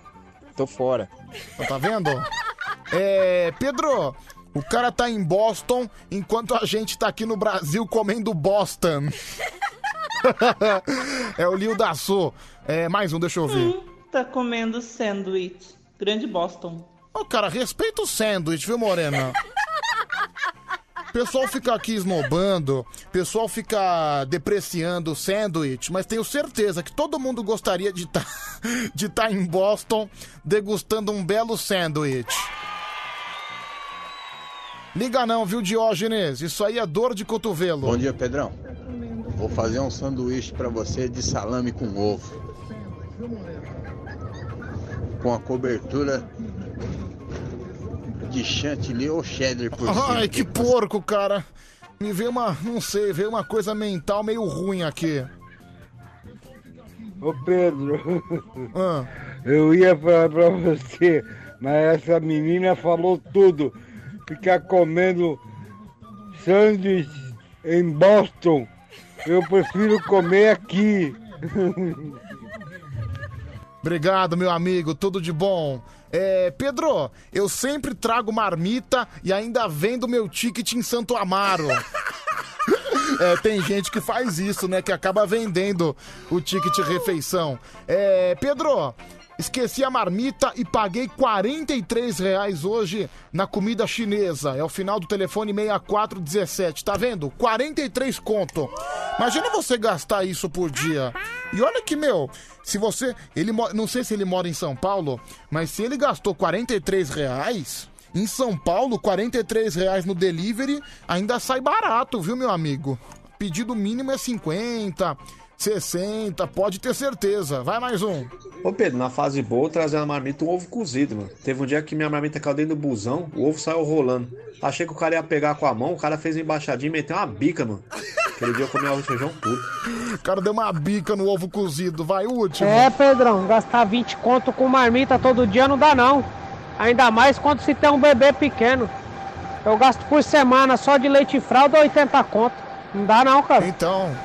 S11: Tô fora.
S2: Tá vendo? É, Pedro, o cara tá em Boston enquanto a gente tá aqui no Brasil comendo Boston. [LAUGHS] é o Lio da Su. É, mais um, deixa eu ouvir.
S6: Tá comendo sanduíche. Grande Boston.
S2: Ô, cara, respeita o sanduíche, viu, Morena? O pessoal fica aqui esnobando, o pessoal fica depreciando o sanduíche, mas tenho certeza que todo mundo gostaria de estar [LAUGHS] de tá em Boston degustando um belo sanduíche. Liga não, viu, Diógenes? Isso aí é dor de cotovelo.
S22: Bom dia, Pedrão. Vou fazer um sanduíche pra você de salame com ovo. Com a cobertura de chantilly ou cheddar por cima.
S2: Ai, que porco, cara. Me veio uma, não sei, veio uma coisa mental meio ruim aqui.
S14: Ô Pedro,
S2: Ah.
S14: eu ia falar pra você, mas essa menina falou tudo. Ficar comendo sanduíche em Boston, eu prefiro comer aqui.
S2: [LAUGHS] Obrigado, meu amigo, tudo de bom. É, Pedro, eu sempre trago marmita e ainda vendo meu ticket em Santo Amaro. É, tem gente que faz isso, né? Que acaba vendendo o ticket refeição. É, Pedro, esqueci a marmita e paguei 43 reais hoje na comida chinesa. É o final do telefone 6417, tá vendo? 43 conto. Imagina você gastar isso por dia. E olha que, meu, se você... ele mo- Não sei se ele mora em São Paulo, mas se ele gastou 43 reais... Em São Paulo, 43 reais no delivery ainda sai barato, viu, meu amigo? Pedido mínimo é 50, 60, pode ter certeza. Vai mais um.
S4: Ô Pedro, na fase boa, eu trazia na marmita um ovo cozido, mano. Teve um dia que minha marmita caiu dentro do busão, o ovo saiu rolando. Achei que o cara ia pegar com a mão, o cara fez uma embaixadinha e meteu uma bica, mano. Aquele dia eu comi arroz e feijão puro.
S2: O cara deu uma bica no ovo cozido, vai, último.
S23: É, Pedrão, gastar 20 conto com marmita todo dia não dá não. Ainda mais quando se tem um bebê pequeno. Eu gasto por semana só de leite e fralda 80 conto. Não dá não, cara.
S2: Então,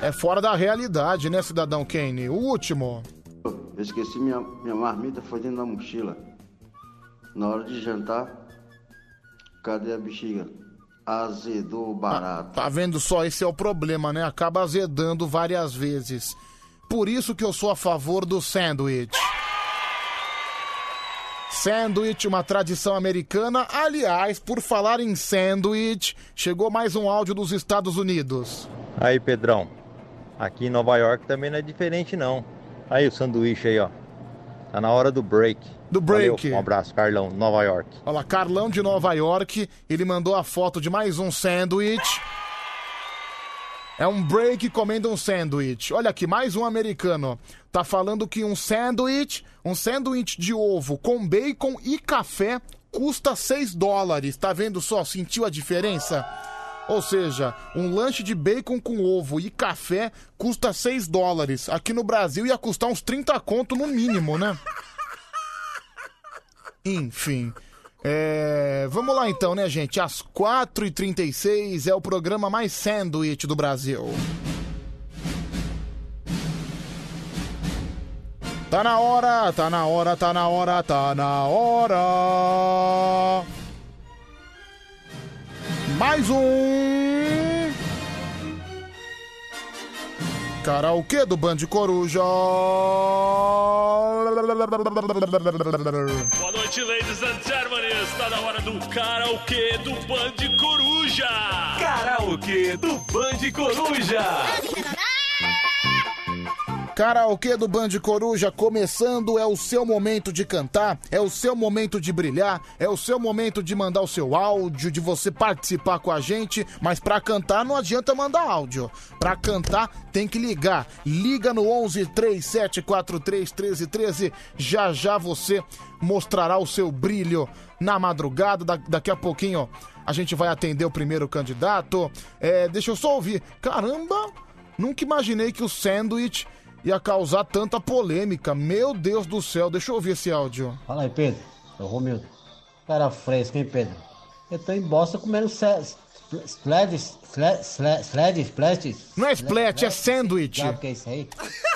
S2: é fora da realidade, né, cidadão Kane? O último.
S28: Eu esqueci minha, minha marmita, foi dentro da mochila. Na hora de jantar, cadê a bexiga? Azedou o barato.
S2: Tá vendo só? Esse é o problema, né? Acaba azedando várias vezes. Por isso que eu sou a favor do sanduíche. Sanduíche, uma tradição americana. Aliás, por falar em sanduíche, chegou mais um áudio dos Estados Unidos.
S12: Aí, Pedrão. Aqui em Nova York também não é diferente, não. Aí o sanduíche aí, ó. Tá na hora do break.
S2: Do break.
S12: Um abraço, Carlão, Nova York.
S2: Olha lá, Carlão de Nova York, ele mandou a foto de mais um sanduíche. É um break comendo um sanduíche. Olha aqui, mais um americano. Tá falando que um sanduíche, um sanduíche de ovo com bacon e café custa 6 dólares. Tá vendo só? Sentiu a diferença? Ou seja, um lanche de bacon com ovo e café custa 6 dólares. Aqui no Brasil ia custar uns 30 conto no mínimo, né? Enfim. É, Vamos lá então, né, gente? Às 4h36 é o programa mais sanduíche do Brasil. Tá na hora, tá na hora, tá na hora, tá na hora. Mais um. Karaokê do Band Coruja.
S31: Boa noite, ladies and gentlemen. Está na hora do karaokê do Band Coruja. Karaokê do Band Coruja.
S2: Karaokê do Band Coruja começando, é o seu momento de cantar, é o seu momento de brilhar, é o seu momento de mandar o seu áudio, de você participar com a gente, mas pra cantar não adianta mandar áudio. Pra cantar tem que ligar. Liga no 11 3743 1313, já já você mostrará o seu brilho na madrugada, da- daqui a pouquinho a gente vai atender o primeiro candidato. É, deixa eu só ouvir. Caramba! Nunca imaginei que o sanduíche ia causar tanta polêmica. Meu Deus do céu, deixa eu ouvir esse áudio.
S1: Fala aí, Pedro. É o Romildo. Cara fresco, hein, Pedro? Eu tô em bosta comendo sleds, sleds, plestes.
S2: Não é splat, é sanduíche.
S1: Sabe o que é isso aí?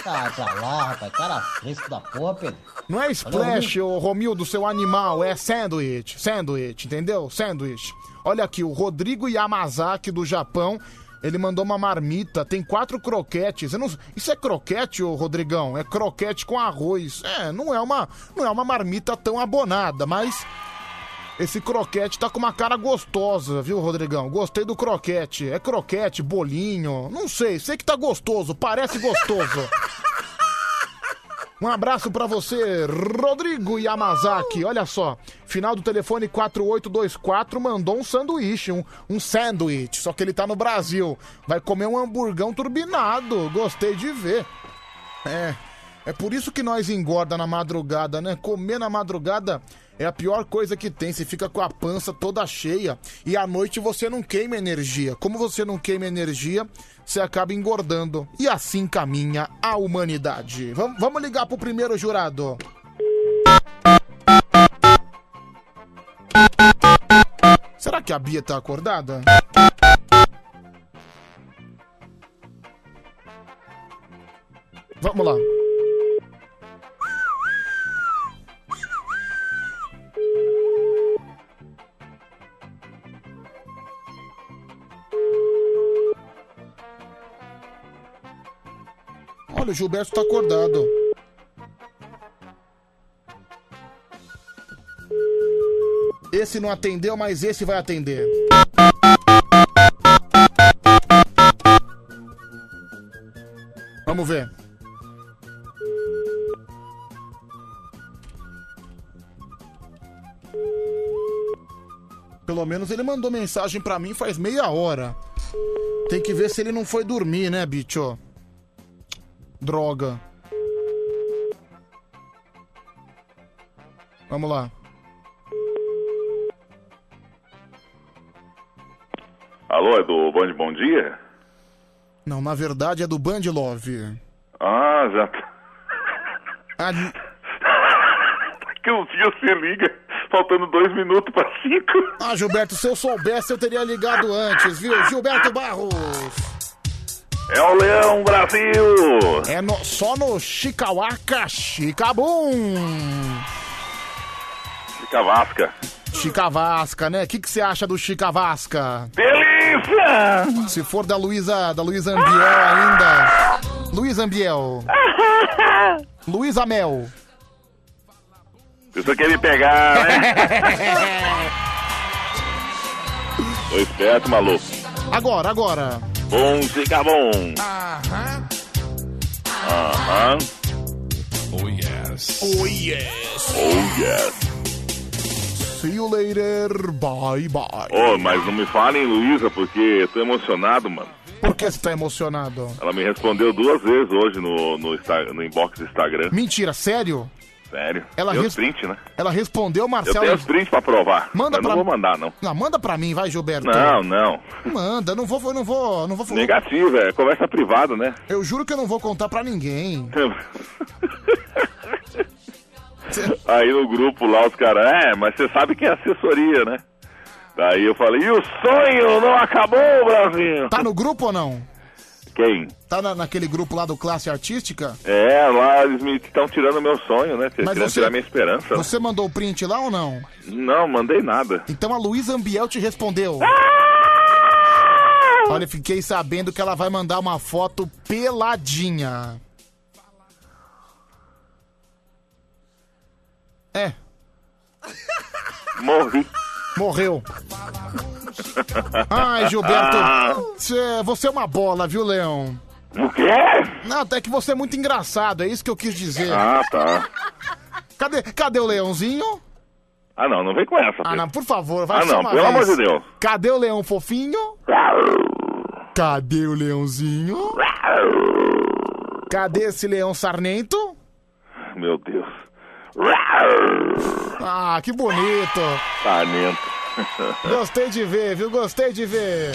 S1: Tá pra lá, rapaz. Cara fresco da porra, Pedro.
S2: Não é splash, ô Romildo, seu animal, é sanduíche. Sanduíche, entendeu? Sanduíche. Olha aqui, o Rodrigo Yamazaki do Japão, ele mandou uma marmita, tem quatro croquetes. Eu não- Isso é croquete, ô Rodrigão? É croquete com arroz. É, não é uma, não é uma marmita tão abonada, mas Esse croquete tá com uma cara gostosa, viu, Rodrigão? Gostei do croquete. É croquete, bolinho, não sei. Sei que tá gostoso, parece gostoso. Um abraço pra você, Rodrigo Yamazaki. Olha só, final do telefone 4824 mandou um sanduíche, um, um sanduíche. Só que ele tá no Brasil. Vai comer um hamburgão turbinado. Gostei de ver. É, é por isso que nós engorda na madrugada, né? Comer na madrugada é a pior coisa que tem. Você fica com a pança toda cheia e à noite você não queima energia. Como você não queima energia, você acaba engordando. E assim caminha a humanidade. Vam- vamos ligar pro primeiro jurado. Será que a Bia tá acordada? Vamos lá. Olha, o Gilberto tá acordado. Esse não atendeu, mas esse vai atender. Vamos ver. Pelo menos ele mandou mensagem pra mim faz meia hora. Tem que ver se ele não foi dormir, né, bicho? Droga. Vamos lá.
S5: Alô, é do Band Bom Dia?
S2: Não, na verdade é do Band Love.
S5: Ah, já tá.
S2: Ah, n-
S5: Que um dia se liga, faltando dois minutos pra cinco.
S2: ah, Gilberto, se eu soubesse eu teria ligado antes, viu? Gilberto Barros.
S5: É o Leão Brasil!
S2: É no- só no Chicauaca Chicabum.
S5: Fica Vasca.
S2: Chicavasca, né? O que que você acha do Chicavasca?
S5: Delícia!
S2: Se for da Luísa, da Luísa Ambiel ainda.
S5: [LAUGHS]
S2: Luísa Ambiel. Luísa Mel.
S5: Você quer é me pegar, né? [LAUGHS] Tô esperto, maluco.
S2: [LAUGHS] Agora, agora.
S5: Bom, fica bom. Aham. Oh, yes.
S2: Oh yes.
S5: Oh, yes.
S2: See you later. Bye bye.
S5: Ô, Oh, mas não me falem, Luísa, porque tô emocionado, mano.
S2: Por que você tá emocionado?
S5: Ela me respondeu duas vezes hoje no, no, Insta- no inbox do Instagram.
S2: Mentira, sério?
S5: Sério.
S2: Ela
S5: Deu
S2: res-
S5: print, né?
S2: Ela respondeu,
S5: Eu
S2: Marcelo.
S5: tenho os prints pra provar.
S2: Manda
S5: mas não
S2: pra-
S5: vou mandar, não.
S2: Não, manda pra mim, vai, Gilberto.
S5: Não, não.
S2: Manda, não vou, não vou, não vou.
S5: Negativo, é conversa privada, né?
S2: Eu juro que eu não vou contar pra ninguém.
S5: [LAUGHS] Aí no grupo lá os caras, é, mas você sabe que é assessoria, né? Daí eu falei, e o sonho não acabou, Brasil?
S2: Tá no grupo ou não?
S5: Quem?
S2: Tá na- naquele grupo lá do Classe Artística?
S5: É, lá eles me estão tirando meu sonho, né? Vocês
S2: Mas
S5: querem
S2: você-
S5: tirar minha esperança.
S2: Você mandou o print lá ou não?
S5: Não, mandei nada.
S2: Então a Luísa Ambiel te respondeu.
S5: Ah!
S2: Olha, fiquei sabendo que ela vai mandar uma foto peladinha. É,
S5: Morri.
S2: morreu. Ai, Gilberto, cê- você é uma bola, viu, Leão?
S5: Ah. O quê?
S2: Não, até que você é muito engraçado, é isso que eu quis dizer.
S5: Ah, tá.
S2: Cadê, cadê o leãozinho?
S5: Ah, não, não vem com essa.
S2: Ah,
S5: Pedro.
S2: não, por favor, vai
S5: Ah,
S2: só
S5: não,
S2: uma
S5: pelo
S2: vez.
S5: amor de Deus.
S2: Cadê o leão fofinho? Cadê o leãozinho? Cadê esse leão sarnento?
S5: Meu Deus.
S2: Ah, que bonito.
S5: Sarmento.
S2: [LAUGHS] Gostei de ver, viu? Gostei de ver.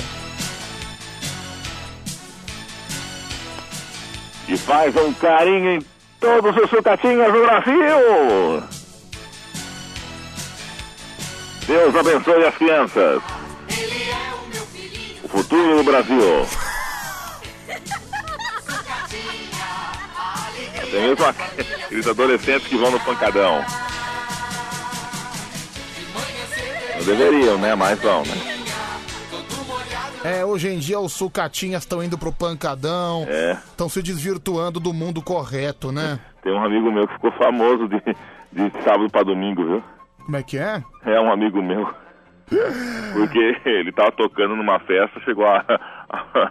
S5: e faz um carinho em todos os sucatinhas do Brasil. Deus abençoe as crianças. O futuro do Brasil. Até mesmo aqueles adolescentes que vão no pancadão. Não deveriam, né? Mas vão, né?
S2: É, hoje em dia os sucatinhas estão indo pro pancadão,
S5: É.
S2: estão se desvirtuando do mundo correto, né?
S5: Tem um amigo meu que ficou famoso de, de sábado pra domingo, viu?
S2: Como é que é?
S5: É um amigo meu. Porque ele tava tocando numa festa, chegou a. a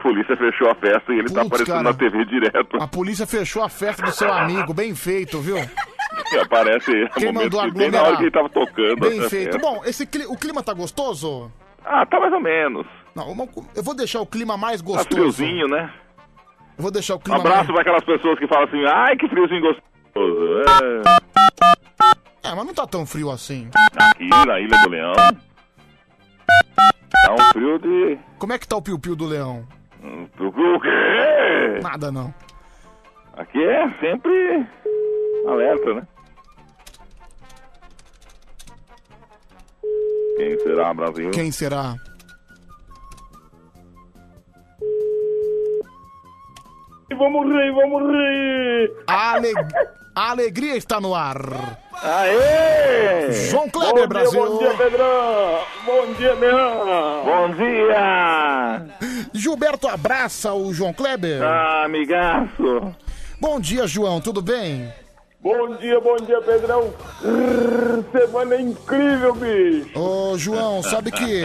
S5: polícia fechou a festa e ele tá
S2: Putz,
S5: aparecendo
S2: cara.
S5: na TV direto.
S2: A polícia fechou a festa do seu amigo, bem feito, viu?
S5: E aparece ele no
S2: Quem
S5: momento que-
S2: mandou
S5: bem na
S2: aglomerar?
S5: hora que ele tava tocando. [LAUGHS]
S2: Bem
S5: essa
S2: feito.
S5: festa.
S2: Bom, esse cli- o clima tá gostoso?
S5: Ah, tá mais ou menos.
S2: Não, uma- eu vou deixar o clima mais
S5: Tá
S2: gostoso. Eu
S5: friozinho, né?
S2: vou deixar o
S5: Um
S2: clima
S5: abraço
S2: mais...
S5: pra aquelas pessoas que falam assim, ai que friozinho gostoso. É,
S2: É, mas não tá tão frio assim.
S5: aqui na Ilha do
S2: [LAUGHS]
S5: Leão. Tá um frio de.
S2: Como é que tá o piu-piu do leão?
S5: do o quê?
S2: Nada não.
S5: Aqui é sempre alerta, né? Quem será, Brasil?
S2: Quem será?
S5: Vamos rir, vamos rir!
S2: A, ale... a alegria está no ar.
S5: Aê!
S2: João Kleber,
S5: Bom dia,
S2: Brasil.
S5: Bom dia, Pedrão! Bom dia, Leão! Bom dia!
S2: Gilberto abraça o João Kleber.
S5: Ah, amigaço!
S2: Bom dia, João, tudo bem?
S5: Bom dia, bom dia, Pedrão! Grrr, Semana É incrível, bicho!
S2: Ô, João,
S5: [LAUGHS]
S2: sabe que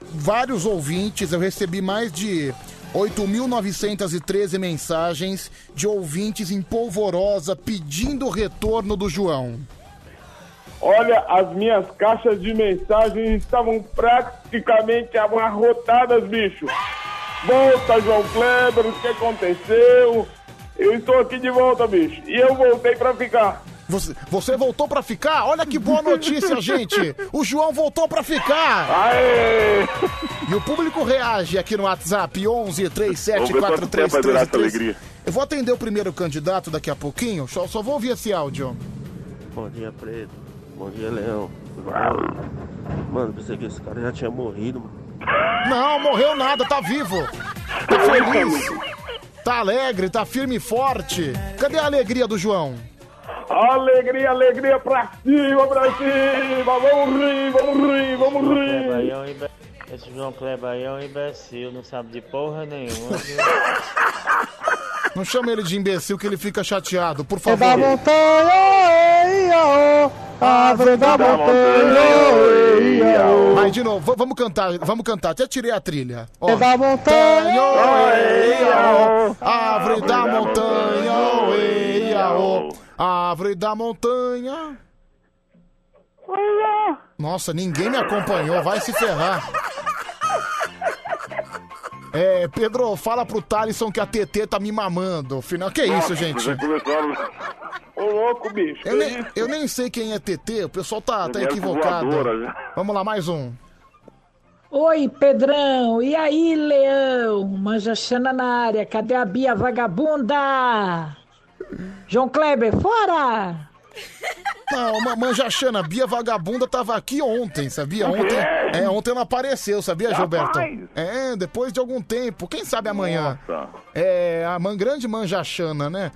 S2: vários ouvintes, eu recebi mais de 8.913 mensagens de ouvintes em polvorosa pedindo o retorno do João.
S10: Olha, as minhas caixas de mensagens estavam praticamente amarrotadas, bicho. Volta, João Kleber, o que aconteceu? Eu estou aqui de volta, bicho. E eu voltei pra ficar.
S2: Você, você voltou pra ficar? Olha que boa notícia, gente! O João voltou pra ficar!
S5: Aê!
S2: E o público reage aqui no WhatsApp 11 37
S5: Vamos ver quanto tempo vai durar essa
S2: 43
S5: alegria.
S2: Eu vou atender o primeiro candidato daqui a pouquinho, só, só vou ouvir esse áudio.
S32: Bom dia, Preto. Bom dia, Leão. Mano, pensei que esse cara já tinha morrido, mano.
S2: Não, morreu nada, tá vivo. Tá feliz. Tá alegre, tá firme e forte. Cadê a alegria do João?
S10: Alegria, alegria pra cima, pra cima. Vamos rir, vamos rir, vamos
S15: Kleber aí é um
S10: rir.
S15: imbe- Esse João Kleber aí é um imbecil, não sabe de porra nenhuma. viu?
S2: Não chama ele de imbecil que ele fica chateado, por
S1: É
S2: favor.
S1: da
S10: um
S1: montanha, ei, iaô, árvore da montanha, ei, iaô.
S2: Vai de novo, v- vamos cantar, vamos cantar. Até tirei a trilha.
S1: É da montanha, ei, iaô,
S2: Árvore da montanha,
S1: montanha,
S2: oi, aô. Árvore da montanha. Nossa, ninguém me acompanhou, vai se ferrar. É, Pedro, fala pro Thalisson que a TT tá me mamando. Final... Ah, Que é isso, gente?
S5: Já começaram.
S10: Ô, louco, bicho.
S2: Eu nem, eu nem sei quem é TT, o pessoal tá, tá
S5: Eu quero
S2: equivocado.
S5: voadora,
S10: né?
S5: já.
S2: Vamos lá, mais um.
S14: Oi, Pedrão. E aí, Leão? Manja Xana na área. Cadê a Bia vagabunda? João Kleber, fora!
S2: Não, ma- manja Xana, Bia Vagabunda tava aqui ontem, sabia? Ontem, é, ontem ela apareceu, sabia, Gilberto? É, depois de algum tempo, quem sabe amanhã. É, a man, grande manja Xana, né?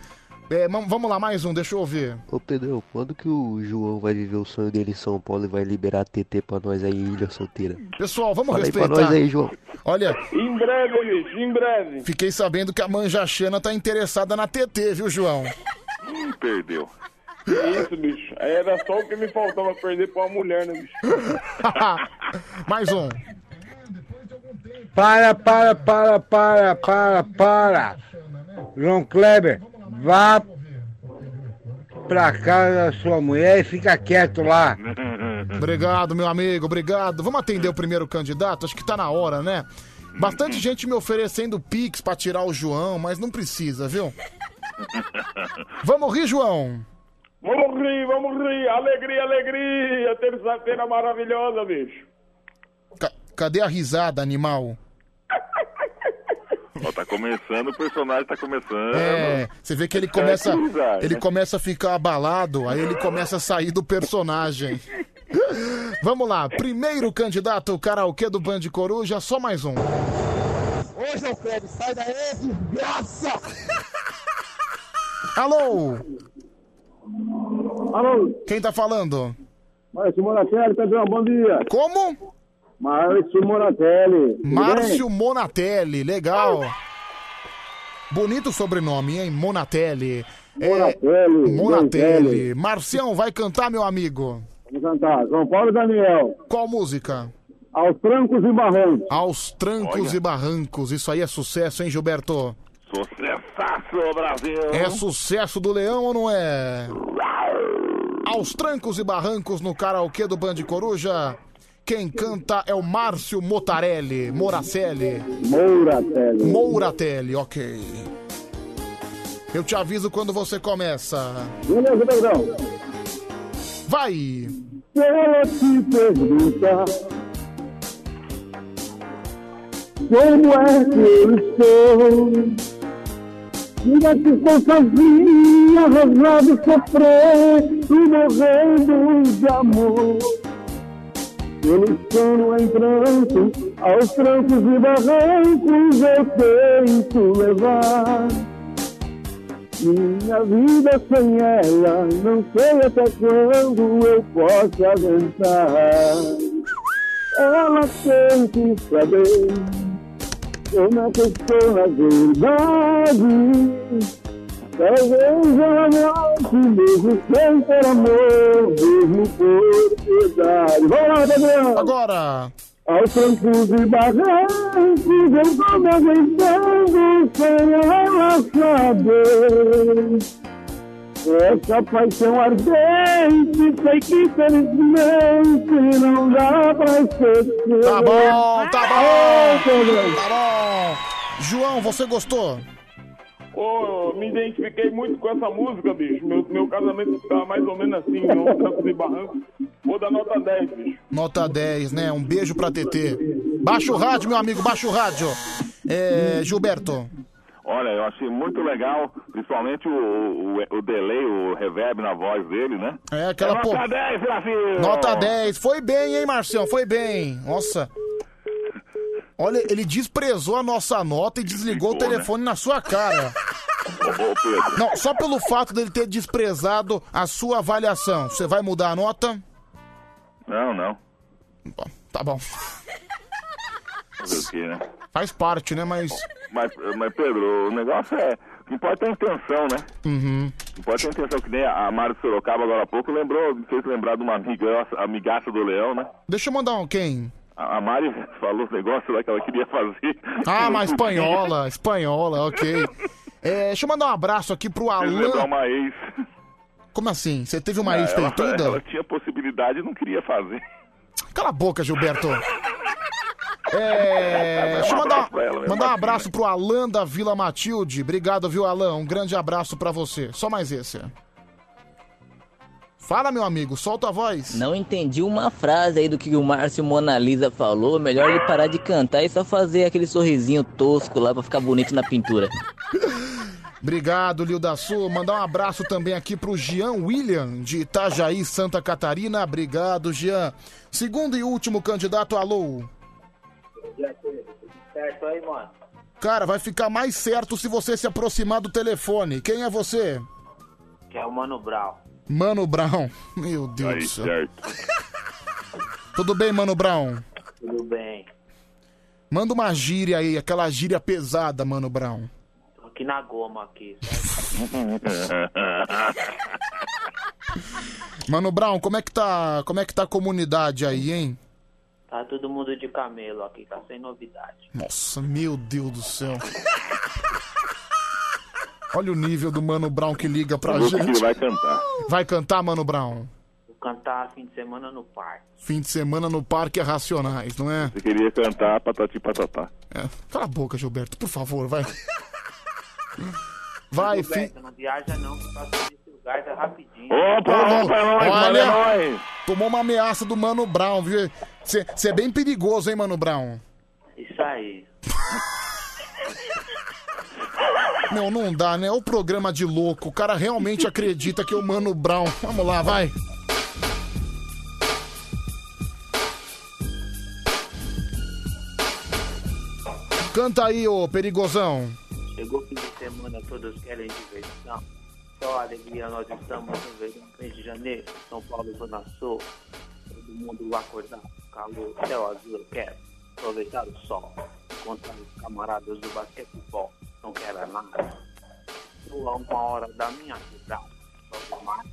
S2: É, mam- vamos lá, mais um, deixa eu ouvir.
S33: Ô Pedrão, quando que o João vai viver o sonho dele em São Paulo e vai liberar a TT pra nós aí, Ilha Solteira?
S2: Pessoal, vamos
S33: Fala aí pra
S2: respeitar.
S33: nós aí, João.
S2: Olha,
S10: Em breve, bicho, em breve.
S2: fiquei sabendo que a manja Xana tá interessada na TT, viu, João?
S5: Ih, Perdeu.
S10: Isso, bicho. Era só o que me faltava
S2: [LAUGHS]
S10: perder pra uma mulher, né, bicho?
S2: mais um.
S14: Para, para, para, para, para, para. João Kleber, vá pra casa da sua mulher e fica quieto lá.
S3: Uhum.
S2: Obrigado, meu amigo, obrigado. Vamos atender o primeiro candidato? Acho que tá na hora, né? Bastante gente me oferecendo pix pra tirar o João, mas não precisa, viu? Vamos rir, João.
S8: Vamos rir, vamos rir. Alegria, alegria. Terça-feira maravilhosa, bicho.
S2: Cadê a risada, animal?
S5: Ó, tá começando, o personagem tá começando.
S2: É, você vê que ele
S5: É,
S2: começa,
S5: que risada.
S2: ele começa a ficar abalado, aí ele começa a sair do personagem. Vamos lá, primeiro candidato karaokê do Band Coruja, só mais um.
S3: Ô, João é Kleber, sai daí, desgraça!
S2: Alô? Alô? Quem tá falando?
S10: Márcio Moratelli, Pedrão, bom dia.
S2: Como?
S10: Márcio Moratelli. Tudo
S2: Márcio
S10: bem?
S2: Monatelli, legal. Bonito sobrenome, hein? Monatelli. É,
S10: Monatelli,
S2: Monatelli.
S10: Donzelli.
S2: Marcião, vai cantar, meu amigo?
S10: Vamos cantar. João Paulo e Daniel.
S2: Qual música?
S10: Aos trancos e barrancos.
S2: Aos trancos
S10: Olha.
S2: e barrancos. Isso aí é sucesso, hein, Gilberto?
S5: Sucessaço, Brasil!
S10: Então,
S2: É sucesso do leão ou não é? Aos trancos e barrancos no karaokê do Band Coruja. Quem canta é o Márcio Motarelli, Moracelli.
S10: Moratelli.
S2: Mouratelli, ok. Eu te aviso quando você começa.
S10: Beleza, Pedrão.
S2: Vai!
S10: Se ela te pergunta como é que eu estou, diga que estou sozinha, arrasado, sofrendo, morrendo de amor. Eu estou em pranto, aos trancos e barrancos eu tento levar. Minha vida sem ela, não sei até quando eu posso aguentar. Ela tem que saber como é que eu estou na verdade. Talvez ela me ache mesmo sem ter amor, mesmo por piedade. Vamos lá, Gabriel!
S2: Agora!
S10: Aos trancos e barrancos eu vou me aguentando sem ela saber. Essa paixão ardente, sei que infelizmente não dá pra esquecer.
S2: Tá bom, tá bom! Tá bom! João, você gostou?
S8: Pô, me identifiquei muito com essa música, bicho. Meu, meu casamento tá mais ou menos assim, meu trancos e barrancos. Vou dar nota 10, bicho.
S2: Nota 10, né? Um beijo pra TT. Baixa o rádio, meu amigo, baixa o rádio. É, Gilberto,
S5: Olha, eu achei muito legal, principalmente o, o, o delay, o reverb na voz dele, né?
S2: é aquela
S5: nota 10, Brasil!
S2: Nota 10. Foi bem, hein, Marcião? Foi bem. Nossa. Olha, ele desprezou a nossa nota e desligou o
S5: né?
S2: telefone na sua cara.
S5: Ô, Pedro,
S2: Não, só pelo fato dele ter desprezado a sua avaliação. Você vai mudar a nota?
S5: não, não.
S2: Tá bom.
S5: Fazer o quê, né?
S2: Faz parte, né? Mas.
S5: Mas, mas, Pedro, o negócio é. Não pode ter intenção, né?
S2: Uhum.
S5: Não pode ter intenção, que nem a Mário de Sorocaba agora há pouco lembrou, me fez lembrar de uma amigaça, amigaça do Leão, né?
S2: Deixa eu mandar um quem?
S5: A a Mari [LAUGHS] falou os negócios lá que ela queria fazer.
S2: Ah, mas espanhola, espanhola, ok. É, deixa eu mandar um abraço aqui pro
S5: [LAUGHS] Fez lembrar
S2: Alan.
S5: uma ex.
S2: Como assim? Você teve uma
S5: Ah,
S2: ex
S5: ela,
S2: peituda?
S5: ela tinha possibilidade e não queria fazer.
S2: Cala a boca, Gilberto. É, deixa eu mandar, mandar um abraço pro Alan da Vila Matilde. Obrigado, viu, Alan? Um grande abraço pra você. Só mais esse. Fala, meu amigo, solta a voz.
S25: Não entendi uma frase aí do que o Márcio Monalisa falou. Melhor ele parar de cantar e só fazer aquele sorrisinho tosco lá pra ficar bonito na pintura.
S2: Obrigado, Lil da Sul. Mandar um abraço também aqui pro Jean William, de Itajaí, Santa Catarina. Obrigado, Jean. Segundo e último candidato, alô.
S15: Certo aí, mano.
S2: Cara, vai ficar mais certo se você se aproximar do telefone. Quem é você?
S15: Que é o Mano Brown.
S2: Mano Brown. [LAUGHS] Meu Deus
S15: Aí,
S2: do céu.
S15: certo.
S2: Tudo bem, Mano Brown?
S15: Tudo bem.
S2: Manda uma gíria aí, aquela gíria pesada, Mano Brown.
S15: Tô aqui na goma aqui.
S2: Mano Brown, como é que tá, como é que tá a comunidade aí, hein?
S15: Tá todo mundo de camelo aqui, tá sem novidade.
S2: Nossa, meu Deus do céu. Olha o nível do Mano Brown que liga pra
S5: Eu vou que
S2: gente.
S5: ele vai cantar.
S2: Vai cantar, Mano Brown?
S15: Vou cantar fim de semana no parque.
S2: Fim de semana no Parque é Racionais, não é?
S5: [LAUGHS] Você queria cantar patati patatá.
S2: É, Cala a boca, Gilberto, por favor, vai. Vai, fi...
S15: Roberto, não viaja não, que passa desse lugar tá rapidinho.
S2: Ô,
S5: é
S2: não,
S15: olha
S2: Olha, tomou uma ameaça do Mano Brown, viu? Você é bem perigoso, hein, Mano Brown?
S15: Isso aí.
S2: Não, não dá, né? O programa de louco. O cara realmente acredita que é o Mano Brown. Vamos lá, vai. Canta aí, ô perigosão.
S15: Chegou o fim de semana, todos querem diversão. Só alegria, nós estamos no verão, 3 de janeiro, São Paulo, Zona Sul. Todo mundo acordar, calor, céu azul, eu quero aproveitar o sol. Encontrar os camaradas do basquetebol, não quero nada. Estou a uma hora da minha cidade, vamos mais.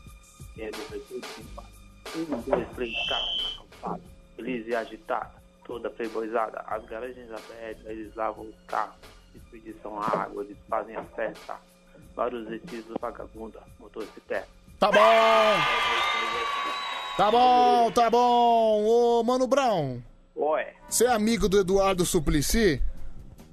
S15: Quero ver tudo que faz. Um, dois, três, quatro na calçada, feliz e agitada, toda playboyzada. As garagens abertas, eles lavam os carros desperdiçam água, eles fazem a festa. Vários vestidos vagabunda, motocicleta.
S2: Tá bom! Tá bom, tá bom. Ô, Mano Brown.
S15: Ué,
S2: Você é amigo do Eduardo Suplicy?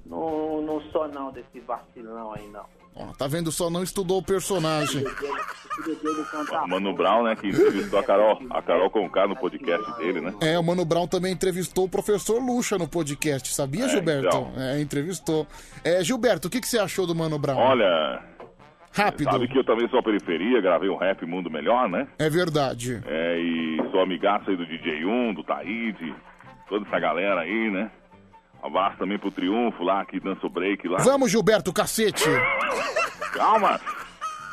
S15: não, não sou não desse vacilão aí não.
S2: Ó, tá vendo só, não estudou o personagem.
S5: O Mano Brown, né, que entrevistou a Carol, a Carol Conká no podcast dele, né?
S2: É, o Mano Brown também entrevistou o professor Lucha no podcast, sabia, Gilberto?
S5: então.
S2: É, entrevistou. É, Gilberto, o que, que você achou do Mano Brown?
S5: Olha,
S2: Rápido.
S5: sabe que eu também sou a periferia, gravei um rap Mundo Melhor, né?
S2: É verdade.
S5: É, e sou amigaço aí do DJ 1, do Taíde, toda essa galera aí, né? Abraço também pro Triunfo lá, que dança o break lá.
S2: Vamos, Gilberto, cacete!
S5: Calma!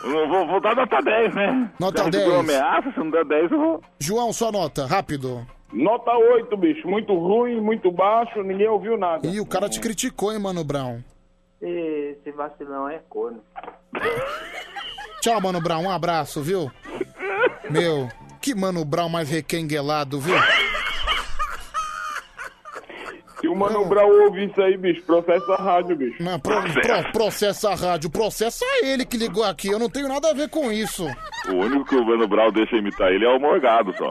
S5: Eu vou, vou dar nota 10, né?
S2: Nota
S5: Já
S2: 10.
S5: recebeu ameaça, se não der 10 eu vou...
S2: João, sua nota, rápido.
S8: Nota 8, bicho. Muito ruim, muito baixo, ninguém ouviu nada.
S2: Ih, o cara te criticou, hein, Mano Brown?
S15: Esse vacilão é corno.
S2: Tchau, Mano Brown, um abraço, viu? Meu, que Mano Brown mais requenguelado, viu?
S8: Se o Mano Brown ouvir isso aí, bicho, processa a rádio, bicho.
S2: Não, pro- pro- processa a rádio, processa ele que ligou aqui, eu não tenho nada a ver com isso.
S5: O único que o Mano Brown deixa imitar ele é o Morgado só.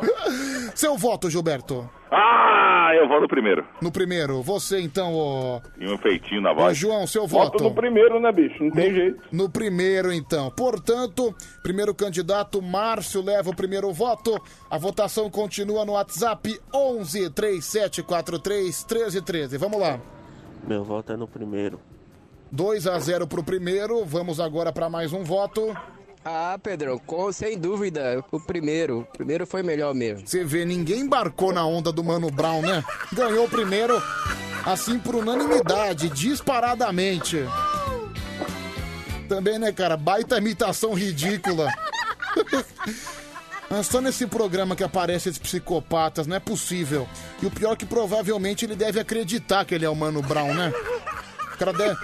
S2: Seu voto, Gilberto.
S5: Ah, eu vou no primeiro.
S2: No primeiro, você então, ô.
S5: Tem um feitinho na
S2: Ô,
S5: voz.
S2: João, seu Tá voto.
S5: no
S2: primeiro, né, bicho? Não tem jeito. No primeiro, então. Portanto, primeiro candidato, Márcio, leva o primeiro voto. A votação continua no WhatsApp 11 3743 1313. Vamos lá.
S17: Meu voto é no primeiro.
S2: 2 a 0 pro primeiro. Vamos agora para mais um voto.
S6: Ah, Pedrão, com, sem dúvida, o primeiro. O primeiro foi melhor mesmo.
S2: Você vê, ninguém embarcou na onda do Mano Brown, né? Ganhou o primeiro, assim por unanimidade, disparadamente. Também, né, cara? Baita imitação ridícula. É Só nesse programa que aparecem esses psicopatas, não é possível. E o pior é que provavelmente ele deve acreditar que ele é o Mano Brown, né? O cara deve.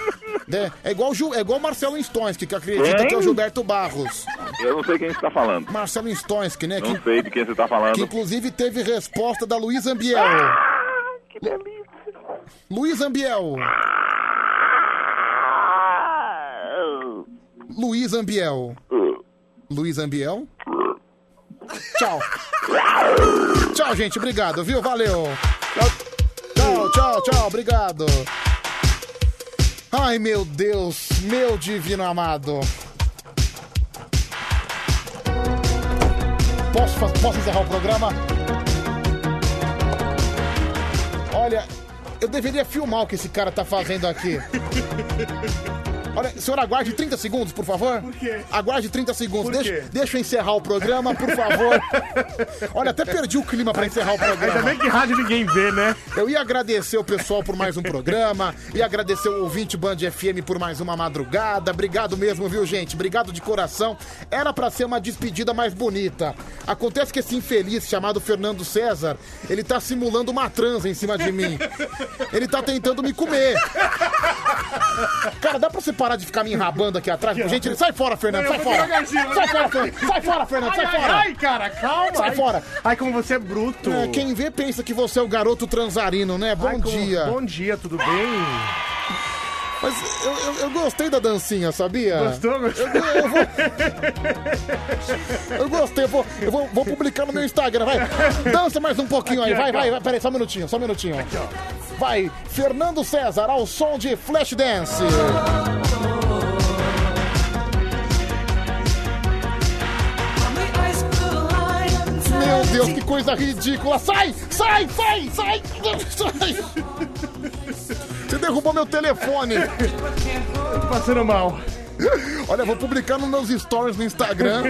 S2: deve- é igual o Gil- é igual o Marcelo Instonski, que acredita
S5: Quem?
S2: que é o Gilberto Barros.
S5: Eu não sei quem você tá falando.
S2: Marcelo Instonski, né?
S5: Não
S2: que-
S5: sei de quem você tá
S2: que
S5: falando.
S2: inclusive teve resposta da Luiz Ambiel. Ah, que delícia. Luiz Ambiel. Luiz Ambiel. Luiz Ambiel. Tchau. Tchau, gente. Obrigado, viu? Valeu. Tchau, tchau, tchau. Obrigado. Ai, meu Deus. Meu divino amado. Posso, fa- posso encerrar o programa? Olha, eu deveria filmar o que esse cara tá fazendo aqui. Olha, senhor, aguarde 30 segundos, por favor. Por quê? Aguarde 30 segundos. Deixa, deixa eu encerrar o programa, por favor. Olha, até perdi o clima pra encerrar o programa.
S11: Ainda bem que rádio ninguém vê, né?
S2: Eu ia agradecer o pessoal por mais um programa, ia agradecer o ouvinte Band FM por mais uma madrugada. Obrigado mesmo, viu, gente? Obrigado de coração. Era pra ser uma despedida mais bonita. Acontece que esse infeliz chamado Fernando César, ele tá simulando uma transa em cima de mim. Ele tá tentando me comer. Cara, dá pra você parar de ficar me enrabando aqui atrás? Por gente, sai fora, Fernando,
S1: Não,
S2: sai
S1: eu vou
S2: fora.
S1: devagarzinho, vou
S2: Sai fora,
S1: devagarzinho.
S2: Fernando, sai fora, Fernando, sai
S1: Ai, ai,
S2: fora.
S1: ai, cara, calma.
S2: Sai
S1: Ai.
S2: fora.
S1: Ai, como você é bruto.
S2: É, quem vê pensa que você é o garoto transarino, né? Bom
S1: Ai, como-
S2: dia.
S1: Bom dia, tudo bem?
S2: Mas eu, eu- eu gostei da dancinha, sabia?
S1: Gostou?
S2: Eu, eu vou... eu gostei, eu, vou, eu vou, vou publicar no meu Instagram, vai. Dança mais um pouquinho aí,
S1: Aqui,
S2: vai,
S1: aqui,
S2: vai,
S1: ó.
S2: vai. Peraí, só um minutinho, só um minutinho. Vai, Fernando César, ao som de Flashdance. Meu Deus, que coisa ridícula. Sai, sai, sai, sai, sai. Você derrubou meu telefone. Tô passando mal. Olha, eu vou publicar nos meus stories no Instagram.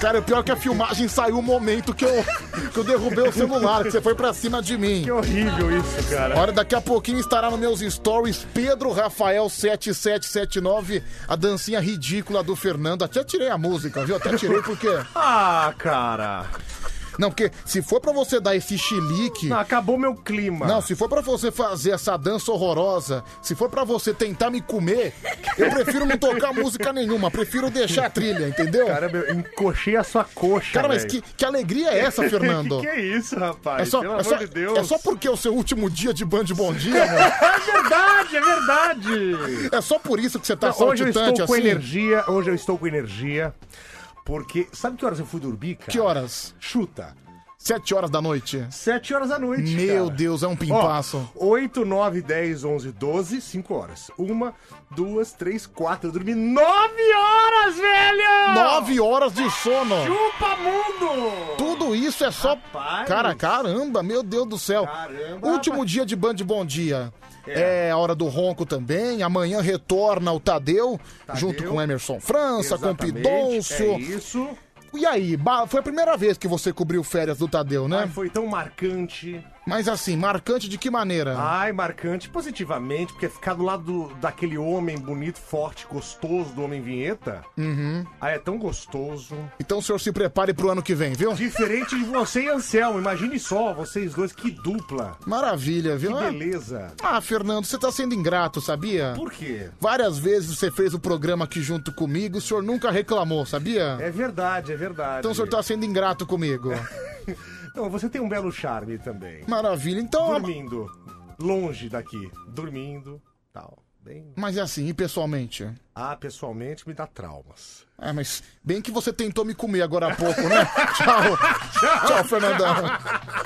S2: Cara, o pior é que a filmagem saiu o momento que eu, que eu derrubei o celular, que você foi pra cima de mim. Que horrível isso, cara. Olha, daqui a pouquinho estará nos meus stories Pedro Rafael 7779, a dancinha ridícula do Fernando. Até tirei a música, viu? Até tirei Tá porque...
S1: Ah, cara.
S2: Não, porque se for pra você dar esse chilique.
S1: acabou meu clima.
S2: Não, se for pra você fazer essa dança horrorosa, se for pra você tentar me comer, eu prefiro não tocar música nenhuma, prefiro deixar a trilha, entendeu?
S1: Caramba, eu encoxei a sua coxa.
S2: Cara, mas
S1: velho.
S2: que, que alegria é essa, Fernando?
S1: [LAUGHS] que, que é isso, rapaz?
S2: É só,
S1: Pelo
S2: é,
S1: amor
S2: só,
S1: de Deus.
S2: é só porque é o seu último dia de Band
S1: [LAUGHS]
S2: Bom Dia, amor?
S1: É verdade, é verdade.
S2: É só por isso que você tá
S1: Não, Hoje eu estou
S2: saltitante
S1: com
S2: assim?
S1: energia, hoje eu estou com energia. Porque, sabe que horas eu fui dormir, cara?
S2: Que horas?
S1: Chuta.
S2: Sete horas da noite.
S1: Sete horas da noite,
S2: Meu
S1: cara.
S2: Deus, é um pimpaço.
S1: Ó, 8, 9, 10, 11, 12, 5 horas. Uma, duas, três, quatro. Eu dormi nove horas, velho!
S2: Nove horas de sono.
S1: Chupa, mundo!
S2: Tudo isso é só. Cara, caramba, meu Deus do céu. Último dia de Band Bom Dia. É. a hora do ronco também. Amanhã retorna o Tadeu, junto com Emerson França,
S1: Exatamente,
S2: com Pidoncio.
S1: é isso.
S2: E aí, ba- foi a primeira vez que você cobriu férias do Tadeu, né?
S1: Ai, foi tão marcante.
S2: Mas assim, marcante de que maneira?
S1: Ai, marcante positivamente, porque ficar do lado do- daquele homem bonito, forte, gostoso do Homem Vinheta.
S2: Uhum.
S1: Ai, é tão gostoso.
S2: Então o senhor se prepare pro ano que vem, viu?
S1: Diferente de você e Anselmo, imagine só, vocês dois, que dupla.
S2: Maravilha, viu?
S1: Que
S2: Ah,
S1: beleza.
S2: Ah, Fernando, você tá sendo ingrato, sabia?
S1: Por quê?
S2: Várias vezes você fez o programa aqui junto comigo, o senhor nunca reclamou, sabia?
S1: É verdade, é verdade.
S2: Ah. Então o senhor tá sendo ingrato comigo.
S1: Não, você tem um belo charme também.
S2: Maravilha, então.
S1: Dormindo. É. Longe daqui. Dormindo. Tal. Bem.
S2: Mas é assim, e pessoalmente?
S1: Ah, pessoalmente me dá traumas.
S2: É,
S1: [LAUGHS]
S2: mas bem que você tentou me comer agora há pouco, né? Tchau. Tchau, Fernandão.